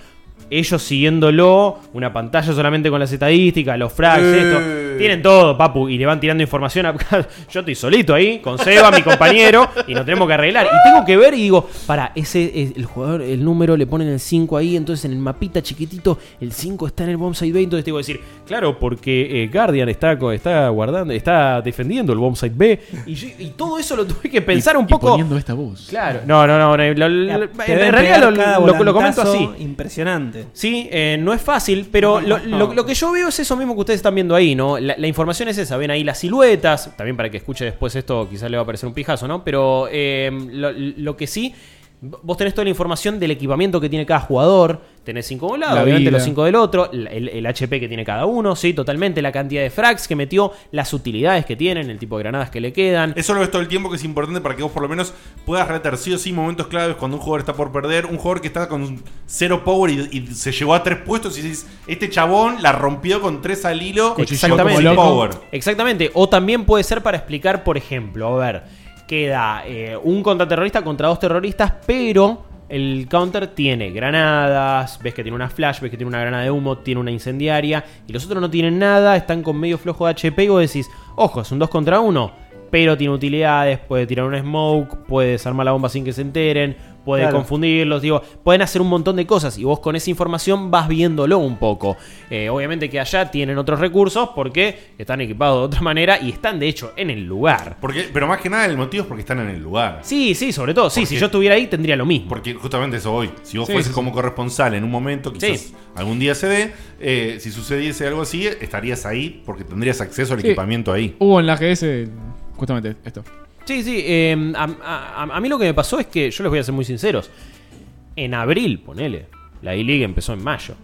Speaker 7: ellos siguiéndolo, una pantalla solamente con las estadísticas, los frags,
Speaker 3: Eh.
Speaker 7: esto. Tienen todo, papu, y le van tirando información. A... Yo estoy solito ahí, con Seba, mi compañero, y nos tenemos que arreglar. Y tengo que ver y digo, para, ese es el jugador, el número, le ponen el 5 ahí, entonces en el mapita chiquitito, el 5 está en el bombsite B, entonces tengo que decir, claro, porque eh, Guardian está, co- está guardando, está defendiendo el bombsite B. Y, yo- y todo eso lo tuve que pensar un poco.
Speaker 4: poniendo esta voz.
Speaker 7: Claro. No, no, no. no, lo- lo-
Speaker 8: Te deben
Speaker 7: en realidad
Speaker 8: pegar
Speaker 7: lo,
Speaker 8: cada
Speaker 7: lo- lo comento
Speaker 8: volantazo
Speaker 7: así.
Speaker 8: Impresionante.
Speaker 7: Sí, eh, no es fácil, pero lo, lo- lo que yo veo es eso mismo que ustedes están viendo ahí, ¿no? La, la información es esa, ven ahí las siluetas, también para que escuche después esto quizás le va a parecer un pijazo, ¿no? Pero eh, lo, lo que sí, vos tenés toda la información del equipamiento que tiene cada jugador, tenés cinco de un lado,
Speaker 4: La
Speaker 7: obviamente
Speaker 4: vida.
Speaker 7: los cinco del otro, la- el, el HP que tiene cada uno, sí, totalmente, la cantidad de frags que metió, las utilidades que tienen, el tipo de granadas que le quedan.
Speaker 3: Eso lo ves todo el tiempo que es importante para que vos por lo menos puedas retar sí o sí momentos claves cuando un jugador está por perder, un jugador que está con cero power y, y se llevó a tres puestos y dices, este chabón la rompió con tres al hilo
Speaker 7: Exactamente.
Speaker 3: con power.
Speaker 7: Exactamente. O también puede ser para explicar, por ejemplo, a ver, queda eh, un contraterrorista contra dos terroristas, pero el counter tiene granadas, ves que tiene una flash, ves que tiene una granada de humo, tiene una incendiaria, y los otros no tienen nada, están con medio flojo de HP y vos decís, ojo, es un 2 contra 1. Pero tiene utilidades, puede tirar un smoke, puede desarmar la bomba sin que se enteren, puede
Speaker 8: Claro.
Speaker 7: confundir confundirlos, digo, pueden hacer un montón de cosas y vos con esa información vas viéndolo un poco. Eh, obviamente que allá tienen otros recursos porque están equipados de otra manera y están de hecho en el lugar.
Speaker 3: Porque, pero más que nada el motivo es porque están en el lugar.
Speaker 7: Sí, sí, sobre todo, sí, si yo estuviera ahí tendría lo mismo.
Speaker 3: Porque justamente eso hoy, si vos
Speaker 7: Sí,
Speaker 3: fueses
Speaker 7: sí, sí.
Speaker 3: como corresponsal en un momento, quizás
Speaker 7: Sí.
Speaker 3: algún día se dé, eh, si sucediese algo así, estarías ahí porque tendrías acceso al
Speaker 4: Sí.
Speaker 3: equipamiento ahí.
Speaker 4: Hubo en la GS justamente esto.
Speaker 7: Sí, sí. eh, a, a- a- a mí lo que me pasó es que, yo les voy a ser muy sinceros. En abril, ponele. La E-League empezó en mayo.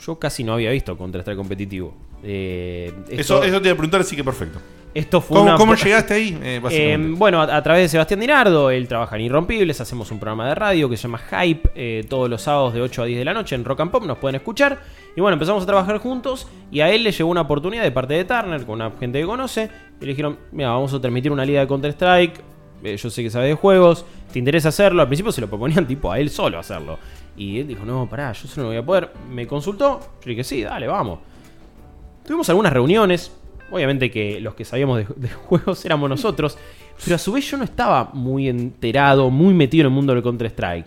Speaker 7: Yo casi no había visto Counter-Strike competitivo. Eh,
Speaker 3: Eso, eso te iba a preguntar, así que perfecto.
Speaker 7: Esto fue
Speaker 3: ¿Cómo,
Speaker 7: una-
Speaker 3: cómo llegaste ahí? Eh, básicamente.
Speaker 7: Eh, bueno, a, a través de Sebastián Dinardo, él trabaja en Irrompibles, hacemos un programa de radio que se llama Hype, eh, todos los sábados de 8 a 10 de la noche en Rock and Pop, nos pueden escuchar. Y bueno, empezamos a trabajar juntos y a él le llegó una oportunidad de parte de Turner, con una gente que conoce, y le dijeron, mira, vamos a transmitir una liga de Counter-Strike, eh, yo sé que sabes de juegos, ¿te interesa hacerlo? Al principio se lo proponían tipo a él solo hacerlo. Y él dijo, no, pará, yo solo no voy a poder. Me consultó, yo dije, sí, dale, vamos. Tuvimos algunas reuniones. Obviamente que los que sabíamos de, de juegos éramos nosotros. Pero a su vez yo no estaba muy enterado, muy metido en el mundo del Counter-Strike.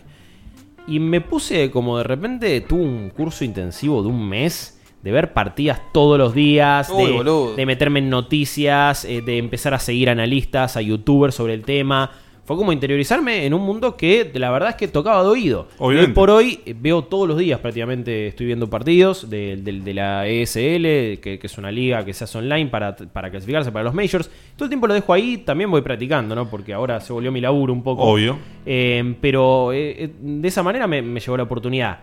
Speaker 7: Y me puse como de repente, tuve un curso intensivo de un mes de ver partidas todos los días,
Speaker 19: Uy,
Speaker 7: de,
Speaker 19: boludo.
Speaker 7: de meterme en noticias, eh, de empezar a seguir analistas, a youtubers sobre el tema. Fue como interiorizarme en un mundo que la verdad es que tocaba de oído.
Speaker 3: Obviamente.
Speaker 7: Hoy por hoy eh, veo todos los días prácticamente, estoy viendo partidos de, de- de la ESL, que, que es una liga que se hace online para, para clasificarse para los majors. Todo el tiempo lo dejo ahí, también voy practicando, ¿no? Porque ahora se volvió mi laburo un poco.
Speaker 3: Obvio.
Speaker 7: Eh, pero eh, eh, de esa manera me, me llegó la oportunidad.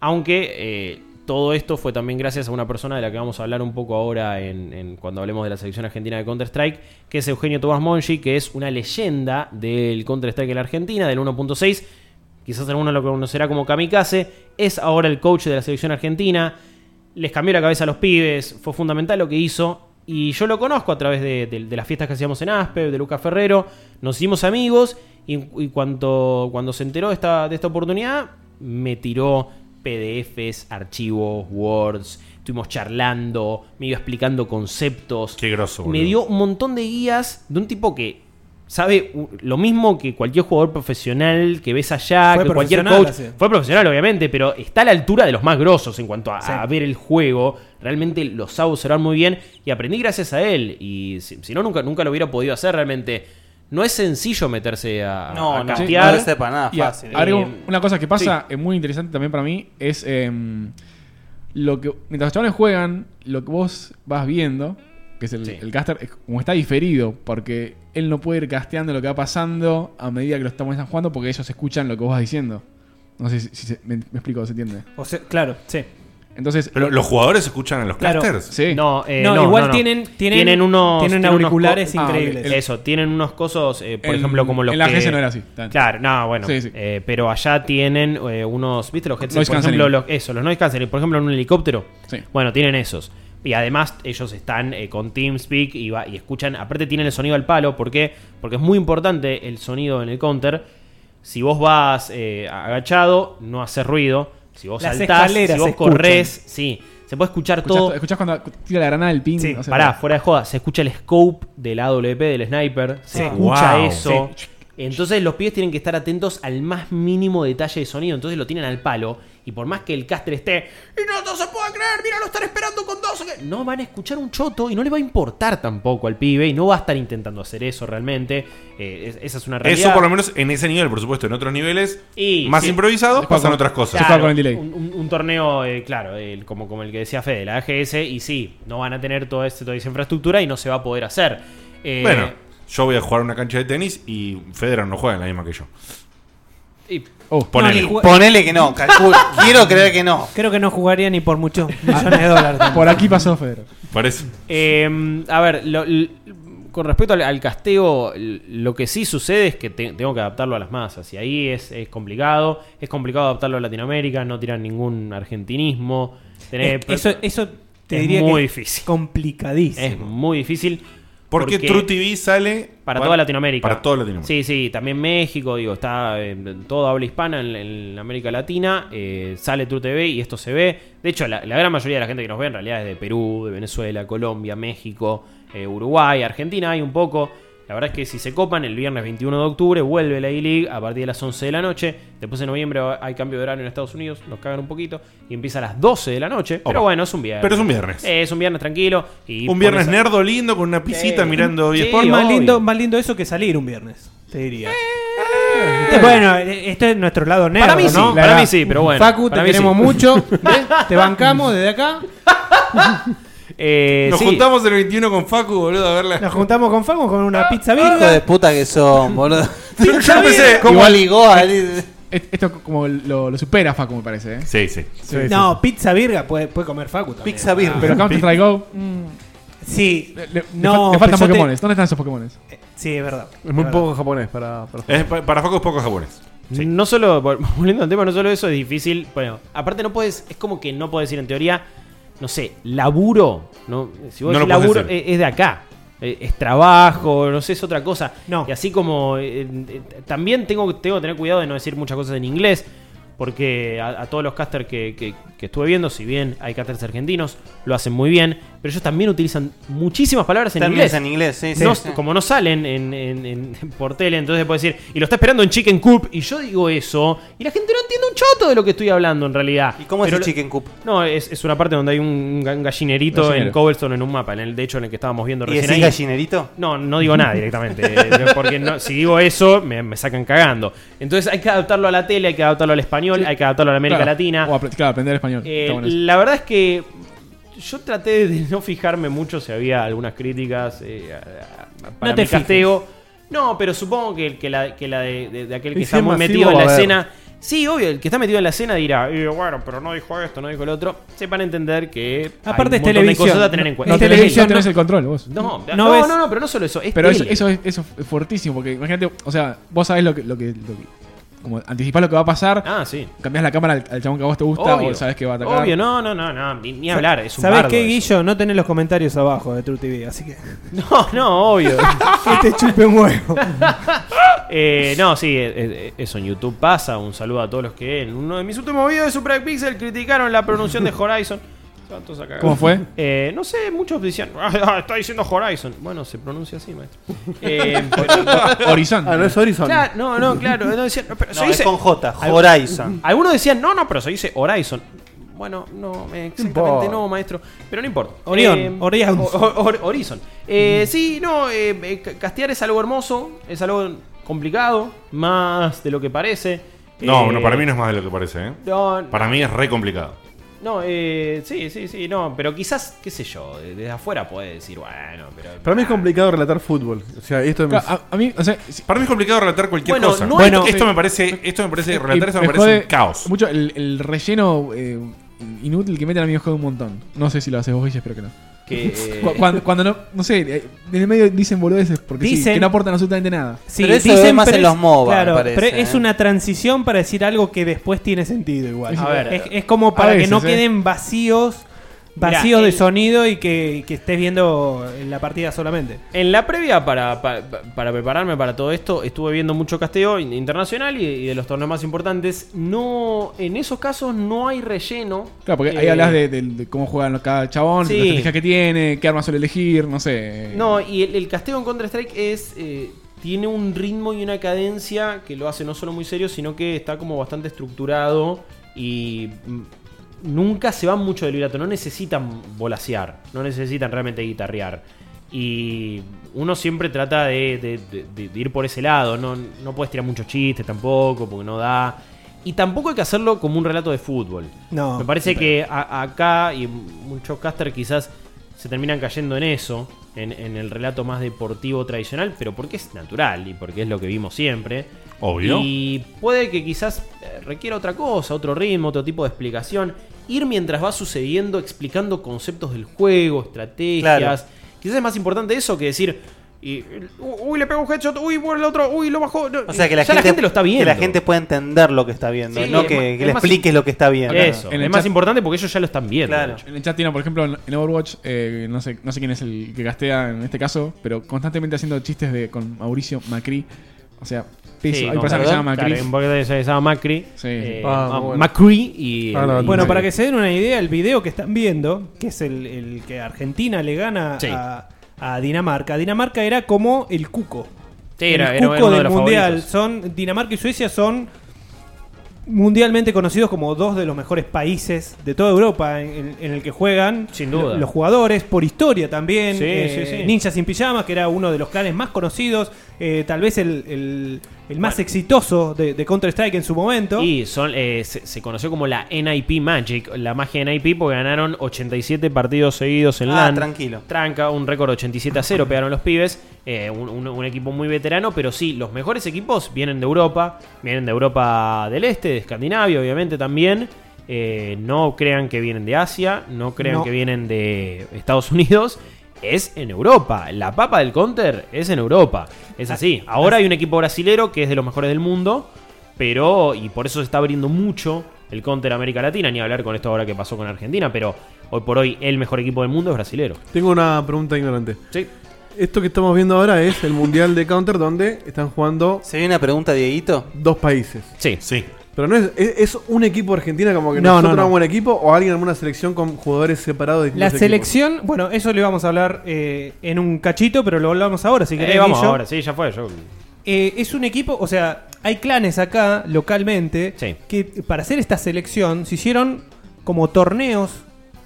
Speaker 7: Aunque eh, todo esto fue también gracias a una persona de la que vamos a hablar un poco ahora en, en- cuando hablemos de la selección argentina de Counter-Strike, que es Eugenio Tomás Monchi, que es una leyenda del Counter-Strike en la Argentina, del 1.6. Quizás alguno lo conocerá como Kamikaze. Es ahora el coach de la selección argentina. Les cambió la cabeza a los pibes. Fue fundamental lo que hizo. Y yo lo conozco a través de, de- de las fiestas que hacíamos en Aspe, de Lucas Ferrero. Nos hicimos amigos. Y, y cuanto- cuando se enteró de esta, de esta oportunidad, me tiró PDFs, archivos, Words. Estuvimos charlando, me iba explicando conceptos.
Speaker 3: Qué groso,
Speaker 7: Me dio un montón de guías de un tipo que sabe u- lo mismo que cualquier jugador profesional que ves allá,
Speaker 8: Fue
Speaker 7: que cualquier
Speaker 8: profesional
Speaker 7: coach.
Speaker 8: hace.
Speaker 7: Fue profesional, obviamente, pero está a la altura de los más grosos en cuanto a, a ver el juego. Realmente lo sabe observar muy bien y aprendí gracias a él. Y si, si no, nunca, nunca lo hubiera podido hacer realmente. No es sencillo meterse a,
Speaker 6: No,
Speaker 7: a
Speaker 6: no,
Speaker 7: castear.
Speaker 6: no lo sepa nada
Speaker 4: Y a-
Speaker 6: fácil.
Speaker 4: agrego
Speaker 6: Eh,
Speaker 4: una cosa que pasa, es muy interesante también para mí, es em, lo que mientras los chavales juegan, lo que vos vas viendo, que es el, el caster, es como está diferido, porque él no puede ir casteando lo que va pasando a medida que los estamos están jugando, porque ellos escuchan lo que vos vas diciendo. No sé si, si se- me, me explico, ¿se entiende?
Speaker 8: O sea, claro, sí.
Speaker 4: Entonces,
Speaker 3: Pero los jugadores escuchan a los
Speaker 8: Claro.
Speaker 3: casters.
Speaker 4: Sí.
Speaker 7: No, eh,
Speaker 8: No,
Speaker 7: no,
Speaker 8: igual
Speaker 7: no, no.
Speaker 8: tienen- tienen-
Speaker 7: unos,
Speaker 8: tienen
Speaker 7: unos
Speaker 8: auriculares
Speaker 7: co-
Speaker 8: increíbles.
Speaker 7: Ah, eso, tienen unos cosos, eh, por
Speaker 4: En-
Speaker 7: ejemplo, como los
Speaker 4: en la
Speaker 7: que-
Speaker 4: GS no era así, tanto.
Speaker 7: Claro, no, bueno.
Speaker 4: Sí, sí.
Speaker 7: eh, pero allá tienen eh, unos, ¿viste los headsets?
Speaker 4: Noise
Speaker 7: por
Speaker 4: cancelling.
Speaker 7: ejemplo, los, eso, los noise cancelling, por ejemplo, en un helicóptero.
Speaker 4: Sí.
Speaker 7: Bueno, tienen esos. Y además ellos están eh, con TeamSpeak y, va- y escuchan, aparte tienen el sonido al palo, ¿por qué? Porque es muy importante el sonido en el counter. Si vos vas eh, agachado, no hace ruido. Si vos
Speaker 8: Las
Speaker 7: saltás,
Speaker 8: escaleras
Speaker 7: si vos
Speaker 8: se escuchan.
Speaker 7: corres, sí. Se puede escuchar
Speaker 4: Escuchás-
Speaker 7: todo.
Speaker 4: escuchás cuando tira la granada del pin.
Speaker 7: Sí,
Speaker 4: o sea,
Speaker 7: pará, fuera de joda, se escucha el scope del AWP del sniper, se
Speaker 4: Sí.
Speaker 7: escucha
Speaker 4: Wow.
Speaker 7: eso.
Speaker 4: Ah. Sí.
Speaker 7: Entonces los pies tienen que estar atentos al más mínimo detalle de sonido, entonces lo tienen al palo y por más que el caster esté, Y no, no se puede creer, mira, lo están esperando con dos. no van a escuchar un choto y no le va a importar tampoco al pibe y no va a estar intentando hacer eso realmente. Eh, es- esa es una realidad.
Speaker 3: Eso por lo menos en ese nivel, por supuesto, en otros niveles
Speaker 7: Y,
Speaker 3: más
Speaker 7: sí.
Speaker 3: improvisados
Speaker 7: Se
Speaker 3: pasan
Speaker 7: juega con-
Speaker 3: otras cosas.
Speaker 7: claro, Un, un- un torneo, eh, claro, el- como, como el que decía Fede, la AGS, y sí, no van a tener todo este, toda esa infraestructura y no se va a poder hacer. Eh,
Speaker 3: bueno, yo voy a jugar una cancha de tenis y Federer no juega en la misma que yo.
Speaker 7: y-
Speaker 3: Ponele.
Speaker 8: No, ni jue-
Speaker 6: Ponele que no, calculo. Quiero creer que no.
Speaker 8: Creo que no jugaría ni por muchos millones de dólares. tampoco.
Speaker 4: Por aquí pasó Federer.
Speaker 3: Parece.
Speaker 7: Eh, a ver, lo- l- con respecto al, al casteo, l- lo que sí sucede es que te- tengo que adaptarlo a las masas. Y ahí es, es complicado. Es complicado adaptarlo a Latinoamérica, no tirar ningún argentinismo. tener-
Speaker 8: Es- eso, eso te
Speaker 7: es
Speaker 8: diría
Speaker 7: muy
Speaker 8: que
Speaker 7: difícil.
Speaker 8: es complicadísimo.
Speaker 7: Es muy difícil.
Speaker 3: ¿Por qué True TV sale
Speaker 7: para
Speaker 3: para-
Speaker 7: toda Latinoamérica?
Speaker 3: para toda Latinoamérica.
Speaker 7: Sí, sí, también México, digo, está en toda habla hispana en, en América Latina. eh, sale True TV y esto se ve. De hecho, la, la gran mayoría de la gente que nos ve en realidad es de Perú, de Venezuela, Colombia, México, eh, Uruguay, Argentina, hay un poco. La verdad es que si se copan, el viernes 21 de octubre vuelve la E-League a partir de las 11 de la noche. Después de noviembre hay cambio de horario en Estados Unidos, nos cagan un poquito. Y empieza a las 12 de la noche. Pero bueno, es un viernes.
Speaker 3: Pero es un viernes.
Speaker 7: Eh, es un viernes tranquilo. Y
Speaker 3: Un viernes nerdo lindo con una pisita mirando
Speaker 7: bien
Speaker 8: Por más lindo, más lindo eso que salir un viernes, te diría. Este, bueno, eh, este es nuestro lado negro.
Speaker 7: Para mí sí,
Speaker 8: ¿no?
Speaker 7: para mí sí, pero bueno,
Speaker 8: Facu,
Speaker 7: para
Speaker 8: te
Speaker 7: mí
Speaker 8: queremos
Speaker 7: sí.
Speaker 8: mucho. ¿eh? Te bancamos desde acá.
Speaker 7: Eh,
Speaker 3: Nos
Speaker 7: sí.
Speaker 3: juntamos el 21 con Facu, boludo, a verla.
Speaker 8: Nos juntamos con Facu con
Speaker 7: Ah,
Speaker 8: una pizza
Speaker 6: Hijo de
Speaker 8: virgen.
Speaker 6: puta que son, boludo.
Speaker 3: Yo empecé.
Speaker 6: Como ligó
Speaker 4: Es- Esto como lo, lo supera Facu, me parece. ¿eh?
Speaker 3: Sí, sí.
Speaker 8: No, pizza virga puede, puede comer Facu también.
Speaker 4: Pizza virga. Pero Counter
Speaker 8: Counter
Speaker 4: Strike Go.
Speaker 8: Sí.
Speaker 4: Le, le- le fal-
Speaker 8: no,
Speaker 4: le faltan
Speaker 8: pero yo te- Eh,
Speaker 4: Pokémones. ¿Dónde están esos Pokémones?
Speaker 8: Sí, es verdad.
Speaker 5: Es muy
Speaker 8: Es
Speaker 5: poco japonés para. para
Speaker 3: Es pa- para Facu es poco japonés.
Speaker 7: No solo, vol- volviendo al tema, no solo eso es difícil. Bueno, aparte no puedes, es como que no puedes decir en teoría, no sé, laburo. No, si vos
Speaker 3: No
Speaker 7: decís
Speaker 3: lo podés
Speaker 7: laburo,
Speaker 3: decir.
Speaker 7: es, es de acá. Eh, Es trabajo, no sé, es otra cosa. No. Y así como. eh, eh, también tengo, tengo que tener cuidado de no decir muchas cosas en inglés. Porque a, a todos los casters que, que- que estuve viendo, si bien hay casters argentinos, lo hacen muy bien, pero ellos también utilizan muchísimas palabras en
Speaker 6: Términos
Speaker 7: inglés.
Speaker 6: en inglés, sí, sí,
Speaker 7: No-
Speaker 6: sí.
Speaker 7: Como no salen en, en- en- por tele, entonces puedes decir, y lo está esperando en Chicken Coop, y yo digo eso, y la gente no entiende un choto de lo que estoy hablando en realidad. ¿Y
Speaker 6: cómo es el Chicken Coop?
Speaker 7: No, es, es una parte donde hay un, ga- un gallinerito
Speaker 6: Gallinero.
Speaker 7: en Cobblestone en un mapa, en el, de hecho en el que estábamos viendo
Speaker 6: ¿Y
Speaker 7: recién.
Speaker 6: decís
Speaker 7: ahí.
Speaker 6: gallinerito?
Speaker 7: No, no digo nada directamente. eh, porque no- si digo eso, me, me sacan cagando. Entonces hay que adaptarlo a la tele, hay que adaptarlo al español, hay que adaptarlo a la América
Speaker 4: Claro.
Speaker 7: Latina.
Speaker 4: O apre- claro, aprender español.
Speaker 7: Eh,
Speaker 4: Está bueno eso.
Speaker 7: la verdad es que yo traté de no fijarme mucho si había algunas críticas eh, a- a- para
Speaker 8: No te
Speaker 7: mi casteo. No, pero supongo que, el- que la, que la de, de- de aquel
Speaker 8: Y
Speaker 7: que
Speaker 8: si
Speaker 7: está
Speaker 8: es
Speaker 7: muy
Speaker 8: masivo,
Speaker 7: metido en
Speaker 8: va a
Speaker 7: la
Speaker 8: haber.
Speaker 7: escena. Sí, obvio, el que está metido en la escena dirá, "Eh, bueno, pero no dijo esto, no dijo el otro. Sepan entender que
Speaker 8: Aparte
Speaker 7: hay
Speaker 8: es
Speaker 7: un montón
Speaker 8: televisión.
Speaker 7: de cosas a tener en
Speaker 8: No-
Speaker 7: cuenta.
Speaker 8: no
Speaker 7: Es
Speaker 8: tenés-
Speaker 7: televisión,
Speaker 4: no tenés el control vos.
Speaker 7: No, no,
Speaker 8: No
Speaker 7: no,
Speaker 8: ves-
Speaker 7: no, pero no solo eso, es
Speaker 4: Pero eso,
Speaker 7: tele.
Speaker 4: eso, es, eso es fuertísimo, porque imagínate, o sea, vos sabés lo que. Lo que, lo que- como anticipás lo que va a pasar.
Speaker 7: Ah, sí.
Speaker 4: Cambiás la cámara al, al chabón que a vos te gusta
Speaker 7: Obvio.
Speaker 4: o sabés que va a atacar.
Speaker 7: Obvio, no, no, no, no, ni, ni hablar, es un
Speaker 8: ¿Sabés
Speaker 7: bardo
Speaker 8: qué,
Speaker 7: eso.
Speaker 8: Guillo? No tenés los comentarios abajo de True TV, así que.
Speaker 7: No, no, obvio.
Speaker 4: Este
Speaker 8: que te chupe un huevo.
Speaker 7: Eh, no, sí, eh, eh, eso en YouTube pasa. Un saludo a todos los que en uno de mis últimos videos de Super Pixel criticaron la pronunciación de Horizon. Se van todos a cagar.
Speaker 4: ¿Cómo fue?
Speaker 7: Eh, no sé, muchos decían, "Ah, ah, está diciendo Horizon. Bueno, se pronuncia así, maestro. Eh,
Speaker 4: Horizon. Ah, no es Horizon.
Speaker 7: Claro, no, no, claro. No, decían, no, pero
Speaker 6: No,
Speaker 7: se
Speaker 6: es
Speaker 7: dice-
Speaker 6: con J,
Speaker 7: Al-
Speaker 6: Horizon.
Speaker 7: Algunos decían, no, no, pero se dice Horizon. Bueno, no, eh, exactamente
Speaker 8: importa.
Speaker 7: no, maestro. Pero no importa.
Speaker 8: Orión,
Speaker 7: Eh,
Speaker 8: Orión.
Speaker 7: o- o- or- Horizon. Eh, sí, no, eh, eh, ca- castear es algo hermoso, es algo complicado, más de lo que parece.
Speaker 3: No,
Speaker 7: Eh,
Speaker 3: no, para mí no es más de lo que parece, ¿eh?
Speaker 7: No,
Speaker 3: Para mí es re complicado.
Speaker 7: no, eh, sí, sí, sí, no, pero quizás, qué sé yo, de- desde afuera puede decir, bueno, pero...
Speaker 5: Para mí es complicado relatar fútbol. O sea, esto me-
Speaker 4: Claro, a, a mí, o sea, si-
Speaker 3: Para mí es complicado relatar cualquier
Speaker 4: Bueno,
Speaker 3: cosa.
Speaker 4: no es-
Speaker 3: esto, esto
Speaker 4: sí.
Speaker 3: me parece, esto me parece, relatar
Speaker 4: Y
Speaker 3: esto me parece
Speaker 4: jode
Speaker 3: un caos.
Speaker 4: Mucho el, el relleno eh, inútil que meten a mí me jode un montón. No sé si lo haces vos, Guille, espero que no.
Speaker 7: Que, eh,
Speaker 4: Cu- cuando, cuando no, no sé, eh, en el medio dicen boludeces porque sí,
Speaker 8: Dicen-
Speaker 4: que no aportan absolutamente nada.
Speaker 8: Sí, pero es- claro, pero es una transición para decir algo que después tiene sentido igual.
Speaker 4: A ver.
Speaker 8: es, es como
Speaker 4: A
Speaker 8: para que
Speaker 4: veces,
Speaker 8: no
Speaker 4: eh.
Speaker 8: queden vacíos vacíos
Speaker 7: Mirá,
Speaker 8: de
Speaker 7: el-
Speaker 8: sonido y que, que estés viendo la partida solamente.
Speaker 7: En la previa para, pa- pa- para, prepararme para todo esto, estuve viendo mucho casteo in- internacional y, y de los torneos más importantes. No, en esos casos no hay relleno.
Speaker 4: Claro, porque ahí
Speaker 7: Eh,
Speaker 4: hablas de, de- de cómo juegan cada chabón,
Speaker 7: Sí.
Speaker 4: la estrategia que tiene, qué armas suele elegir, no sé.
Speaker 7: No, y el, el casteo en Counter-Strike es. eh, tiene un ritmo y una cadencia que lo hace no solo muy serio, sino que está como bastante estructurado y. mm, Nunca se van mucho del hilato, no necesitan volasear, no necesitan realmente guitarrear. Y uno siempre trata de, de- de- de- de ir por ese lado, no, no puedes tirar muchos chistes tampoco, porque no da. Y tampoco hay que hacerlo como un relato de fútbol.
Speaker 8: No.
Speaker 7: Me parece que a- acá y muchos casters quizás se terminan cayendo en eso, en, en el relato más deportivo tradicional, pero porque es natural y porque es lo que vimos siempre.
Speaker 3: Obvio.
Speaker 7: Y puede que quizás eh, requiera otra cosa, otro ritmo, otro tipo de explicación. Ir mientras va sucediendo, explicando conceptos del juego, estrategias.
Speaker 6: Claro.
Speaker 7: Quizás es más importante eso que decir. y- eh, uy, le pegó un headshot, uy, bueno, el otro, uy, lo bajó. no,
Speaker 6: O sea, que la,
Speaker 7: ya
Speaker 6: gente,
Speaker 7: la gente lo está viendo.
Speaker 6: Que la gente pueda entender lo que está viendo,
Speaker 7: Sí,
Speaker 6: no
Speaker 7: es
Speaker 6: que,
Speaker 7: más-
Speaker 6: que
Speaker 7: es
Speaker 6: le
Speaker 7: más
Speaker 6: expliques
Speaker 7: im-
Speaker 6: lo que está viendo.
Speaker 7: Eso,
Speaker 4: En el
Speaker 7: es más
Speaker 4: chat-
Speaker 7: importante porque ellos ya lo están viendo. de hecho.
Speaker 4: En el chat tiene, por ejemplo, en- en Overwatch, eh, no, sé, no sé quién es el que castea en este caso, pero constantemente haciendo chistes de, con Mauricio Macri. O sea, peso.
Speaker 7: Sí,
Speaker 4: Hay
Speaker 7: no,
Speaker 4: personas que se
Speaker 7: perdón,
Speaker 4: llaman Macri.
Speaker 7: claro, hay un poquito que se llama Macri. Eh,
Speaker 8: Ah,
Speaker 7: ah,
Speaker 8: bueno. Ah,
Speaker 7: Macri y. eh, y-
Speaker 8: bueno,
Speaker 7: y-
Speaker 8: para que se den una idea, el video que están viendo, que es el, el que Argentina le gana
Speaker 7: Sí.
Speaker 8: a, a Dinamarca. Dinamarca era como el cuco.
Speaker 7: Sí, era-
Speaker 8: el
Speaker 7: era
Speaker 8: cuco
Speaker 7: uno de
Speaker 8: del
Speaker 7: los
Speaker 8: mundial. Son Dinamarca y Suecia son mundialmente conocidos como dos de los mejores países de toda Europa en, en- en el que juegan. Sin
Speaker 7: duda.
Speaker 8: Los jugadores por historia también.
Speaker 7: Sí,
Speaker 8: eh,
Speaker 7: sí, sí.
Speaker 8: Ninja sin pijamas, que era uno de los clanes más conocidos, eh, tal vez el, el- el más exitoso de, de Counter Strike en su momento.
Speaker 7: Y son, eh, se, se conoció como la NIP Magic, la magia NIP, porque ganaron 87 partidos seguidos en
Speaker 6: Ah,
Speaker 7: LAN.
Speaker 6: tranquilo.
Speaker 7: Tranca, un récord 87 a 0 pegaron los pibes. eh, un, un- un equipo muy veterano, pero sí, los mejores equipos vienen de Europa, vienen de Europa del Este, de Escandinavia, obviamente también. Eh, no crean que vienen de Asia, no crean
Speaker 8: No.
Speaker 7: que vienen de Estados Unidos. Es en Europa. La papa del counter es en Europa. Es así. Ahora hay un equipo brasilero que es de los mejores del mundo. Pero, y por eso se está abriendo mucho el counter a América Latina, ni hablar con esto ahora que pasó con Argentina, pero hoy por hoy el mejor equipo del mundo es brasilero.
Speaker 5: Tengo una pregunta ignorante.
Speaker 7: Sí.
Speaker 5: Esto que estamos viendo ahora es el Mundial de Counter donde están jugando...
Speaker 6: ¿Se viene una pregunta, Dieguito?
Speaker 5: Dos países.
Speaker 7: Sí.
Speaker 3: Sí.
Speaker 5: Pero no es, es, es un equipo argentino como que
Speaker 8: No, no,
Speaker 5: nosotros
Speaker 8: no.
Speaker 5: un buen equipo o alguien en alguna selección con jugadores separados de
Speaker 8: La
Speaker 5: distintos equipos?
Speaker 8: selección, bueno, eso le vamos a hablar eh, en un cachito, pero lo hablamos ahora, si querés.
Speaker 7: Eh, vamos
Speaker 8: Guillo.
Speaker 7: ahora, sí, ya fue. Yo...
Speaker 8: Eh, es un equipo, o sea, hay clanes acá, localmente, que para hacer esta selección se hicieron como torneos,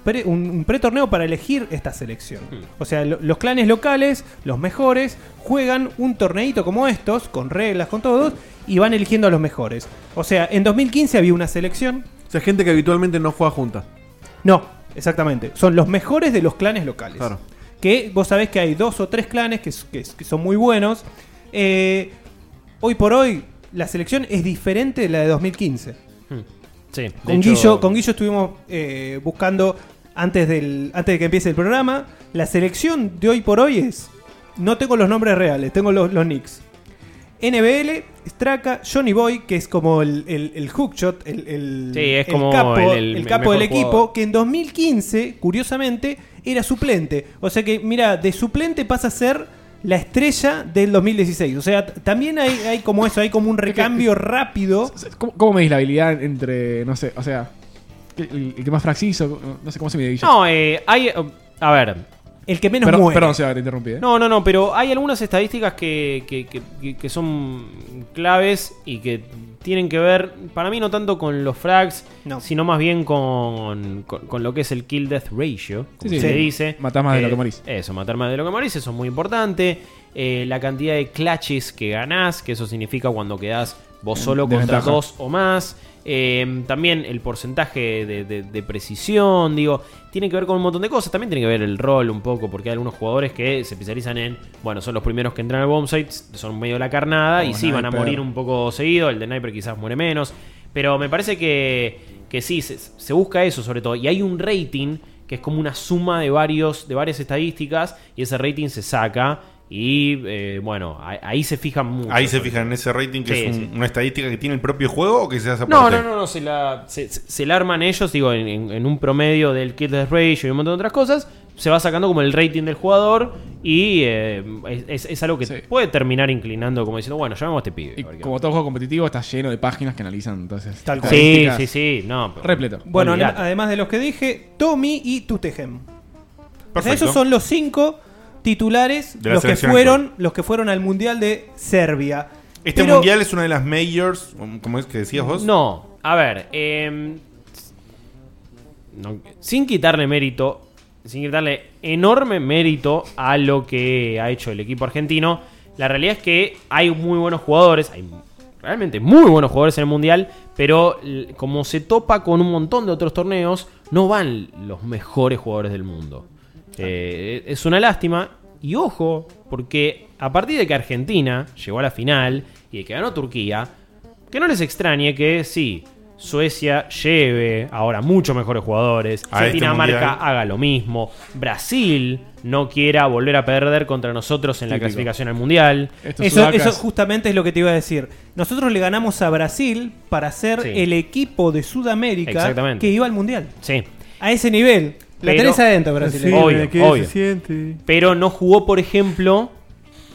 Speaker 8: pre- un, un pretorneo para elegir esta selección.
Speaker 7: Hmm.
Speaker 8: O sea, lo- los clanes locales, los mejores, juegan un torneito como estos, con reglas, con todos, y van eligiendo a los mejores. O sea, en 2015 había una selección.
Speaker 5: O sea, gente que habitualmente no juega junta.
Speaker 8: No, exactamente. Son los mejores de los clanes locales. Que vos sabés que hay dos o tres clanes que, s- que s- que son muy buenos. Eh, hoy por hoy, la selección es diferente de la de 2015.
Speaker 7: Hmm. Sí, de
Speaker 8: Con,
Speaker 7: hecho-
Speaker 8: Guillo, con Guillo estuvimos eh, buscando antes, del, antes de que empiece el programa. La selección de hoy por hoy es. No tengo los nombres reales, tengo los, los nicks. NBL, Straka, Johnny Boy, que es como el, el, el hookshot, el, el-
Speaker 7: Sí, es como
Speaker 8: capo,
Speaker 7: el- el-
Speaker 8: el
Speaker 7: el
Speaker 8: capo del
Speaker 7: mejor
Speaker 8: equipo,
Speaker 7: jugador.
Speaker 8: que en 2015, curiosamente, era suplente. O sea que, mira, de suplente pasa a ser la estrella del 2016. O sea, t- también hay, hay como eso, hay como un recambio rápido.
Speaker 4: ¿Cómo, cómo medís la habilidad entre, no sé, o sea, el, el que más fraxizo? No sé cómo se mide.
Speaker 7: No, eh, hay. A ver.
Speaker 8: El que
Speaker 4: menos Perdón- muere. perdón, Seba, te interrumpí, ¿eh?
Speaker 7: No, no, no, pero hay algunas estadísticas que, que- que- que- que son claves y que tienen que ver, para mí, no tanto con los frags, sino más bien con, con- con lo que es el kill death ratio. Como
Speaker 4: Sí,
Speaker 7: se
Speaker 4: sí.
Speaker 7: dice. Eh,
Speaker 4: Matás más de lo que morís.
Speaker 7: Eso, matar más de lo que morís, eso es muy importante. Eh, la cantidad de clutches que ganás, que eso significa cuando quedás vos solo contra
Speaker 4: Desventaja.
Speaker 7: dos o más. Eh, también el porcentaje de, de- de precisión, digo, tiene que ver con un montón de cosas. También tiene que ver el rol un poco, porque hay algunos jugadores que se especializan en, bueno, son los primeros que entran al bombsite, son medio la carnada y
Speaker 4: Como
Speaker 7: sí, van a
Speaker 4: sniper.
Speaker 7: morir un poco seguido. El de sniper quizás muere menos, pero me parece que, que sí, se, se busca eso sobre todo. Y hay un rating que es como una suma de, varios, de varias estadísticas y ese rating se saca. Y eh, bueno, ahí, ahí se fijan mucho.
Speaker 3: Ahí se fijan en ese rating que
Speaker 7: Sí,
Speaker 3: es un-
Speaker 7: sí.
Speaker 3: una estadística que tiene el propio juego o que se hace
Speaker 7: No,
Speaker 3: aparte?
Speaker 7: no, no, no, se la, se, se- se la arman ellos, digo, en, en- en un promedio del kill death ratio y un montón de otras cosas. Se va sacando como el rating del jugador y eh, es, es- es algo que puede terminar inclinando como diciendo, bueno, llamamos a este pibe.
Speaker 4: Y como todo juego competitivo, está lleno de páginas que analizan. Entonces,
Speaker 7: Tal cual.
Speaker 4: estadísticas.
Speaker 7: Sí, sí, sí, no, pero-
Speaker 4: Repleto.
Speaker 8: Bueno,
Speaker 4: Olvidate.
Speaker 8: adem- además de los que dije, Tommy y Tutegem. O sea,
Speaker 4: Perfecto.
Speaker 8: esos son los cinco titulares,
Speaker 3: De la
Speaker 8: los que,
Speaker 3: selección
Speaker 8: fueron, los que fueron al Mundial de Serbia.
Speaker 3: Este
Speaker 8: Pero-
Speaker 3: mundial es una de las majors, como es que decías vos.
Speaker 7: No, a ver, eh, no- sin quitarle mérito, sin quitarle enorme mérito a lo que ha hecho el equipo argentino, la realidad es que hay muy buenos jugadores, hay realmente muy buenos jugadores en el Mundial, pero l- como se topa con un montón de otros torneos, no van los mejores jugadores del mundo. Eh, es una lástima. Y ojo, porque a partir de que Argentina llegó a la final y de que ganó Turquía, que no les extrañe que sí, Suecia lleve ahora mucho mejores jugadores,
Speaker 3: A este
Speaker 7: Dinamarca
Speaker 3: mundial.
Speaker 7: haga lo mismo, Brasil no quiera volver a perder contra nosotros en la
Speaker 8: Típico.
Speaker 7: clasificación al mundial.
Speaker 8: Eso, eso justamente es lo que te iba a decir. Nosotros le ganamos a Brasil para ser
Speaker 7: Sí.
Speaker 8: el equipo de Sudamérica
Speaker 7: Exactamente.
Speaker 8: que iba al Mundial.
Speaker 7: Sí.
Speaker 8: A ese nivel. La
Speaker 7: Pero-
Speaker 8: tenés adentro, Brasil.
Speaker 7: Sí, Obvio, ¿qué obvio. se Pero no jugó, por ejemplo,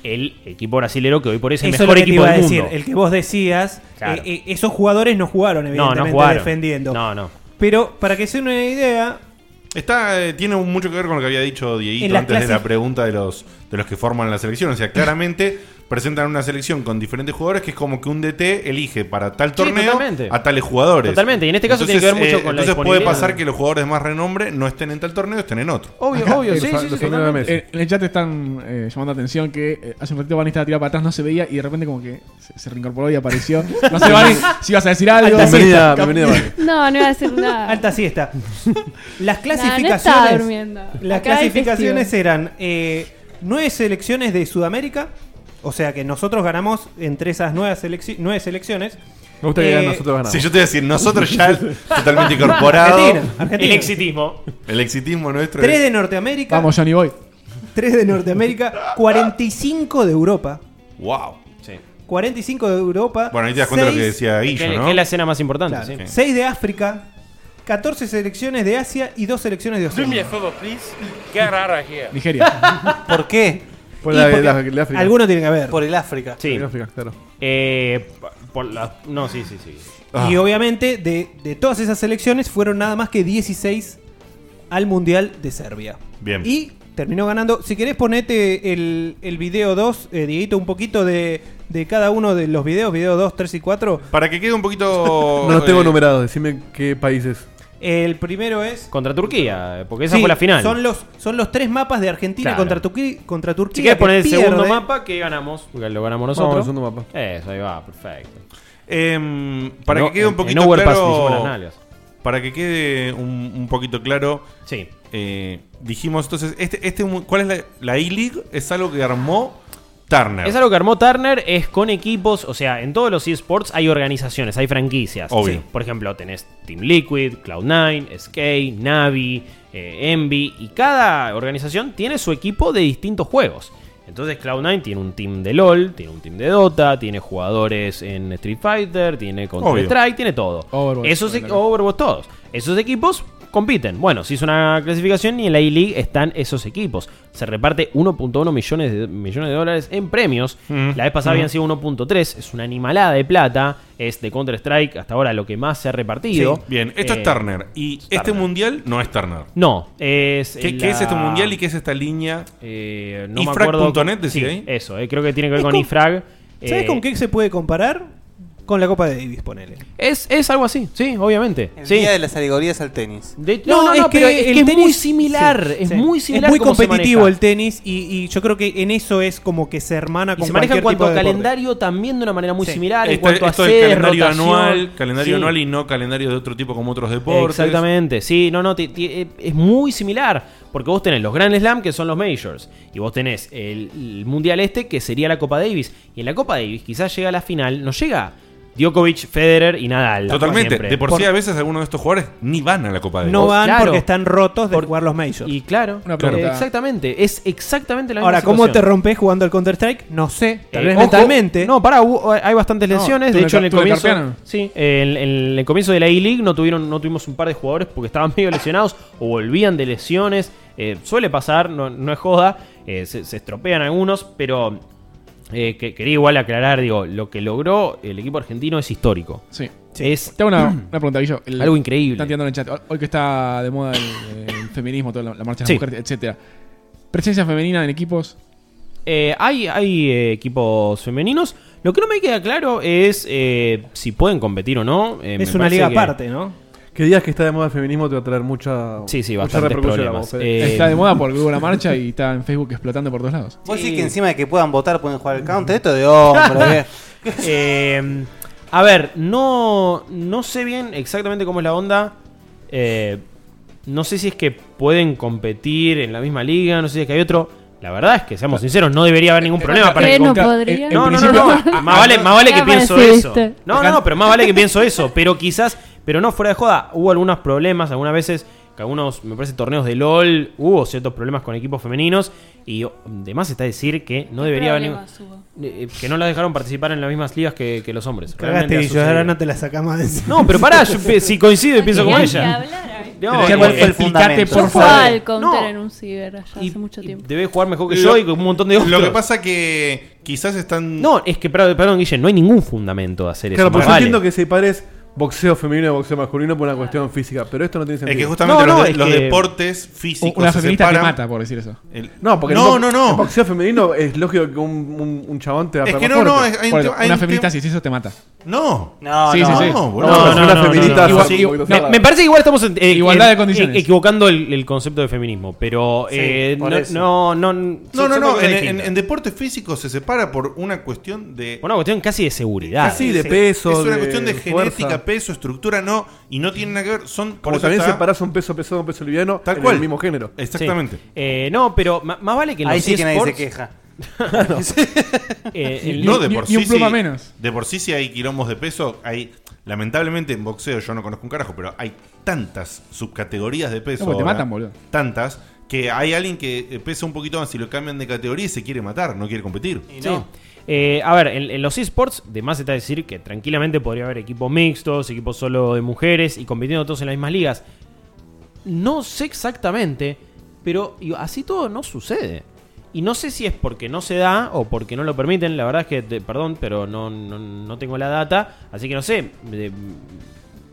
Speaker 7: el equipo brasilero que hoy por hoy es el
Speaker 8: Eso
Speaker 7: mejor
Speaker 8: es lo que te
Speaker 7: equipo
Speaker 8: iba a
Speaker 7: del
Speaker 8: decir,
Speaker 7: mundo.
Speaker 8: el que vos decías,
Speaker 7: Claro.
Speaker 8: eh, eh, esos jugadores no jugaron,
Speaker 7: no,
Speaker 8: evidentemente,
Speaker 7: no jugaron.
Speaker 8: defendiendo.
Speaker 7: No, no.
Speaker 8: Pero para que se una idea,
Speaker 3: Está, eh, tiene mucho que ver con lo que había dicho Dieguito
Speaker 8: En las
Speaker 3: antes de
Speaker 8: clases-
Speaker 3: la pregunta de los, de los que forman la selección. O sea, claramente presentan una selección con diferentes jugadores que es como que un DT elige para tal torneo
Speaker 7: totalmente.
Speaker 3: a tales jugadores.
Speaker 7: Totalmente, y en este caso tiene que ver mucho con la
Speaker 3: Entonces puede
Speaker 7: disponibilidad.
Speaker 3: pasar que los jugadores de más renombre no estén en tal torneo, estén en otro.
Speaker 4: Obvio, obvio, sí,
Speaker 3: Los-
Speaker 4: sí,
Speaker 3: los
Speaker 4: sí,
Speaker 3: torneos de Messi.
Speaker 4: En en el chat están eh, llamando atención que eh, hace un ratito Van estaba tirada para atrás, no se veía y de repente como que se, se reincorporó y apareció. No sé, Vani, si vas a decir algo.
Speaker 5: Bienvenida,
Speaker 4: Cap-
Speaker 5: bienvenida, Vani.
Speaker 9: No, no iba a decir nada.
Speaker 8: Alta siesta. Las clasificaciones.
Speaker 9: estaba durmiendo.
Speaker 8: Las
Speaker 9: Acá hay
Speaker 8: clasificaciones
Speaker 9: testigos.
Speaker 8: eran eh, nueve selecciones de Sudamérica. O sea que nosotros ganamos entre esas nueve, selecci- nueve selecciones. Eh,
Speaker 5: Me gusta que digan nosotros ganamos.
Speaker 3: Eh, Sí, yo te voy a decir, nosotros ya totalmente incorporado.
Speaker 8: Argentina, Argentina.
Speaker 7: El exitismo.
Speaker 3: El exitismo nuestro.
Speaker 8: Tres
Speaker 3: es-
Speaker 8: de Norteamérica.
Speaker 4: Vamos, Johnny Boy.
Speaker 8: 3 de Norteamérica, 45 de Europa.
Speaker 3: Wow.
Speaker 8: 45 de Europa.
Speaker 3: Bueno, ahí te das cuenta de lo que
Speaker 8: seis-
Speaker 3: decía Guillo,
Speaker 7: que-
Speaker 3: ¿no?
Speaker 7: que es la escena más importante,
Speaker 8: Claro.
Speaker 7: sí.
Speaker 8: Sí. Seis de África, 14 selecciones de Asia y dos selecciones de
Speaker 18: Do me a
Speaker 8: Oceanía.
Speaker 18: favor, please. Get out of here.
Speaker 8: ¿Por qué?
Speaker 5: Por
Speaker 8: Y
Speaker 5: la-
Speaker 8: porque
Speaker 5: la- el África.
Speaker 8: Alguno tiene que ver.
Speaker 6: Por el África.
Speaker 7: Sí.
Speaker 5: claro.
Speaker 7: Eh, por la- No, sí, sí, sí.
Speaker 5: Ah.
Speaker 3: Ah.
Speaker 8: Y obviamente de, de todas esas selecciones fueron nada más que 16 al Mundial de Serbia.
Speaker 3: Bien.
Speaker 8: Y terminó ganando. Si querés ponete el, el video 2, eh, Dieguito, un poquito de, de cada uno de los videos, video 2, 3 y 4.
Speaker 3: Para que quede un poquito...
Speaker 5: No los tengo
Speaker 3: eh,
Speaker 5: numerados, decime qué países.
Speaker 8: El primero es...
Speaker 7: Contra Turquía, porque esa
Speaker 8: Sí,
Speaker 7: fue la final.
Speaker 8: Son los, son los tres mapas de Argentina
Speaker 7: Claro.
Speaker 8: contra, Turquía, contra Turquía.
Speaker 7: Si quieres
Speaker 8: que
Speaker 7: poner el segundo
Speaker 8: pierde.
Speaker 7: mapa que ganamos, porque lo ganamos
Speaker 8: Vamos
Speaker 7: nosotros.
Speaker 8: al
Speaker 5: segundo mapa.
Speaker 7: Eso, ahí va, perfecto.
Speaker 3: Em, para
Speaker 7: En
Speaker 3: que quede
Speaker 7: o-
Speaker 3: un
Speaker 7: en
Speaker 3: poquito
Speaker 7: Overpass le hicimos las
Speaker 3: claro.
Speaker 7: nalgas.
Speaker 3: Para que quede un, un poquito claro. eh,
Speaker 7: Sí.
Speaker 3: dijimos entonces, este, este, mu- ¿cuál es la, la E-League? Es algo que armó Turner.
Speaker 7: Es algo que armó Turner, es con equipos, o sea, en todos los esports hay organizaciones, hay franquicias.
Speaker 3: Obvio.
Speaker 7: Sí. Por ejemplo, tenés Team Liquid, Cloud9, SK, Navi, eh, Envy, y cada organización tiene su equipo de distintos juegos. Entonces Cloud9 tiene un team de LOL, tiene un team de Dota, tiene jugadores en Street Fighter, tiene Counter Strike, tiene todo.
Speaker 4: Overwatch,
Speaker 7: Esos
Speaker 4: obviamente.
Speaker 7: equi- Overwatch todos. Esos equipos compiten. Bueno, si es una clasificación y en la E-League están esos equipos. Se reparte 1.1 millones de, millones de dólares en premios.
Speaker 16: Mm.
Speaker 7: La vez pasada
Speaker 16: Mm.
Speaker 7: habían sido 1.3. Es una animalada de plata. Es de Counter-Strike hasta ahora lo que más se ha repartido.
Speaker 3: Sí, bien, esto
Speaker 7: Eh,
Speaker 3: es Turner. Y
Speaker 7: es
Speaker 3: este
Speaker 7: Turner.
Speaker 3: mundial no es Turner.
Speaker 7: No, es.
Speaker 3: ¿Qué,
Speaker 7: la-
Speaker 3: qué es este mundial y qué es esta línea?
Speaker 7: Eh, no me acuerdo-
Speaker 3: Ifrag.net, decía
Speaker 7: Sí,
Speaker 3: ahí.
Speaker 7: Eso, eh, creo que tiene que ver
Speaker 8: Es
Speaker 7: con
Speaker 8: con-
Speaker 7: Ifrag.
Speaker 8: ¿Sabés
Speaker 7: Eh,
Speaker 8: con qué se puede comparar? Con la Copa de Davis, ponele.
Speaker 7: Es, es algo así, sí, obviamente.
Speaker 6: El
Speaker 7: sí.
Speaker 6: día de las alegorías al tenis.
Speaker 7: De- no, no, no, pero es que es muy similar, es muy similar
Speaker 8: Es muy
Speaker 7: cómo se
Speaker 8: competitivo
Speaker 7: maneja.
Speaker 8: el tenis y, y yo creo que en eso es como que se hermana
Speaker 7: Y
Speaker 8: con
Speaker 7: se maneja en
Speaker 8: cualquier
Speaker 7: cuanto a
Speaker 8: tipo de deporte.
Speaker 7: calendario también de una manera muy
Speaker 8: Sí.
Speaker 7: similar. en
Speaker 3: Esto-
Speaker 7: cuanto
Speaker 3: esto
Speaker 7: a
Speaker 3: es
Speaker 7: sedes,
Speaker 3: calendario
Speaker 7: rotación.
Speaker 3: anual, calendario
Speaker 7: Sí.
Speaker 3: anual y no calendario de otro tipo como otros deportes.
Speaker 7: Exactamente, sí, no, no, ti- ti- eh, es muy similar. Porque vos tenés los Grand Slam, que son los Majors, y vos tenés el, el Mundial Este, que sería la Copa Davis. Y en la Copa Davis quizás llega a la final, no llega Djokovic, Federer y Nadal.
Speaker 3: Totalmente.
Speaker 7: siempre.
Speaker 3: De por, sí, a veces algunos de estos jugadores ni van a la Copa de
Speaker 8: No van
Speaker 7: Claro.
Speaker 8: porque están rotos de jugar los majors.
Speaker 7: Y claro,
Speaker 8: Una
Speaker 7: eh,
Speaker 8: pregunta.
Speaker 7: exactamente. Es exactamente la misma
Speaker 8: Ahora, ¿cómo te
Speaker 7: situación.
Speaker 8: rompes jugando al Counter-Strike? No sé. Tal
Speaker 7: Eh,
Speaker 8: vez
Speaker 7: ojo,
Speaker 8: mentalmente.
Speaker 7: No, pará, hubo- eh, hay bastantes lesiones. de hecho, en el comienzo. Sí, en, en el comienzo de la E-League no, tuvieron, no tuvimos un par de jugadores porque estaban medio lesionados o volvían de lesiones. Eh, suele pasar, no, no es joda. eh, se, se estropean algunos, pero eh, que- quería igual aclarar, digo, lo que logró el equipo argentino es histórico.
Speaker 4: Sí.
Speaker 7: Es
Speaker 4: Te hago una, una pregunta, Guillo. El-
Speaker 7: Algo increíble.
Speaker 4: Están tirando en el chat. Hoy que está de moda el, el feminismo, toda la, la marcha de
Speaker 7: Sí.
Speaker 4: las mujeres, etcétera. Presencia femenina en equipos.
Speaker 7: Eh, hay hay eh, equipos femeninos. Lo que no me queda claro es eh, si pueden competir o no. Eh, me parece que-
Speaker 8: ¿no?
Speaker 5: Que digas que está de moda el feminismo te va a traer mucha,
Speaker 7: Sí, sí,
Speaker 5: mucha
Speaker 7: bastantes
Speaker 5: repercusión a vos,
Speaker 7: problemas.
Speaker 5: Fede.
Speaker 7: Eh,
Speaker 4: Está de moda porque hubo la marcha y está en Facebook explotando por todos lados.
Speaker 6: Vos decís que encima de que puedan votar pueden jugar al counter. Esto de hombre.
Speaker 7: Eh, a ver, no, no sé bien exactamente cómo es la onda. Eh, no sé si es que pueden competir en la misma liga, no sé si es que hay otro. La verdad es que, seamos sinceros, no debería haber ningún problema para
Speaker 9: ¿Qué
Speaker 7: que
Speaker 9: no
Speaker 7: conca-
Speaker 9: podría?
Speaker 7: No, no, no,
Speaker 9: En
Speaker 7: no.
Speaker 9: principio-
Speaker 7: Más vale, más vale que
Speaker 9: ¿Qué
Speaker 7: pienso eso.
Speaker 9: apareciste?
Speaker 7: No, no, no, pero más vale que pienso eso. Pero quizás, pero no fuera de joda, hubo algunos problemas, algunas veces que algunos, me parece, torneos de LOL, hubo ciertos problemas con equipos femeninos. Y además está decir que no debería haber ningún-
Speaker 8: problemas hubo?
Speaker 7: eh, que no las dejaron participar en las mismas ligas que, que los hombres. Realmente
Speaker 8: Cagaste,
Speaker 7: ha
Speaker 8: Guillo.
Speaker 7: sucedido.
Speaker 8: Ahora no te la sacamos de encima.
Speaker 7: No, pero pará, yo pe- si coincido y pienso como
Speaker 8: querían
Speaker 7: ella.
Speaker 8: que hablara.
Speaker 7: No,
Speaker 8: Pero
Speaker 7: eh,
Speaker 8: ¿cuál fue el
Speaker 7: explicate,
Speaker 8: fundamento?
Speaker 7: por
Speaker 8: Yo
Speaker 7: favor.
Speaker 9: Jugaba al counter
Speaker 7: No,
Speaker 9: en un ciber allá hace mucho tiempo.
Speaker 7: debe jugar mejor que yo y con un montón de otros.
Speaker 3: Lo que pasa que quizás están.
Speaker 7: No, es que, perdón, perdón, Guille, no hay ningún fundamento de hacer eso.
Speaker 5: Claro, porque
Speaker 7: más
Speaker 5: yo
Speaker 7: vale.
Speaker 5: entiendo que separes boxeo femenino de boxeo masculino por una cuestión física, pero esto no tiene sentido.
Speaker 3: Es que justamente los, de- los deportes físicos. se separan. El-
Speaker 5: No, porque
Speaker 3: no,
Speaker 5: el
Speaker 3: no,
Speaker 5: bo-
Speaker 3: no.
Speaker 5: el boxeo femenino es lógico que un, un- un chabón te va a
Speaker 3: Es
Speaker 5: pegar
Speaker 3: que
Speaker 5: más
Speaker 3: no, no,
Speaker 5: fuerte.
Speaker 3: es- hay un Por tema- hay
Speaker 4: Una feminista, si es eso, te mata.
Speaker 3: No.
Speaker 6: No,
Speaker 4: Sí,
Speaker 6: no.
Speaker 4: sí, sí.
Speaker 6: No,
Speaker 4: boludo.
Speaker 7: No,
Speaker 4: No,
Speaker 7: no,
Speaker 4: una
Speaker 7: no, no,
Speaker 4: feminista
Speaker 7: no.
Speaker 4: hace
Speaker 7: Igual-
Speaker 4: poquito
Speaker 7: me-
Speaker 4: nada.
Speaker 7: me, parece que igual estamos en- eh,
Speaker 4: Igualdad
Speaker 7: eh,
Speaker 4: de condiciones.
Speaker 7: eh, equivocando el, el concepto de feminismo, pero
Speaker 3: Sí,
Speaker 7: eh,
Speaker 3: por eso.
Speaker 7: no, no, no,
Speaker 3: No,
Speaker 7: son-
Speaker 3: no,
Speaker 7: son
Speaker 3: no.
Speaker 7: cosas
Speaker 3: En, en,
Speaker 7: distintas.
Speaker 3: en deportes físicos se separa por una cuestión de.
Speaker 7: Una cuestión casi de seguridad.
Speaker 3: Casi de Es una cuestión de genética, peso, estructura, no. Y no tiene nada que ver. Son. por
Speaker 5: Como
Speaker 3: eso
Speaker 5: también
Speaker 3: está-
Speaker 5: separas un peso pesado, un peso liviano,
Speaker 3: Tal
Speaker 5: en
Speaker 3: cual.
Speaker 5: el mismo género.
Speaker 3: Exactamente.
Speaker 7: Sí. Eh, no, pero ma- más vale que en
Speaker 6: Ahí
Speaker 7: los
Speaker 6: sí que nadie se
Speaker 7: eSports-
Speaker 6: queja.
Speaker 7: Claro. Eh, el-
Speaker 3: no, de por sí. sí,
Speaker 4: menos.
Speaker 3: De por sí, si hay quilombos de peso, hay. Lamentablemente en boxeo yo no conozco un carajo, pero hay tantas subcategorías de peso.
Speaker 4: No, porque te
Speaker 3: ahora,
Speaker 4: matan, boludo.
Speaker 3: Tantas. Que hay alguien que eh, pesa un poquito más y lo cambian de categoría y se quiere matar, no quiere competir.
Speaker 7: Sí. Eh, a ver, en, en los esports, de más está decir que tranquilamente podría haber equipos mixtos, equipos solo de mujeres y compitiendo todos en las mismas ligas. No sé exactamente, pero y- así todo no sucede. Y no sé si es porque no se da o porque no lo permiten. La verdad es que, te- perdón, pero no, no, no tengo la data. Así que no sé. De-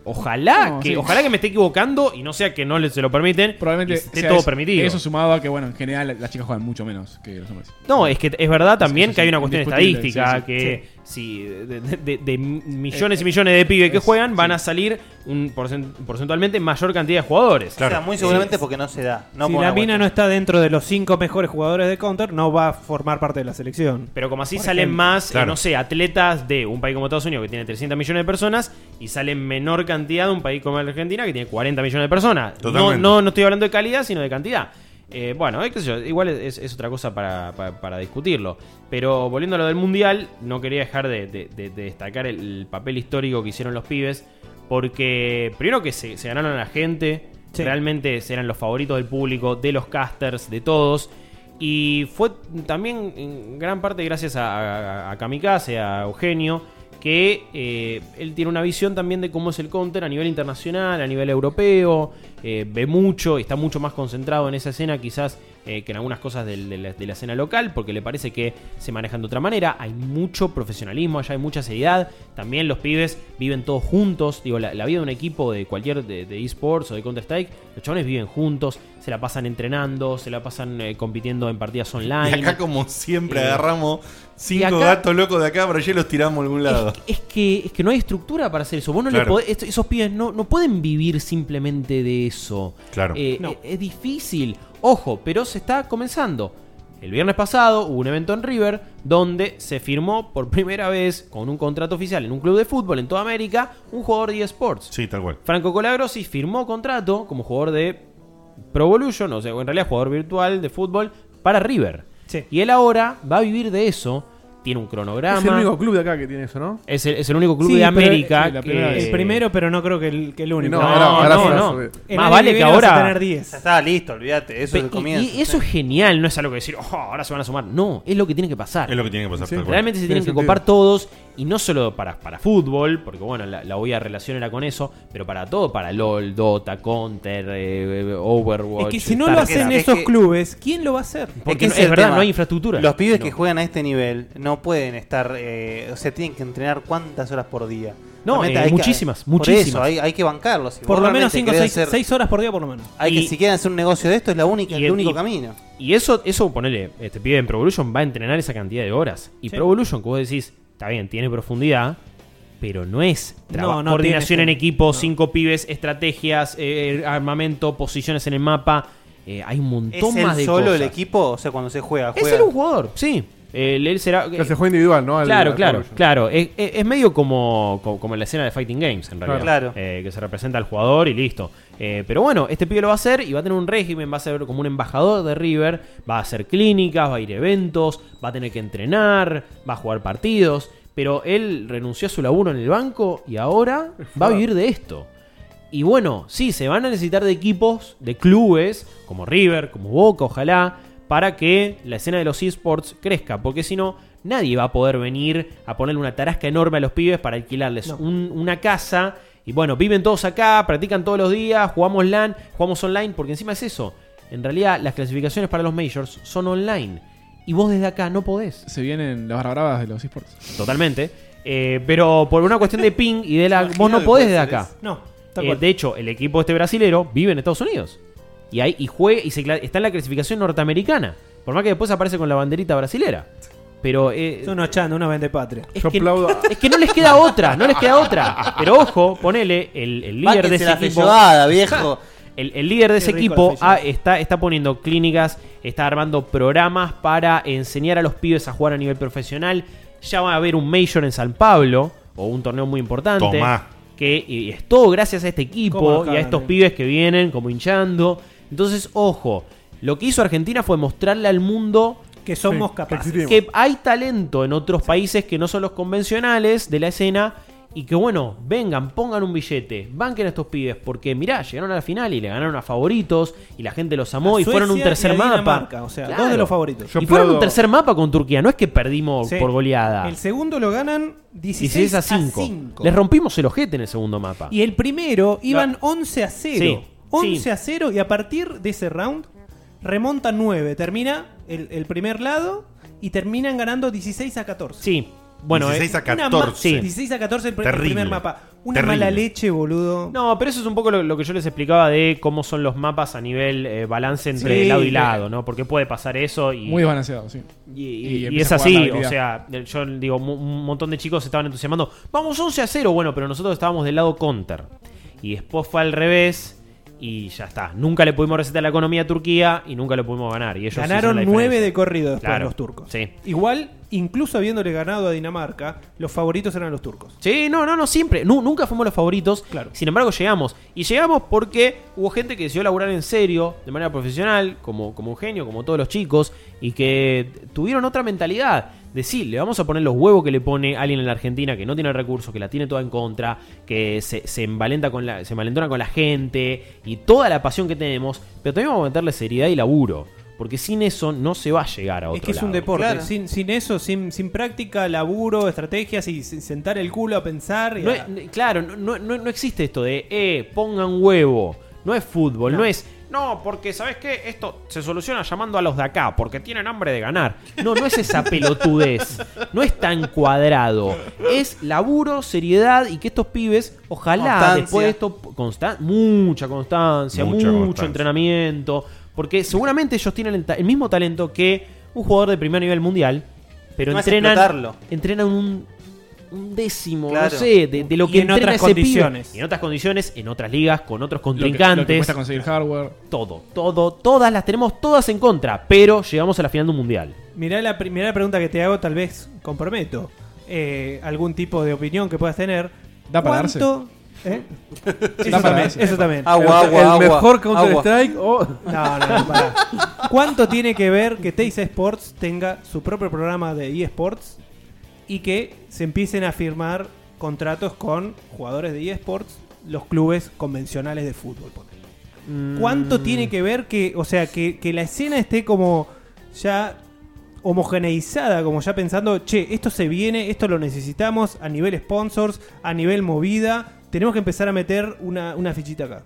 Speaker 7: ojalá,
Speaker 4: No,
Speaker 7: que,
Speaker 4: sí.
Speaker 7: ojalá que me esté equivocando y no sea que no le- se lo permiten. Probablemente esté
Speaker 4: sea,
Speaker 7: todo
Speaker 4: es-
Speaker 7: permitido.
Speaker 4: Eso sumado a que, bueno, en general las chicas juegan mucho menos que los hombres.
Speaker 7: No, es que es verdad también
Speaker 4: sí,
Speaker 7: que hay
Speaker 4: sí,
Speaker 7: una cuestión
Speaker 4: indiscutible,
Speaker 7: estadística,
Speaker 4: sí, sí,
Speaker 7: que si de, de- de millones
Speaker 4: Eh,
Speaker 7: y millones de pibes que
Speaker 4: es-
Speaker 7: juegan van a salir un porcent- porcentualmente mayor cantidad de jugadores. Eh,
Speaker 6: O sea, muy seguramente porque no se da. No
Speaker 8: si
Speaker 6: por
Speaker 8: la
Speaker 6: una
Speaker 8: mina no está dentro de los cinco mejores jugadores de Counter, no va a formar parte de la selección.
Speaker 7: Pero como así
Speaker 8: Por
Speaker 7: salen
Speaker 8: ejemplo.
Speaker 7: más, eh,
Speaker 8: Claro.
Speaker 7: no sé, atletas de un país como Estados Unidos que tiene 300 millones de personas y salen menor cantidad de un país como Argentina que tiene 40 millones de personas. No,
Speaker 3: Totalmente.
Speaker 7: no, no estoy hablando de calidad, sino de cantidad. Eh, bueno, eh, qué sé yo, igual es, es otra cosa para, para- para discutirlo. Pero volviendo a lo del Mundial, no quería dejar de, de- de- de destacar el, el papel histórico que hicieron los pibes. Porque primero que se, se ganaron a la gente, realmente eran los favoritos del público, de los casters, de todos. Y fue también en gran parte gracias a, a- a Kamikaze, a Eugenio, que eh, él tiene una visión también de cómo es el counter a nivel internacional, a nivel europeo, eh, ve mucho, está mucho más concentrado en esa escena quizás eh, que en algunas cosas del- de, la, de la escena local, porque le parece que se manejan de otra manera, hay mucho profesionalismo, allá hay mucha seriedad, también los pibes viven todos juntos, digo, la, la vida de un equipo de cualquier de, de esports o de Counter-Strike, los chavales viven juntos, se la pasan entrenando, se la pasan eh, compitiendo en partidas online.
Speaker 3: Y acá, como siempre,
Speaker 7: Eh,
Speaker 3: agarramos cinco
Speaker 7: acá-
Speaker 3: gatos locos de acá, pero ya los tiramos a algún lado.
Speaker 7: Es que, es que no hay estructura para hacer eso. Vos no le
Speaker 3: Claro.
Speaker 7: podés- esto- esos pibes no, no pueden vivir simplemente de eso.
Speaker 3: Claro.
Speaker 7: Eh, eh, Es, difícil. Ojo, pero se está comenzando. El viernes pasado hubo un evento en River donde se firmó por primera vez con un contrato oficial en un club de fútbol en toda América un jugador de eSports.
Speaker 3: Sí, tal cual.
Speaker 7: Franco Colagrosi firmó contrato como jugador de Pro Evolution, o sea, en realidad jugador virtual de fútbol para River. Y él ahora va a vivir de eso tiene un cronograma.
Speaker 5: Es el único club de acá que tiene eso, ¿no?
Speaker 7: Es el, es el único club
Speaker 5: Sí,
Speaker 7: de
Speaker 5: pero-
Speaker 8: eh,
Speaker 7: América.
Speaker 5: sí, la
Speaker 7: que-
Speaker 5: primera vez.
Speaker 8: El primero, pero no creo que el, que el único.
Speaker 7: No, ahora- ahora sí, ahora sí. Más vale que ahora-
Speaker 6: Ya está, listo, olvídate. Eso es
Speaker 7: Pe-
Speaker 6: el
Speaker 7: y-
Speaker 6: comienzo.
Speaker 7: Y, eso es genial, no es algo que decir, "Oh, ahora se van a sumar. No, es lo que tiene que pasar.
Speaker 3: Es lo que tiene que pasar, Sí. tal cual.
Speaker 7: Realmente se
Speaker 3: Tiene
Speaker 7: tienen que
Speaker 3: sentido.
Speaker 7: copar todos, y no solo para, para fútbol, porque bueno, la, la OIA relación era con eso, pero para todo, para LOL, Dota, Counter, eh, eh, Overwatch.
Speaker 8: Es que si no lo
Speaker 7: Tarkett.
Speaker 8: hacen esos clubes, ¿quién lo va a hacer?
Speaker 7: Porque
Speaker 6: ese
Speaker 7: no- es
Speaker 6: el
Speaker 7: verdad, no hay infraestructura.
Speaker 6: Los pibes
Speaker 7: No.
Speaker 6: que juegan a este nivel no pueden estar, eh, o sea, tienen que entrenar cuántas horas por día.
Speaker 7: No,
Speaker 6: Realmente
Speaker 7: eh,
Speaker 6: hay que-
Speaker 7: muchísimas,
Speaker 6: por
Speaker 7: muchísimas.
Speaker 6: eso, hay, hay que bancarlos. Si vos
Speaker 7: Por lo menos
Speaker 6: realmente
Speaker 7: cinco,
Speaker 6: querés
Speaker 7: seis-
Speaker 6: hacer-
Speaker 8: Seis horas por día por lo menos.
Speaker 6: Hay
Speaker 7: Y-
Speaker 6: que si quieren hacer un negocio de esto es la única, el, único camino.
Speaker 7: Y eso, eso ponele, este pibe en Pro Evolution va a entrenar esa cantidad de horas. Y
Speaker 6: Sí.
Speaker 7: Pro Evolution, que vos decís, está bien, tiene profundidad, pero no es traba-
Speaker 8: No, no
Speaker 7: coordinación
Speaker 8: tiene-
Speaker 7: en equipo, cinco pibes, estrategias, eh, armamento, posiciones en el mapa. Eh, hay un montón
Speaker 6: ¿Es él
Speaker 7: más de
Speaker 6: solo
Speaker 7: cosas.
Speaker 6: el equipo? O sea, cuando se juega,
Speaker 7: Es
Speaker 6: juega.
Speaker 7: él un jugador, sí. Él, él será.
Speaker 5: Que se juega individual, ¿no? Al-
Speaker 7: claro,
Speaker 5: al
Speaker 7: claro,
Speaker 5: Evolution.
Speaker 7: claro. Es, es- es medio como, como, como la escena de Fighting Games, en realidad.
Speaker 6: Claro.
Speaker 7: Eh, que se representa al jugador y listo. Eh, pero bueno, este pibe lo va a hacer y va a tener un régimen, va a ser como un embajador de River, va a hacer clínicas, va a ir a eventos, va a tener que entrenar, va a jugar partidos. Pero él renunció a su laburo en el banco y ahora va a vivir de esto. Y bueno, sí, se van a necesitar de equipos, de clubes, como River, como Boca, ojalá, para que la escena de los esports crezca, porque si no, nadie va a poder venir a ponerle una tarasca enorme a los pibes para alquilarles un- una casa. Y bueno, viven todos acá, practican todos los días, jugamos LAN, jugamos online, porque encima es eso. En realidad, las clasificaciones para los majors son online. Y vos desde acá no podés.
Speaker 4: Se vienen las barra bravas de los esports.
Speaker 7: Totalmente. Eh, pero por una cuestión de ping y de la. Vos no
Speaker 4: que
Speaker 7: podés
Speaker 4: puede
Speaker 7: desde
Speaker 4: ser
Speaker 7: acá.
Speaker 4: eso. No, tal
Speaker 7: Eh,
Speaker 4: cual.
Speaker 7: de hecho, el equipo este brasilero vive en Estados Unidos. Y ahí y juega y se cla- está en la clasificación norteamericana. Por más que después aparece con la banderita brasilera. Pero eh,
Speaker 8: Son unos chando, unos vendepatria.
Speaker 7: es, que, es que no les queda otra, no les queda otra. Pero ojo, ponele, el, el líder de
Speaker 6: Báquense
Speaker 7: ese
Speaker 6: la
Speaker 7: equipo.
Speaker 6: feijoada, viejo.
Speaker 7: El, el líder de
Speaker 6: Qué
Speaker 7: ese
Speaker 6: rico
Speaker 7: equipo
Speaker 6: la feijoada.
Speaker 7: ah, está, está poniendo clínicas, está armando programas para enseñar a los pibes a jugar a nivel profesional. Ya va a haber un Major en San Pablo, o un torneo muy importante.
Speaker 3: Tomá.
Speaker 7: Que, Eh, y es todo gracias a este equipo
Speaker 8: Cómo la
Speaker 7: y a estos
Speaker 8: cagan, eh.
Speaker 7: pibes que vienen como hinchando. Entonces, ojo, lo que hizo Argentina fue mostrarle al mundo
Speaker 8: que somos capaces.
Speaker 7: que hay talento en otros países que no son los convencionales de la escena y que bueno, vengan, pongan un billete, banquen a estos pibes, porque mirá, llegaron a la final y le ganaron a favoritos y la gente los amó
Speaker 8: A
Speaker 7: y fueron un
Speaker 8: Suecia
Speaker 7: tercer
Speaker 8: y a
Speaker 7: mapa.
Speaker 8: Dinamarca, o sea,
Speaker 7: Claro.
Speaker 8: dos de los favoritos.
Speaker 7: y fueron un tercer mapa con Turquía, no es que perdimos
Speaker 8: Sí.
Speaker 7: por goleada.
Speaker 8: El segundo lo ganan 16,
Speaker 7: 16
Speaker 8: a
Speaker 7: a
Speaker 8: 5.
Speaker 7: 5. Les rompimos el ojete en el segundo mapa.
Speaker 8: Y el primero iban 11 a 0.
Speaker 7: Sí,
Speaker 8: 11
Speaker 7: sí.
Speaker 8: a 0 y a partir de ese round remonta 9. Termina el, el primer lado y terminan ganando 16 a 14.
Speaker 7: Sí. Bueno,
Speaker 3: 16 a
Speaker 8: eh, una ma-
Speaker 3: 14.
Speaker 8: sí. 16 a 14 el, pr- el
Speaker 7: Terrible.
Speaker 8: primer mapa. Una
Speaker 7: Terrible.
Speaker 8: mala leche, boludo.
Speaker 7: No, pero eso es un poco lo, lo que yo les explicaba de cómo son los mapas a nivel eh, balance entre
Speaker 4: Sí.
Speaker 7: lado
Speaker 8: eh,
Speaker 7: y lado, ¿no? Porque puede pasar eso y...
Speaker 4: Muy desbalanceado, sí.
Speaker 7: Y, y- y es
Speaker 4: empieza a jugar la
Speaker 7: así, o
Speaker 4: habilidad.
Speaker 7: sea, yo digo, mu- un montón de chicos estaban entusiasmando, vamos 11 a 0, bueno, pero nosotros estábamos del lado counter. Y después fue al revés y ya está. Nunca le pudimos recetar la economía a Turquía y nunca lo pudimos ganar. Y ellos
Speaker 8: Ganaron 9 de corrido después los turcos.
Speaker 7: Sí.
Speaker 8: Igual, incluso habiéndole ganado a Dinamarca, los favoritos eran los turcos.
Speaker 7: Sí, no, no, no, siempre. Nu- nunca fuimos los favoritos. Sin embargo, llegamos. Y llegamos porque hubo gente que decidió laburar en serio, de manera profesional, como, como Eugenio, como todos los chicos, y que tuvieron otra mentalidad. De sí, le vamos a poner los huevos que le pone alguien en la Argentina que no tiene recursos, que la tiene toda en contra, que se, se envalenta con la, se envalentona con la gente y toda la pasión que tenemos, pero también vamos a meterle seriedad y laburo. Porque sin eso no se va a llegar a otro
Speaker 8: Es que es un
Speaker 7: lado.
Speaker 8: deporte. Sin, sin eso, sin, sin práctica, laburo, estrategias y sin sentar el culo a pensar. y
Speaker 7: No
Speaker 8: a-
Speaker 7: es- no- claro, no, no- no- no existe esto de, eh, pongan huevo. No es fútbol, no, es, no, porque ¿sabes qué? Esto se soluciona llamando a los de acá, porque tienen hambre de ganar. No, no es esa pelotudez. No es tan cuadrado. Es laburo, seriedad y que estos pibes, ojalá
Speaker 8: Constancia.
Speaker 7: después de esto, constan- mucha constancia,
Speaker 8: Mucha
Speaker 7: mucho
Speaker 8: constancia.
Speaker 7: entrenamiento, porque seguramente ellos tienen el, ta- el mismo talento que un jugador de primer nivel mundial, pero
Speaker 6: No es
Speaker 7: entrenan,
Speaker 6: explotarlo.
Speaker 7: entrenan un, un décimo,
Speaker 6: Claro.
Speaker 7: no sé, de, de lo
Speaker 8: Y
Speaker 7: que
Speaker 8: en
Speaker 7: entrena
Speaker 8: otras
Speaker 7: ese pibe.
Speaker 8: condiciones.
Speaker 7: Y en otras condiciones, en otras ligas, con otros
Speaker 4: Lo que-
Speaker 7: contrincantes.
Speaker 4: Lo que cuesta conseguir hardware.
Speaker 7: Todo, todo, todas las tenemos todas en contra, pero llegamos a la final de un mundial.
Speaker 8: Mirá la primera pregunta que te hago, tal vez comprometo eh, algún tipo de opinión que puedas tener.
Speaker 4: Da para
Speaker 8: ¿Cuánto- ¿Eh? Eso,
Speaker 4: para
Speaker 8: también,
Speaker 4: darse.
Speaker 8: eso también.
Speaker 5: Agua, El- agua, el agua, mejor Counter-Strike
Speaker 4: oh.
Speaker 8: o. No, no, no, pará. ¿Cuánto tiene que ver que Teis Sports tenga su propio programa de eSports y que se empiecen a firmar contratos con jugadores de eSports, los clubes convencionales de fútbol. ponele. ¿Cuánto
Speaker 7: Mm.
Speaker 8: tiene que ver que, o sea, que, que la escena esté como ya homogeneizada, como ya pensando, che, esto se viene, esto lo necesitamos a nivel sponsors, a nivel movida, tenemos que empezar a meter una, una fichita acá?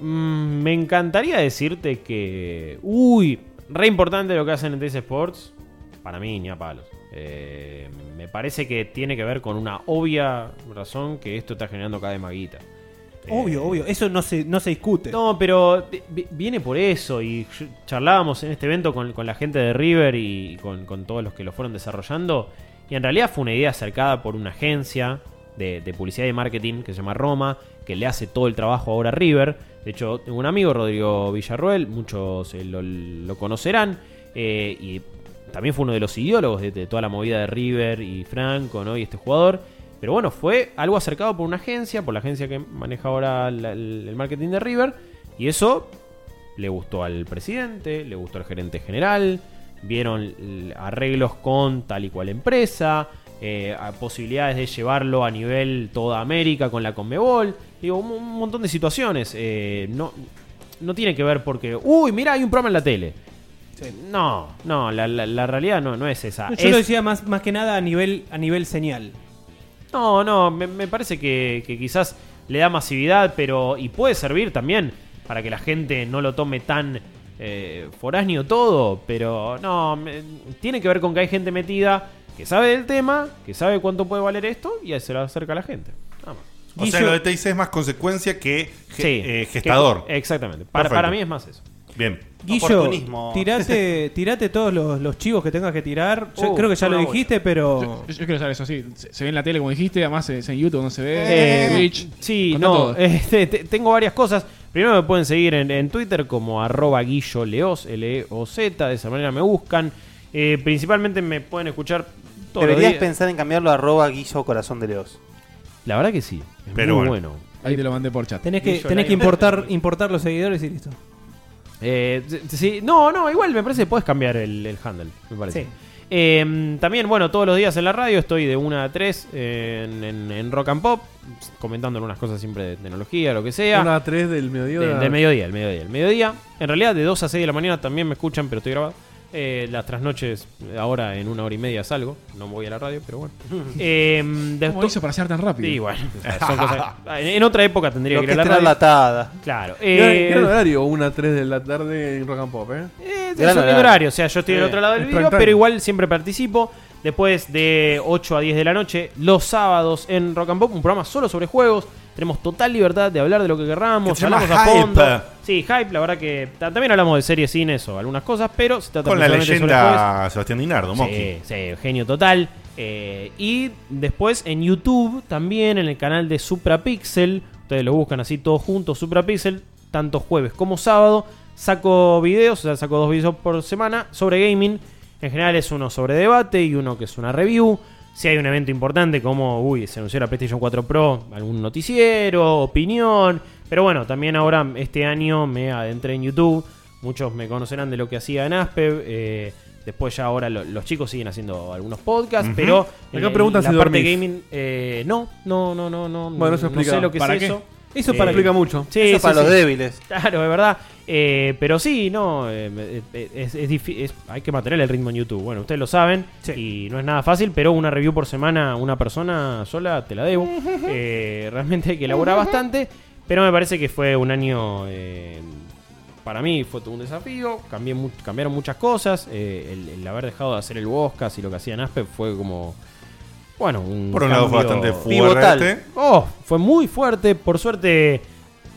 Speaker 7: Mm, me encantaría decirte que. Uy, re importante lo que hacen en TS Sports. Para mí, ni a palos. Eh, me parece que tiene que ver con una obvia razón que esto está generando cada vez más guita.
Speaker 8: Obvio, obvio, eso no se, no se discute.
Speaker 7: No, pero vi- vi- viene por eso. Y yo- charlábamos en este evento con, con la gente de River y con, con todos los que lo fueron desarrollando. Y en realidad fue una idea acercada por una agencia de, de publicidad y marketing que se llama Roma, que le hace todo el trabajo ahora a River. De hecho, tengo un amigo, Rodrigo Villarruel, muchos eh, lo, lo conocerán. eh, y también fue uno de los ideólogos de, de toda la movida de River y Franco, ¿no? Y este jugador. Pero bueno, fue algo acercado por una agencia, por la agencia que maneja ahora la- el, el marketing de River. Y eso le gustó al presidente, le gustó al gerente general. Vieron l- arreglos con tal y cual empresa. eh, a- posibilidades de llevarlo a nivel toda América con la Conmebol. Digo, un, un montón de situaciones. eh, no, no tiene que ver porque. Uy, mira, hay un programa en la tele. No, no, la, la- la realidad no, no es esa.
Speaker 8: Yo
Speaker 7: Ah, Es-
Speaker 8: lo decía más, más que nada a nivel, a nivel señal.
Speaker 7: No, no, me, me parece que, que quizás le da masividad, pero. Y puede servir también para que la gente no lo tome tan eh, foráneo todo, pero no, me- tiene que ver con que hay gente metida que sabe del tema, que sabe cuánto puede valer esto y se lo acerca a la gente. Nada más.
Speaker 3: O sea,
Speaker 7: Guillo-
Speaker 3: lo de TIC es más consecuencia que ge-
Speaker 7: Sí,
Speaker 3: eh, gestador.
Speaker 7: que- exactamente. Para-
Speaker 3: Perfecto.
Speaker 7: para mí es más eso.
Speaker 3: Bien.
Speaker 8: Guillo, tirate, tirate todos los, los chivos que tengas que tirar. Yo
Speaker 4: Uh,
Speaker 8: creo que ya
Speaker 4: una
Speaker 8: lo
Speaker 4: bocha.
Speaker 8: dijiste, pero.
Speaker 4: Yo, yo quiero saber eso, sí. Se, se ve en la tele, como dijiste, además se, se en YouTube, no se ve.
Speaker 7: Eh,
Speaker 4: en Twitch.
Speaker 7: Sí,
Speaker 4: Contá
Speaker 7: no,
Speaker 4: todo.
Speaker 7: este, te- tengo varias cosas. Primero me pueden seguir en, en Twitter como arroba guillo leoz, L-E-O-Z, de esa manera me buscan. Eh, principalmente me pueden escuchar todos los
Speaker 6: Deberías
Speaker 7: días.
Speaker 6: pensar en cambiarlo a arroba guillo corazón de leos.
Speaker 7: La verdad que sí. Es
Speaker 6: Pero
Speaker 7: muy
Speaker 6: bueno.
Speaker 7: bueno.
Speaker 4: Ahí te lo mandé por chat.
Speaker 8: Tenés que, tenés que importar, importar los seguidores y listo.
Speaker 7: Eh, sí, sí, no, no, igual me parece que puedes cambiar el, el handle, me parece.
Speaker 8: Sí.
Speaker 7: Eh, también, bueno, todos los días en la radio estoy de 1 a 3 en, en- en Rock and Pop, comentando algunas cosas siempre de tecnología, lo que sea.
Speaker 5: Una a 3 del mediodía.
Speaker 7: De- del mediodía, el mediodía, el mediodía. En realidad, de 2 a 6 de la mañana también me escuchan, pero estoy grabado. Eh, las trasnoches, ahora en una hora y media salgo. No voy a la radio, pero bueno. Eh,
Speaker 4: ¿Cómo hizo para ser tan rápido?
Speaker 7: Sí, bueno. son cosas- en, en otra época tendría
Speaker 6: Lo
Speaker 7: que ir
Speaker 6: que
Speaker 7: a
Speaker 6: es
Speaker 7: la radio.
Speaker 6: traslatada.
Speaker 7: Claro.
Speaker 5: Gran-
Speaker 7: eh,
Speaker 5: gran horario, 1 a 3 de la tarde en Rock and Pop, ¿eh?
Speaker 7: es un horario. o sea, yo estoy del
Speaker 5: Eh,
Speaker 7: otro lado del
Speaker 5: es
Speaker 7: video,
Speaker 5: prime time.
Speaker 7: pero igual siempre participo. Después de 8 a 10 de la noche, los sábados en Rock and Pop, un programa solo sobre juegos. Tenemos total libertad de hablar de lo que
Speaker 3: Que
Speaker 7: querramos,
Speaker 3: se llama
Speaker 7: charlamos a fondo.
Speaker 3: Hype.
Speaker 7: Sí, hype, la verdad que ta- también hablamos de series sin eso, algunas cosas, pero se trata
Speaker 3: Con la
Speaker 7: principalmente sobre juegos.
Speaker 3: leyenda Sebastián Dinardo,
Speaker 7: Sí,
Speaker 3: Moki.
Speaker 7: sí, genio total. Eh, y después en YouTube también, en el canal de Suprapixel. Ustedes lo buscan así todos juntos, Suprapixel, tanto jueves como sábado. Saco videos, o sea, saco dos videos por semana sobre gaming. En general es uno sobre debate y uno que es una review. Si hay un evento importante como, uy, se anunció la PlayStation 4 Pro, algún noticiero, opinión. Pero bueno, también ahora este año me adentré en YouTube. Muchos me conocerán de lo que hacía en Aspev. eh, después ya ahora lo- los chicos siguen haciendo algunos podcasts,
Speaker 5: Ujú.
Speaker 7: pero
Speaker 5: Acá
Speaker 7: eh,
Speaker 5: preguntan
Speaker 7: la
Speaker 5: si
Speaker 7: parte
Speaker 5: dormís.
Speaker 7: gaming eh, no, no, no, no, no.
Speaker 5: Bueno, eso explica.
Speaker 7: No sé lo que
Speaker 5: ¿Para
Speaker 7: es
Speaker 5: qué?
Speaker 7: eso. Eh,
Speaker 5: Eso para- explica mucho.
Speaker 7: sí,
Speaker 5: Eso
Speaker 7: sí,
Speaker 5: para los
Speaker 7: sí.
Speaker 5: débiles.
Speaker 7: Claro, de verdad. Eh, pero sí, no, eh, me- eh, es, es difi- es- hay que mantener el ritmo en YouTube. Bueno, ustedes lo saben y no es nada fácil, pero una review por semana, una persona sola, te la debo. Eh, realmente hay que elaborar bastante, pero me parece que fue un año, eh, para mí fue todo un desafío, cambié mu- cambiaron muchas cosas, eh, el, el haber dejado de hacer el Boscas y lo que hacía en Aspe fue como... Bueno, un
Speaker 3: Por un lado fue
Speaker 7: cambio
Speaker 3: bastante fuerte.
Speaker 7: Oh, fue muy fuerte. Por suerte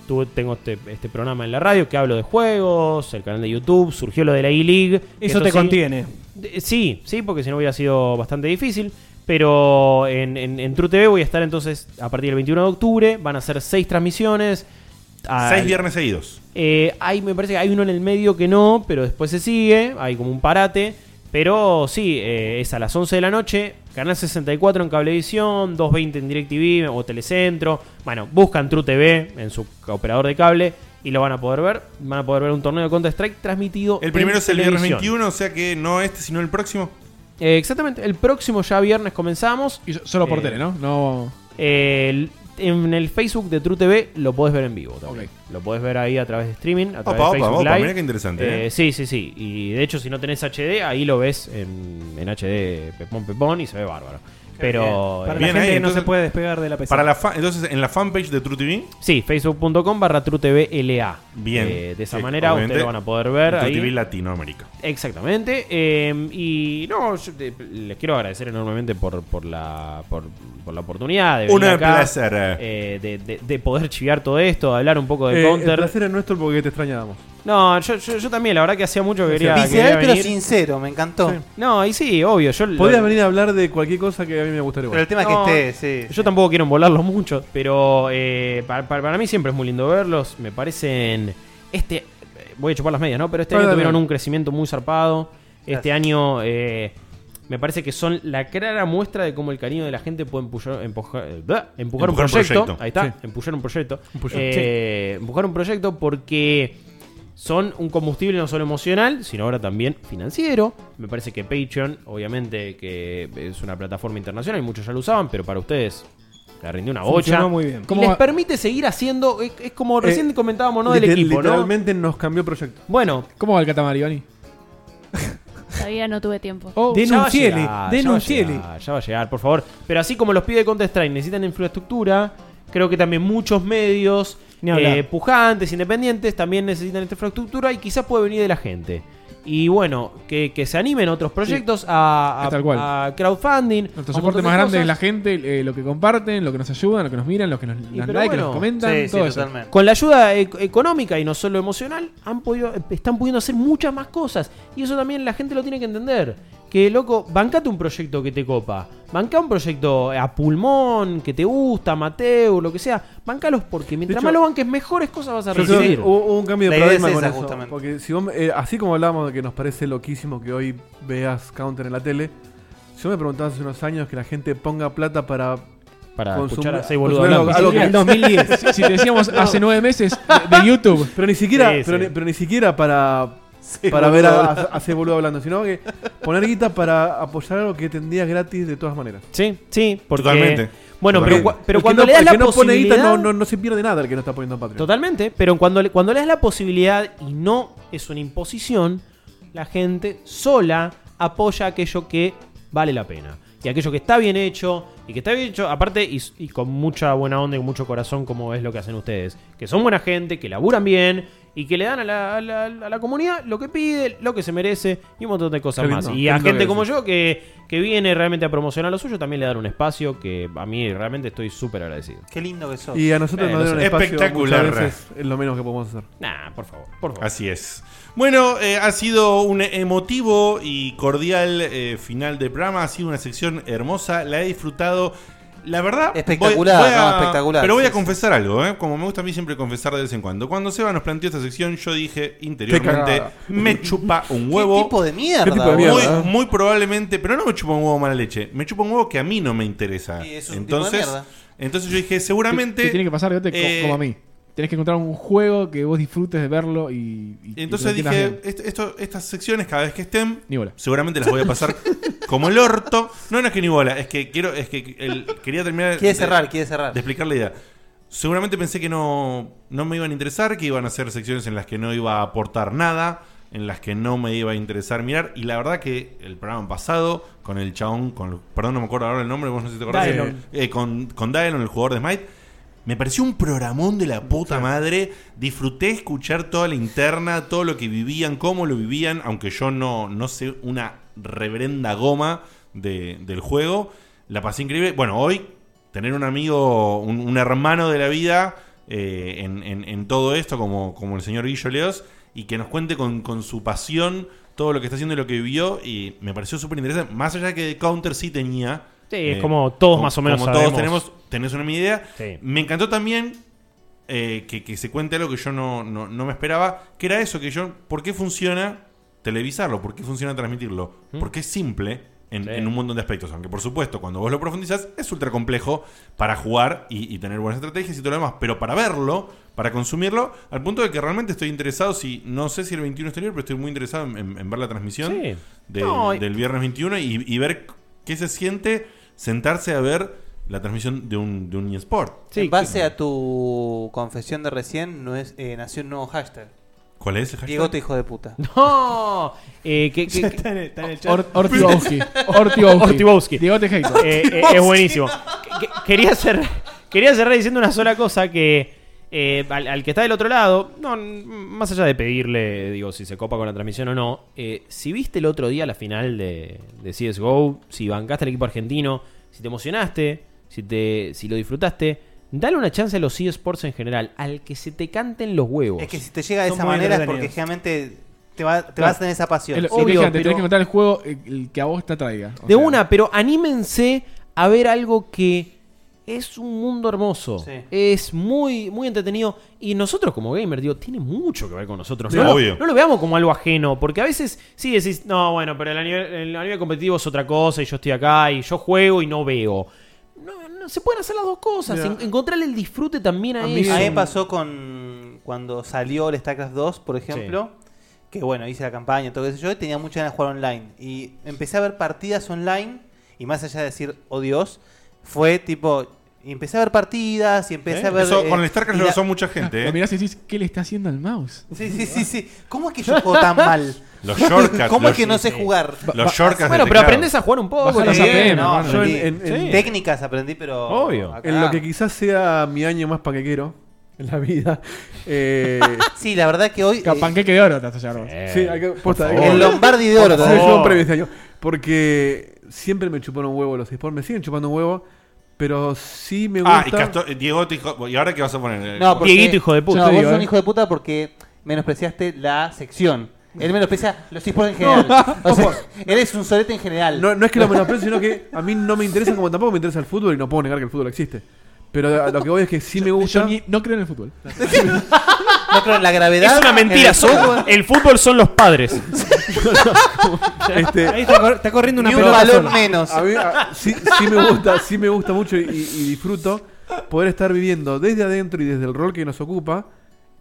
Speaker 7: tuve- tengo este, este programa en la radio que hablo de juegos, el canal de YouTube, surgió lo de la E-League. que
Speaker 8: Eso
Speaker 7: esto
Speaker 8: te
Speaker 7: sí-
Speaker 8: contiene.
Speaker 7: de- Sí, sí, porque si no hubiera sido bastante difícil. Pero en, en, en True TV voy a estar entonces a partir del 21 de octubre. Van a ser seis transmisiones. Al-
Speaker 3: Seis viernes seguidos.
Speaker 7: eh, hay, me parece que hay uno en el medio que no, pero después se sigue, hay como un parate. Pero sí, eh, es a las 11 de la noche, Canal 64 en Cablevisión, 220 en DirecTV o Telecentro. Bueno, buscan True TV en su operador de cable y lo van a poder ver. Van a poder ver un torneo de Counter-Strike transmitido
Speaker 3: El primero
Speaker 7: en
Speaker 3: es el viernes
Speaker 7: televisión.
Speaker 3: 21, o sea que no este, sino el próximo.
Speaker 7: Eh, exactamente, el próximo ya viernes comenzamos.
Speaker 4: Y solo por tele, ¿no? No.
Speaker 7: en el Facebook de True TV lo podés ver en vivo también. Lo podés ver ahí a través de streaming, a través
Speaker 3: Opa, opa,
Speaker 7: de Facebook
Speaker 3: opa,
Speaker 7: Live.
Speaker 3: mirá qué interesante, ¿eh?
Speaker 7: Sí, sí, sí. Y de hecho, si no tenés HD, ahí lo ves en, en HD pepón pepón y se ve bárbaro. Pero
Speaker 8: Para la gente que no se puede despegar de la PC.
Speaker 3: Para la fa- entonces, en la fanpage de True TV.
Speaker 7: Sí, facebook.com barra TruTVLA.
Speaker 3: Bien.
Speaker 7: Eh, de esa
Speaker 3: Sí,
Speaker 7: manera ustedes
Speaker 3: obviamente,
Speaker 7: lo van a poder ver.
Speaker 3: True
Speaker 7: ahí.
Speaker 3: TV Latinoamérica.
Speaker 7: Exactamente. eh, y no, yo te- les quiero agradecer enormemente por, por, la, por, por la oportunidad. De venir
Speaker 3: Un
Speaker 7: acá,
Speaker 3: placer.
Speaker 7: eh, de, de- de poder chiviar todo esto, de hablar un poco de
Speaker 5: Eh, el
Speaker 7: Counter.
Speaker 5: placer es nuestro porque te extrañábamos.
Speaker 7: No, yo, yo, yo también, la verdad que hacía mucho que quería.
Speaker 6: Visceral,
Speaker 7: quería
Speaker 6: pero
Speaker 7: venir.
Speaker 6: sincero, me encantó.
Speaker 7: No, y sí, obvio. Yo lo-
Speaker 5: Podrías venir a hablar de cualquier cosa que a mí me gustaría.
Speaker 6: Pero el tema es que
Speaker 7: No,
Speaker 6: esté, sí.
Speaker 7: Yo tampoco quiero volarlos mucho, pero eh, pa- pa- para, mí siempre es muy lindo verlos. Me parecen. Este. eh, Voy a chupar las medias, ¿no? Pero este
Speaker 5: Dale,
Speaker 7: año
Speaker 5: dale.
Speaker 7: tuvieron un crecimiento muy zarpado. Este año. eh, me parece que son la clara muestra de cómo el cariño de la gente puede empujar, empujar, eh, bla, empujar un,
Speaker 5: Empujar un
Speaker 7: proyecto.
Speaker 5: proyecto.
Speaker 7: Ahí está,
Speaker 5: Sí.
Speaker 7: empujar un proyecto.
Speaker 5: Un proyecto.
Speaker 7: Eh, Empujar un proyecto porque son un combustible no solo emocional, sino ahora también financiero. Me parece que Patreon, obviamente, que es una plataforma internacional y muchos ya lo usaban, pero para ustedes la rindió una bocha.
Speaker 8: Funcionó muy bien.
Speaker 7: Y
Speaker 8: ¿Cómo
Speaker 7: les
Speaker 8: va-
Speaker 7: permite seguir haciendo, es, es
Speaker 4: Eh,
Speaker 7: como recién comentábamos, ¿no? Del
Speaker 5: liter-
Speaker 7: equipo, ¿no?
Speaker 5: Literalmente nos cambió proyecto.
Speaker 7: Bueno.
Speaker 4: ¿Cómo va el Catamari, Bani?
Speaker 9: Todavía no tuve tiempo.
Speaker 7: Oh, Denunciele,
Speaker 8: Denunciele, denunciele.
Speaker 7: Ya va a llegar, por favor. Pero así como los pide Counter-Strike necesitan infraestructura, creo que también muchos medios
Speaker 8: Ni hablar.
Speaker 7: eh, pujantes, independientes, también necesitan esta infraestructura y quizás puede venir de la gente. Y bueno, que, que se animen otros proyectos a, a-
Speaker 4: tal cual.
Speaker 7: a crowdfunding.
Speaker 4: Nuestro
Speaker 7: a un montón
Speaker 4: soporte
Speaker 7: de
Speaker 4: más grande
Speaker 7: cosas.
Speaker 4: es la gente, eh, lo que comparten, lo que nos ayudan, lo que nos miran, lo que nos
Speaker 7: Y
Speaker 4: dan
Speaker 7: pero
Speaker 4: like, lo
Speaker 7: bueno,
Speaker 4: que nos comentan, todo eso.
Speaker 7: Con la ayuda e- económica y no solo emocional, han podido, eh, están pudiendo hacer muchas más cosas. Y eso también la gente lo tiene que entender. Que, loco, bancate un proyecto que te copa. Banca un proyecto a pulmón, que te gusta, Mateo, lo que sea. Bancalos porque mientras
Speaker 5: hecho,
Speaker 7: más lo banques, mejores cosas vas a
Speaker 5: Yo creo que
Speaker 7: recibir.
Speaker 5: Hubo, hubo un cambio de problema con eso, Porque si vos- eh, así como hablábamos de que nos parece loquísimo que hoy veas Counter en la tele, yo me preguntaba hace unos años que la gente ponga plata para.
Speaker 7: Para
Speaker 5: consumir-
Speaker 7: escuchar a seis boludos
Speaker 5: consumir
Speaker 7: hablando.
Speaker 5: algo- algo
Speaker 7: Al 2010.
Speaker 4: Si- si te decíamos hace nueve meses de- de YouTube.
Speaker 5: Pero ni siquiera,
Speaker 4: Sí,
Speaker 5: pero,
Speaker 4: sí.
Speaker 5: Ni, pero ni siquiera para,
Speaker 4: Seis
Speaker 5: para ver
Speaker 4: boludos
Speaker 5: a,
Speaker 4: hablando.
Speaker 5: a seis boludos hablando, sino que poner guita para apoyar algo que tendrías gratis de todas maneras.
Speaker 7: Sí, sí, porque-
Speaker 5: Totalmente.
Speaker 7: Bueno, pero cua- pero
Speaker 5: El que
Speaker 7: cuando
Speaker 5: no-
Speaker 7: le das
Speaker 5: el
Speaker 7: la
Speaker 5: que no pone guita,
Speaker 7: posibilidad-
Speaker 5: no, no- no se pierde nada el que no está poniendo en Patreon.
Speaker 7: Totalmente, pero cuando le, cuando le das la posibilidad y no es una imposición, la gente sola apoya aquello que vale la pena. Y aquello que está bien hecho, y que está bien hecho, aparte, y, y con mucha buena onda y mucho corazón, como es lo que hacen ustedes. Que son buena gente, que laburan bien, y que le dan a la, a la- a la comunidad lo que pide, lo que se merece, y un montón de cosas
Speaker 5: Qué
Speaker 7: más.
Speaker 5: lindo,
Speaker 7: Y
Speaker 5: qué
Speaker 7: a
Speaker 5: lindo
Speaker 7: gente
Speaker 5: que
Speaker 7: como
Speaker 5: decís.
Speaker 7: yo que, que viene realmente a promocionar lo suyo, también le dan un espacio que a mí realmente estoy súper agradecido.
Speaker 6: Qué lindo que sos.
Speaker 5: Y a nosotros
Speaker 7: Eh,
Speaker 5: nos
Speaker 7: no
Speaker 5: dieron
Speaker 7: sé.
Speaker 5: espacio
Speaker 3: Espectacular.
Speaker 5: muchas veces, es lo menos que podemos hacer.
Speaker 7: Nah, por favor, por favor.
Speaker 3: Así es. Bueno, eh, ha sido un emotivo y cordial eh, final de programa. Ha sido una sección hermosa. La he disfrutado. La verdad, voy-
Speaker 6: Espectacular,
Speaker 3: voy a-
Speaker 6: no, espectacular.
Speaker 3: Pero voy a
Speaker 6: Sí,
Speaker 3: confesar algo, ¿eh? como me gusta a mí siempre confesar de vez en cuando. Cuando Seba nos planteó esta sección, yo dije interiormente,
Speaker 6: cagada.
Speaker 3: me chupa un huevo.
Speaker 6: ¿Qué tipo de mierda,
Speaker 3: ¿Qué tipo de
Speaker 6: boludo?
Speaker 4: ¿eh?
Speaker 3: mierda? Muy, muy probablemente, pero no me chupa un huevo mala leche, me chupa un huevo que a mí no me interesa.
Speaker 6: es un tipo de
Speaker 3: entonces,
Speaker 6: mierda.
Speaker 3: entonces yo dije, seguramente...
Speaker 4: Te tiene que pasar, Diote, co-
Speaker 3: eh,
Speaker 4: como a mí. Tenés que encontrar un juego que vos disfrutes de verlo y. y- y
Speaker 3: Entonces
Speaker 4: que lo entiendas
Speaker 3: dije, est- esto- estas secciones cada vez que estén,
Speaker 4: Ni bola.
Speaker 3: seguramente las voy a pasar como el orto. No, no es que ni bola, es que quiero, es que el- quería terminar.
Speaker 6: Quiere
Speaker 3: de-
Speaker 6: cerrar, quiere cerrar.
Speaker 3: De explicar la idea. Seguramente pensé que no, no me iban a interesar, que iban a ser secciones en las que no iba a aportar nada, en las que no me iba a interesar mirar. Y la verdad que el programa pasado, con el chabón, con, perdón, no me acuerdo ahora el nombre, vos no sé si te acordás,
Speaker 5: Dylon.
Speaker 3: eh, con, con Dylon, el jugador de Smite, me pareció un programón de la puta madre. Disfruté escuchar toda la interna, todo lo que vivían, cómo lo vivían, aunque yo no, no sé una reverenda goma de- del juego. La pasé increíble. Bueno, hoy tener un amigo, un, un hermano de la vida eh, en, en- en todo esto, como, como el señor Guillo Leos, y que nos cuente con, con su pasión todo lo que está haciendo y lo que vivió, y me pareció súper interesante. Más allá que de Counter sí tenía. eh,
Speaker 7: Sí, es como todos más o menos
Speaker 3: Como todos
Speaker 7: sabemos.
Speaker 3: tenemos, tenés una misma idea.
Speaker 7: Sí.
Speaker 3: Me encantó también eh, que, que se cuente algo que yo no, no, no me esperaba, que
Speaker 6: ¿Mm?
Speaker 3: era eso, que yo, ¿por qué funciona televisarlo? ¿Por qué funciona transmitirlo? Porque es simple, en, en un montón de aspectos. Aunque, por supuesto, cuando vos lo profundizás, es ultra complejo para jugar y, y tener buenas estrategias y todo lo demás. Pero para verlo, para consumirlo, al punto de que realmente estoy interesado, si no sé si el 21 exterior, pero estoy muy interesado en, en- en ver la transmisión
Speaker 7: Sí.
Speaker 3: de-
Speaker 7: No, y-
Speaker 3: del viernes 21 y, y ver qué se siente sentarse a ver la transmisión de un, de un eSport.
Speaker 6: en base a tu confesión de recién, no es, eh, nació un nuevo hashtag.
Speaker 3: ¿Cuál es el hashtag?
Speaker 6: Diego, tu hijo de puta.
Speaker 7: No, eh, que, que-
Speaker 6: Está en el- está en el chat.
Speaker 7: Or- Ortibowski.
Speaker 6: Ortibowski.
Speaker 7: Ortibowski.
Speaker 6: Diego Tejeda.
Speaker 7: Eh, eh,
Speaker 6: Ortibowski.
Speaker 7: es buenísimo. Que- que- quería, cerrar, quería cerrar diciendo una sola cosa que eh, al, al que está del otro lado, no, n- más allá de pedirle, digo, si se copa con la transmisión o no, eh, si viste el otro día la final de, de CSGO, si bancaste al equipo argentino, si te emocionaste, si, te, si lo disfrutaste, dale una chance a los eSports en general, al que se te canten los huevos.
Speaker 6: Es que si te llega de
Speaker 7: Son
Speaker 6: esa
Speaker 7: muy
Speaker 6: manera es porque
Speaker 7: entretenidos.
Speaker 6: generalmente te, va- te
Speaker 7: Claro.
Speaker 6: vas a tener esa pasión.
Speaker 4: Es lo-
Speaker 6: Sí,
Speaker 4: lo que
Speaker 6: obvio,
Speaker 4: dije antes,
Speaker 6: pero-
Speaker 4: tenés que encontrar el juego eh, el que a vos te atraiga. O
Speaker 7: De
Speaker 4: sea,
Speaker 7: una, pero anímense a ver algo que es un mundo hermoso. Es muy, muy entretenido. Y nosotros como gamer, digo, tiene mucho que ver con nosotros.
Speaker 16: Sí,
Speaker 7: no,
Speaker 16: obvio.
Speaker 7: Lo, no lo veamos como algo ajeno, porque a veces sí decís, no, bueno, pero el a nivel, el a nivel competitivo es otra cosa y yo estoy acá y yo juego y no veo. No, no, se pueden hacer las dos cosas.
Speaker 6: Mira.
Speaker 7: en- encontrarle el disfrute también a,
Speaker 6: A mí,
Speaker 7: eso.
Speaker 6: me pasó con cuando salió el StarCraft 2, por ejemplo, que bueno, hice la campaña, todo eso yo, y tenía muchas ganas de jugar online. Y empecé a ver partidas online, y más allá de decir, oh Dios, fue tipo, y empecé a ver partidas, y empecé a ver... eh, y la- ¿eh?
Speaker 4: Lo mirás y decís, ¿qué le está haciendo al mouse?
Speaker 6: Sí, sí, sí, sí. ¿Cómo es que yo juego tan mal?
Speaker 4: Los shortcuts,
Speaker 6: ¿Cómo es
Speaker 4: los-
Speaker 6: que no sé
Speaker 4: sí.
Speaker 6: jugar?
Speaker 4: Los shortcuts
Speaker 7: Bueno, pero aprendes a jugar un poco.
Speaker 6: Bajá las
Speaker 7: también.
Speaker 6: APM,
Speaker 7: No,
Speaker 6: hermano.
Speaker 7: yo
Speaker 6: Sí.
Speaker 7: en- en- en-
Speaker 6: Técnicas aprendí, pero...
Speaker 7: Obvio.
Speaker 6: acá.
Speaker 5: En lo que quizás sea mi año más paquequero en la vida. eh,
Speaker 6: Sí, la verdad que hoy... eh,
Speaker 4: Panqueque de oro te hace llevar vos.
Speaker 5: Sí, hay que- posta, hay que-
Speaker 6: El Lombardi de oro,
Speaker 5: Sí,
Speaker 6: por
Speaker 5: yo
Speaker 6: favor.
Speaker 5: un premio este año. Porque siempre me chuparon un huevo los esports. Me siguen chupando un huevo. Pero sí me gusta.
Speaker 3: Ah, y Castor- Diego, tu hijo- ¿y ahora qué vas a poner? Eh,
Speaker 6: No, porque,
Speaker 5: puta,
Speaker 6: No, vos
Speaker 5: digo,
Speaker 6: sos un
Speaker 5: eh.
Speaker 6: hijo de puta porque menospreciaste la sección. Él menosprecia los esports en general. O sea, él es un solete en general.
Speaker 5: No, no es que lo menosprecio, sino que a mí no me interesa como tampoco me interesa el fútbol y no puedo negar que el fútbol existe. Pero a lo que voy es que sí me gusta.
Speaker 4: no creo en el fútbol.
Speaker 6: No creo en la gravedad.
Speaker 7: Es una mentira,
Speaker 6: en el
Speaker 7: son-
Speaker 6: fútbol.
Speaker 7: el fútbol son los padres.
Speaker 5: Este-
Speaker 8: Ahí está, cor- está corriendo una
Speaker 5: Ni un
Speaker 8: pelota.
Speaker 5: balón
Speaker 8: sola.
Speaker 5: menos. A mí, a- sí, sí me gusta, sí me gusta mucho y, y disfruto poder estar viviendo desde adentro y desde el rol que nos ocupa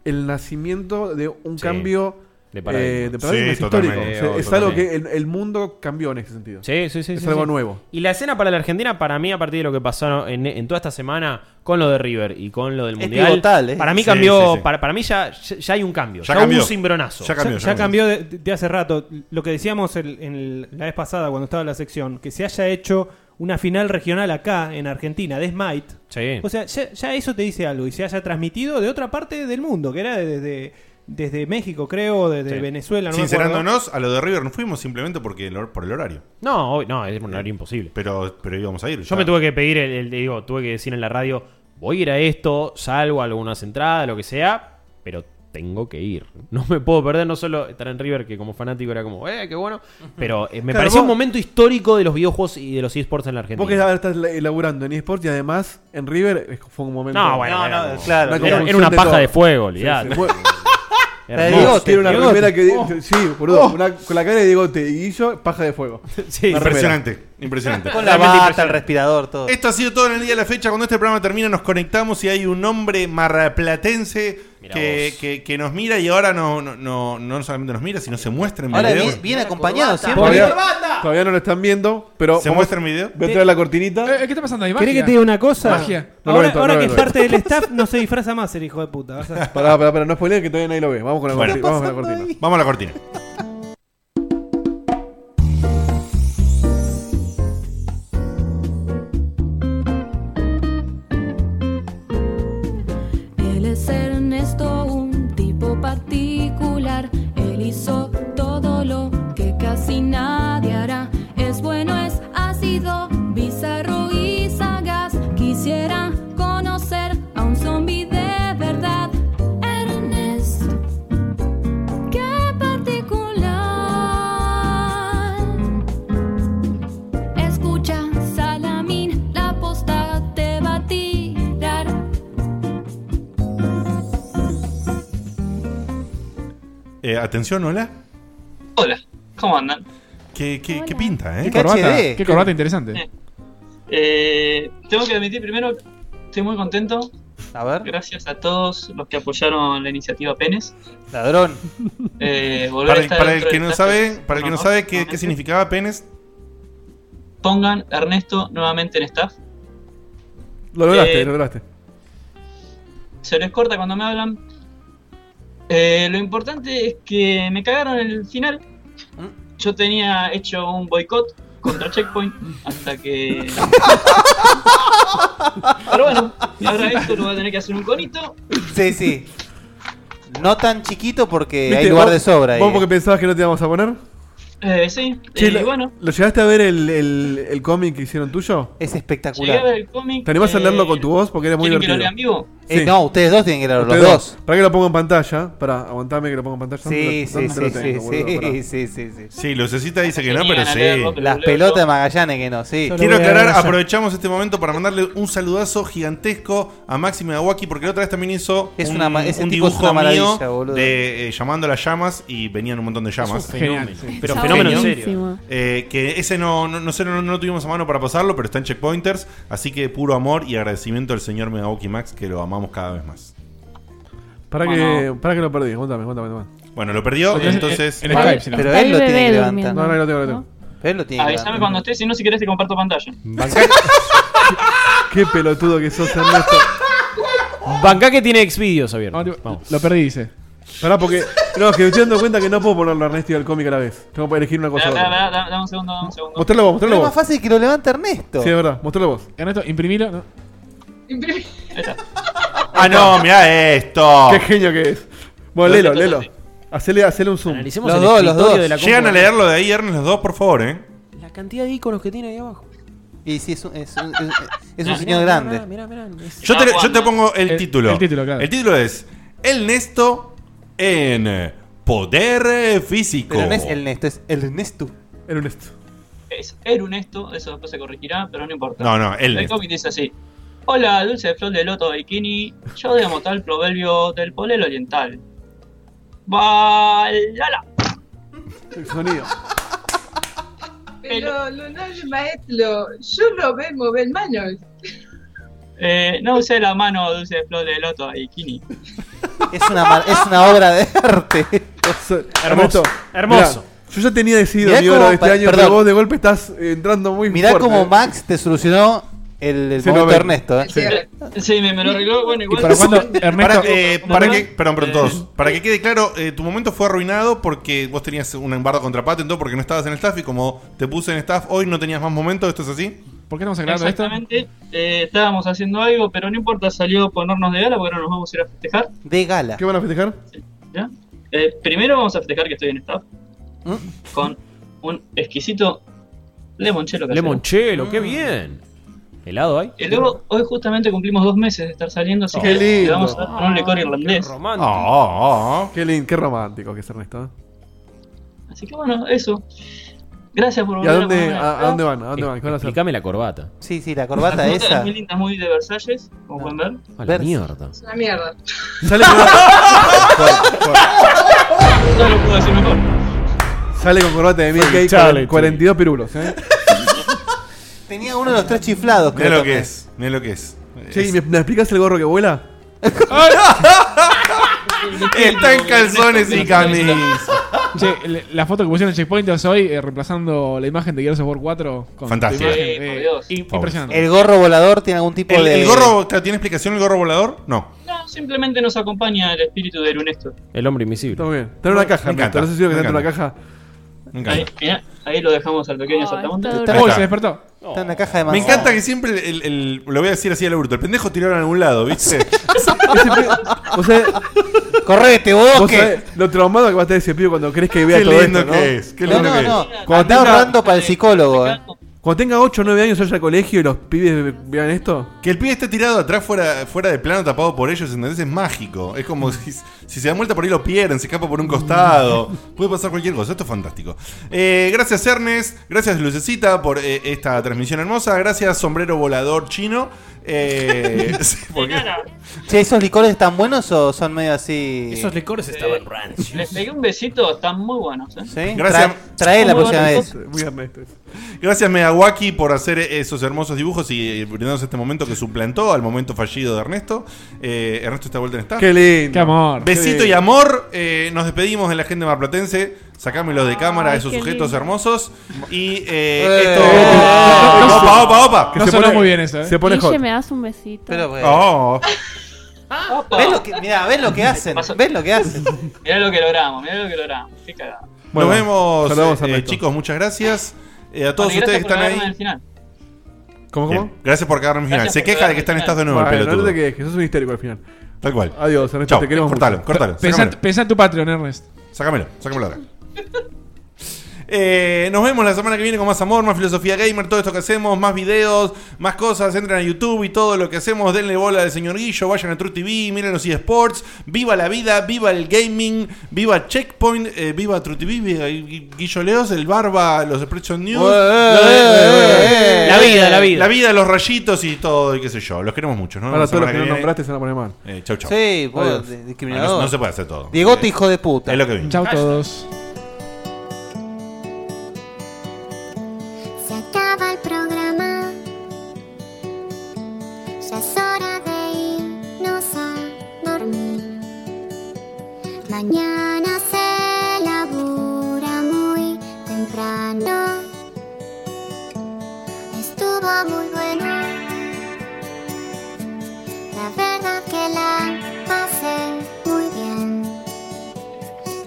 Speaker 5: el nacimiento de un
Speaker 7: Sí.
Speaker 5: cambio
Speaker 7: De paradigma.
Speaker 5: eh, de paradigma
Speaker 7: Sí,
Speaker 5: histórico.
Speaker 7: totalmente.
Speaker 5: O sea,
Speaker 7: Sí, obvio,
Speaker 5: es algo
Speaker 7: totalmente.
Speaker 5: que el, el mundo cambió en ese sentido.
Speaker 7: Sí, sí, sí.
Speaker 5: Es
Speaker 7: sí,
Speaker 5: algo
Speaker 7: sí.
Speaker 5: nuevo.
Speaker 7: Y la escena para la Argentina, para mí, a partir de lo que pasó en, en toda esta semana con lo de River y con lo del
Speaker 6: Es
Speaker 7: Mundial,
Speaker 6: pivotal, ¿eh?
Speaker 7: para mí
Speaker 6: Sí,
Speaker 7: cambió,
Speaker 6: sí, sí.
Speaker 7: Para, para mí ya, ya, ya hay un cambio,
Speaker 6: Ya
Speaker 7: ya, hubo
Speaker 6: cambió.
Speaker 7: un cimbronazo.
Speaker 6: Ya cambió,
Speaker 8: Ya, ya cambió de, de hace rato. Lo que decíamos el- en el- la vez pasada cuando estaba en la sección, que se haya hecho una final regional acá en Argentina de Smite.
Speaker 7: Sí.
Speaker 8: O sea, ya, ya eso te dice algo y se haya transmitido de otra parte del mundo, que era desde, desde México, creo, desde
Speaker 3: Sí.
Speaker 8: Venezuela. No me acuerdo.
Speaker 3: Sincerándonos, a lo de River no fuimos simplemente porque el hor- por el horario.
Speaker 7: No, hoy- no, es un horario imposible.
Speaker 3: Pero, pero íbamos a ir.
Speaker 7: Yo me tuve que pedir, el, el- digo, tuve que decir en la radio, voy a ir a esto, salgo a algunas entradas, lo que sea, pero tengo que ir. No me puedo perder, no solo estar en River, que como fanático era como, eh, qué bueno, pero eh, me
Speaker 5: Claro,
Speaker 7: pareció un
Speaker 5: vos-
Speaker 7: momento histórico de los videojuegos y de los eSports en la Argentina.
Speaker 5: Vos que ahora estás la- elaborando en eSports y además en River eh, fue un momento.
Speaker 7: No, bueno, No, era no, como- claro.
Speaker 5: una
Speaker 7: Era- era
Speaker 5: conjunción
Speaker 7: una paja
Speaker 5: todo.
Speaker 7: de fuego,
Speaker 5: Sí,
Speaker 7: olvidate.
Speaker 5: sí, fue-
Speaker 7: Hermoso.
Speaker 5: Diego, tiene una
Speaker 7: Diegote.
Speaker 5: remera que. di-
Speaker 7: Oh.
Speaker 5: Sí, boludo, una- con la cara de Diegote y yo, paja de fuego.
Speaker 7: Sí.
Speaker 5: Una remera.
Speaker 3: Impresionante, impresionante.
Speaker 6: Con la bata, el respirador, todo.
Speaker 3: Esto ha sido todo en el día de la fecha. Cuando este programa termina, nos conectamos y hay un hombre marraplatense
Speaker 6: Mirá
Speaker 3: que, que- que nos mira y ahora no, no, no, no solamente nos mira, sino se muestra en
Speaker 6: Ahora
Speaker 3: video.
Speaker 6: bien, bien acompañado siempre.
Speaker 5: Todavía, todavía no lo están viendo, pero.
Speaker 3: ¿Se muestra en video?
Speaker 5: Voy a traer la cortinita.
Speaker 4: Eh, ¿Qué está pasando ahí?
Speaker 8: ¿Querés que te diga una cosa?
Speaker 5: Magia. No lo
Speaker 8: Ahora,
Speaker 5: ven, no
Speaker 8: ahora
Speaker 5: lo
Speaker 8: que
Speaker 5: ven, no
Speaker 8: es
Speaker 5: lo
Speaker 8: parte del staff, no se disfraza más el hijo de puta. vas a-
Speaker 5: Pará, pará, pará, no spoiler que todavía nadie lo ve. Vamos con la,
Speaker 3: Bueno.
Speaker 5: corti- vamos con la cortina.
Speaker 3: Vamos a la cortina.
Speaker 1: Él es Ernesto, un tipo particular. Él hizo todo lo que casi nadie hará. Es bueno, es ácido, bizarro y sagaz. Quisiera conocer a un zombi de verdad. Ernesto, qué particular. Escucha, Salamín, la posta te va a tirar.
Speaker 3: Eh, atención, hola.
Speaker 19: Hola, ¿cómo andan?
Speaker 3: Qué, qué- qué pinta, ¿eh?
Speaker 4: Qué corbata, qué corbata interesante.
Speaker 19: Eh, tengo que admitir primero, estoy muy contento.
Speaker 6: A ver.
Speaker 19: Gracias a todos los que apoyaron la iniciativa Penes.
Speaker 6: Ladrón.
Speaker 19: Eh, volver a
Speaker 3: Para,
Speaker 19: estar
Speaker 3: para el
Speaker 19: dentro
Speaker 3: que
Speaker 19: del
Speaker 3: no
Speaker 19: staff
Speaker 3: sabe,
Speaker 19: es
Speaker 3: para el que
Speaker 19: un
Speaker 3: no
Speaker 19: honor.
Speaker 3: sabe qué, qué significaba penes,
Speaker 19: Pongan a Ernesto nuevamente en staff.
Speaker 5: Lo lograste,
Speaker 19: Eh,
Speaker 5: lo lograste.
Speaker 19: se les corta cuando me hablan. Eh, lo importante es que me cagaron en el final. Yo tenía hecho un boicot contra Checkpoint hasta que. Pero bueno, ahora esto lo voy a tener que hacer un conito.
Speaker 6: Sí, sí. No tan chiquito porque
Speaker 5: ¿Viste?
Speaker 6: hay lugar
Speaker 5: ¿Vos-
Speaker 6: de sobra ahí.
Speaker 5: ¿Vos porque pensabas que no te íbamos a poner?
Speaker 19: Eh, sí,
Speaker 5: Che,
Speaker 19: eh,
Speaker 5: lo,
Speaker 19: y bueno,
Speaker 5: ¿Lo llegaste a ver el, el, el cómic que hicieron tuyo?
Speaker 6: Es
Speaker 19: llegué a
Speaker 6: espectacular.
Speaker 19: ver el cómic.
Speaker 5: ¿Te animás a
Speaker 19: eh,
Speaker 5: leerlo con tu voz? Porque era muy
Speaker 19: ¿quieren que lo
Speaker 5: divertido.
Speaker 19: lea en vivo?
Speaker 6: Eh, no, ustedes dos tienen que leerlo, los
Speaker 5: Ustedes
Speaker 6: dos.
Speaker 5: Para que lo pongo en pantalla. Para, aguantame que lo pongo en pantalla.
Speaker 6: Sí, sí,
Speaker 5: ¿Dónde
Speaker 6: sí,
Speaker 5: lo
Speaker 6: sí,
Speaker 5: tengo,
Speaker 6: sí,
Speaker 5: boludo? Pará.
Speaker 6: sí, sí, sí.
Speaker 3: Sí, Lucecita dice que no,
Speaker 6: Tenían
Speaker 3: pero
Speaker 6: a leerlo,
Speaker 3: sí.
Speaker 6: pero Las lo leo pelotas yo. de Magallanes que no, sí. Yo lo
Speaker 3: Quiero
Speaker 6: voy a
Speaker 3: aclarar,
Speaker 6: leer ya.
Speaker 3: aprovechamos este momento para mandarle un saludazo gigantesco a Máximo Dawaki, porque la otra vez también hizo
Speaker 6: Es
Speaker 3: un,
Speaker 6: una ma- ese
Speaker 3: un
Speaker 6: tipo es
Speaker 3: dibujo
Speaker 6: una
Speaker 3: mío
Speaker 6: maravilla, boludo.
Speaker 3: de eh, Llamando a las llamas y venían un montón de llamas.
Speaker 6: Es un fenómeno,
Speaker 3: Genial.
Speaker 6: sí. Pero fenómeno en
Speaker 3: Genio.
Speaker 6: serio.
Speaker 3: Eh, que ese no, no, no sé, no, no lo tuvimos a mano para pasarlo, pero está en Checkpointers, así que puro amor y agradecimiento al señor Megawaki Max, que lo amamos cada vez más.
Speaker 5: Pará que,
Speaker 3: Bueno.
Speaker 5: pará que lo perdí. Cuéntame, cuéntame. cuéntame.
Speaker 3: Bueno, lo perdió, entonces...
Speaker 5: Entonces, en- en Skype, si no. Pero él lo tiene que levantar. durmiendo, No, no, lo tengo, lo tengo.
Speaker 6: Pero él lo tiene que
Speaker 19: Avísame cuando estés, si no, si querés, te comparto pantalla.
Speaker 5: Qué pelotudo que sos, Ernesto.
Speaker 7: Banca que tiene exvideos abiertos.
Speaker 5: Lo perdí, dice. Pará, porque. No, es que me estoy dando cuenta que no puedo ponerlo a Ernesto y al cómic a la vez. Tengo que elegir una cosa. u
Speaker 19: Dame,
Speaker 5: otra.
Speaker 19: un segundo, dame un segundo.
Speaker 5: Mostralo vos, mostralo
Speaker 6: Es
Speaker 5: vos.
Speaker 6: más fácil que lo levante Ernesto.
Speaker 5: Sí, es verdad. Mostralo vos.
Speaker 4: Ernesto, imprimilo. ¿no?
Speaker 3: Ah, no, mirá esto.
Speaker 5: Qué genio que es. Bueno, lelo, lelo. Hacele, hacele un zoom.
Speaker 3: los dos, los dos. Llegan a leerlo de ahí, Ernest, los dos, por favor, ¿eh?
Speaker 7: La cantidad de iconos que tiene ahí abajo.
Speaker 6: Y sí, es un, es un- es un- es un
Speaker 7: Mirá,
Speaker 6: señor
Speaker 7: mirá,
Speaker 6: grande.
Speaker 7: mirá, mirá, mirá. Es-
Speaker 3: Ah. Yo te,
Speaker 5: Ah,
Speaker 3: yo te pongo el,
Speaker 6: El-
Speaker 3: título.
Speaker 6: el título, claro.
Speaker 3: El título es El Nesto en Poder eh, Físico.
Speaker 6: Pero no es el Nesto, es el Nesto.
Speaker 5: El Nesto.
Speaker 19: Es Erunesto, eso después se corregirá, pero no importa.
Speaker 3: No, no, él
Speaker 19: El
Speaker 3: es.
Speaker 19: cómic dice así. Hola, dulce flor de loto bikini. Yo debo tal proverbio del polelo oriental. Balala.
Speaker 5: El sonido.
Speaker 20: Pero Leonardo Maestro, yo lo veo mover manos.
Speaker 19: Eh, no usé la mano, dulce flor de loto bikini.
Speaker 6: Es una, mar- es una obra de arte.
Speaker 5: Ernesto,
Speaker 6: Hermoso.
Speaker 5: mirá, yo ya tenía decidido
Speaker 6: Mirá
Speaker 5: mi obra
Speaker 6: cómo
Speaker 5: de este
Speaker 6: pa-
Speaker 5: año,
Speaker 6: perdón.
Speaker 5: pero vos de golpe estás entrando muy
Speaker 6: Mirá
Speaker 5: fuerte.
Speaker 6: cómo Max te solucionó el, el
Speaker 5: Sí, lo
Speaker 6: momento
Speaker 5: veo.
Speaker 6: Ernesto. ¿eh?
Speaker 19: Sí, me, me lo arregló. Bueno, igual.
Speaker 3: Para, eh,
Speaker 19: ¿Cómo
Speaker 3: para
Speaker 19: no?
Speaker 3: que, perdón, perdón, todos. Para que quede claro, eh, tu momento fue arruinado porque vos tenías un embargo contra Patent, porque no estabas en el staff y como te puse en staff hoy no tenías más momento, ¿esto es así?
Speaker 4: ¿Por qué estamos
Speaker 19: Exactamente. eh, estábamos haciendo algo, pero no importa, salió ponernos de gala porque ahora nos vamos a ir a festejar.
Speaker 6: De gala.
Speaker 5: ¿Qué van a festejar?
Speaker 19: Eh, primero vamos a festejar que estoy en staff.
Speaker 5: ¿Mm?
Speaker 19: Con un exquisito limonchelo casero.
Speaker 7: Lemonchelo,
Speaker 5: Mm.
Speaker 7: qué bien. ¿Helado hay?
Speaker 19: Y luego, hoy justamente cumplimos dos meses de estar saliendo, así
Speaker 5: Qué
Speaker 19: que Oh. le
Speaker 5: lindo. Ah.
Speaker 19: vamos a dar con un
Speaker 6: Oh,
Speaker 19: licor irlandés.
Speaker 3: Oh,
Speaker 5: Qué lindo, qué romántico que es Ernesto. ¿eh?
Speaker 19: Así que bueno, eso. Gracias por
Speaker 5: ¿Y a
Speaker 19: volver
Speaker 5: dónde,
Speaker 19: ponerme
Speaker 5: a, a
Speaker 19: acá.
Speaker 5: dónde van? ¿A dónde van? ¿Qué van a hacer?
Speaker 7: Explícame la corbata.
Speaker 6: Sí, sí, la
Speaker 19: Las
Speaker 6: corbata
Speaker 19: botas
Speaker 6: esa.
Speaker 19: Muy lindas, muy de Versalles, como pueden ver.
Speaker 7: A la mierda.
Speaker 20: Es una mierda.
Speaker 5: Ah. Sale,
Speaker 19: No lo puedo decir mejor.
Speaker 5: sale con corbata de Mickey,
Speaker 7: chale,
Speaker 5: 42 pirulos. ¿eh?
Speaker 6: Tenía uno de los tres chiflados,
Speaker 3: Mirá lo que es, mirá lo que es.
Speaker 5: Che, ¿y
Speaker 3: Es-
Speaker 5: ¿me, me explicas el gorro que vuela?
Speaker 3: Está en calzones y camisa.
Speaker 4: Che, le- la foto que pusieron en Checkpointers hoy, eh, reemplazando la imagen de Gears of War 4 con
Speaker 3: Fantástico.
Speaker 4: tu imagen,
Speaker 3: Sí,
Speaker 4: eh,
Speaker 3: por Dios.
Speaker 4: im-
Speaker 3: Pobre.
Speaker 4: impresionante.
Speaker 6: El gorro volador tiene algún tipo
Speaker 3: ¿El,
Speaker 6: de.
Speaker 3: el gorro, claro, ¿tiene explicación el gorro volador? No.
Speaker 19: No, simplemente nos acompaña el espíritu de Lunesto.
Speaker 7: El hombre invisible.
Speaker 5: Está muy bien. Trae una caja,
Speaker 3: Me
Speaker 5: Ernesto.
Speaker 3: encanta,
Speaker 5: No sé si lo que
Speaker 3: me
Speaker 5: está dentro de la
Speaker 3: encanta.
Speaker 5: caja.
Speaker 19: Ahí, mirá, ahí lo dejamos al pequeño saltamontes.
Speaker 3: Ahí está.
Speaker 4: despertó.
Speaker 6: Está en la caja de
Speaker 3: Me
Speaker 6: manzana.
Speaker 3: encanta que siempre el, el- el- lo voy a decir así al bruto. El pendejo tiraron a algún lado, ¿viste?
Speaker 5: O sea,
Speaker 6: Correte, vos, que-
Speaker 5: sabés lo traumado que va a estar ese pibe cuando crees que vea
Speaker 3: Qué
Speaker 5: todo
Speaker 3: lindo
Speaker 5: esto,
Speaker 3: que
Speaker 5: ¿no?
Speaker 3: es, qué lindo
Speaker 6: No, no,
Speaker 3: que
Speaker 6: no.
Speaker 3: es.
Speaker 6: Cuando está ahorrando para el psicólogo. eh.
Speaker 5: Cuando tenga 8 o 9 años, vaya al colegio y los pibes vean esto.
Speaker 3: Que el pibe esté tirado atrás fuera, fuera de plano, tapado por ellos, ¿entendés? Es mágico. Es
Speaker 5: Mm.
Speaker 3: como si, si se dan vuelta por ahí lo pierden, se escapa por un costado.
Speaker 5: Mm.
Speaker 3: Puede pasar cualquier cosa. Esto es fantástico. Eh, gracias, Ernest. Gracias, Lucecita, por eh, esta transmisión hermosa. Gracias, Sombrero Volador Chino. Eh, sí, porque-
Speaker 6: Che, ¿esos licores están buenos o son medio así?
Speaker 8: Esos licores estaban rancios.
Speaker 19: Les pegué un besito, están muy buenos. ¿eh?
Speaker 6: Sí, Gracias. Trae- trae la
Speaker 19: Muy
Speaker 6: próxima
Speaker 19: buenos.
Speaker 6: vez.
Speaker 5: Muy Ernesto.
Speaker 3: Gracias Megawaki por hacer esos hermosos dibujos y eh, brindarnos este momento que suplantó al momento fallido de Ernesto. Eh, Ernesto está de vuelta en estar.
Speaker 5: Qué lindo. Qué amor.
Speaker 3: Besito
Speaker 5: Qué
Speaker 3: y
Speaker 5: lindo.
Speaker 3: amor. Eh, nos despedimos de la gente marplatense. Sacámelos de cámara a
Speaker 5: Ay,
Speaker 3: esos
Speaker 5: qué
Speaker 3: sujetos
Speaker 5: lindo.
Speaker 3: hermosos. Y eh,
Speaker 5: Eh,
Speaker 3: esto.
Speaker 5: eh,
Speaker 3: opa, opa, opa.
Speaker 5: Que No se sonó pone- muy bien eso, eh. se
Speaker 9: Guille, me das un besito.
Speaker 6: Pero bueno.
Speaker 3: Oh.
Speaker 6: ¿Ves lo que, mirá, ves lo que hacen. ¿Ves lo que hacen?
Speaker 19: Mirá lo que logramos, mirá lo que logramos. Qué cagada.
Speaker 3: Nos
Speaker 5: Bueno,
Speaker 3: vemos,
Speaker 5: saludamos a
Speaker 3: eh,
Speaker 5: Ernesto.
Speaker 3: chicos. Muchas gracias. Eh, a todos
Speaker 19: Bueno,
Speaker 3: ustedes que
Speaker 19: gracias por
Speaker 3: están
Speaker 19: cagarme
Speaker 3: ahí.
Speaker 19: en el final.
Speaker 5: ¿Cómo,
Speaker 3: Bien,
Speaker 5: cómo?
Speaker 3: Gracias por cagarme en final.
Speaker 5: Gracias
Speaker 3: Se
Speaker 5: por
Speaker 3: queja de que están en estado de nuevo, el
Speaker 5: Bueno,
Speaker 3: pelotudo.
Speaker 5: no te quejes, que sos un histérico al final.
Speaker 3: Tal cual.
Speaker 5: Adiós, Ernesto,
Speaker 3: Chao,
Speaker 5: te queremos
Speaker 3: cortalo,
Speaker 5: mucho.
Speaker 3: cortalo,
Speaker 4: Pensá, pensá en tu Patreon, Ernest.
Speaker 3: Sácamelo, sácamelo ahora. Eh, nos vemos la semana que viene con más amor, más filosofía gamer, todo esto que hacemos, más videos, más cosas. Entren a YouTube y todo lo que hacemos. Denle bola al señor Guillo, vayan a True TV, miren los eSports. Viva la vida, viva el gaming, viva Checkpoint, eh, viva True TV, viva Gui- Guillo Leos, el Barba, los Expression News.
Speaker 5: Ué,
Speaker 3: Lo de-
Speaker 5: ué, La vida, la vida.
Speaker 3: La vida, los rayitos y todo, y qué sé yo. Los queremos mucho. ¿no?
Speaker 5: Ahora
Speaker 3: La
Speaker 5: todos los
Speaker 3: semana
Speaker 5: que no
Speaker 3: viene.
Speaker 5: nombraste se van a poner mal.
Speaker 3: Eh, chau, chau.
Speaker 6: Sí, vos,
Speaker 3: Adiós.
Speaker 6: de- discriminador.
Speaker 3: No, no se puede hacer todo.
Speaker 6: Diegote,
Speaker 3: Eh,
Speaker 6: hijo de puta.
Speaker 3: Es lo que vino.
Speaker 4: Chao a todos.
Speaker 15: Se acaba el programa. Ya es hora de irnos a dormir. Mañana se labura muy temprano. Estuvo muy bueno. La verdad que la pasé muy bien.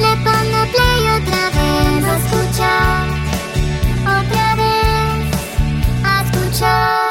Speaker 15: Le pongo play otra vez a escuchar. Otra vez a escuchar.